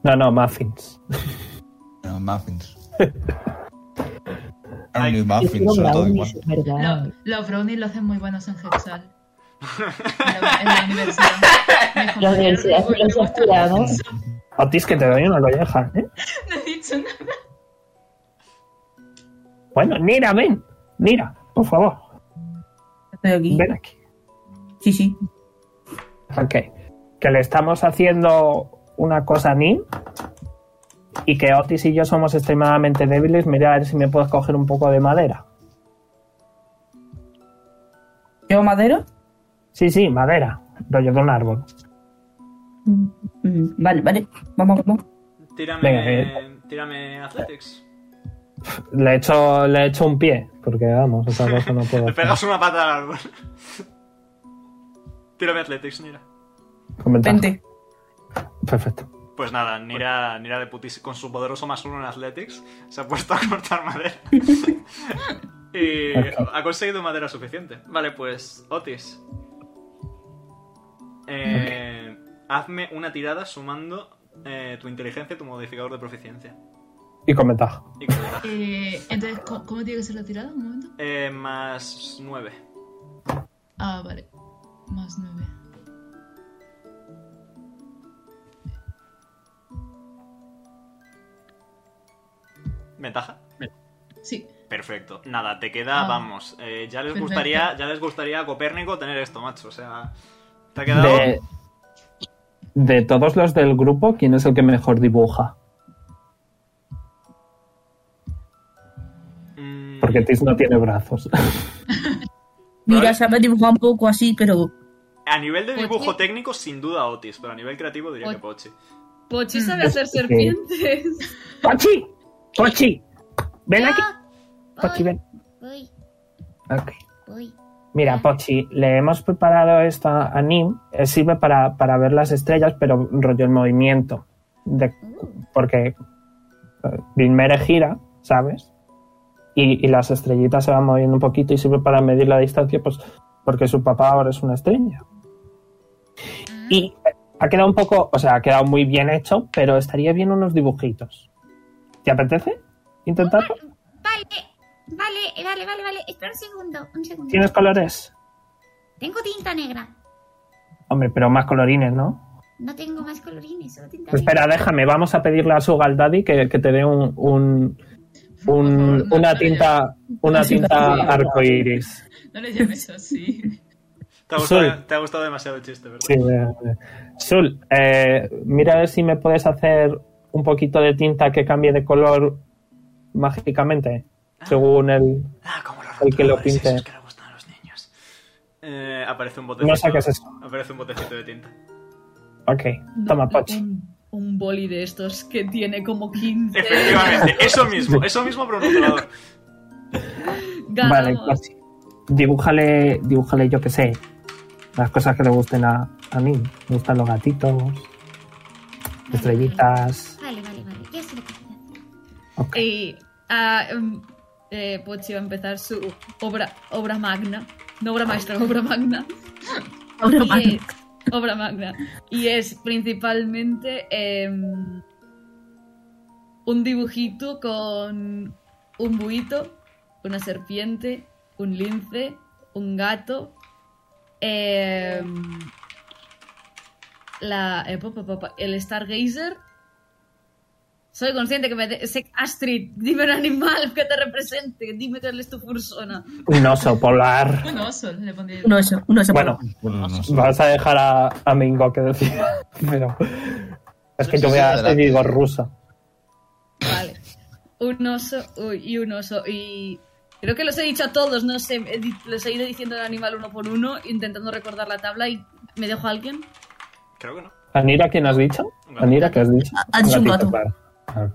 Speaker 6: No, no, muffins. *laughs*
Speaker 2: Bueno, muffins. Brownie muffin, sobre todo igual.
Speaker 1: ¿verdad?
Speaker 6: Ah.
Speaker 7: Lo- los brownies lo hacen muy buenos en Hexal. En la- en la universidad. Mis
Speaker 1: La universidad
Speaker 7: compañeros me gustan
Speaker 1: filosofía, ¿no?
Speaker 7: mucho.
Speaker 6: Otis, que te doy una colleja, ¿eh?
Speaker 7: *laughs* No he dicho nada.
Speaker 6: Bueno, Nira, ven. Nira, por favor,
Speaker 10: Estoy aquí.
Speaker 6: ven aquí.
Speaker 10: Sí, sí.
Speaker 6: Ok. Que le estamos haciendo una cosa a Nin. Y que Otis y yo somos extremadamente débiles. Mira a ver si me puedes coger un poco de madera.
Speaker 10: ¿Llevo madera?
Speaker 6: Sí, sí, madera. Rollo de un árbol.
Speaker 10: Mm, mm, Vale, vale. Vamos, vamos.
Speaker 3: Tírame,
Speaker 6: Venga, eh.
Speaker 3: tírame Athletics.
Speaker 6: Le echo, le echo un pie. Porque vamos, esa cosa
Speaker 3: *laughs*
Speaker 6: no puedo.
Speaker 3: Le
Speaker 6: hacer.
Speaker 3: pegas una pata al árbol. *laughs* Tírame Athletics, Nira.
Speaker 6: Con ventaja.
Speaker 10: Vente.
Speaker 3: Ah,
Speaker 6: Perfecto.
Speaker 3: Pues nada, Nira, Nira de putis con su poderoso más uno en Athletics se ha puesto a cortar madera. y ha conseguido madera suficiente. Vale, pues Otis. Eh, Hazme una tirada sumando eh, tu inteligencia y tu modificador de proficiencia.
Speaker 6: Y con ventaja.
Speaker 3: Y con
Speaker 7: *laughs*
Speaker 3: ventaja.
Speaker 7: Eh, entonces, ¿cómo, cómo tiene que ser la tirada? Un momento.
Speaker 3: Eh, más 9.
Speaker 7: Ah, vale. Más nueve.
Speaker 3: ¿Ventaja?
Speaker 7: Sí.
Speaker 3: Perfecto. Nada, te queda,
Speaker 7: Ah.
Speaker 3: vamos. eh, ya, les
Speaker 7: Perfecto.
Speaker 3: gustaría, ya les gustaría a Copérnico tener esto, macho. O sea, te ha quedado.
Speaker 6: De, de todos los del grupo, ¿quién es el que mejor dibuja?
Speaker 3: Mm,
Speaker 6: Porque Tis no tiene brazos. *laughs*
Speaker 10: Mira,
Speaker 3: Vale.
Speaker 10: sabes dibujar un poco así, pero.
Speaker 3: A nivel de dibujo
Speaker 7: Pochi.
Speaker 3: técnico, sin duda Otis, pero a nivel creativo diría que
Speaker 4: Pochi.
Speaker 3: Pochi.
Speaker 4: Pochi
Speaker 7: Mm.
Speaker 4: sabe hacer
Speaker 6: Sí.
Speaker 4: serpientes.
Speaker 6: ¡Pochi! ¡Pochi! ¡Ven aquí! Pochi,
Speaker 8: Ah, voy,
Speaker 6: ven.
Speaker 8: voy,
Speaker 6: Ok.
Speaker 8: voy.
Speaker 6: Mira, Pochi, le hemos preparado esto a Nim. eh, Sirve para, para ver las estrellas, pero rollo el movimiento. De- porque eh, Vilmere gira, ¿sabes? Y, y las estrellitas se van moviendo un poquito y sirve para medir la distancia, pues porque su papá ahora es una estrella. Y eh, ha quedado un poco, o sea, ha quedado muy bien hecho, pero estaría bien unos dibujitos. ¿Te apetece intentarlo?
Speaker 8: Vale, vale, vale, vale, vale. Espera un segundo, un segundo.
Speaker 6: ¿Tienes colores?
Speaker 8: Tengo tinta negra.
Speaker 6: Hombre, pero más colorines, ¿no?
Speaker 8: No tengo más colorines, solo tinta
Speaker 6: Pues
Speaker 8: negra.
Speaker 6: Espera, déjame, vamos a pedirle a Sugar Daddy que, que te dé un, un- un-
Speaker 7: Por favor,
Speaker 6: una
Speaker 7: no,
Speaker 6: tinta una
Speaker 10: Sí,
Speaker 6: tinta
Speaker 10: sí.
Speaker 6: arcoiris.
Speaker 7: No le llames así.
Speaker 4: *laughs*
Speaker 3: Te ha, gustado,
Speaker 6: Soy.
Speaker 3: te ha gustado demasiado el chiste, ¿verdad?
Speaker 6: Sí, eh, Sul, eh, mira a ver si me puedes hacer un poquito de tinta que cambie de color mágicamente, según el...
Speaker 3: Ah, como los
Speaker 6: El que lo
Speaker 3: rotuladores
Speaker 6: pinte.
Speaker 3: esos que le gustan a los niños. Eh, aparece un botecito.
Speaker 6: No saques eso.
Speaker 3: Aparece un botecito de tinta.
Speaker 6: Ok, toma, Pochi.
Speaker 4: Un, un boli de estos que tiene como 15.
Speaker 3: Efectivamente, eso mismo, eso mismo pero un rotulador.
Speaker 6: Vale,
Speaker 4: Ganamos.
Speaker 6: Pochi. pues, Dibújale, dibújale, yo que sé, las cosas que le gusten a, a mí. Me gustan los gatitos, estrellitas...
Speaker 8: Vale, vale, vale. Ya sé lo que voy a hacer.
Speaker 6: ok.
Speaker 4: Y ah, em, eh, Pochi va a empezar su obra, obra magna. No obra maestra, obra
Speaker 10: *laughs*
Speaker 4: magna.
Speaker 10: Ahora
Speaker 4: Y
Speaker 10: vale.
Speaker 4: es- obra magna. Y es principalmente em, un dibujito con un buito, una serpiente, un lince, un gato. em, la, eh, pa, pa, pa, pa, el Stargazer. Soy consciente que me... de- sé- Astrid, dime un animal que te represente. Dime cuál es tu persona.
Speaker 6: Un oso polar.
Speaker 7: *laughs* Un oso, le pondría yo.
Speaker 10: Un oso, un oso.
Speaker 6: Bueno,
Speaker 2: Bueno, no sé.
Speaker 6: vas a dejar a, a Mingo que decida. *laughs* Pero es que
Speaker 2: Sí,
Speaker 6: yo
Speaker 2: sí,
Speaker 6: voy a
Speaker 2: adelante.
Speaker 6: y digo rusa.
Speaker 4: Vale. Un oso uy, y un oso. Y creo que los he dicho a todos, no sé. he di- Los he ido diciendo el animal uno por uno, intentando recordar la tabla y me dejo a alguien.
Speaker 3: Creo que no.
Speaker 6: ¿Anira quién has dicho?
Speaker 3: Un gato.
Speaker 6: ¿Anira qué has dicho?
Speaker 10: Ha Ah, dicho un gato.
Speaker 6: claro. Ajá.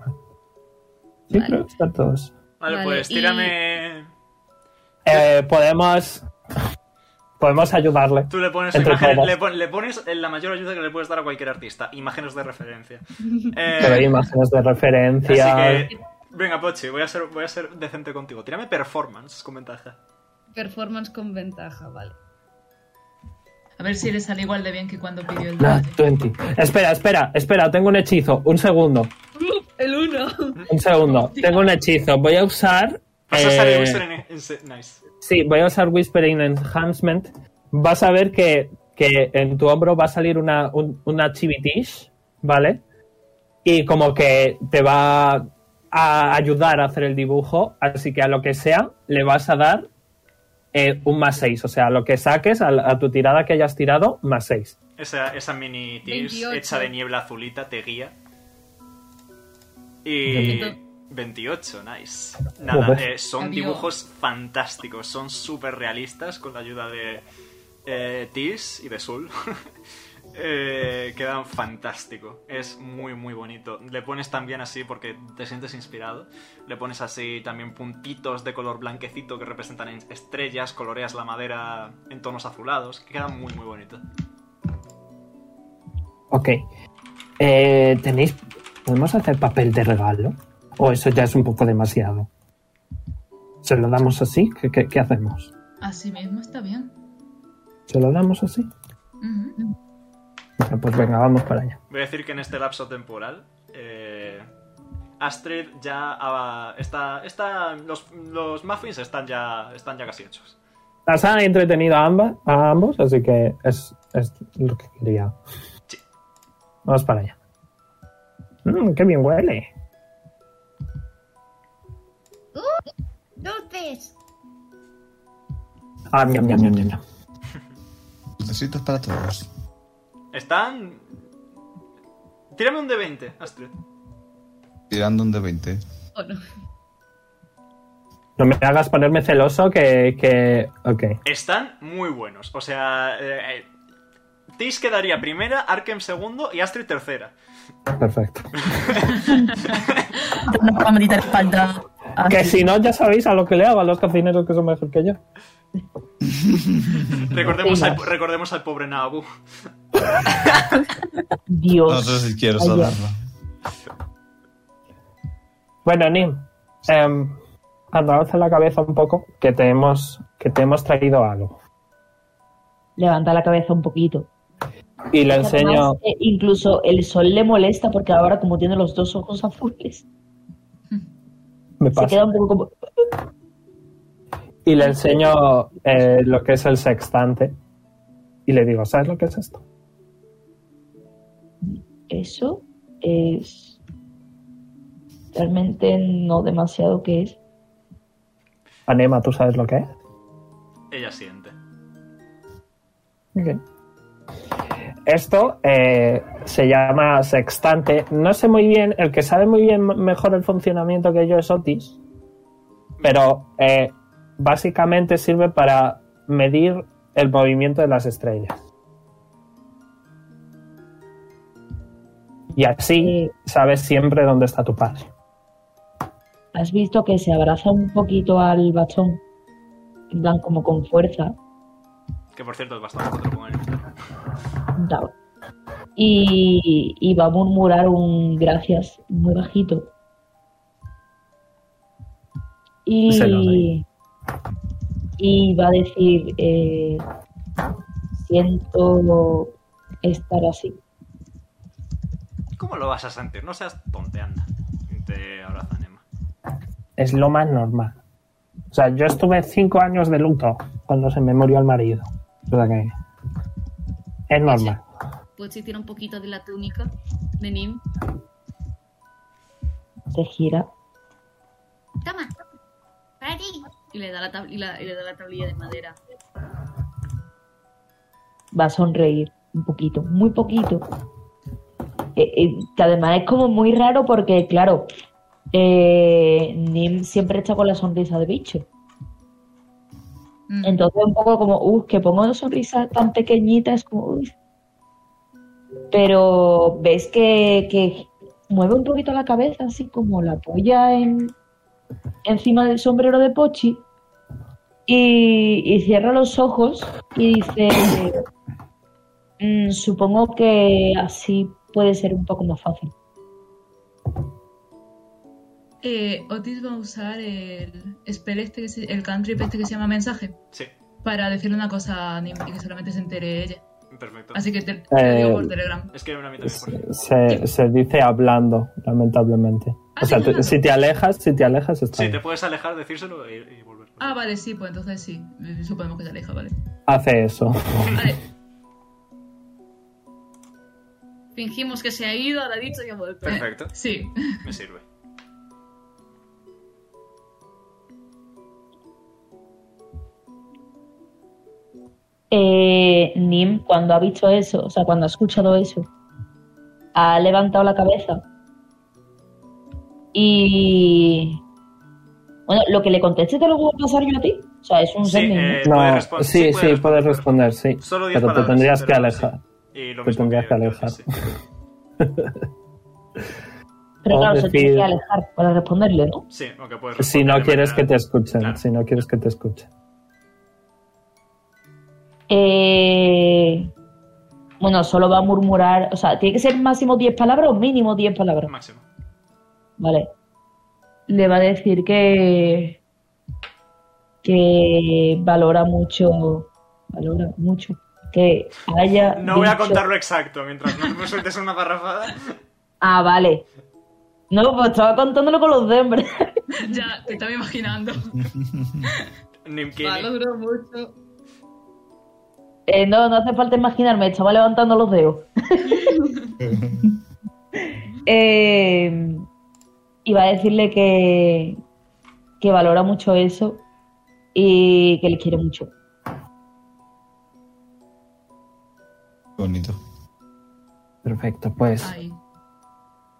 Speaker 6: Sí,
Speaker 4: Vale.
Speaker 6: creo que están todos.
Speaker 3: Vale,
Speaker 4: Vale,
Speaker 3: pues
Speaker 4: y-
Speaker 3: tírame.
Speaker 6: Eh, podemos. Podemos ayudarle.
Speaker 3: Tú eh, le pones,
Speaker 6: Entre
Speaker 3: imágenes-
Speaker 6: todos.
Speaker 3: le, pon- le pones la mayor ayuda que le puedes dar a cualquier artista: imágenes de referencia.
Speaker 6: Te doy
Speaker 3: Eh,
Speaker 6: imágenes de
Speaker 3: así
Speaker 6: referencia.
Speaker 3: que. Venga, Pochi, voy a, ser, voy a ser decente contigo. Tírame performance con ventaja.
Speaker 4: Performance con ventaja, vale.
Speaker 7: A ver si le sale igual de bien que cuando pidió el
Speaker 6: Nat
Speaker 7: debate.
Speaker 6: 20. Espera, espera, espera, tengo un hechizo. Un segundo.
Speaker 12: El 1.
Speaker 6: Un segundo. Tengo un hechizo. Voy a usar.
Speaker 3: Vas a usar el
Speaker 6: eh,
Speaker 3: Wizard en- en- Nice.
Speaker 6: Sí, voy a usar Whispering Enhancement. Vas a ver que, que en tu hombro va a salir una, un- una chivitish, ¿vale? Y como que te va a ayudar a hacer el dibujo, así que a lo que sea le vas a dar eh, un más 6. O sea, a lo que saques, a, la- a tu tirada que hayas tirado, más 6.
Speaker 3: Esa, esa mini tirs
Speaker 12: 28.
Speaker 3: hecha de niebla azulita te guía. Y. 28, nice. Nada,
Speaker 6: Joder.
Speaker 3: eh, son
Speaker 7: Cambio.
Speaker 3: dibujos fantásticos, son súper realistas con la ayuda de eh, Tis y de Sul. *laughs* Eh, quedan fantástico, es muy muy bonito. Le pones también así porque te sientes inspirado. Le pones así también puntitos de color blanquecito que representan en- estrellas, coloreas la madera en tonos azulados, que quedan muy muy bonito.
Speaker 6: Ok. Eh, ¿Tenéis. ¿Podemos hacer papel de regalo? O eso ya es un poco demasiado. ¿Se lo damos así? ¿Qué, qué- qué hacemos?
Speaker 7: Así mismo está bien.
Speaker 6: ¿Se lo damos así?
Speaker 7: Ujú.
Speaker 6: Bueno, pues venga, vamos para allá.
Speaker 3: Voy a decir que en este lapso temporal, eh, Astrid ya ha- está, está los, los muffins están ya, están ya casi hechos.
Speaker 6: Las han entretenido a, ambas, a ambos, así que es, es lo que quería.
Speaker 3: Sí.
Speaker 6: Vamos para allá. Mm, ¡Qué bien huele!
Speaker 8: Dulces.
Speaker 6: Ah, miam, miam, miam, miam, miam.
Speaker 2: Dulcecitos para todos.
Speaker 3: Están. Tírame un de 20, Astrid.
Speaker 2: Tirando un de 20.
Speaker 12: Oh, no.
Speaker 6: No me hagas ponerme celoso que... que... Ok.
Speaker 3: Están muy buenos. O sea, eh, eh, Tis quedaría primera, Arkem segundo y Astrid tercera.
Speaker 6: Perfecto.
Speaker 10: Una palmadita de espalda. así.
Speaker 6: Que si no, ya sabéis a lo que le hago a los cocineros que son mejor que yo.
Speaker 3: Recordemos, al,
Speaker 1: Venga.
Speaker 3: recordemos al pobre Nabu.
Speaker 1: Dios.
Speaker 2: No sé si quiero
Speaker 1: Ay,
Speaker 2: saberlo.
Speaker 6: Bueno, Nim, em, anda, alza la cabeza un poco, que te hemos, que te hemos traído algo.
Speaker 1: Levanta la cabeza un poquito.
Speaker 6: Y le
Speaker 1: Porque además,
Speaker 6: enseño,
Speaker 1: eh, incluso el sol le molesta porque ahora como tiene los dos ojos azules,
Speaker 6: me
Speaker 1: se
Speaker 6: pasa,
Speaker 1: queda un poco como...
Speaker 6: y le enseño eh, lo que es el sextante. Y le digo, ¿sabes lo que es esto?
Speaker 1: Eso es... Realmente no demasiado que es.
Speaker 6: Anema, ¿tú sabes lo que es?
Speaker 3: Ella siente.
Speaker 6: Ok. Esto eh, se llama sextante. No sé muy bien, el que sabe muy bien mejor el funcionamiento que yo es Otis, pero eh, básicamente sirve para medir el movimiento de las estrellas. Y así sabes siempre dónde está tu padre.
Speaker 1: Has visto que se abraza un poquito al bastón. En plan, como con fuerza.
Speaker 3: Que por cierto es bastante otro con él.
Speaker 1: Dao. Y, y va a murmurar un gracias muy bajito.
Speaker 6: Se lo
Speaker 1: Y,
Speaker 6: doy.
Speaker 1: y va a decir, eh, siento estar así.
Speaker 3: ¿Cómo lo vas a sentir? No seas tonteanda. Te abraza Nema.
Speaker 6: Es lo más normal. O sea, yo estuve cinco años de luto cuando se me murió el marido. O sea que es normal.
Speaker 4: Pochi Pues tiene un poquito de la túnica de Nim.
Speaker 1: Se gira.
Speaker 8: Toma. Para ti.
Speaker 4: Y le da la, tab- y la- y le da la tablilla de madera.
Speaker 1: va a sonreír un poquito, muy poquito. Eh, eh, que además es como muy raro porque, claro, eh, Nim siempre está con la sonrisa de bicho.
Speaker 7: Mm.
Speaker 1: Entonces un poco como, uff, que pongo una sonrisa tan pequeñita, es como, uff. Pero ves que, que mueve un poquito la cabeza, así como la apoya en, encima del sombrero de Pochi y, y cierra los ojos y dice, "Mm, supongo que así puede ser un poco más fácil.
Speaker 7: Eh, Otis va a usar el spell este, que se- el country este que se llama mensaje,
Speaker 3: Sí.
Speaker 7: para decirle una cosa a Nim y que solamente se entere ella.
Speaker 3: Perfecto.
Speaker 7: Así que te, te lo digo
Speaker 6: Eh,
Speaker 7: por Telegram.
Speaker 3: Escríbeme a mí también, por
Speaker 6: Se, se- se dice hablando, lamentablemente. O sea, te- si te alejas, si te alejas, está
Speaker 3: Sí,
Speaker 6: bien.
Speaker 3: te puedes alejar, decírselo y, y volver.
Speaker 7: Ah, vale, sí, pues entonces sí. Eh, Suponemos que se
Speaker 6: *laughs*
Speaker 7: aleja, vale.
Speaker 6: Hace eso.
Speaker 7: Vale.
Speaker 4: Fingimos que se ha ido, ahora ha dicho que ha vuelto.
Speaker 3: Perfecto,
Speaker 7: Sí. *laughs*
Speaker 3: me sirve.
Speaker 1: Eh, Nim, cuando ha visto eso, o sea, cuando ha escuchado eso, ha levantado la cabeza. Y. Bueno, lo que le conteste te lo puedo pasar yo a ti. O sea, es un
Speaker 3: Sí,
Speaker 1: sending,
Speaker 3: eh,
Speaker 6: No,
Speaker 3: puedes responder.
Speaker 6: sí, sí, puedes responder, sí.
Speaker 3: Solo diez
Speaker 6: Pero te
Speaker 3: palabras,
Speaker 6: tendrías que
Speaker 3: pero sí.
Speaker 6: alejar.
Speaker 3: Y lo
Speaker 6: Te
Speaker 3: mismo
Speaker 6: tendrías que
Speaker 3: yo,
Speaker 6: alejar.
Speaker 3: sí.
Speaker 1: Pero
Speaker 6: o
Speaker 1: claro, se tiene que
Speaker 6: decir-
Speaker 1: alejar para responderle, ¿no?
Speaker 3: Sí, aunque puedes
Speaker 6: Si
Speaker 3: responder
Speaker 6: no
Speaker 3: de
Speaker 6: quieres que
Speaker 3: manera-
Speaker 6: te escuchen,
Speaker 3: Claro.
Speaker 6: si no quieres que te escuchen.
Speaker 1: Eh, bueno, solo va a murmurar. O sea, tiene que ser máximo 10 palabras o mínimo 10 palabras.
Speaker 3: Máximo.
Speaker 1: Vale. Le va a decir que. que valora mucho. Valora mucho. Que haya.
Speaker 3: No voy a
Speaker 1: dicho-
Speaker 3: contarlo exacto mientras no me sueltes una barrafada.
Speaker 1: Ah, vale. No, pues estaba contándolo con los dembres.
Speaker 7: Ya, te estaba imaginando.
Speaker 3: Nimkini.
Speaker 13: Valoro mucho.
Speaker 1: *laughs* Eh, no, no hace falta imaginarme, estaba levantando los dedos. *laughs* Eh, iba a decirle que, que valora mucho eso y que le quiere mucho.
Speaker 2: Bonito.
Speaker 6: Perfecto, pues,
Speaker 7: Ay.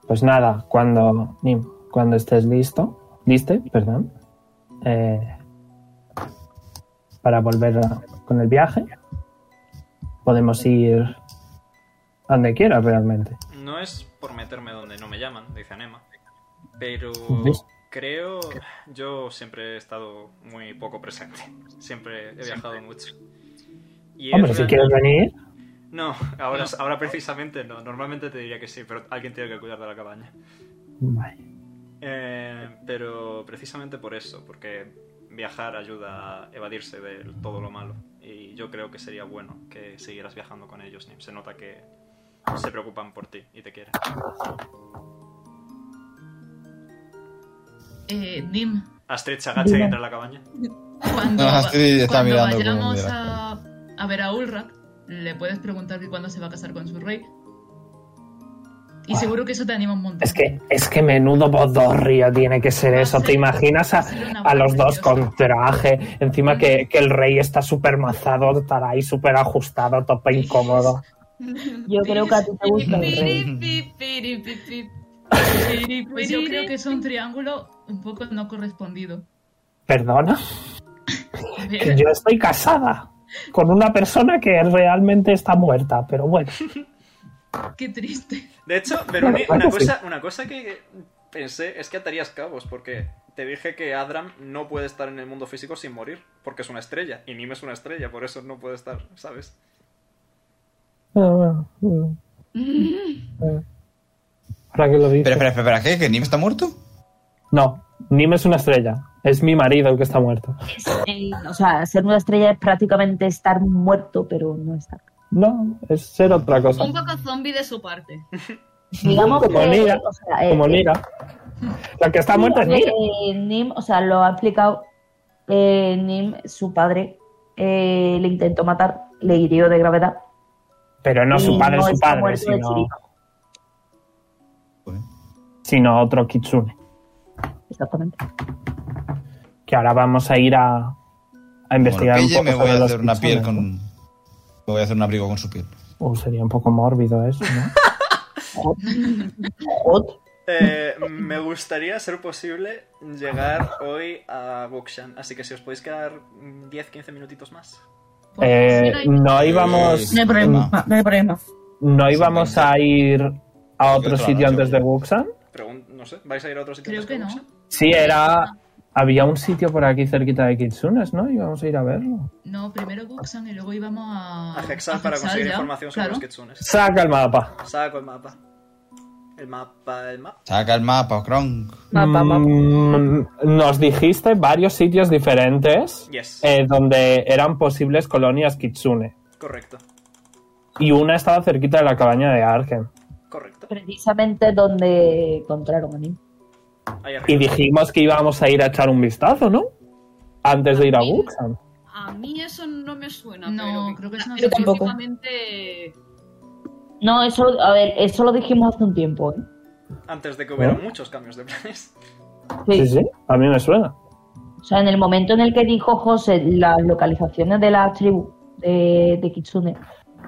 Speaker 6: pues nada, cuando, Nim, cuando estés listo, liste, perdón, eh, para volver a- con el viaje, podemos ir a donde quieras realmente.
Speaker 3: No es por meterme donde no me llaman, dice Anema. Pero
Speaker 6: ¿Ves?
Speaker 3: creo. Yo siempre he estado muy poco presente. Siempre he viajado mucho. Y
Speaker 6: Hombre,
Speaker 3: es
Speaker 6: si
Speaker 3: una-
Speaker 6: quieres venir,
Speaker 3: No, ahora, ahora precisamente no. Normalmente te diría que sí, pero alguien tiene que cuidar de la cabaña.
Speaker 6: vale,
Speaker 3: Eh, pero precisamente por eso, porque viajar ayuda a evadirse de todo lo malo. Y yo creo que sería bueno que siguieras viajando con ellos, Nim. Se nota que se preocupan por ti y te quieren.
Speaker 7: Eh, Nim,
Speaker 3: Astrid se agacha y entra a la cabaña.
Speaker 7: cuando,
Speaker 2: No, Astrid está
Speaker 7: cuando
Speaker 2: mirando como
Speaker 7: vayamos
Speaker 2: mira.
Speaker 7: a, a ver a Ulrak, le puedes preguntar que cuándo se va a casar con su rey. Y
Speaker 6: Ah.
Speaker 7: seguro que eso te anima un montón.
Speaker 6: es que, es que menudo bodorrio tiene que ser
Speaker 7: Va a
Speaker 6: eso, ¿te
Speaker 7: ser-
Speaker 6: imaginas a,
Speaker 7: va ser una
Speaker 6: a los
Speaker 7: boda
Speaker 6: dos
Speaker 7: preciosa.
Speaker 6: con traje? Encima que, que el rey está súper mazado, estará ahí súper ajustado, tope incómodo.
Speaker 1: Yo creo que a ti te gusta el rey.
Speaker 7: Pues yo creo que es un triángulo un poco no correspondido.
Speaker 6: ¿Perdona?
Speaker 7: A
Speaker 6: que
Speaker 7: ver,
Speaker 6: yo estoy casada con una persona que realmente está muerta, pero bueno,
Speaker 7: qué triste.
Speaker 3: De hecho, Veroni,
Speaker 6: Bueno,
Speaker 3: una
Speaker 6: bueno, sí.
Speaker 3: cosa, una cosa que pensé es que atarías cabos, porque te dije que Adram no puede estar en el mundo físico sin morir, porque es una estrella, y Nim es una estrella, por eso no puede estar, ¿sabes?
Speaker 6: Ah, mm, eh. ahora que lo
Speaker 2: Espera,
Speaker 6: dices,
Speaker 2: espera, espera, espera, ¿qué? ¿Que Nim está muerto?
Speaker 6: no, Nim es una estrella, es mi marido el que está muerto.
Speaker 1: Eh, o sea, ser una estrella es prácticamente estar muerto, pero no estar.
Speaker 6: No, es ser otra cosa,
Speaker 4: Un poco zombie de su parte.
Speaker 1: Digamos
Speaker 6: Como
Speaker 1: que.
Speaker 6: Nira,
Speaker 1: o sea, eh,
Speaker 6: como Nira. La que está muerta es Nira.
Speaker 1: Eh, Nim, o sea, lo ha explicado eh, Nim, su padre eh, le intentó matar, le hirió de gravedad.
Speaker 6: Pero no su
Speaker 1: Y
Speaker 6: padre,
Speaker 1: no
Speaker 6: su
Speaker 1: está
Speaker 6: padre,
Speaker 1: muerto de
Speaker 6: sino,
Speaker 1: chiripa.
Speaker 2: Joder.
Speaker 6: sino otro Kitsune.
Speaker 1: Exactamente.
Speaker 6: Que ahora vamos a ir a, a investigar
Speaker 2: Bueno,
Speaker 6: un
Speaker 2: Pille,
Speaker 6: poco
Speaker 2: me voy
Speaker 6: sobre
Speaker 2: a
Speaker 6: los
Speaker 2: hacer una piel
Speaker 6: Kitsunes,
Speaker 2: con.
Speaker 6: ¿no?
Speaker 2: Me voy a hacer un abrigo con su piel.
Speaker 6: Uh, sería un poco mórbido eso, ¿no?
Speaker 1: Jod.
Speaker 3: Eh, me gustaría, ser posible, llegar hoy a Gokshan, así que si os podéis quedar 10-15 minutitos más.
Speaker 6: Eh, no íbamos,
Speaker 10: No hay problema, no hay problema.
Speaker 6: no íbamos a ir a otro
Speaker 2: otra
Speaker 6: sitio
Speaker 2: noche,
Speaker 6: antes de
Speaker 2: ¿no?
Speaker 6: Wuxan.
Speaker 3: Pregun- no sé, ¿vais a ir a otro sitio?
Speaker 7: Creo
Speaker 3: antes
Speaker 7: que no.
Speaker 3: Gokshan?
Speaker 6: Sí, era. Había un sitio por aquí cerquita de Kitsunes, ¿no? Íbamos a ir a verlo.
Speaker 7: No, primero Guxan y luego íbamos a.
Speaker 3: A Hexal para conseguir
Speaker 7: Ah, ya,
Speaker 3: información sobre los
Speaker 7: claro.
Speaker 3: Kitsunes.
Speaker 6: Saca el mapa.
Speaker 3: Saco el mapa. El mapa, el mapa.
Speaker 2: Saca el mapa, Kronk.
Speaker 6: Mm, nos dijiste varios sitios diferentes
Speaker 3: Yes,
Speaker 6: eh, donde eran posibles colonias Kitsune.
Speaker 3: correcto.
Speaker 6: Y una estaba cerquita de la cabaña de Argen.
Speaker 3: Correcto.
Speaker 1: Precisamente donde encontraron a mí.
Speaker 3: Ahí arriba.
Speaker 6: Y dijimos que íbamos a ir a echar un vistazo, ¿no? Antes de ir a Wuxan.
Speaker 4: A mí eso no me suena.
Speaker 7: No,
Speaker 4: pero
Speaker 7: creo que eso no
Speaker 4: pero
Speaker 7: se
Speaker 4: que
Speaker 10: tampoco.
Speaker 4: últimamente-
Speaker 1: No, eso, a ver, eso lo dijimos hace un tiempo, ¿eh?
Speaker 3: Antes de que hubiera
Speaker 6: ¿Eh?
Speaker 3: muchos cambios de planes.
Speaker 6: Sí, sí, a mí me suena.
Speaker 1: O sea, en el momento en el que dijo José las localizaciones de las tribus de, de Kitsune,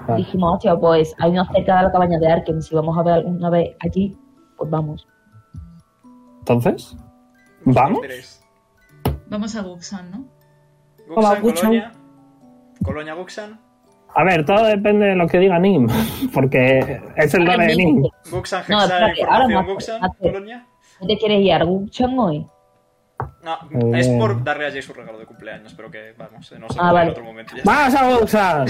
Speaker 6: Ah.
Speaker 1: dijimos, hostia, pues hay una cerca de la cabaña de Arken, si vamos a ver alguna vez allí, pues vamos.
Speaker 6: Entonces, *laughs* ¿vamos?
Speaker 3: Diréis,
Speaker 7: Vamos a Buxan, ¿no?
Speaker 10: Hola,
Speaker 3: Guxan,
Speaker 10: Guxan.
Speaker 3: Colonia. Colonia Guxan.
Speaker 6: A ver, todo depende de lo que diga Nim, *laughs* porque es el lore de Nim.
Speaker 3: Guxan,
Speaker 1: No,
Speaker 3: Hexal,
Speaker 1: espérate, ahora
Speaker 3: Información
Speaker 1: más,
Speaker 3: Guxan,
Speaker 1: espérate.
Speaker 3: Colonia.
Speaker 1: ¿No te quieres ir a Arguchan hoy?
Speaker 3: No,
Speaker 6: Muy
Speaker 3: es
Speaker 6: bien.
Speaker 3: por darle a Jay su regalo de cumpleaños, pero que vamos, eh, no se
Speaker 1: Ah,
Speaker 3: puede en
Speaker 1: vale.
Speaker 3: otro momento. ya está.
Speaker 6: ¡Vamos a Buxan!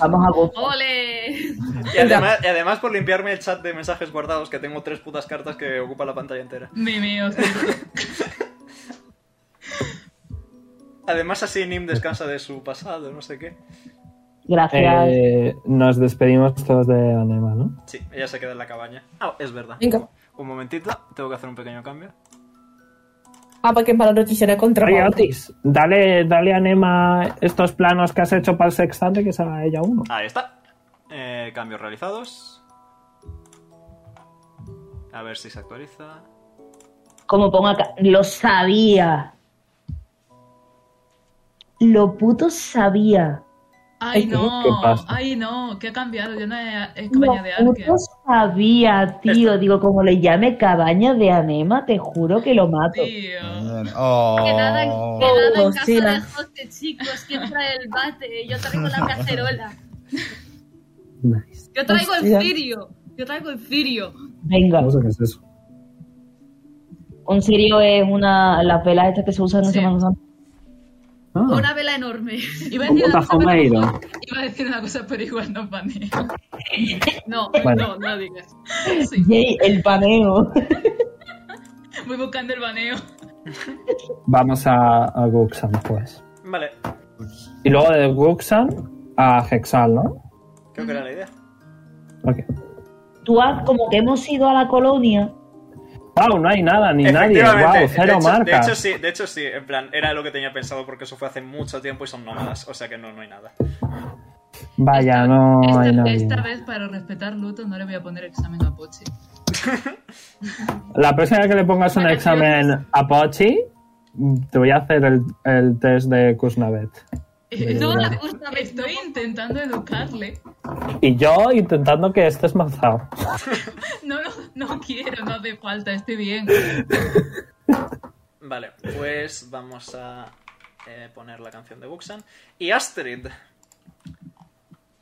Speaker 1: Vamos a Arguchan.
Speaker 4: ¡Ole!
Speaker 3: Y además, y además por limpiarme el chat de mensajes guardados, que tengo tres putas cartas que ocupan la pantalla entera.
Speaker 7: Memeos.
Speaker 3: Además así Nim descansa de su pasado, no sé qué.
Speaker 1: Gracias.
Speaker 6: Eh, nos despedimos todos de Anema, ¿no?
Speaker 3: Sí, ella se queda en la cabaña. Ah, es verdad.
Speaker 10: Venga.
Speaker 3: Un momentito, tengo que hacer un pequeño cambio.
Speaker 10: Ah, para que para la noticia de contra.
Speaker 6: Oye, Otis, dale, dale a Nema estos planos que has hecho para el sextante que se haga ella uno.
Speaker 3: Ahí está. Eh, cambios realizados. A ver si se actualiza.
Speaker 1: Como ponga acá, lo sabía. Lo puto sabía.
Speaker 7: Ay,
Speaker 6: ¿Qué?
Speaker 7: no.
Speaker 6: ¿Qué pasa?
Speaker 7: Ay, no. ¿Qué ha cambiado? Yo no he, he
Speaker 1: Lo
Speaker 7: cabaña de Arken.
Speaker 1: puto sabía, tío. Digo, como le llame cabaña de anema, te juro que lo mato.
Speaker 7: Tío.
Speaker 2: Oh.
Speaker 4: Que nada, que nada en casa
Speaker 10: sí, la-
Speaker 4: de José, chicos. ¿Quién trae el bate? Yo traigo la cacerola.
Speaker 14: Yo traigo el
Speaker 10: Hostia.
Speaker 14: cirio. Yo traigo el cirio.
Speaker 1: Venga.
Speaker 6: No sé qué es eso.
Speaker 1: Un cirio es una las velas estas que se usan en
Speaker 7: Sí.
Speaker 1: Semana Santa.
Speaker 6: Ah,
Speaker 4: Una vela enorme.
Speaker 7: Iba a,
Speaker 6: Un
Speaker 7: decir una cosa, pero
Speaker 6: botafumeiro.
Speaker 7: igual- iba a decir una cosa, pero igual
Speaker 6: *laughs*
Speaker 7: no paneo. No,
Speaker 6: Bueno.
Speaker 7: no, no digas. Sí,
Speaker 1: Yay, el paneo.
Speaker 7: voy buscando el baneo.
Speaker 6: Vamos a, a Guxan, pues.
Speaker 3: Vale,
Speaker 6: Y luego de Guxan a Hexal, ¿no?
Speaker 3: creo que era la idea.
Speaker 6: Ok.
Speaker 1: Tú haz como que hemos ido a la colonia.
Speaker 6: Wow, no hay nada ni nadie. Wow,
Speaker 3: de,
Speaker 6: cero
Speaker 3: hecho, de
Speaker 6: marcas.
Speaker 3: hecho sí, de hecho sí, en plan, era lo que tenía pensado porque eso fue hace mucho tiempo y son nómadas, o sea que no, no hay nada.
Speaker 6: Vaya,
Speaker 7: Esta-
Speaker 6: Ah, no
Speaker 7: esta,
Speaker 6: hay nadie.
Speaker 7: esta vez, para respetar luto, no le voy a poner examen a Pochi.
Speaker 6: La próxima vez que le pongas un
Speaker 7: Bueno,
Speaker 6: examen a Pochi, te voy a hacer el, el test de Kuznavet.
Speaker 7: Eh, no,
Speaker 6: verdad.
Speaker 7: justamente estoy intentando educarle.
Speaker 6: Y yo intentando que estés mazado.
Speaker 7: No, no, no quiero, no hace falta, estoy bien.
Speaker 3: Vale, pues vamos a eh, poner la canción de Buxan. Y Astrid,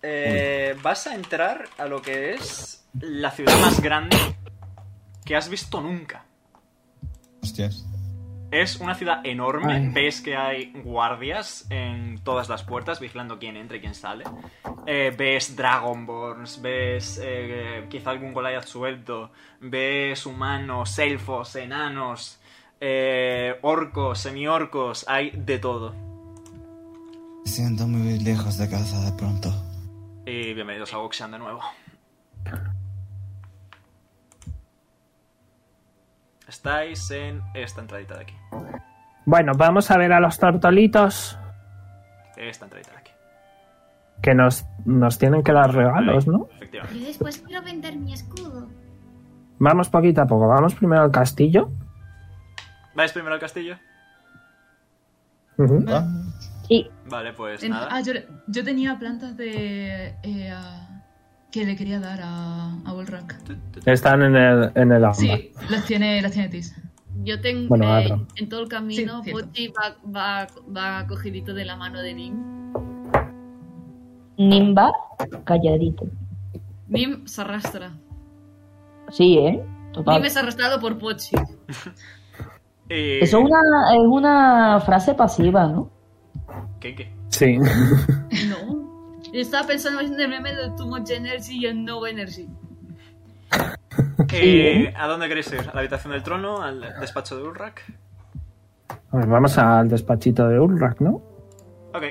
Speaker 3: eh, vas a entrar a lo que es la ciudad más grande que has visto nunca.
Speaker 2: Hostias.
Speaker 3: Es una ciudad enorme,
Speaker 6: Ay.
Speaker 3: ves que hay guardias en todas las puertas vigilando quién entra y quién sale. Eh, ves Dragonborns, ves eh, quizá algún Goliath suelto, ves humanos, elfos, enanos, eh, orcos, semiorcos, hay de todo.
Speaker 2: Me siento muy lejos de casa de pronto.
Speaker 3: Y bienvenidos a Oxan de nuevo. Estáis en esta entradita de aquí.
Speaker 6: Bueno, vamos a ver a los tortolitos
Speaker 3: Esta entradita de aquí.
Speaker 6: que nos, nos tienen que dar regalos, ¿no?
Speaker 3: Efectivamente.
Speaker 8: Yo después quiero vender mi escudo.
Speaker 6: Vamos poquito a poco. Vamos primero al castillo.
Speaker 3: ¿Vais primero al castillo?
Speaker 6: Ujú.
Speaker 2: Ah,
Speaker 1: Sí,
Speaker 3: Vale, pues
Speaker 7: En-
Speaker 3: nada.
Speaker 7: ah, yo, le- yo tenía plantas de. eh, a- que le quería dar a, a Volrak.
Speaker 6: Están en el, en el ámbar.
Speaker 7: Sí, las tiene, las tiene Tis.
Speaker 4: Yo tengo
Speaker 6: Bueno,
Speaker 4: eh,
Speaker 6: Adra.
Speaker 4: en todo el camino,
Speaker 7: Sí, cierto.
Speaker 4: Pochi va, va, va cogidito de la mano de Nim.
Speaker 1: Nimba, calladito.
Speaker 4: Nim se arrastra.
Speaker 1: Sí, ¿eh? Total.
Speaker 4: Nim es arrastrado por Pochi.
Speaker 3: Y-
Speaker 1: Eso es una, es una frase pasiva, ¿no?
Speaker 3: ¿Qué, qué?
Speaker 6: *laughs* Sí.
Speaker 4: No. Yo estaba pensando en el meme de Too Much Energy y en No Energy.
Speaker 3: Eh, ¿A dónde queréis ir? ¿A la habitación del trono? ¿Al despacho de Ulrak?
Speaker 6: Pues A ver, vamos al despachito de Ulrak, ¿no?
Speaker 3: Ok.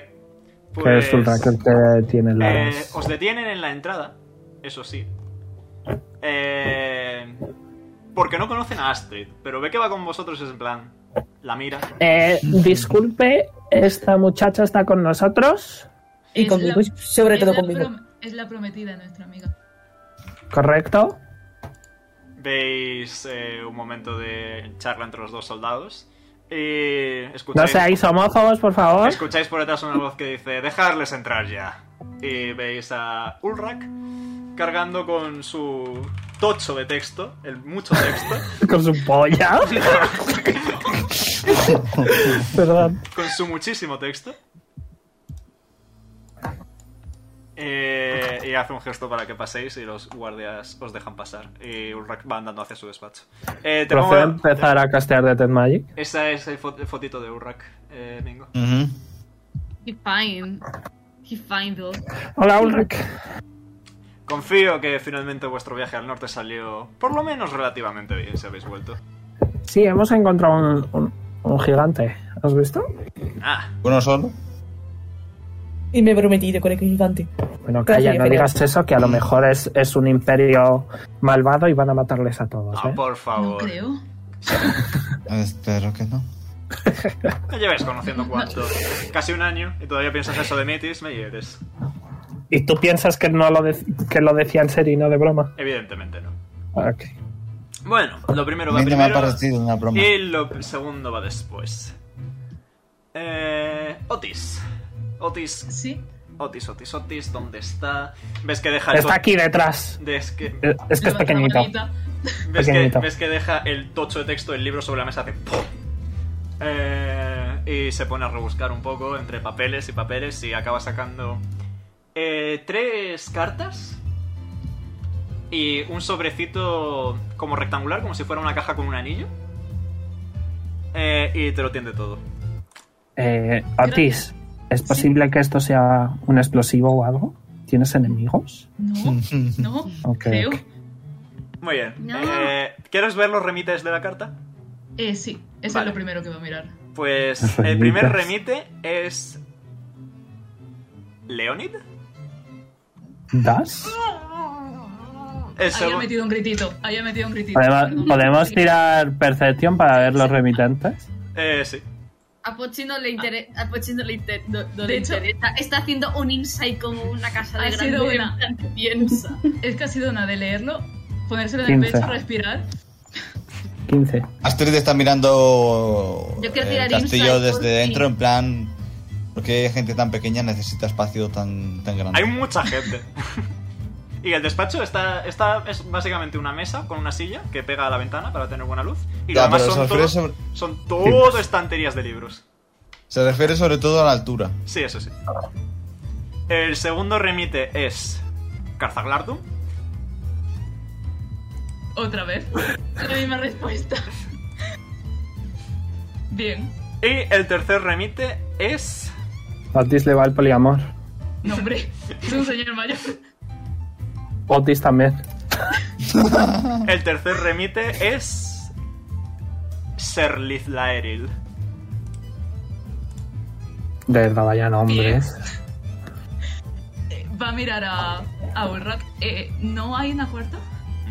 Speaker 15: Que es Ultra, que, que tiene
Speaker 3: Pues, Eh,
Speaker 15: las...
Speaker 3: os detienen en la entrada, eso sí. Eh, porque no conocen a Astrid, pero ve que va con vosotros es en plan. La mira.
Speaker 6: Eh, disculpe, ¿esta muchacha está con nosotros?
Speaker 10: Y
Speaker 7: Es
Speaker 10: conmigo,
Speaker 7: la-
Speaker 10: sobre
Speaker 7: es
Speaker 10: todo
Speaker 7: la
Speaker 10: conmigo.
Speaker 7: prom- Es la prometida de nuestra amiga.
Speaker 6: ¿Correcto?
Speaker 3: Veis eh, un momento de charla entre los dos soldados. Y
Speaker 6: No
Speaker 3: escucháis,
Speaker 6: seáis homófobos, por favor.
Speaker 3: escucháis por detrás una voz que dice: Dejarles entrar ya. Y veis a Ulrak cargando con su tocho de texto, el mucho texto.
Speaker 6: *laughs* Con
Speaker 3: *laughs*
Speaker 6: su polla. Perdón.
Speaker 3: con su muchísimo texto. Eh, y hace un gesto para que paséis y los guardias os dejan pasar. Y Ulrak va andando hacia su despacho. Eh, te
Speaker 15: Procedo a
Speaker 3: pongo-
Speaker 15: empezar a castear Detect Magic.
Speaker 3: Esa es el, fo- el fotito de Urrak, eh, Mingo.
Speaker 2: Ujú.
Speaker 4: He fine. He fine, though.
Speaker 6: Hola, Ulrich.
Speaker 3: Confío que finalmente vuestro viaje al norte salió por lo menos relativamente bien si habéis vuelto.
Speaker 6: Sí, hemos encontrado un, un- un gigante. ¿Has visto?
Speaker 3: Ah,
Speaker 2: Uno solo.
Speaker 10: Y me he prometido con el gigante.
Speaker 6: Bueno,
Speaker 10: Pero
Speaker 6: calla,
Speaker 10: sí,
Speaker 6: no
Speaker 10: pero-
Speaker 6: digas eso, que a lo mejor es, es un imperio malvado y van a matarles a todos,
Speaker 3: ah,
Speaker 6: ¿eh?
Speaker 3: por
Speaker 7: No
Speaker 3: favor.
Speaker 7: creo.
Speaker 2: Espero que no.
Speaker 3: Me lleváis
Speaker 7: *laughs*
Speaker 3: conociendo cuánto. Casi un año y todavía piensas eso de Metis, me hieres.
Speaker 6: ¿Y tú piensas que no lo, dec- que lo decía en serio y no de broma?
Speaker 3: Evidentemente no.
Speaker 6: Ok.
Speaker 3: Bueno, lo primero
Speaker 2: A
Speaker 3: va
Speaker 2: mí no me ha
Speaker 3: primero.
Speaker 2: parecido una broma.
Speaker 3: Y lo segundo va después. Eh, Otis. Otis,
Speaker 7: Sí.
Speaker 3: Otis, Otis, Otis, ¿dónde está? ¿Ves que deja el
Speaker 6: Está aquí detrás.
Speaker 3: Ves que,
Speaker 6: Eh, Es que es
Speaker 7: Levanta
Speaker 6: pequeñito.
Speaker 7: abuelita.
Speaker 3: ves, que,
Speaker 6: Pequeñito.
Speaker 3: ves que deja el tocho de texto del libro sobre la mesa? Hace ¡pum! Eh, y se pone a rebuscar un poco entre papeles y papeles y acaba sacando eh, tres cartas y un sobrecito como rectangular, como si fuera una caja con un anillo. Eh, y te lo tiende todo.
Speaker 6: Eh, Otis, ¿es posible que esto sea un explosivo o algo? ¿Tienes enemigos?
Speaker 7: No, no,
Speaker 6: *laughs* Ok,
Speaker 7: creo.
Speaker 6: ok.
Speaker 3: Muy bien.
Speaker 4: No.
Speaker 3: Eh, ¿Quieres ver los remites de la carta?
Speaker 7: Eh, sí, eso
Speaker 3: Vale.
Speaker 7: es lo primero que va a mirar.
Speaker 3: Pues
Speaker 6: Los
Speaker 3: el primer
Speaker 6: remitas.
Speaker 3: remite es... ¿Leonid?
Speaker 6: ¿Das?
Speaker 3: El
Speaker 7: Había
Speaker 3: segun-
Speaker 7: metido un gritito, había metido un gritito.
Speaker 6: ¿Podemos,
Speaker 7: *laughs* perdón.
Speaker 6: podemos tirar percepción para ver los remitentes?
Speaker 3: Eh, sí.
Speaker 4: A Pochi no le, interesa a Pochi no le, inter- no- no
Speaker 7: De
Speaker 4: le
Speaker 7: hecho-
Speaker 4: interesa. Está haciendo un insight como una casa de
Speaker 7: Ha sido
Speaker 4: grandeza.
Speaker 7: una.
Speaker 4: Piensa.
Speaker 7: *laughs* Es que ha sido una de leerlo, ponérselo en el
Speaker 6: 15.
Speaker 7: pecho, respirar.
Speaker 6: 15.
Speaker 2: *laughs* Astrid está mirando
Speaker 4: Yo quiero
Speaker 2: el
Speaker 4: tirar
Speaker 2: castillo
Speaker 4: insight
Speaker 2: desde
Speaker 4: por ti.
Speaker 2: dentro, en plan. Porque gente tan pequeña necesita espacio tan, tan grande.
Speaker 3: Hay mucha gente. *laughs* y el despacho está, está es básicamente una mesa con una silla que pega a la ventana para tener buena luz. Y lo
Speaker 2: Ya,
Speaker 3: demás
Speaker 2: pero se
Speaker 3: son
Speaker 2: refiere,
Speaker 3: todo,
Speaker 2: sobre,
Speaker 3: son todo estanterías de libros.
Speaker 2: se refiere sobre todo a la altura.
Speaker 3: Sí, eso sí.
Speaker 2: Ah.
Speaker 3: El segundo remite es Carzaglardum.
Speaker 7: Otra vez. La misma respuesta. *laughs* Bien.
Speaker 3: Y el tercer remite es...
Speaker 6: Otis le va el poliamor.
Speaker 7: No, hombre, es un señor mayor.
Speaker 6: Otis también.
Speaker 3: El tercer remite es... Serlith Laeril.
Speaker 6: De verdad, vaya nombres.
Speaker 7: Eh, Va a mirar a, a Urrak. Eh, ¿No hay una cuarta?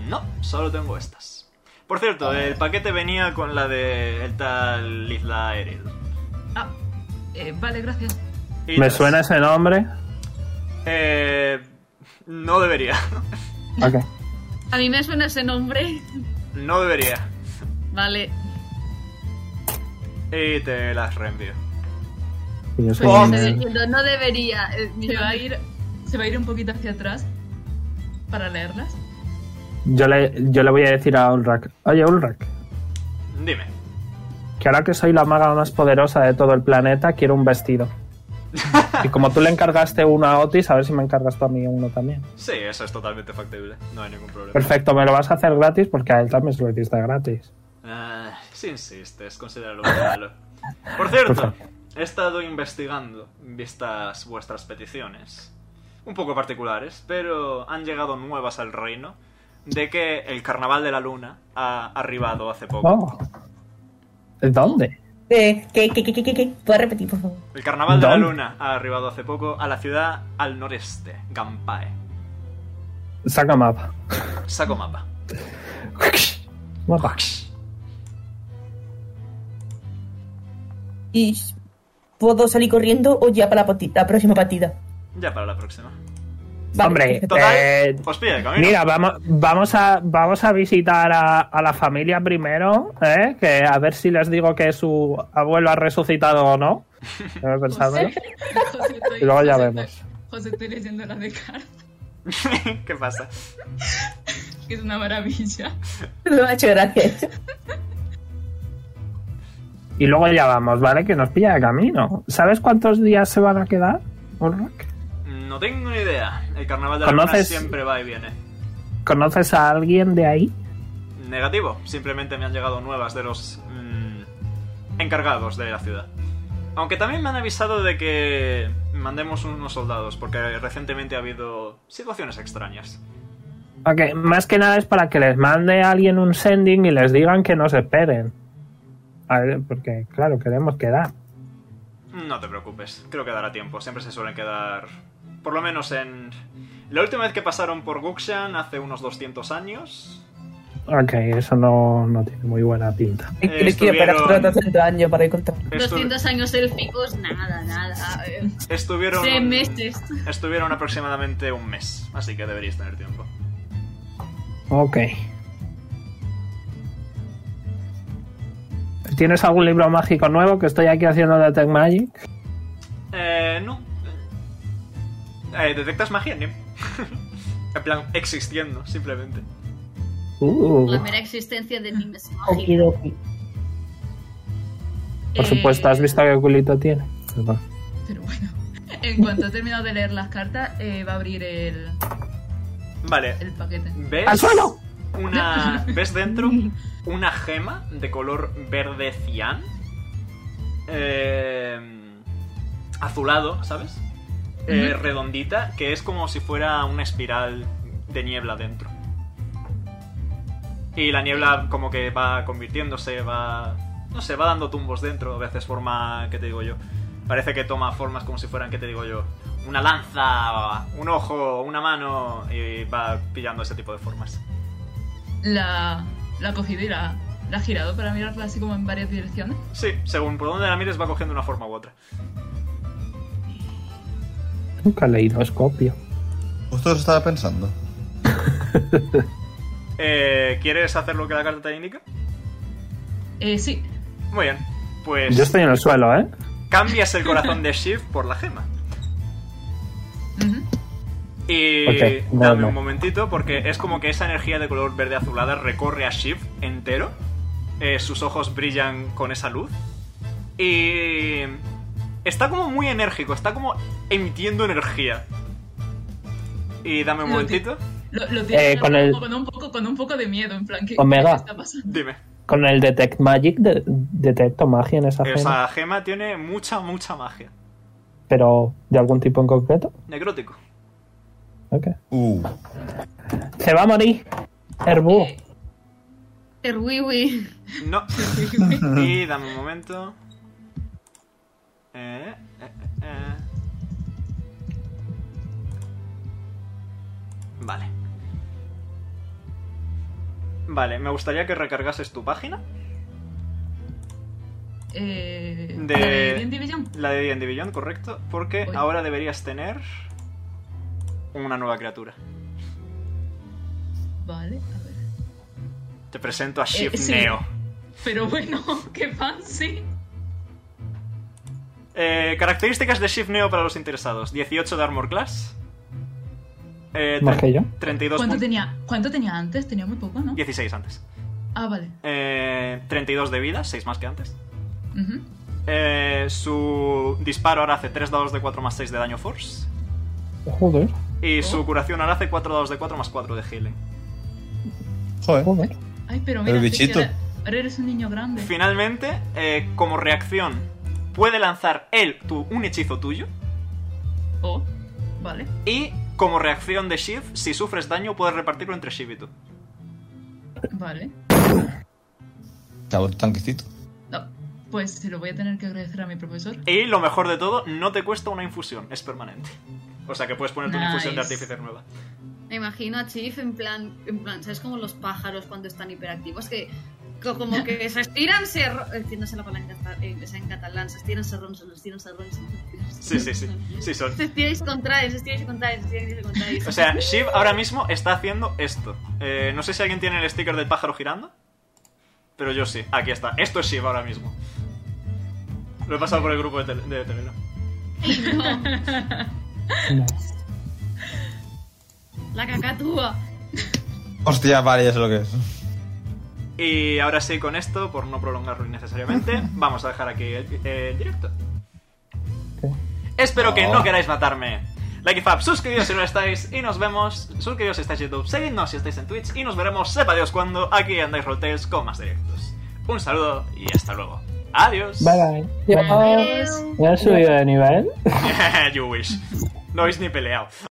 Speaker 3: No, solo tengo estas. Por cierto, el paquete venía con la de el tal Isla Eril.
Speaker 7: Ah, eh, vale, gracias.
Speaker 3: Y
Speaker 6: ¿Me
Speaker 3: tras-
Speaker 6: suena ese nombre?
Speaker 3: Eh, no debería. *laughs*
Speaker 6: Ok.
Speaker 4: A mí me suena
Speaker 16: *laughs*
Speaker 4: ese nombre.
Speaker 3: No debería.
Speaker 4: Vale.
Speaker 3: Y te las reenvío.
Speaker 6: Yo soy
Speaker 3: Oh.
Speaker 6: un-
Speaker 4: Estoy diciendo, no
Speaker 7: Ah,
Speaker 4: debería. eh, mi
Speaker 7: Se va a
Speaker 4: nombre.
Speaker 7: ir, se va a ir un poquito hacia atrás para leerlas.
Speaker 6: yo, le, yo le voy a decir a Ulrak. Oye, Ulrak,
Speaker 3: Dime.
Speaker 6: que ahora que soy la maga más poderosa de todo el planeta, quiero un vestido. Y como tú le encargaste uno a Otis, a ver si me encargas tú a mí uno también.
Speaker 3: Sí, eso es totalmente factible. No hay ningún problema.
Speaker 6: Perfecto, me lo vas a hacer gratis porque a él también se lo hiciste gratis.
Speaker 3: Ah, si insistes, considéralo un regalo. Por cierto, he estado investigando, vistas vuestras peticiones, un poco particulares, pero han llegado nuevas al reino, de Oh. que el Carnaval de la Luna ha arribado hace poco.
Speaker 6: Oh. ¿Dónde?
Speaker 10: Eh, ¿Qué, qué, qué, qué, qué, qué? ¿Puedo repetir, por favor?
Speaker 3: El carnaval de la
Speaker 6: ¿Dónde?
Speaker 3: luna ha arribado hace poco a la ciudad al noreste, Gampae.
Speaker 6: Saca mapa.
Speaker 3: Saco mapa.
Speaker 6: Mapa.
Speaker 10: ¿Y puedo salir corriendo o ya para la, pati- la próxima partida? *laughs*
Speaker 3: Ya para la próxima.
Speaker 10: Vale.
Speaker 6: Hombre,
Speaker 3: Total, pues,
Speaker 6: eh,
Speaker 3: os pilla el camino.
Speaker 6: mira, vamos, vamos, a, vamos a visitar a, a la familia primero, ¿eh? que a ver si les digo que su abuelo ha resucitado o no. Déjame
Speaker 7: Pues
Speaker 6: pensármelo.
Speaker 16: José, estoy-
Speaker 6: Y luego ya
Speaker 16: José,
Speaker 6: vemos.
Speaker 16: José, estoy leyendo la de cartas,
Speaker 3: *laughs* ¿Qué pasa?
Speaker 16: que es una maravilla.
Speaker 10: Me ha hecho gracia.
Speaker 6: Y luego ya vamos, ¿vale? Que nos pilla de camino. ¿Sabes cuántos días se van a quedar, Ulrak?
Speaker 3: No tengo ni idea. El carnaval de la
Speaker 6: ¿Conoces-
Speaker 3: luna siempre va y viene.
Speaker 6: ¿Conoces a alguien de ahí?
Speaker 3: Negativo. Simplemente me han llegado nuevas de los mm, encargados de la ciudad. Aunque también me han avisado de que mandemos unos soldados, porque recientemente ha habido situaciones extrañas.
Speaker 6: Ok, más que nada es para que les mande a alguien un sending y les digan que nos esperen. A ver, porque, claro, queremos quedar.
Speaker 3: No te preocupes, creo que dará tiempo. Siempre se suelen quedar. Por lo menos en. La última vez que pasaron por Guxian hace unos 200 años.
Speaker 6: Ok, eso no, no tiene muy buena pinta.
Speaker 10: Es que le quiero
Speaker 3: estuvieron-
Speaker 10: esperar otro 200 años para encontrar.
Speaker 3: estu-
Speaker 4: 200 años élficos, nada, nada. eh,
Speaker 3: estuvieron.
Speaker 4: Tres meses.
Speaker 3: Estuvieron aproximadamente un mes, así que deberíais tener tiempo.
Speaker 6: Ok. ¿Tienes algún libro mágico nuevo que estoy aquí haciendo de Tech Magic?
Speaker 3: Eh, no. Eh, ¿Detectas magia, Nim? *laughs* en plan, existiendo, simplemente.
Speaker 6: Uh,
Speaker 4: La mera existencia de Nim es mágica.
Speaker 1: Okidoki.
Speaker 6: por
Speaker 16: Eh,
Speaker 6: supuesto, ¿has visto qué culito tiene? Perdón.
Speaker 16: Pero bueno, en cuanto he terminado de leer las cartas, eh, va a abrir el,
Speaker 3: Vale.
Speaker 16: el paquete.
Speaker 3: ¿Ves?
Speaker 6: ¡Al suelo!
Speaker 3: Una. ¿Ves dentro? Una gema de color verde cian. Eh, azulado, ¿sabes? Eh, Redondita, que es como si fuera una espiral de niebla dentro. Y la niebla como que va convirtiéndose, va... No sé, va dando tumbos dentro, a veces forma, ¿qué te digo yo? Parece que toma formas como si fueran, ¿qué te digo yo? Una lanza, un ojo, una mano, y va pillando ese tipo de formas.
Speaker 16: La, la ha cogido y la, la ha girado para mirarla así como en varias direcciones.
Speaker 3: Sí, según por donde la mires va cogiendo una forma u otra.
Speaker 6: Nunca he leído Escopio.
Speaker 2: Justo eso estaba pensando.
Speaker 3: Eh, ¿Quieres hacer lo que la carta te indica?
Speaker 16: Eh, sí,
Speaker 3: Muy bien, pues
Speaker 6: Yo estoy en el suelo, ¿eh?
Speaker 3: cambias el corazón de Shift por la gema.
Speaker 16: Ujú.
Speaker 3: Y
Speaker 6: Ok, no,
Speaker 3: dame
Speaker 6: no.
Speaker 3: un momentito porque es como que esa energía de color verde azulada recorre a Shiv entero. Eh, sus ojos brillan con esa luz. Y está como muy enérgico, está como emitiendo energía. Y dame un
Speaker 16: Lo
Speaker 3: momentito.
Speaker 16: Lo, lo tiene
Speaker 6: Eh,
Speaker 16: en la
Speaker 6: con
Speaker 16: mano
Speaker 6: el-
Speaker 16: como con, un poco, con un poco de miedo, en plan, ¿qué,
Speaker 6: Omega.
Speaker 16: qué está pasando?
Speaker 3: Dime.
Speaker 6: Con el Detect Magic de- detecto magia en esa zona.
Speaker 3: Esa gema tiene mucha, mucha magia.
Speaker 6: Pero, ¿de algún tipo en concreto?
Speaker 3: Necrótico.
Speaker 6: Ok.
Speaker 2: Uh,
Speaker 6: Se va a morir. Herbú.
Speaker 16: Eh,
Speaker 4: El wiwi.
Speaker 16: *laughs*
Speaker 3: No. Y dame un momento. Eh, eh, eh, eh. Vale. Vale, me gustaría que recargases tu página,
Speaker 16: eh,
Speaker 3: De-
Speaker 16: ¿de D&D Beyond?
Speaker 3: la de D&D Beyond, correcto, porque
Speaker 16: Uy.
Speaker 3: ahora deberías tener una nueva criatura.
Speaker 16: Vale, a ver.
Speaker 3: Te presento a Shift
Speaker 16: Eh, sí.
Speaker 3: Neo.
Speaker 16: Pero bueno, *laughs* qué fancy.
Speaker 3: Eh, características de Shift Neo para los interesados. 18 de armor class. Eh,
Speaker 6: Más que yo.
Speaker 3: 32
Speaker 16: ¿Cuánto
Speaker 3: pun-
Speaker 16: tenía, ¿Cuánto tenía antes? Tenía muy poco, ¿no?
Speaker 3: 16 antes.
Speaker 16: Ah, vale.
Speaker 3: Eh, 32 de vida, 6 más que antes.
Speaker 16: Ujú.
Speaker 3: Eh, su disparo ahora hace 3 dados de 4 más 6 de daño force.
Speaker 6: Joder,
Speaker 3: Y su curación ahora hace 4 dados de 4 más 4 de healing.
Speaker 2: joder.
Speaker 6: joder.
Speaker 16: Ay, pero mira,
Speaker 2: El
Speaker 16: es que
Speaker 2: bichito.
Speaker 16: ahora- ahora eres un niño grande.
Speaker 3: Finalmente, eh, como reacción, puede lanzar él tu- un hechizo tuyo.
Speaker 16: Oh, vale.
Speaker 3: Y como reacción de Shiv, si sufres daño, puedes repartirlo entre Shiv y tú.
Speaker 16: Vale.
Speaker 2: Se ha vuelto tanquecito.
Speaker 16: No, Pues se lo voy a tener que agradecer a mi profesor.
Speaker 3: Y lo mejor de todo, no te cuesta una infusión, es permanente. O sea que puedes ponerte una infusión de
Speaker 4: Nice.
Speaker 3: artífice nueva.
Speaker 4: Me imagino a Chief en plan, en plan, ¿sabes como los pájaros cuando están hiperactivos? Que co- como que se estiran, se... ro- eh, que no sé la palabra en, cata- en, en catalán, se estiran, se ronzan, se estiran, se ronzan.
Speaker 3: Sí, sí, sí. Sí, son.
Speaker 4: Se estiran y se contraen, se estiran y se contraen, se estiran y se contraen.
Speaker 3: O sea, Shiv ahora mismo está haciendo esto. Eh, no sé si alguien tiene el sticker del pájaro girando. Pero yo sí, aquí está. Esto es Shiv ahora mismo. Lo he pasado por el grupo de, tele- de Telegram.
Speaker 4: La cacatúa.
Speaker 2: Hostia, vale, ya sé lo que es.
Speaker 3: Y ahora sí, con esto, por no prolongarlo
Speaker 9: *laughs*
Speaker 3: innecesariamente, vamos a dejar aquí el, el directo. Espero que
Speaker 2: Oh.
Speaker 3: no queráis matarme. Like y fab, suscribíos si no lo estáis y nos vemos. Suscribíos si estáis en YouTube, seguidnos si estáis en Twitch y nos veremos, sepa Dios cuándo, aquí en Dice Roll Tales con más directos. Un saludo y hasta luego. Adiós.
Speaker 9: Bye bye. ¿Me has subido de nivel?
Speaker 3: *laughs* you wish. No habéis ni peleado.